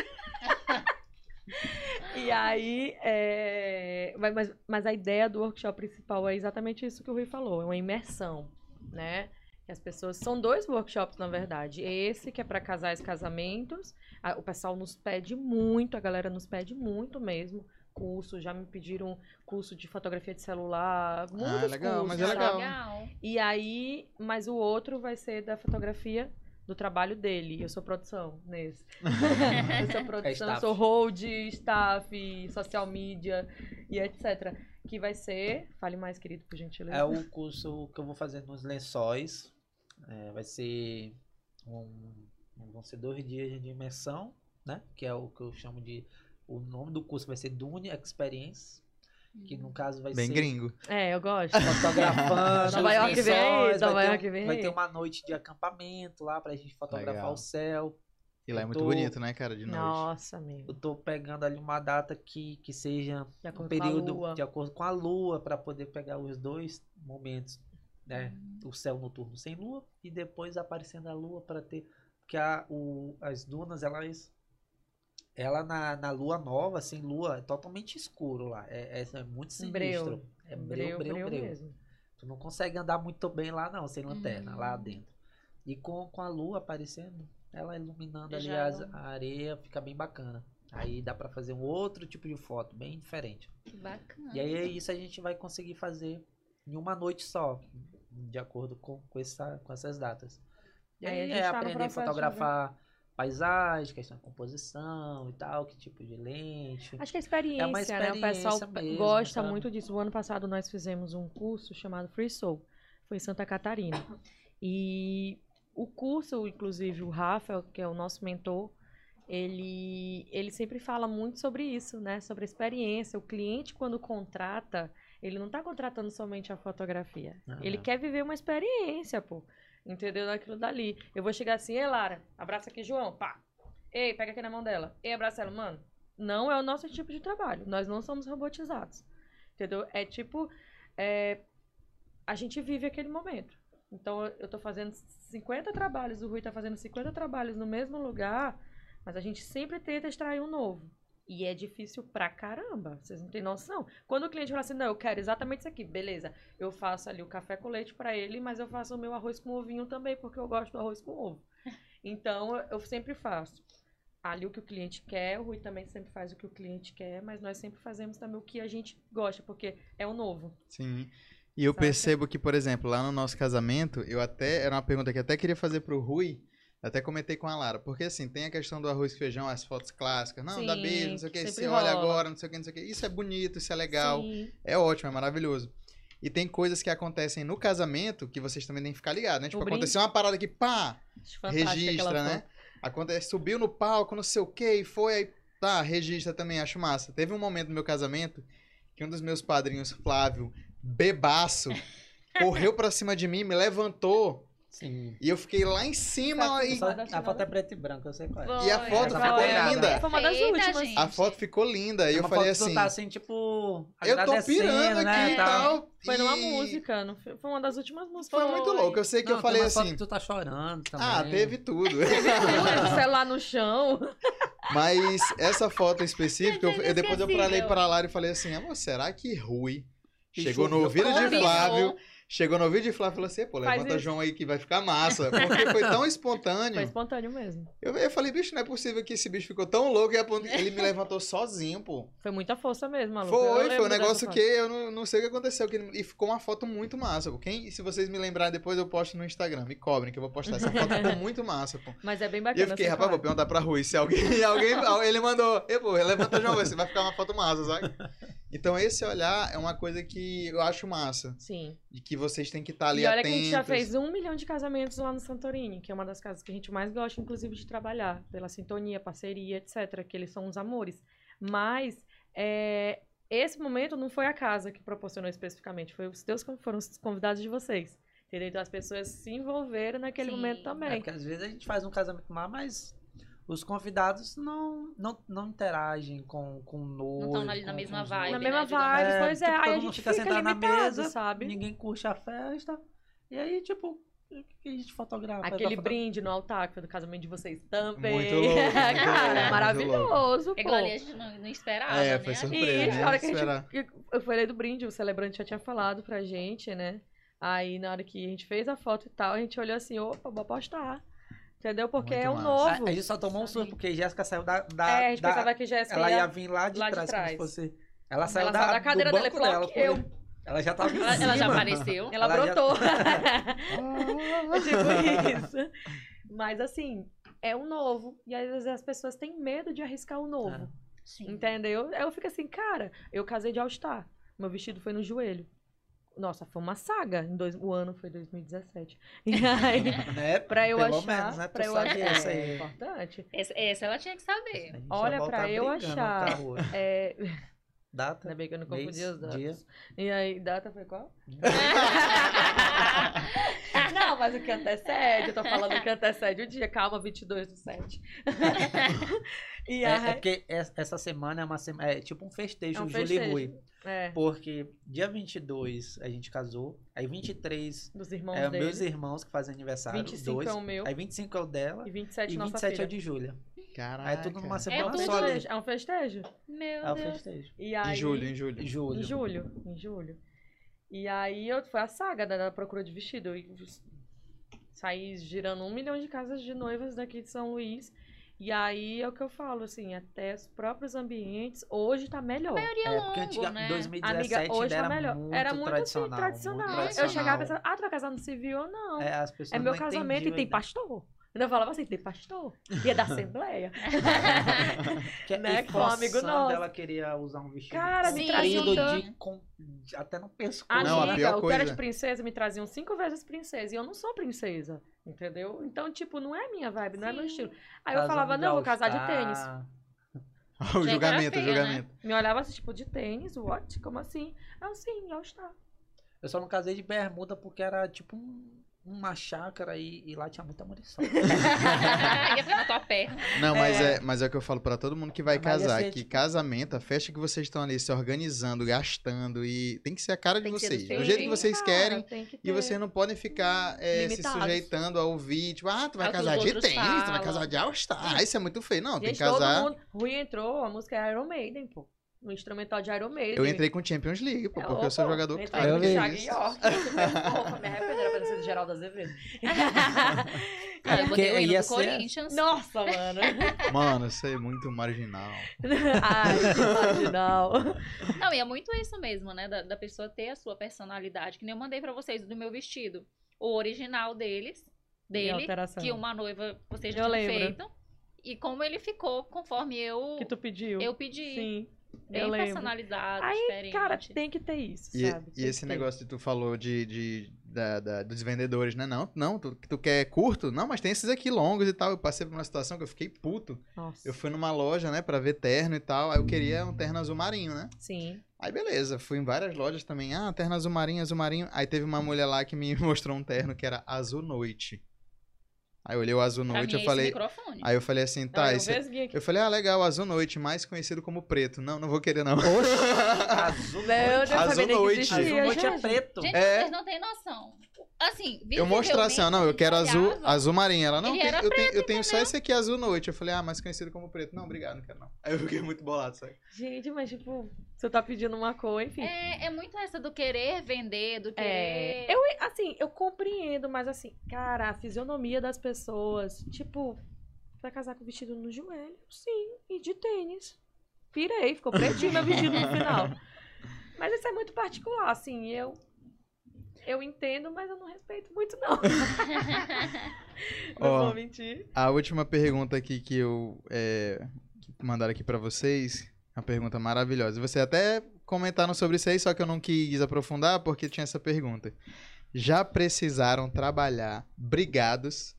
Speaker 2: e aí, é, mas- mas, mas a ideia do workshop principal é exatamente isso que o Rui falou, é uma imersão, né? Que as pessoas são dois workshops na verdade. Esse que é para casais, casamentos. A- o pessoal nos pede muito, a galera nos pede muito mesmo curso. Já me pediram curso de fotografia de celular, muitos
Speaker 1: legal, mas
Speaker 2: cursos,
Speaker 1: é
Speaker 2: sabe?
Speaker 1: legal.
Speaker 2: E aí, mas o outro vai ser da fotografia do trabalho dele. Eu sou produção nesse. eu sou
Speaker 4: É
Speaker 2: produção,
Speaker 4: staff.
Speaker 2: sou hold, staff, social media e etc. Que vai ser. Fale mais, querido, por gentileza.
Speaker 4: É o curso que eu vou fazer nos lençóis. É, vai ser um, vão ser dois dias de imersão, né? Que é o que eu chamo de o nome do curso vai ser Dune Experience, que no caso vai
Speaker 1: Bem
Speaker 4: ser
Speaker 1: gringo.
Speaker 2: É, eu gosto.
Speaker 4: fotografando.
Speaker 2: Nova
Speaker 4: os
Speaker 2: York vem aí,
Speaker 4: lençóis,
Speaker 2: Nova
Speaker 4: vai ter,
Speaker 2: York
Speaker 4: um-
Speaker 2: vem
Speaker 4: vai
Speaker 2: aí.
Speaker 4: ter uma noite de acampamento lá pra gente fotografar
Speaker 1: Legal.
Speaker 4: o céu.
Speaker 1: E lá é
Speaker 4: Eu
Speaker 1: muito
Speaker 4: tô-
Speaker 1: bonito, né, cara, de noite.
Speaker 2: Nossa,
Speaker 4: Eu
Speaker 2: amigo.
Speaker 4: tô pegando ali uma data que, que seja
Speaker 2: De
Speaker 4: um
Speaker 2: acordo
Speaker 4: período
Speaker 2: com a lua.
Speaker 4: de acordo com a lua pra poder pegar os dois momentos,
Speaker 1: é.
Speaker 4: né? O céu noturno sem lua e depois aparecendo a lua pra ter porque a, o, as dunas elas ela na, na lua nova, sem lua, é totalmente escuro lá. É, é- é muito
Speaker 2: Um Breu. Um
Speaker 4: sinistro. É
Speaker 2: Breu, breu mesmo.
Speaker 4: Tu não consegue andar muito bem lá não, sem lanterna,
Speaker 3: Hum.
Speaker 4: lá dentro. E com, com a lua aparecendo, ela iluminando ali
Speaker 3: Já
Speaker 4: as-
Speaker 3: não-
Speaker 4: a areia, fica bem bacana. Aí dá pra fazer um outro tipo de foto, bem diferente.
Speaker 3: Que bacana.
Speaker 4: E aí é isso a gente vai conseguir fazer em uma noite só, de acordo com, com, essa, com essas datas. E
Speaker 2: Aí
Speaker 4: aí,
Speaker 2: a gente
Speaker 4: é
Speaker 2: tá no
Speaker 4: aprender a
Speaker 2: processo, né?
Speaker 4: fotografar paisagem, questão de composição e tal, que tipo de lente.
Speaker 2: Acho que a experiência, né? O pessoal
Speaker 4: É experiência mesmo,
Speaker 2: gosta
Speaker 4: sabe?
Speaker 2: muito disso. O ano passado nós fizemos um curso chamado Free Soul. Foi em Santa Catarina. E o curso, inclusive, o Rafa, que é o nosso mentor, ele, ele sempre fala muito sobre isso, né? Sobre a experiência. O cliente, quando contrata, ele não está contratando somente a fotografia.
Speaker 4: Aham.
Speaker 2: Ele quer viver uma experiência, pô. Entendeu? Daquilo dali. Eu vou chegar assim, ei, Lara, abraça aqui, João, pá. Ei, pega aqui na mão dela. Ei, abraça ela, mano. Não é o nosso tipo de trabalho. Nós não somos robotizados. Entendeu? É tipo. é, a gente vive aquele momento. Então eu eu tô fazendo 50 trabalhos, o Rui tá fazendo 50 trabalhos no mesmo lugar, mas a gente sempre tenta extrair um novo. E é difícil pra caramba, vocês não têm noção. Quando o cliente fala assim, não, eu quero exatamente isso aqui, beleza. Eu faço ali o café com leite pra ele, mas eu faço o meu arroz com ovinho também, porque eu gosto do arroz com ovo. Então eu- eu sempre faço ali o que o cliente quer, o Rui também sempre faz o que o cliente quer, mas nós sempre fazemos também o que a gente gosta, porque é o novo.
Speaker 1: Sim. E eu
Speaker 2: Saca?
Speaker 1: percebo que, por exemplo, lá no nosso casamento, eu até. Era uma pergunta que eu até queria fazer pro Rui. Até comentei com a Lara. Porque assim, tem a questão do arroz e feijão, as fotos clássicas. Não, dá
Speaker 2: Sim,
Speaker 1: beijo, não sei o
Speaker 2: que
Speaker 1: que. Se
Speaker 2: sempre
Speaker 1: olha
Speaker 2: rola.
Speaker 1: agora, não sei o que, não sei o que. Isso é bonito, isso é legal.
Speaker 2: Sim.
Speaker 1: É ótimo, é maravilhoso. E tem coisas que acontecem no casamento que vocês também têm que ficar ligados, né? Tipo,
Speaker 2: brinde.
Speaker 1: aconteceu uma parada que, pá,
Speaker 2: Fantástica
Speaker 1: registra,
Speaker 2: aquela
Speaker 1: né? Acontece, subiu no palco, não sei o que, e foi aí. Tá, registra também, acho massa. Teve um momento no meu casamento que um dos meus padrinhos, Flávio, bebaço, correu pra cima de mim, me levantou
Speaker 4: Sim.
Speaker 1: e eu fiquei lá em cima.
Speaker 2: Sabe,
Speaker 1: E
Speaker 4: Só-
Speaker 2: Nada
Speaker 4: a foto
Speaker 2: assinado.
Speaker 4: é preto e branco, eu sei qual é.
Speaker 3: Foi.
Speaker 1: e a foto
Speaker 4: Essa
Speaker 1: ficou
Speaker 2: é
Speaker 4: foi a-
Speaker 1: linda.
Speaker 2: Foi uma das
Speaker 3: Perfeita,
Speaker 2: últimas. Ah,
Speaker 3: gente.
Speaker 1: A foto ficou linda. E eu
Speaker 4: Uma
Speaker 1: falei
Speaker 4: foto que tu
Speaker 1: assim:
Speaker 4: tá assim, tipo,
Speaker 1: eu tô
Speaker 4: agradecendo,
Speaker 1: pirando
Speaker 4: né,
Speaker 1: aqui e tal.
Speaker 2: Foi numa
Speaker 1: e
Speaker 2: música, não foi foi uma das últimas músicas.
Speaker 1: Foi muito louco. Eu sei que
Speaker 4: Não,
Speaker 1: eu
Speaker 4: tem
Speaker 1: falei
Speaker 4: uma foto
Speaker 1: assim.
Speaker 4: que tu tá chorando também. É,
Speaker 1: Ah, teve tudo.
Speaker 2: O celular no chão.
Speaker 1: Mas essa foto em específico, eu, eu depois eu
Speaker 3: Inesquecível.
Speaker 1: falei pra Lara e falei assim, amor, será que Rui
Speaker 4: E
Speaker 1: chegou no
Speaker 4: choveu
Speaker 1: ouvido de
Speaker 3: Combinou.
Speaker 1: Flávio, Chegou no vídeo e Flávio falou assim, pô,
Speaker 2: Faz
Speaker 1: levanta
Speaker 2: isso.
Speaker 1: João aí que vai ficar massa. Porque foi tão espontâneo.
Speaker 2: Foi espontâneo mesmo.
Speaker 1: Eu, eu falei, bicho, não é possível que esse bicho ficou tão louco e a ponto- ele me levantou sozinho, pô.
Speaker 2: Foi muita força mesmo, Tá maluco. Eu
Speaker 1: Foi, foi
Speaker 2: lembro
Speaker 1: um
Speaker 2: dessa
Speaker 1: negócio
Speaker 2: foto.
Speaker 1: que eu não, não sei o que aconteceu. Que, ele- e ficou uma foto muito massa, pô. Quem, se vocês me lembrarem depois, eu posto no Instagram. Me cobrem que eu vou postar. Essa foto ficou muito massa, pô.
Speaker 2: Mas é bem
Speaker 1: E
Speaker 2: bacana.
Speaker 1: eu fiquei,
Speaker 2: assim,
Speaker 1: rapaz, vou
Speaker 2: claro.
Speaker 1: perguntar pra Rui se alguém. alguém ele mandou, "Ei, pô, levanta João, você vai ficar uma foto massa, sabe? Então esse olhar é uma coisa que eu acho massa.
Speaker 2: Sim.
Speaker 1: De que vocês têm que estar ali
Speaker 2: E olha
Speaker 1: atentos.
Speaker 2: que a gente já fez um milhão de casamentos lá no Santorini, que é uma das casas que a gente mais gosta, inclusive, de trabalhar, pela sintonia, parceria, etc., que eles são uns amores. Mas é, esse momento não foi a casa que proporcionou especificamente, foi os teus, foram os convidados de vocês. Entendeu? Então as pessoas se envolveram naquele
Speaker 3: Sim.
Speaker 2: momento
Speaker 4: É,
Speaker 2: também.
Speaker 4: porque às vezes a gente faz um casamento lá, mas os convidados não, não, não interagem com, com o noivo.
Speaker 3: Não estão ali na
Speaker 4: com-
Speaker 3: mesma
Speaker 4: com os
Speaker 3: vibe.
Speaker 2: Na
Speaker 3: né,
Speaker 2: mesma
Speaker 3: digamos.
Speaker 2: vibe,
Speaker 4: É,
Speaker 2: pois é.
Speaker 4: tipo,
Speaker 2: aí
Speaker 4: todo
Speaker 2: a
Speaker 4: mundo
Speaker 2: gente
Speaker 4: fica
Speaker 2: fica,
Speaker 4: sentado na
Speaker 2: limitado,
Speaker 4: mesa,
Speaker 2: sabe?
Speaker 4: Ninguém curte a festa. E aí, tipo, o que a gente fotografa?
Speaker 2: Aquele
Speaker 4: Vai
Speaker 2: brinde no altar, que foi do casamento de vocês também.
Speaker 1: Muito louco, muito
Speaker 2: Cara,
Speaker 3: louco,
Speaker 2: maravilhoso,
Speaker 3: É
Speaker 2: pô.
Speaker 3: igual ali, a gente não, não esperava,
Speaker 1: É,
Speaker 3: né?
Speaker 1: foi surpresa.
Speaker 2: E
Speaker 1: né?
Speaker 2: na hora que a
Speaker 1: Será?
Speaker 2: gente. que Eu falei do brinde, o celebrante já tinha falado pra gente, né? Aí na hora que a gente fez a foto e tal, a gente olhou assim, opa, vou apostar. Entendeu? Porque
Speaker 1: Muito
Speaker 2: é o
Speaker 1: massa. Ah,
Speaker 4: fotogra-
Speaker 2: novo.
Speaker 4: A, a gente só tomou um surto porque Jéssica saiu da. da
Speaker 2: é, a gente
Speaker 4: da-
Speaker 2: pensava que Jéssica
Speaker 4: ela ia
Speaker 2: ia...
Speaker 4: vir lá de,
Speaker 2: lá de
Speaker 4: trás,
Speaker 2: trás.
Speaker 4: como se fosse. Ela saiu da,
Speaker 2: saiu da cadeira
Speaker 4: do
Speaker 2: dela,
Speaker 4: banco
Speaker 2: falou,
Speaker 4: dela.
Speaker 2: "Eu".
Speaker 4: foi- Ela já tava. em
Speaker 3: Ela, ela já
Speaker 4: cima.
Speaker 3: apareceu.
Speaker 2: Ela,
Speaker 4: Ela já-
Speaker 2: brotou. É tipo isso. Mas assim, é o novo. E às vezes as pessoas têm medo de arriscar o novo.
Speaker 1: É.
Speaker 3: Sim.
Speaker 2: Entendeu? Aí eu fico assim, cara, eu casei de all-star. Meu vestido foi no joelho. Nossa, foi uma saga. Em dois, o ano foi 2017. E aí,
Speaker 4: Né?
Speaker 2: pra eu
Speaker 4: Pelo
Speaker 2: achar.
Speaker 4: menos, né? Tu
Speaker 2: pra eu
Speaker 4: sabe
Speaker 2: achar.
Speaker 4: essa aí.
Speaker 2: É importante.
Speaker 3: Essa, essa ela tinha que saber.
Speaker 4: A gente
Speaker 2: Olha,
Speaker 4: já volta
Speaker 2: pra eu
Speaker 4: brigando no
Speaker 2: achar-
Speaker 4: carro hoje.
Speaker 2: É, ainda
Speaker 4: Data.
Speaker 2: bem que eu não
Speaker 4: mês,
Speaker 2: confundi as datas.
Speaker 4: dia.
Speaker 2: E aí, data foi qual? Não, mas o que antecede, eu tô falando que antecede o dia. Calma, 22 do 7. E
Speaker 4: É, é
Speaker 2: aí.
Speaker 4: porque es- essa semana é uma sema- é tipo um festejo,
Speaker 2: É um
Speaker 4: Júlio e
Speaker 2: festejo.
Speaker 4: Rui.
Speaker 2: É,
Speaker 4: Porque dia 22 a gente casou, aí 23
Speaker 2: dos irmãos
Speaker 4: é
Speaker 2: dele.
Speaker 4: meus irmãos que fazem aniversário,
Speaker 2: 25
Speaker 4: dois.
Speaker 2: é o meu.
Speaker 4: Aí 25 é o dela
Speaker 2: E 27,
Speaker 4: e
Speaker 2: nossa
Speaker 4: 27 é
Speaker 2: filha.
Speaker 4: o de Júlia.
Speaker 1: Caraca.
Speaker 4: Aí é tudo numa
Speaker 2: É um
Speaker 4: semana só ali.
Speaker 2: festejo. É um festejo.
Speaker 3: Meu
Speaker 4: É o
Speaker 3: Deus.
Speaker 4: festejo.
Speaker 2: E aí,
Speaker 1: Em julho, em julho.
Speaker 4: Júlio.
Speaker 2: Em julho, em julho. E aí eu, foi a saga da, da procura de vestido. Eu saí girando um milhão de casas de noivas daqui de São Luís. E aí é o que eu falo, assim, até os próprios ambientes, hoje tá melhor.
Speaker 3: Seria
Speaker 4: É,
Speaker 3: longo,
Speaker 4: porque antiga,
Speaker 3: né?
Speaker 4: 2017
Speaker 2: Amiga, hoje
Speaker 4: ainda
Speaker 2: tá
Speaker 4: era,
Speaker 2: melhor.
Speaker 4: muito
Speaker 2: Era muito assim,
Speaker 4: tradicional.
Speaker 2: tradicional.
Speaker 4: muito
Speaker 2: Eu
Speaker 4: tradicional.
Speaker 2: chegava e pensava, ah, tu vai casar no civil ou não? É,
Speaker 4: É, as pessoas
Speaker 2: meu
Speaker 4: não é.
Speaker 2: casamento e
Speaker 4: entendiam
Speaker 2: tem
Speaker 4: ainda.
Speaker 2: pastor. Eu falava assim, tem pastor. E é da Assembleia.
Speaker 4: Que,
Speaker 2: né,
Speaker 4: e
Speaker 2: que foi um amigo
Speaker 4: forçando,
Speaker 2: nosso.
Speaker 4: ela queria usar um vestido
Speaker 2: Cara, um
Speaker 3: me
Speaker 4: comprido
Speaker 2: trazia
Speaker 4: de, com, de- até no pescoço.
Speaker 2: Amiga,
Speaker 1: Não, a
Speaker 4: né?
Speaker 1: pior
Speaker 2: o que era
Speaker 1: coisa-
Speaker 2: de princesa me traziam cinco vezes princesa e eu não sou princesa, entendeu? Então, tipo, não é a minha vibe, não é meu
Speaker 3: Sim.
Speaker 2: estilo. Aí eu falava, não, vou casar
Speaker 4: tá."
Speaker 2: de tênis.
Speaker 1: o
Speaker 3: Gente, era
Speaker 1: julgamento,
Speaker 3: feia,
Speaker 1: o julgamento.
Speaker 2: Me olhava assim, tipo, de tênis, what? Como assim? Eu, sim, eu está.
Speaker 4: Eu só não casei de bermuda porque era tipo um- uma chácara e, e lá tinha muita munição.
Speaker 3: Ia ficar na tua perna.
Speaker 1: Não, mas é. mas é o que eu falo pra todo mundo que vai
Speaker 4: Mas ia
Speaker 1: casar,
Speaker 4: ser,
Speaker 1: que
Speaker 4: tipo-
Speaker 1: casamento, a festa que vocês estão ali se organizando, gastando e tem que ser a cara de
Speaker 3: Tem que ser do
Speaker 1: vocês,
Speaker 3: seu
Speaker 1: do jeito que
Speaker 3: jeito.
Speaker 1: vocês
Speaker 2: Cara,
Speaker 1: querem.
Speaker 2: tem que
Speaker 1: E
Speaker 2: ter.
Speaker 1: vocês não podem ficar eh, se
Speaker 2: Limitados. É
Speaker 1: sujeitando a ouvir, tipo, ah, tu vai
Speaker 3: Ao que os
Speaker 1: casar de
Speaker 3: outros
Speaker 1: tênis, tu vai
Speaker 3: falam.
Speaker 1: casar de all-star, isso é muito feio. Não, tem
Speaker 2: Gente,
Speaker 1: que casar.
Speaker 2: todo mundo... Rui entrou, a música é Iron Maiden, pô. No instrumental de Iron Maiden.
Speaker 1: Eu entrei com Champions League, pô, porque eu sou jogador
Speaker 2: Entrei
Speaker 1: caro.
Speaker 2: com
Speaker 4: Eu vi
Speaker 2: Thiago
Speaker 1: isso.
Speaker 2: York, super fofa, me arrependeram pra ser do Geraldo Azevedo.
Speaker 3: Cara, eu botei
Speaker 4: porque
Speaker 3: o hino
Speaker 4: ia
Speaker 3: do
Speaker 4: ser-
Speaker 3: Corinthians.
Speaker 2: Nossa, mano.
Speaker 1: Mano, isso é muito marginal.
Speaker 2: Ai, que marginal.
Speaker 3: Não, e é muito isso mesmo, né? Da, da pessoa ter a sua personalidade. Que nem eu mandei pra vocês do meu vestido. O original deles,
Speaker 2: E é
Speaker 3: dele,
Speaker 2: alteração.
Speaker 3: que uma noiva vocês já
Speaker 2: Eu
Speaker 3: tinham
Speaker 2: lembro.
Speaker 3: feito. E como ele ficou conforme eu,
Speaker 2: que tu pediu.
Speaker 3: eu pedi.
Speaker 2: Sim.
Speaker 3: Bem
Speaker 2: eu lembro.
Speaker 3: personalizado,
Speaker 2: Aí,
Speaker 3: diferente.
Speaker 2: Cara, tem que ter isso,
Speaker 1: E,
Speaker 2: sabe?
Speaker 1: e
Speaker 2: Tem
Speaker 1: esse
Speaker 2: que ter.
Speaker 1: negócio que tu falou de, de- da- da- dos vendedores, né? Não, não, tu, tu quer curto? Não, mas tem esses aqui longos e tal. Eu passei por uma situação que eu fiquei puto.
Speaker 2: Nossa.
Speaker 1: Eu fui numa loja, né, pra ver terno e tal. Aí eu queria um terno azul marinho, né?
Speaker 2: Sim.
Speaker 1: Aí beleza, fui em várias lojas também. Ah, terno azul marinho, azul marinho. Aí teve uma mulher lá que me mostrou um terno que era azul noite. Aí eu olhei o azul
Speaker 3: pra mim,
Speaker 1: noite,
Speaker 3: é
Speaker 1: eu
Speaker 3: esse
Speaker 1: falei.
Speaker 3: microfone.
Speaker 1: Aí eu falei assim, tá,
Speaker 2: Aí, um
Speaker 1: esse.
Speaker 2: vesguinho aqui.
Speaker 1: Eu falei, ah, legal, azul noite, mais conhecido como preto. Não, não vou querer, não.
Speaker 4: Azul
Speaker 2: Meu Deus,
Speaker 1: Azul
Speaker 2: sabia nem que
Speaker 1: noite.
Speaker 2: existia,
Speaker 4: Azul noite é
Speaker 2: gente.
Speaker 4: preto.
Speaker 3: Gente,
Speaker 1: É.
Speaker 3: vocês não têm noção. Assim,
Speaker 1: Eu mostrar assim, ó, não, eu quero azul,
Speaker 3: visivelmente,
Speaker 1: azul marinho. Ela, não,
Speaker 3: Ele
Speaker 1: tem-
Speaker 3: era
Speaker 1: eu, tenho, eu tenho só esse aqui azul noite. Eu falei, ah, mais conhecido como preto. Não, obrigado, não quero não. Aí eu fiquei muito bolado, sabe?
Speaker 2: Gente, mas tipo, você tá pedindo uma cor, enfim.
Speaker 3: É, é muito essa do querer vender, do querer.
Speaker 2: É, eu, assim, eu compreendo, mas assim, cara, a fisionomia das pessoas, tipo, vai casar com vestido no joelho? Sim, e de tênis. Pirei, ficou pretinho meu vestido no final. Mas isso é muito particular, assim, eu eu entendo, mas eu não respeito muito não. não
Speaker 1: Ó.
Speaker 2: vou mentir.
Speaker 1: A última pergunta aqui que eu é, que mandaram aqui pra vocês, uma pergunta maravilhosa. Você até comentaram sobre isso aí, só que eu não quis aprofundar porque tinha essa pergunta. Já precisaram trabalhar brigados?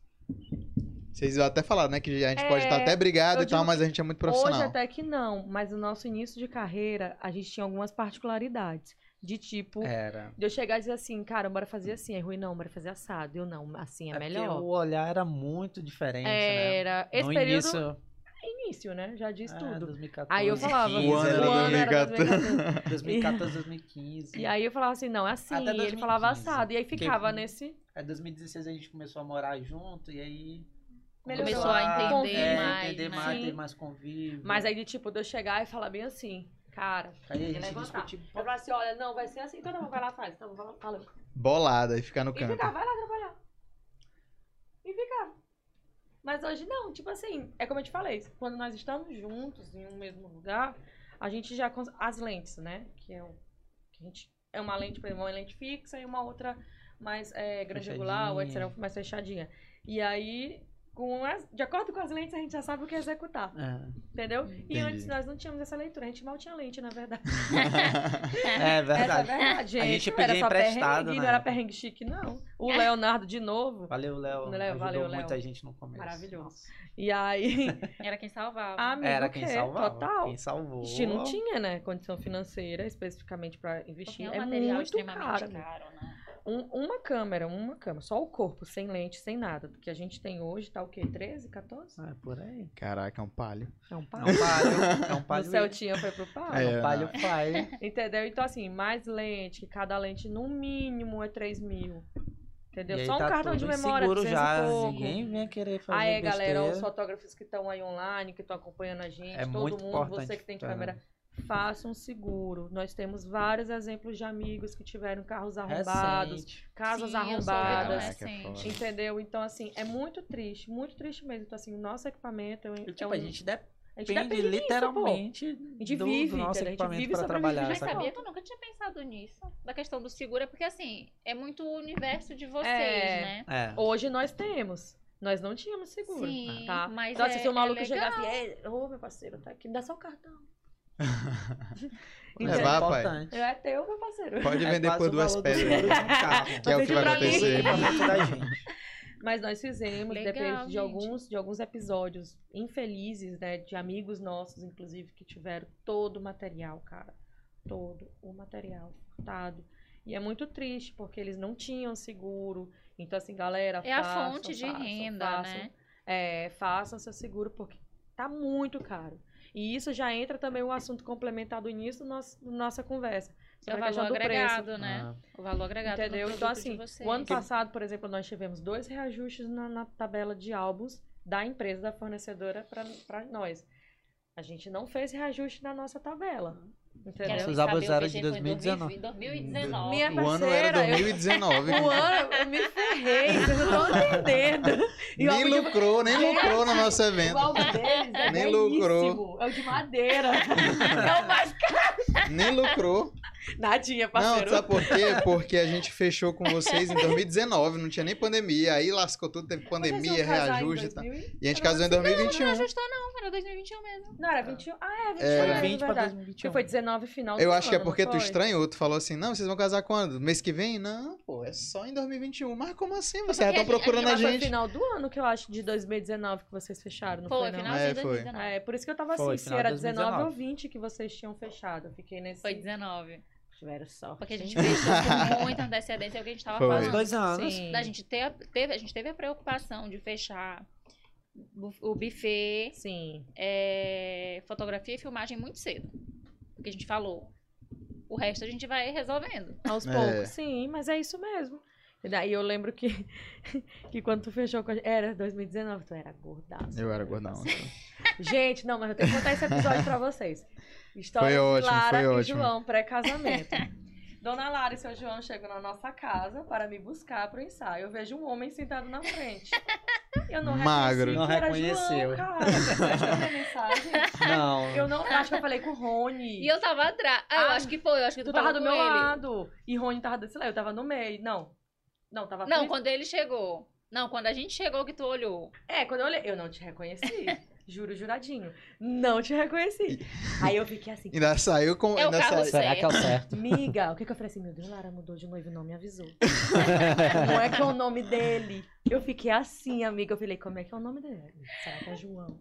Speaker 1: Vocês até falaram, né, que a gente
Speaker 2: É,
Speaker 1: pode estar até brigado
Speaker 2: eu
Speaker 1: e tal,
Speaker 2: digo
Speaker 1: mas a gente é muito profissional.
Speaker 2: Hoje até que não, mas no nosso início de carreira, a gente tinha algumas particularidades. De tipo,
Speaker 4: Era.
Speaker 2: de eu chegar e dizer assim, cara, bora fazer assim. É ruim, não, bora fazer assado. Eu não, assim é,
Speaker 4: É porque
Speaker 2: melhor.
Speaker 4: O olhar era muito diferente, né?
Speaker 2: Era. Esse
Speaker 4: no
Speaker 2: período
Speaker 4: início,
Speaker 2: é início, né? Já diz
Speaker 4: é,
Speaker 2: tudo.
Speaker 4: 2014,
Speaker 2: Aí eu falava.
Speaker 1: O ano era
Speaker 2: o ano era
Speaker 1: 2014.
Speaker 2: 2014.
Speaker 4: 2014, 2015.
Speaker 2: E aí eu falava assim, não, é assim.
Speaker 4: Até
Speaker 2: E ele falava
Speaker 4: 2015.
Speaker 2: assado. E aí ficava
Speaker 4: Porque-
Speaker 2: nesse.
Speaker 4: Aí, 2016 a gente começou a morar junto e aí
Speaker 2: Melhorou.
Speaker 3: Começou a entender
Speaker 4: é,
Speaker 3: mais,
Speaker 4: entender
Speaker 3: né?
Speaker 4: mais,
Speaker 2: Sim.
Speaker 4: teve mais convívio.
Speaker 2: Mas aí de tipo, de eu chegar e falar bem assim, cara.
Speaker 4: Aí a
Speaker 2: tem que
Speaker 4: gente
Speaker 2: levantar.
Speaker 4: discutiu.
Speaker 2: Eu falava assim, olha, não, vai ser assim. Então tá bom, vai lá, faz. Tá bom, vai lá, valeu.
Speaker 1: Bolada e ficar no
Speaker 2: E
Speaker 1: canto.
Speaker 2: ficava, vai lá trabalhar. E ficava. Mas hoje não, tipo assim, é como eu te falei, quando nós estamos juntos em um mesmo lugar, a gente já. cons- As lentes, né? Que é o. Que a gente, é uma lente, por exemplo, uma lente fixa e uma outra mais é, grandicular, ou etc,
Speaker 4: Fechadinha.
Speaker 2: mais fechadinha. E aí, com as- de acordo com as lentes, a gente já sabe o que executar,
Speaker 4: É.
Speaker 2: entendeu? E
Speaker 1: Entendi.
Speaker 2: antes nós não tínhamos essa leitura, a gente mal tinha lente, na verdade.
Speaker 4: É
Speaker 2: Essa é a
Speaker 4: verdade.
Speaker 2: verdade, gente.
Speaker 4: A gente
Speaker 2: não era
Speaker 4: pedia
Speaker 2: só
Speaker 4: emprestado,
Speaker 2: perrengue,
Speaker 4: né?
Speaker 2: não era perrengue chique, não. O Leonardo, de novo,
Speaker 4: Valeu, Léo.
Speaker 2: Léo,
Speaker 4: Ajudou
Speaker 2: valeu, Léo.
Speaker 4: muita gente no começo.
Speaker 2: Maravilhoso.
Speaker 4: Nossa.
Speaker 2: E aí,
Speaker 3: Era quem salvava.
Speaker 2: amigo,
Speaker 4: Era quem
Speaker 2: que,
Speaker 4: salvava.
Speaker 2: total.
Speaker 4: Quem salvou.
Speaker 2: A gente não tinha, né, condição financeira especificamente pra investir.
Speaker 3: Porque é um
Speaker 2: é
Speaker 3: material
Speaker 2: muito
Speaker 3: extremamente
Speaker 2: caro.
Speaker 3: caro, né?
Speaker 2: Um- uma câmera, uma câmera, só o corpo, sem lente, sem nada. Do que a gente tem hoje tá o quê? 13, 14?
Speaker 4: É por aí.
Speaker 1: Caraca, é um palho.
Speaker 2: É um pau.
Speaker 4: É um palho. É um
Speaker 2: O
Speaker 4: palho.
Speaker 2: Celtinha foi pro pau.
Speaker 1: É.
Speaker 4: É um palho fly.
Speaker 2: Entendeu? Então, assim, mais lente, que cada lente no mínimo é 3 mil.
Speaker 4: E
Speaker 2: Entendeu?
Speaker 4: aí
Speaker 2: Só um
Speaker 4: tá
Speaker 2: cartão de
Speaker 4: tudo
Speaker 2: memória,
Speaker 4: inseguro
Speaker 2: 300
Speaker 4: já.
Speaker 2: e pouco.
Speaker 4: Ninguém vem querer fazer
Speaker 2: Aí, galera, os
Speaker 4: besteira.
Speaker 2: fotógrafos que estão aí online, que estão acompanhando a gente,
Speaker 4: É
Speaker 2: todo
Speaker 4: muito
Speaker 2: mundo,
Speaker 4: importante
Speaker 2: você que tem
Speaker 4: pra-
Speaker 2: câmera, faça um seguro. Nós temos vários exemplos de amigos que tiveram carros arrombados,
Speaker 4: Recente.
Speaker 2: casas
Speaker 3: Sim, eu sou assim.
Speaker 2: arrombadas.
Speaker 1: Caraca,
Speaker 3: recente.
Speaker 1: é foda.
Speaker 2: Entendeu? Então, assim, é muito triste, muito triste mesmo. Então, assim, o nosso equipamento é um.
Speaker 4: E,
Speaker 2: é
Speaker 4: Tipo,
Speaker 2: um-
Speaker 4: a gente depende,
Speaker 2: a gente depende disso, pô.
Speaker 4: literalmente
Speaker 2: gente
Speaker 4: do,
Speaker 2: vive,
Speaker 4: do
Speaker 2: entendeu? A
Speaker 4: nosso
Speaker 2: gente
Speaker 4: equipamento
Speaker 2: vive
Speaker 4: para
Speaker 2: sobre
Speaker 4: trabalhar.
Speaker 2: viver,
Speaker 3: Mas
Speaker 2: essa
Speaker 4: sabe?
Speaker 2: sabe?
Speaker 3: sabia que eu nunca tinha pensado nisso. Da questão do seguro, é porque assim, é muito o universo de vocês,
Speaker 2: É.
Speaker 3: né?
Speaker 4: É.
Speaker 2: Hoje nós temos. Nós não tínhamos seguro.
Speaker 3: Sim,
Speaker 2: tá?
Speaker 3: mas
Speaker 2: então, assim,
Speaker 3: é-
Speaker 2: se o maluco
Speaker 3: é
Speaker 2: chegar
Speaker 3: legal.
Speaker 2: assim, "Ei, ô meu parceiro, tá aqui, me dá só o cartão.
Speaker 4: Isso
Speaker 1: Levar, pai.
Speaker 4: importante.
Speaker 2: Eu é teu, meu parceiro.
Speaker 1: Pode vender
Speaker 4: É quase
Speaker 1: por
Speaker 4: o
Speaker 1: duas
Speaker 4: valor do
Speaker 1: pedras.
Speaker 4: seguro de um carro.
Speaker 1: Que é o que vai
Speaker 2: Pra mim.
Speaker 1: acontecer.
Speaker 4: Equipamento da gente.
Speaker 2: Mas nós fizemos,
Speaker 3: Legal,
Speaker 2: depende de
Speaker 3: gente.
Speaker 2: alguns, de alguns episódios infelizes, né? De amigos nossos, inclusive, que tiveram todo o material, cara. Todo o material furtado. E é muito triste, porque eles não tinham seguro. Então, assim, galera,
Speaker 3: É a
Speaker 2: façam,
Speaker 3: fonte de
Speaker 2: façam,
Speaker 3: renda,
Speaker 2: façam,
Speaker 3: né?
Speaker 2: É, façam seu seguro, porque tá muito caro. E isso já entra também um assunto complementar do início da nossa, nossa conversa.
Speaker 3: É o
Speaker 2: a questão
Speaker 3: valor
Speaker 2: do preço.
Speaker 3: agregado,
Speaker 1: Ah.
Speaker 3: né?
Speaker 4: Ah.
Speaker 3: O valor agregado. no
Speaker 2: Entendeu? Então,
Speaker 3: produto de
Speaker 2: assim,
Speaker 3: vocês.
Speaker 2: o ano passado, por exemplo, nós tivemos dois reajustes na, na tabela de álbuns da empresa, da fornecedora, para nós. A gente não fez reajuste na nossa tabela.
Speaker 3: Quero
Speaker 2: Entendeu?
Speaker 4: Nossos
Speaker 3: saber
Speaker 4: álbuns
Speaker 3: o que
Speaker 4: eram
Speaker 3: foi
Speaker 4: de
Speaker 3: em
Speaker 4: 2019.
Speaker 3: 2019.
Speaker 2: Hum. Minha
Speaker 1: O ano era
Speaker 2: parceira, eu-
Speaker 1: 2019.
Speaker 2: O ano eu me ferrei, vocês não estão entendendo. E
Speaker 1: Nem
Speaker 2: o álbum de-
Speaker 1: lucrou, nem lucrou no nosso
Speaker 2: o
Speaker 1: evento.
Speaker 2: álbum deles
Speaker 1: Nem
Speaker 2: é belíssimo,
Speaker 1: lucrou.
Speaker 2: É o de madeira. É o mais...
Speaker 1: Nem lucrou.
Speaker 2: Nadinha,
Speaker 1: Não,
Speaker 2: parceiro.
Speaker 1: sabe por quê? Porque a gente fechou com vocês em 2019, não tinha nem pandemia. Aí lascou tudo, teve
Speaker 2: Vocês vão
Speaker 1: pandemia,
Speaker 2: casar em
Speaker 1: reajuste e tal.
Speaker 2: 2000 e-
Speaker 1: E um. a gente casou em 2021.
Speaker 3: Não ajustou, não, era 2021 mesmo.
Speaker 2: Não, era 21. Ah, é 21.
Speaker 1: Era
Speaker 2: é
Speaker 4: Foi 20 para
Speaker 2: verdade.
Speaker 4: 2021.
Speaker 2: Porque foi 19 final do
Speaker 1: Eu acho que é
Speaker 2: ano, não
Speaker 1: porque tu
Speaker 2: foi?
Speaker 1: estranhou, tu falou assim: não, vocês vão casar quando? Mês que vem? Não, pô, é só em 2021. Mas como assim? Vocês já
Speaker 3: Porque
Speaker 1: estão
Speaker 3: a gente-
Speaker 1: procurando a
Speaker 2: Mas foi
Speaker 1: gente.
Speaker 2: final do ano que eu acho, de 2019, que vocês fecharam, não foi,
Speaker 3: Foi,
Speaker 2: não?
Speaker 3: final
Speaker 1: É,
Speaker 3: de
Speaker 1: foi.
Speaker 3: 2019.
Speaker 2: É, por isso que eu tava
Speaker 4: Foi,
Speaker 2: assim, se
Speaker 4: final
Speaker 2: era
Speaker 4: de 2019.
Speaker 2: 19 ou 20 que vocês tinham fechado. Eu fiquei nesse.
Speaker 3: Foi 19.
Speaker 2: Tiveram sorte.
Speaker 3: Porque a gente
Speaker 2: hein?
Speaker 3: fez com muita antecedência, é o que a gente tava
Speaker 1: Foi.
Speaker 3: falando.
Speaker 4: dois anos.
Speaker 2: Sim.
Speaker 3: Da gente ter, a- teve, a gente teve a preocupação de fechar bu- o buffet,
Speaker 2: Sim.
Speaker 3: é, fotografia e filmagem muito cedo. Porque a gente falou. O resto a gente vai resolvendo.
Speaker 2: Aos
Speaker 1: É.
Speaker 2: poucos, sim, mas é isso mesmo. E daí eu lembro que, que quando tu fechou com a gente. Era 2019, tu era gordaço.
Speaker 1: Eu era gordão. então.
Speaker 2: Gente, não, mas eu tenho que contar esse episódio pra vocês. História
Speaker 1: Foi
Speaker 2: de
Speaker 1: ótimo,
Speaker 2: Lara
Speaker 1: foi
Speaker 2: e
Speaker 1: ótimo.
Speaker 2: João, pré-casamento. Dona Lara e seu João chegam na nossa casa para me buscar pro ensaio. Eu vejo um homem sentado na frente. Eu não
Speaker 1: Magro.
Speaker 2: reconheci
Speaker 4: Não
Speaker 2: que era João,
Speaker 4: reconheceu.
Speaker 2: cara. Você achou minha mensagem?
Speaker 4: Não.
Speaker 2: Eu não eu acho que eu falei com o Rony.
Speaker 3: E eu tava atrás. Ah, eu
Speaker 2: Ah,
Speaker 3: acho que foi, eu acho que
Speaker 2: Tu
Speaker 3: tu
Speaker 2: tava
Speaker 3: falou
Speaker 2: do
Speaker 3: com
Speaker 2: meu
Speaker 3: ele.
Speaker 2: lado. E Rony tava desse lado. Eu tava no meio. Não. Não, tava
Speaker 3: Não,
Speaker 2: frente-
Speaker 3: quando ele chegou. Não, quando a gente chegou que tu olhou.
Speaker 2: É, quando eu olhei, eu não te reconheci. Juro, juradinho. Não te reconheci. Aí eu fiquei assim,
Speaker 1: Ainda saiu com.
Speaker 3: É o
Speaker 1: ainda
Speaker 3: carro
Speaker 1: saiu-
Speaker 4: Será que é o certo?
Speaker 2: miga, o que que eu falei assim? Meu Deus, Lara mudou de noivo e não me avisou. não é que é o nome dele. Eu fiquei assim, amiga. Eu falei, como é que é o nome dele? Será que é João?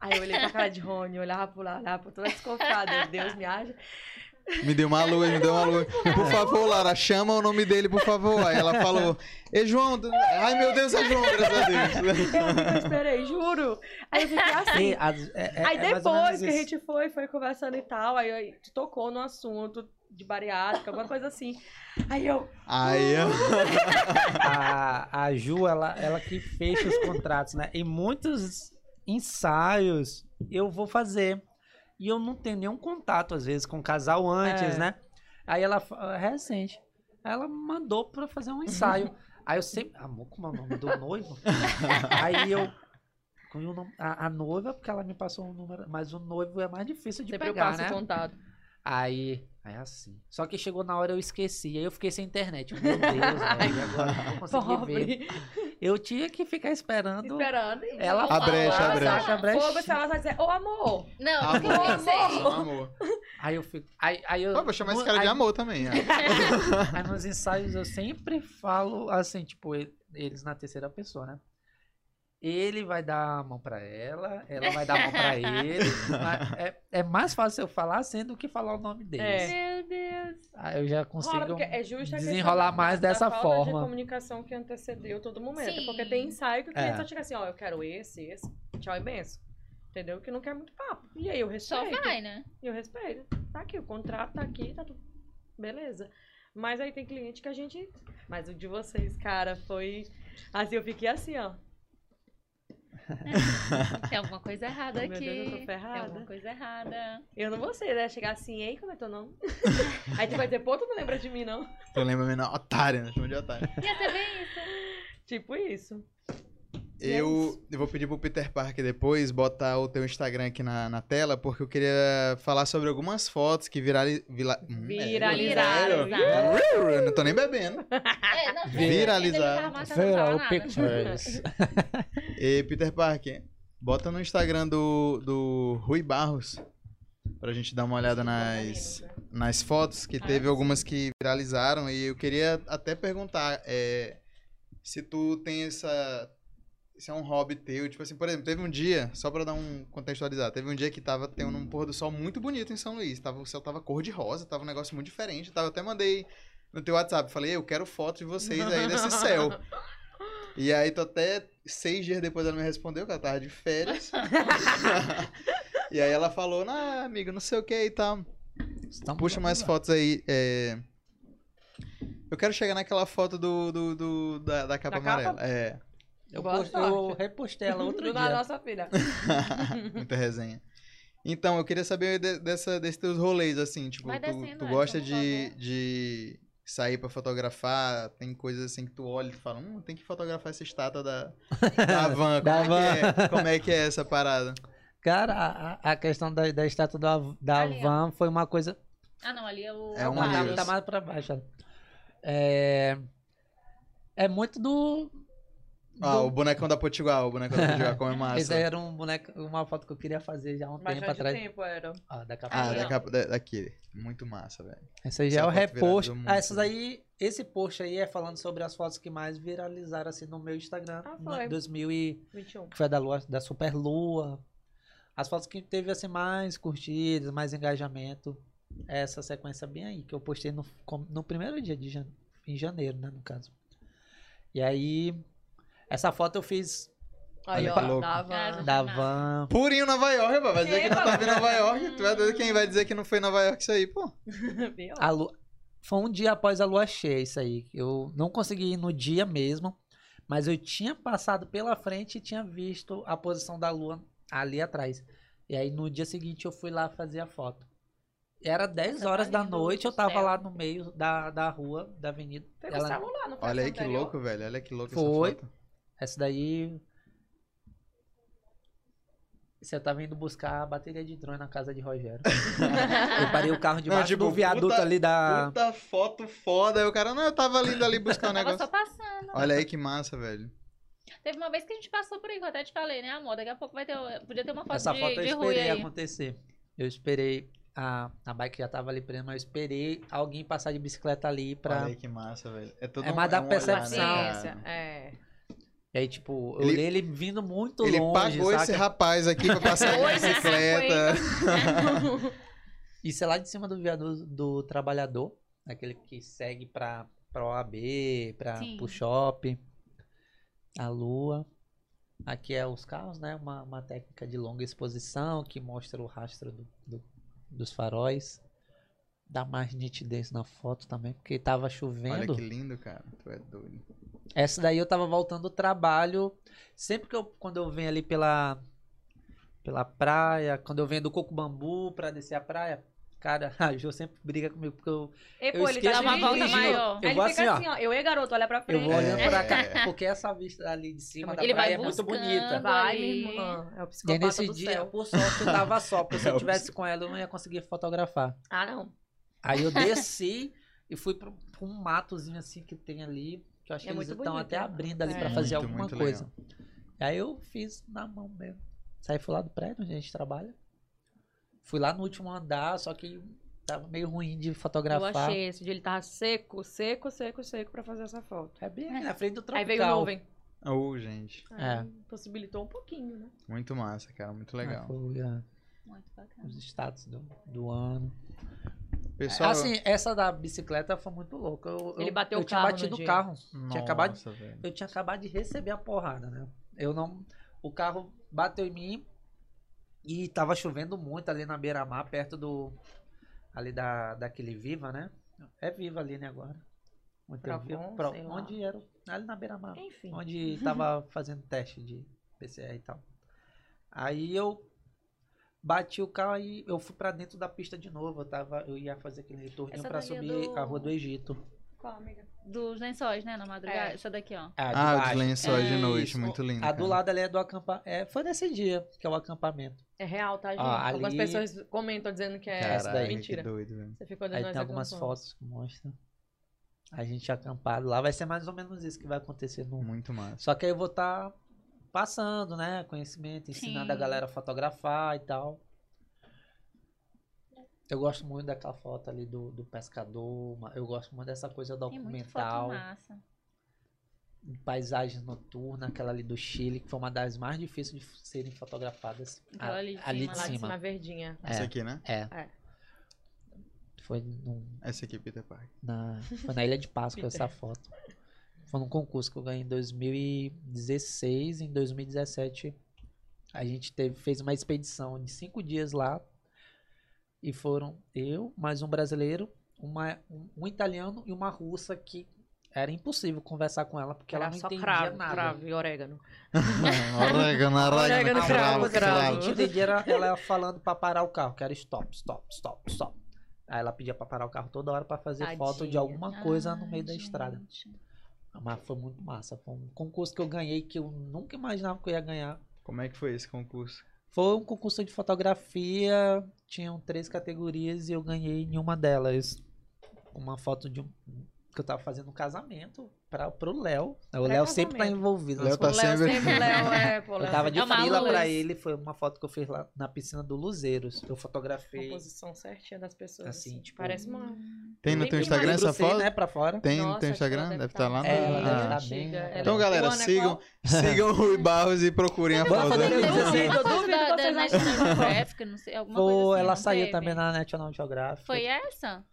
Speaker 2: Aí eu olhei pra cara de Rony, olhava pro Lara, por toda desconfiada. Meu Deus, me acha.
Speaker 1: Me deu uma luz, me deu uma luz. Por favor, Lara, chama o nome dele, por favor. Aí ela falou: Ei, João. tu- Ai, meu Deus, é João, graças a Deus.
Speaker 2: Eu esperei, juro. Aí eu fiquei assim.
Speaker 4: E as- é- é-
Speaker 2: Aí
Speaker 4: é mais ou
Speaker 2: depois
Speaker 4: menos
Speaker 2: que a
Speaker 4: isso.
Speaker 2: gente foi, foi conversando e tal, aí, aí tu tocou no assunto de bariátrica, alguma coisa assim. Aí eu,
Speaker 1: Aí eu.
Speaker 4: a, a Ju, ela, ela que fecha os contratos, né? E muitos ensaios eu vou fazer. E eu não tenho nenhum contato, às vezes, com o casal antes,
Speaker 2: É.
Speaker 4: né? Aí ela, fa- é recente, ela mandou pra fazer um ensaio. Aí eu sempre, amor, como é o nome do noivo? Aí eu, com o nome- a, a noiva, porque ela me passou um número, mas o noivo é mais difícil de
Speaker 2: sempre eu
Speaker 4: pegar,
Speaker 2: passo
Speaker 4: né?
Speaker 2: o contato.
Speaker 4: Aí, aí assim. Só que chegou na hora eu esqueci, aí eu fiquei sem internet. Meu Deus, velho, e agora eu não vou conseguir ver.
Speaker 2: Pobre.
Speaker 4: Eu tinha que ficar esperando.
Speaker 2: Esperando.
Speaker 4: Ela
Speaker 3: A brecha, a
Speaker 4: falar,
Speaker 3: brecha.
Speaker 4: saca? A
Speaker 2: Fogo, se ela vai dizer, assim, ô amor.
Speaker 3: Não,
Speaker 1: Amor,
Speaker 3: isso que eu pensei.
Speaker 1: amor. amor.
Speaker 4: Aí eu fico. Aí, aí eu.
Speaker 1: Ah, vou chamar esse
Speaker 4: no-
Speaker 1: cara de
Speaker 4: aí-
Speaker 1: amor também. é.
Speaker 4: Aí nos ensaios eu sempre falo assim, tipo, e- eles na terceira pessoa, né? Ele vai dar a mão pra ela, ela vai dar a mão pra ele. mas É, é mais fácil eu falar assim do que falar o nome deles.
Speaker 3: Meu Deus.
Speaker 4: Aí eu já consigo.
Speaker 2: Rola, porque é justo a questão
Speaker 4: desenrolar mais
Speaker 2: da
Speaker 4: dessa
Speaker 2: falta de
Speaker 4: forma.
Speaker 2: comunicação que antecedeu todo momento. é
Speaker 3: Sim.
Speaker 2: Porque tem ensaio que o cliente
Speaker 4: É.
Speaker 2: só chega assim, ó, eu quero esse, esse, tchau e benção. Entendeu? Que não quer muito papo. E aí eu
Speaker 3: Só
Speaker 2: respeito.
Speaker 3: vai, né?
Speaker 2: E eu respeito. Tá aqui, o contrato tá aqui, tá tudo. Beleza. Mas aí tem cliente que a gente. Mas o de vocês, cara, foi. Assim, eu fiquei assim, ó.
Speaker 3: Tem alguma coisa errada
Speaker 2: Meu Deus,
Speaker 3: aqui.
Speaker 2: eu tô
Speaker 3: Tem
Speaker 2: ferrada.
Speaker 3: alguma coisa errada.
Speaker 2: Eu não vou ser, né? Chegar assim, ei, como é teu nome? aí tu vai dizer, pô, tu não lembra de mim, não?
Speaker 1: Tu lembra menor? Otário, né? Chama de otário.
Speaker 3: Ia ser bem isso.
Speaker 2: Tipo isso. E é
Speaker 1: Eu, eu vou pedir pro Peter Parker depois botar o teu Instagram aqui na, na tela, porque eu queria falar sobre algumas fotos que virali, vila, hum, é,
Speaker 2: Viralizaram.
Speaker 3: Viralizaram.
Speaker 1: Eu não tô nem bebendo.
Speaker 3: É, não,
Speaker 1: Viralizar.
Speaker 3: Ele tava matando, não tava nada.
Speaker 4: Pictures.
Speaker 1: E Peter Parker, bota no Instagram do, do Rui Barros, pra gente dar uma olhada nas, nas fotos, que
Speaker 3: Ah,
Speaker 1: teve algumas que viralizaram, e eu queria até perguntar é, se tu tem essa. Se é um hobby teu, tipo assim, por exemplo, teve um dia, só pra dar um contextualizar, teve um dia que tava tendo um pôr do sol muito bonito em São Luís, tava, o céu tava cor de rosa, tava um negócio muito diferente, tava, eu até mandei no teu WhatsApp, falei, eu quero foto de vocês aí desse céu. E aí, tô até seis dias depois ela me respondeu que ela tava de férias. e aí ela falou, nah, amigo, não sei o que e tal. Puxa mais fotos aí. é. Eu quero chegar naquela foto do, do, do- da, da capa
Speaker 2: Da capa?
Speaker 1: amarela. É,
Speaker 4: Eu,
Speaker 2: Boa
Speaker 4: post- eu
Speaker 2: sorte.
Speaker 4: repostei ela outro
Speaker 2: da
Speaker 4: dia.
Speaker 2: nossa filha.
Speaker 1: muita resenha. Então, eu queria saber de- dessa, desses teus rolês, assim, tipo,
Speaker 3: Vai
Speaker 1: tu,
Speaker 3: descendo,
Speaker 1: tu
Speaker 3: é,
Speaker 1: gosta
Speaker 3: vamos
Speaker 1: de,
Speaker 3: logo.
Speaker 1: de sair pra fotografar, tem coisas assim que tu olha e tu fala, hum, tem que fotografar essa estátua da, da van, como,
Speaker 4: Da
Speaker 1: é Que é, como é que é essa parada?
Speaker 4: Cara, a, a- a questão da, da estátua da, da
Speaker 3: Ali, ó.
Speaker 4: van foi uma coisa.
Speaker 3: Ah, não, ali é o.
Speaker 1: É uma
Speaker 4: Ah, tá-
Speaker 1: news.
Speaker 4: tá mais pra baixo. ó. É, é muito do.
Speaker 1: Ah,
Speaker 4: do-
Speaker 1: o bonecão da Potiguar, o bonecão da Potiguar, como é massa.
Speaker 4: Esse aí era um boneco, uma foto que eu queria fazer já há um
Speaker 2: Mas
Speaker 4: tempo
Speaker 2: já de
Speaker 4: atrás.
Speaker 2: tempo era.
Speaker 4: Ah, da capa.
Speaker 1: Ah,
Speaker 3: Aí,
Speaker 1: da
Speaker 3: ó.
Speaker 1: capa, da, daquele. Muito messa, velho.
Speaker 4: Esse aí já é
Speaker 1: Essa
Speaker 4: o
Speaker 1: foto
Speaker 4: repost.
Speaker 1: viralizou muito,
Speaker 4: Ah, essas
Speaker 1: né?
Speaker 4: aí, esse post aí é falando sobre as fotos que mais viralizaram assim no meu Instagram.
Speaker 2: Ah,
Speaker 4: no-
Speaker 2: foi.
Speaker 4: 2000 e
Speaker 2: 21.
Speaker 4: que foi da lua, da super lua. As fotos que teve assim mais curtidas, mais engajamento. é Essa sequência bem aí que eu postei no, com- no primeiro dia de janeiro, em janeiro, né, no caso. E aí essa foto eu fiz
Speaker 2: Aí,
Speaker 1: Olha
Speaker 2: ó,
Speaker 1: que louco.
Speaker 2: dava.
Speaker 3: Ah,
Speaker 4: da van.
Speaker 1: Purinho Nova York, pô. Vai dizer que não
Speaker 2: Eba!
Speaker 1: tava em Nova York. Tu é doido quem vai dizer que não foi em Nova York isso aí, pô.
Speaker 2: Viu?
Speaker 4: A lua, Foi um dia após a lua cheia, isso aí. Eu não consegui ir no dia mesmo, mas eu tinha passado pela frente e tinha visto a posição da lua ali atrás. E aí no dia seguinte eu fui lá fazer a foto. Era 10
Speaker 3: Nossa,
Speaker 4: horas
Speaker 3: tá
Speaker 4: da
Speaker 3: lindo o
Speaker 4: noite, eu tava
Speaker 3: céu.
Speaker 4: lá no meio da, da rua, da avenida.
Speaker 8: Pegou o
Speaker 4: Ela-
Speaker 8: celular, não foi
Speaker 1: Olha aí
Speaker 8: essa
Speaker 1: que
Speaker 8: anterior?
Speaker 1: louco, velho. Olha que louco
Speaker 4: Foi.
Speaker 1: essa foto.
Speaker 4: Essa daí. Você tava indo buscar a bateria de drone na casa de Rogério. Eu parei o carro debaixo
Speaker 1: tipo,
Speaker 4: do viaduto
Speaker 1: puta-
Speaker 4: ali da.
Speaker 1: Puta foto foda. Aí o cara, não, eu tava ali, ali buscar um
Speaker 3: Tava só
Speaker 1: negócio.
Speaker 3: passando.
Speaker 1: Olha aí que massa, velho.
Speaker 3: Teve uma vez que a gente passou por aí, que eu até te falei, né, amor? Daqui a pouco vai ter. Podia ter uma foto
Speaker 4: Essa
Speaker 3: de,
Speaker 4: foto eu
Speaker 3: de Rui
Speaker 4: esperei
Speaker 3: aí.
Speaker 4: acontecer. Eu esperei. A, a bike já tava ali presa, mas eu esperei alguém passar de bicicleta ali pra.
Speaker 1: Olha aí que massa, velho. É, todo
Speaker 4: É
Speaker 1: um-
Speaker 4: mais da
Speaker 1: um
Speaker 4: percepção.
Speaker 1: olhar, né,
Speaker 8: Ciência,
Speaker 1: cara?
Speaker 8: é.
Speaker 4: E aí, tipo, eu
Speaker 1: Ele-
Speaker 4: olhei ele vindo muito
Speaker 1: Ele
Speaker 4: longe.
Speaker 1: pagou
Speaker 4: saca?
Speaker 1: esse rapaz aqui pra passar de
Speaker 3: Dois e
Speaker 1: bicicleta.
Speaker 4: Isso é lá de cima do viaduto do trabalhador, aquele que segue pra, pra OAB, pra,
Speaker 3: Sim.
Speaker 4: pro shopping, a lua. Aqui é os carros, né? Uma, uma técnica de longa exposição que mostra o rastro do- do- dos faróis. Dá mais nitidez na foto também, porque tava
Speaker 1: Olha
Speaker 4: chovendo.
Speaker 1: que lindo, cara. Tu é doido.
Speaker 4: Essa daí eu tava voltando do trabalho. Sempre que eu, quando eu venho ali pela, pela praia, quando eu venho do Coco Bambu pra descer a praia, cara, a Ju sempre briga comigo, porque eu,
Speaker 8: E,
Speaker 4: eu
Speaker 8: pô, ele
Speaker 4: esqueço
Speaker 8: tá
Speaker 3: Dá uma
Speaker 4: de
Speaker 8: dirigindo.
Speaker 3: volta
Speaker 4: dirigir.
Speaker 3: maior.
Speaker 4: Eu
Speaker 8: Aí
Speaker 4: vou
Speaker 8: ele
Speaker 4: assim,
Speaker 8: fica assim,
Speaker 4: ó.
Speaker 8: ó. Eu e garoto, olha pra
Speaker 4: Eu
Speaker 8: frente.
Speaker 4: vou olhando
Speaker 1: É.
Speaker 4: pra cá, porque essa vista ali de cima da
Speaker 3: Ele vai
Speaker 4: praia é muito
Speaker 3: buscando.
Speaker 4: bonita.
Speaker 8: Vai,
Speaker 3: ali.
Speaker 8: minha irmã. É o
Speaker 4: E aí
Speaker 8: psicopata
Speaker 4: nesse
Speaker 8: do
Speaker 4: dia,
Speaker 8: céu.
Speaker 4: por sorte, eu tava só, porque se
Speaker 1: É
Speaker 4: eu tivesse com ela, eu não ia conseguir fotografar.
Speaker 8: Ah, não.
Speaker 4: Aí eu desci e fui pra um- pra um matozinho assim que tem ali, que eu
Speaker 8: É
Speaker 4: acho que eles
Speaker 8: muito
Speaker 4: estão
Speaker 8: bonito,
Speaker 4: até
Speaker 8: né?
Speaker 4: abrindo ali
Speaker 8: É.
Speaker 4: pra fazer
Speaker 1: Muito,
Speaker 4: alguma
Speaker 1: muito
Speaker 4: coisa. Aí eu fiz na mão mesmo. Saí fui lá do prédio onde a gente trabalha. Fui lá no último andar, só que tava meio ruim de
Speaker 2: Eu
Speaker 4: fotografar.
Speaker 2: achei esse dia, ele tava seco, seco, seco, seco pra fazer essa foto.
Speaker 4: É bem ali na frente do tropical.
Speaker 2: Aí veio nuvem.
Speaker 1: Oh, gente.
Speaker 4: É.
Speaker 2: Aí Possibilitou um pouquinho, né?
Speaker 1: Muito massa, cara. Muito
Speaker 4: Ah,
Speaker 1: legal.
Speaker 4: foi, ah,
Speaker 3: Muito bacana.
Speaker 4: os status do, do ano.
Speaker 1: Pessoal.
Speaker 4: Assim, essa da bicicleta foi muito louca. Eu,
Speaker 2: Ele
Speaker 4: eu-
Speaker 2: bateu
Speaker 4: eu
Speaker 2: o
Speaker 4: tinha
Speaker 2: carro no
Speaker 4: batido o
Speaker 2: dia.
Speaker 4: carro.
Speaker 1: nossa,
Speaker 4: tinha acabado
Speaker 1: velho.
Speaker 4: Eu tinha acabado de receber a porrada, né? Eu não. O carro bateu em mim e tava chovendo muito ali na beira-mar, perto do. Ali da, daquele Viva, né? É Viva ali, né, agora. Muito
Speaker 8: Procon,
Speaker 4: Viva.
Speaker 8: sei
Speaker 4: Pro-
Speaker 8: lá.
Speaker 4: onde era? Ali na beira-mar.
Speaker 8: Enfim.
Speaker 4: Onde tava fazendo teste de PCR e tal. Aí eu bati o carro e eu fui pra dentro da pista de novo. Eu, tava, eu ia fazer aquele retorninho
Speaker 3: Essa
Speaker 4: pra
Speaker 3: daí é
Speaker 4: subir
Speaker 3: do-
Speaker 4: a rua do Egito.
Speaker 8: Qual, amiga?
Speaker 3: Dos lençóis, né? Na madrugada.
Speaker 8: É.
Speaker 3: Essa daqui, ó.
Speaker 4: de
Speaker 1: Ah, os
Speaker 4: baixo.
Speaker 1: lençóis de
Speaker 4: É
Speaker 1: noite,
Speaker 4: isso.
Speaker 1: muito lindo.
Speaker 4: A do
Speaker 1: cara.
Speaker 4: lado ali é do acampamento. É, foi nesse dia que é o acampamento.
Speaker 2: É real, tá, gente?
Speaker 4: Ah,
Speaker 2: Algumas
Speaker 4: ali-
Speaker 2: pessoas comentam dizendo que é
Speaker 4: Caralho,
Speaker 1: Caralho,
Speaker 4: essa daí.
Speaker 1: que
Speaker 2: mentira.
Speaker 1: doido, velho.
Speaker 2: Você ficou
Speaker 4: Aí
Speaker 2: dando
Speaker 4: tem algumas fotos que mostram. A gente acampado lá. Vai ser mais ou menos isso que vai acontecer no.
Speaker 1: Muito massa.
Speaker 4: Só que aí eu vou estar passando, né? Conhecimento, ensinando a
Speaker 3: Sim.
Speaker 4: galera a fotografar e tal. Eu gosto muito daquela foto ali do, do pescador. ma- Eu gosto muito dessa coisa
Speaker 3: Tem muita foto
Speaker 4: documental.
Speaker 3: massa.
Speaker 4: Paisagens noturnas, aquela ali do Chile, que foi uma das mais difíceis de f- serem fotografadas.
Speaker 3: Aquela
Speaker 4: a-
Speaker 3: ali de cima,
Speaker 4: ali de
Speaker 2: Lá de
Speaker 4: cima.
Speaker 2: cima, verdinha.
Speaker 1: Essa
Speaker 4: É.
Speaker 1: aqui, né?
Speaker 4: É.
Speaker 2: É.
Speaker 4: Foi, num,
Speaker 1: Essa aqui, é Peter Parker.
Speaker 4: na, foi na Ilha de Páscoa essa foto. Foi num concurso que eu ganhei em 2016. Em 2017, a gente teve, fez uma expedição de cinco dias lá. E foram eu, mais um brasileiro, uma, um, um italiano e uma russa que era impossível conversar com ela porque ela
Speaker 2: Era
Speaker 4: não
Speaker 2: só
Speaker 4: entendia
Speaker 2: cravo,
Speaker 4: nada.
Speaker 2: cravo e orégano.
Speaker 1: Orégano, orégano, cravo,
Speaker 2: Orégano, cravo, cravo.
Speaker 1: cravo.
Speaker 4: gente entendia era ela falando pra parar o carro, que era stop, stop, stop, stop. Aí ela pedia pra parar o carro toda hora pra fazer foto de
Speaker 2: Tadinha.
Speaker 4: alguma coisa no
Speaker 3: Ai,
Speaker 4: meio da
Speaker 3: gente.
Speaker 4: estrada. Mas foi muito massa. Foi um concurso que eu ganhei que eu nunca imaginava que eu ia ganhar.
Speaker 1: Como é que foi esse concurso?
Speaker 4: Foi um concurso de fotografia, tinham três categorias e eu ganhei em uma delas. Uma foto de um. que eu tava fazendo um casamento pra, pro Léo. O Léo sempre tá
Speaker 2: casamento.
Speaker 4: envolvido. nas
Speaker 1: Léo tá
Speaker 4: fotos.
Speaker 2: Léo
Speaker 1: sempre-
Speaker 2: sempre, Léo é, pô,
Speaker 4: Eu
Speaker 2: Léo
Speaker 4: tava de
Speaker 3: É uma
Speaker 4: frila
Speaker 3: luz.
Speaker 4: pra ele, foi uma foto que eu fiz lá na piscina do Luzeiros. Eu
Speaker 2: sempre-
Speaker 4: fotografei.
Speaker 2: Composição certinha das pessoas.
Speaker 4: Assim,
Speaker 2: assim,
Speaker 4: tipo,
Speaker 2: Parece uma...
Speaker 1: Tem no
Speaker 2: Nem
Speaker 1: teu
Speaker 2: me
Speaker 1: Instagram é
Speaker 4: lembro
Speaker 1: essa
Speaker 4: sem,
Speaker 1: foto?
Speaker 4: né, pra fora.
Speaker 1: Tem no
Speaker 2: Nossa,
Speaker 1: teu
Speaker 2: acho que ela
Speaker 1: Instagram? Deve
Speaker 2: deve
Speaker 1: estar lá. no-
Speaker 2: tá-
Speaker 4: É, ela deve
Speaker 1: Ah.
Speaker 4: tá
Speaker 2: antiga,
Speaker 4: bem-
Speaker 2: ela é
Speaker 1: Então,
Speaker 2: O
Speaker 1: galera,
Speaker 2: ano é
Speaker 1: sigam, sigam o Rui Barros e procurem a
Speaker 4: Bora
Speaker 1: foto.
Speaker 4: fazer
Speaker 1: dele.
Speaker 4: Deus,
Speaker 3: Teve
Speaker 4: assim,
Speaker 3: uma
Speaker 2: eu duvido
Speaker 3: da, da
Speaker 2: vocês acharem.
Speaker 3: National Geographic, não sei, alguma
Speaker 4: Pô,
Speaker 3: coisa assim,
Speaker 4: ela
Speaker 3: não
Speaker 4: saiu
Speaker 3: teve?
Speaker 4: também na National Geographic.
Speaker 3: Foi essa?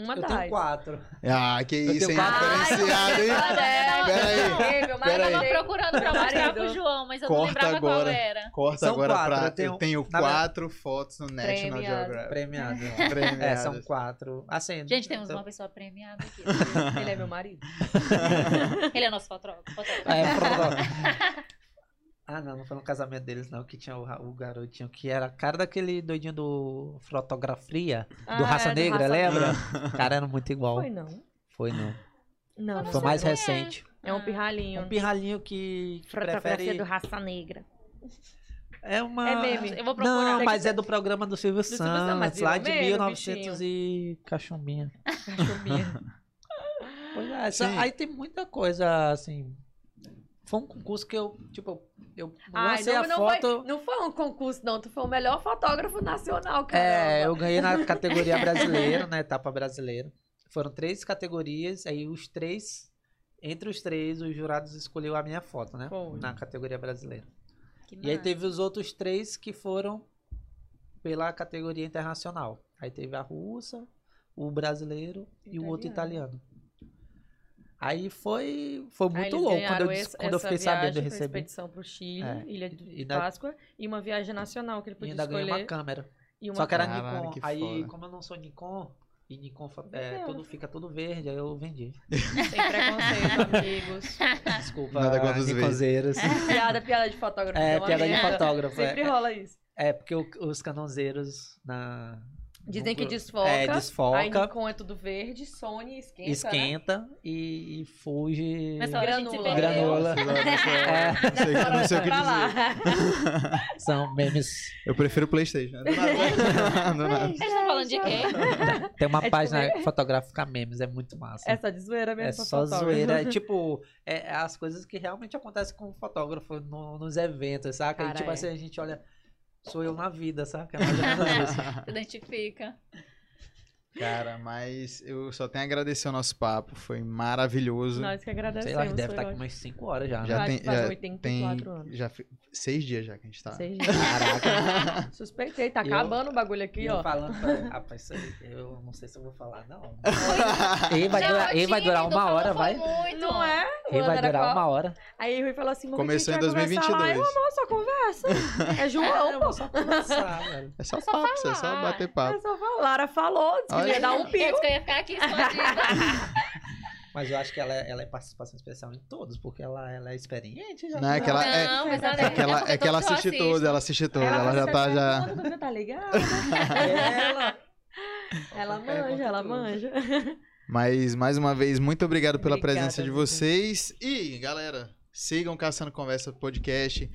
Speaker 2: Uma
Speaker 4: Eu
Speaker 2: atrás.
Speaker 4: tenho quatro.
Speaker 1: Ah, que
Speaker 4: Eu
Speaker 1: isso,
Speaker 4: tenho
Speaker 1: hein?
Speaker 4: quatro.
Speaker 1: Diferenciado, hein?
Speaker 2: tá
Speaker 1: Peraí.
Speaker 9: Incrível,
Speaker 1: Pera aí.
Speaker 3: Eu tava procurando pra
Speaker 2: Meu
Speaker 3: mostrar
Speaker 2: marido.
Speaker 3: pro João, mas eu não
Speaker 1: Corta
Speaker 3: lembrava qual
Speaker 1: agora.
Speaker 3: era.
Speaker 1: Corta
Speaker 4: São
Speaker 1: agora
Speaker 4: quatro,
Speaker 1: pra.
Speaker 4: eu tenho-
Speaker 1: Eu tenho
Speaker 4: na verdade-
Speaker 1: quatro fotos no National
Speaker 2: Premiado.
Speaker 1: Geographic.
Speaker 4: Premiado.
Speaker 1: Premiadas.
Speaker 4: É, são quatro. Assim,
Speaker 3: Gente, temos
Speaker 4: eu-
Speaker 3: uma pessoa premiada aqui.
Speaker 2: Ele é meu marido.
Speaker 3: Ele é nosso fotógrafo. fotógrafo.
Speaker 4: É, pronto. Ah, não, não foi no casamento deles, não, que tinha o, ra- o garotinho que era a cara daquele doidinho do Fotografia, do
Speaker 2: Ah,
Speaker 4: Raça
Speaker 2: é, do
Speaker 4: Negra,
Speaker 2: Raça
Speaker 4: lembra? cara era muito igual.
Speaker 2: Foi,
Speaker 4: Foi,
Speaker 2: não.
Speaker 4: não.
Speaker 2: Não,
Speaker 4: Foi
Speaker 2: não
Speaker 4: mais
Speaker 2: sei.
Speaker 4: recente.
Speaker 2: É um
Speaker 4: É
Speaker 2: pirralhinho.
Speaker 4: Um pirralhinho que que
Speaker 2: Fotografia do
Speaker 4: prefere...
Speaker 2: raça negra.
Speaker 4: É uma...
Speaker 2: É meme.
Speaker 3: Eu vou procurar.
Speaker 4: Não, mas é do programa do Silvio
Speaker 2: Silvio Santos, mas
Speaker 4: Santos, É lá de
Speaker 2: virou meme,
Speaker 4: 1900 e... Cachumbinha. Pois é, essa-
Speaker 1: Sim.
Speaker 4: aí tem muita coisa, assim... Foi um concurso que eu, tipo, eu
Speaker 2: Ai,
Speaker 4: lancei
Speaker 2: não,
Speaker 4: a
Speaker 2: não,
Speaker 4: foto...
Speaker 2: foi, não foi um concurso, não. Tu foi o melhor fotógrafo nacional,
Speaker 4: É,
Speaker 2: cara.
Speaker 4: eu ganhei na categoria brasileira, na etapa brasileira. Foram três categorias, aí os três, entre os três, os jurados escolheu a minha foto, né?
Speaker 2: Foi.
Speaker 4: Na categoria brasileira.
Speaker 3: Que
Speaker 4: E
Speaker 2: É.
Speaker 4: aí
Speaker 3: massa.
Speaker 4: teve os outros três que foram pela categoria internacional. Aí teve a russa, o brasileiro e o outro italiano. Aí foi, foi muito louco quando eu, dis- quando eu fiquei sabendo de receber.
Speaker 2: expedição pro Chile,
Speaker 4: É.
Speaker 2: Ilha de
Speaker 4: E ainda-
Speaker 2: Páscoa, e uma viagem nacional que ele
Speaker 4: E
Speaker 2: podia
Speaker 4: ainda ganhei uma
Speaker 2: escolher.
Speaker 4: câmera.
Speaker 2: e uma
Speaker 4: Só que era
Speaker 1: Caralho,
Speaker 4: Nikon.
Speaker 1: que
Speaker 4: aí,
Speaker 1: foda.
Speaker 4: como eu não sou Nikon, e Nikon fo- é,
Speaker 2: Vendeu.
Speaker 4: tudo, fica tudo verde, aí eu vendi.
Speaker 2: Sem preconceito, amigos.
Speaker 4: Desculpa,
Speaker 1: Nada contra os
Speaker 4: Nikonzeiros.
Speaker 2: piada, piada de fotógrafo.
Speaker 4: é,
Speaker 2: uma
Speaker 4: piada de
Speaker 2: merda.
Speaker 4: fotógrafo.
Speaker 2: Sempre
Speaker 4: É,
Speaker 2: rola isso.
Speaker 4: é, porque o- os canonzeiros na.
Speaker 2: Dizem que
Speaker 4: no-
Speaker 2: desfoca.
Speaker 4: É,
Speaker 2: Aí
Speaker 4: desfoca,
Speaker 2: Nikon é tudo verde, Sony esquenta, né?
Speaker 4: esquenta e, e fuge.
Speaker 3: Nessa hora a gente se
Speaker 2: Granula.
Speaker 3: perdeu.
Speaker 4: Granola.
Speaker 1: Não sei, eu não sei o que
Speaker 2: Pra lá.
Speaker 1: dizer.
Speaker 4: São memes.
Speaker 1: Eu prefiro Playstation. né? Do nada. Do nada.
Speaker 3: Eles estão falando de quê?
Speaker 4: Tem uma
Speaker 2: É tipo
Speaker 4: página fotográfica memes, é muito massa.
Speaker 2: É só de zoeira mesmo.
Speaker 4: É
Speaker 2: pra
Speaker 4: só
Speaker 2: fotógrafo.
Speaker 4: zoeira. É tipo, é, é as coisas que realmente acontecem com o fotógrafo no- nos eventos, saca?
Speaker 2: Cara,
Speaker 4: e tipo
Speaker 2: é.
Speaker 4: assim, a gente olha, sou eu na vida, saca? Mais ou menos isso.
Speaker 3: Se identifica.
Speaker 1: Cara, mas eu só tenho a agradecer o nosso papo. Foi maravilhoso.
Speaker 2: Nós que agradecemos.
Speaker 4: Sei lá, deve
Speaker 2: foi
Speaker 4: estar com
Speaker 2: ótimo.
Speaker 4: umas 5 horas já,
Speaker 1: Já
Speaker 4: né?
Speaker 2: Faz-
Speaker 1: tem-
Speaker 2: faz
Speaker 1: já
Speaker 2: 84 anos.
Speaker 1: Já fi- seis dias já que a gente tá.
Speaker 2: Seis dias. Caraca. Suspeitei, tá
Speaker 4: Eu-
Speaker 2: acabando o bagulho
Speaker 4: E
Speaker 2: aqui,
Speaker 4: eu
Speaker 2: ó.
Speaker 4: falando, pra- rapaz, isso aí, eu não sei se eu vou falar, não. Ele vai,
Speaker 3: Já
Speaker 4: durar,
Speaker 3: foi
Speaker 4: ele vai durar
Speaker 3: tímido,
Speaker 4: uma
Speaker 3: falou
Speaker 4: hora,
Speaker 3: foi
Speaker 4: vai?
Speaker 3: Muito.
Speaker 2: Não é? O
Speaker 4: Ele vai
Speaker 2: André
Speaker 4: durar
Speaker 2: Cor-
Speaker 4: uma hora.
Speaker 2: Aí Rui falou assim: "Mas o que a gente
Speaker 1: Começou em
Speaker 2: vai conversar lá?"
Speaker 1: 2022.
Speaker 2: Eu, amor, só conversa. É João, pô.
Speaker 4: só começar, velho.
Speaker 1: É só papo, isso é só
Speaker 3: falar.
Speaker 1: bater papo.
Speaker 2: É só falar. Lara falou, disse que
Speaker 1: Olha.
Speaker 2: ia dar um
Speaker 3: É, Eu
Speaker 2: pico.
Speaker 3: disse que eu ia ficar aqui escondida.
Speaker 4: Mas eu acho que ela, é- ela é participação especial em todos, porque ela, ela é experiente. Já
Speaker 1: Não, é que ela, é,
Speaker 3: Não, mas
Speaker 1: é que ela, é que ela assiste
Speaker 3: assim,
Speaker 1: toda, ela assiste toda, ela já tá já.
Speaker 2: já. Tá ligada.
Speaker 4: Ela,
Speaker 2: Ela
Speaker 1: É,
Speaker 2: manja, ela manja.
Speaker 1: Mas mais uma vez, muito obrigado pela
Speaker 2: Obrigada,
Speaker 1: presença de
Speaker 2: Dudu.
Speaker 1: vocês. E galera, sigam Caçando Conversa Podcast.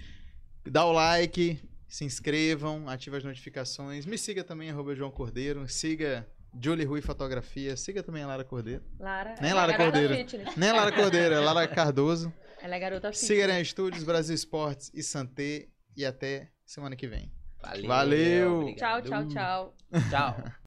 Speaker 1: Dá o like, se inscrevam, ativa as notificações. Me siga também, arroba João Cordeiro. Siga Julie Rui Fotografia. Siga também a Lara Cordeiro.
Speaker 2: Lara.
Speaker 1: Nem
Speaker 2: ela
Speaker 1: Lara
Speaker 2: é garota
Speaker 1: Cordeiro.
Speaker 2: fitness.
Speaker 1: Nem a Lara Cordeiro, é Lara Cardoso.
Speaker 2: Ela é garota fitness.
Speaker 1: Siga Aranha Estúdios, Brasil Esportes e Santé. E até semana que vem.
Speaker 4: Valeu.
Speaker 1: Valeu.
Speaker 2: Tchau, tchau,
Speaker 4: obrigado.
Speaker 2: tchau.
Speaker 4: Tchau.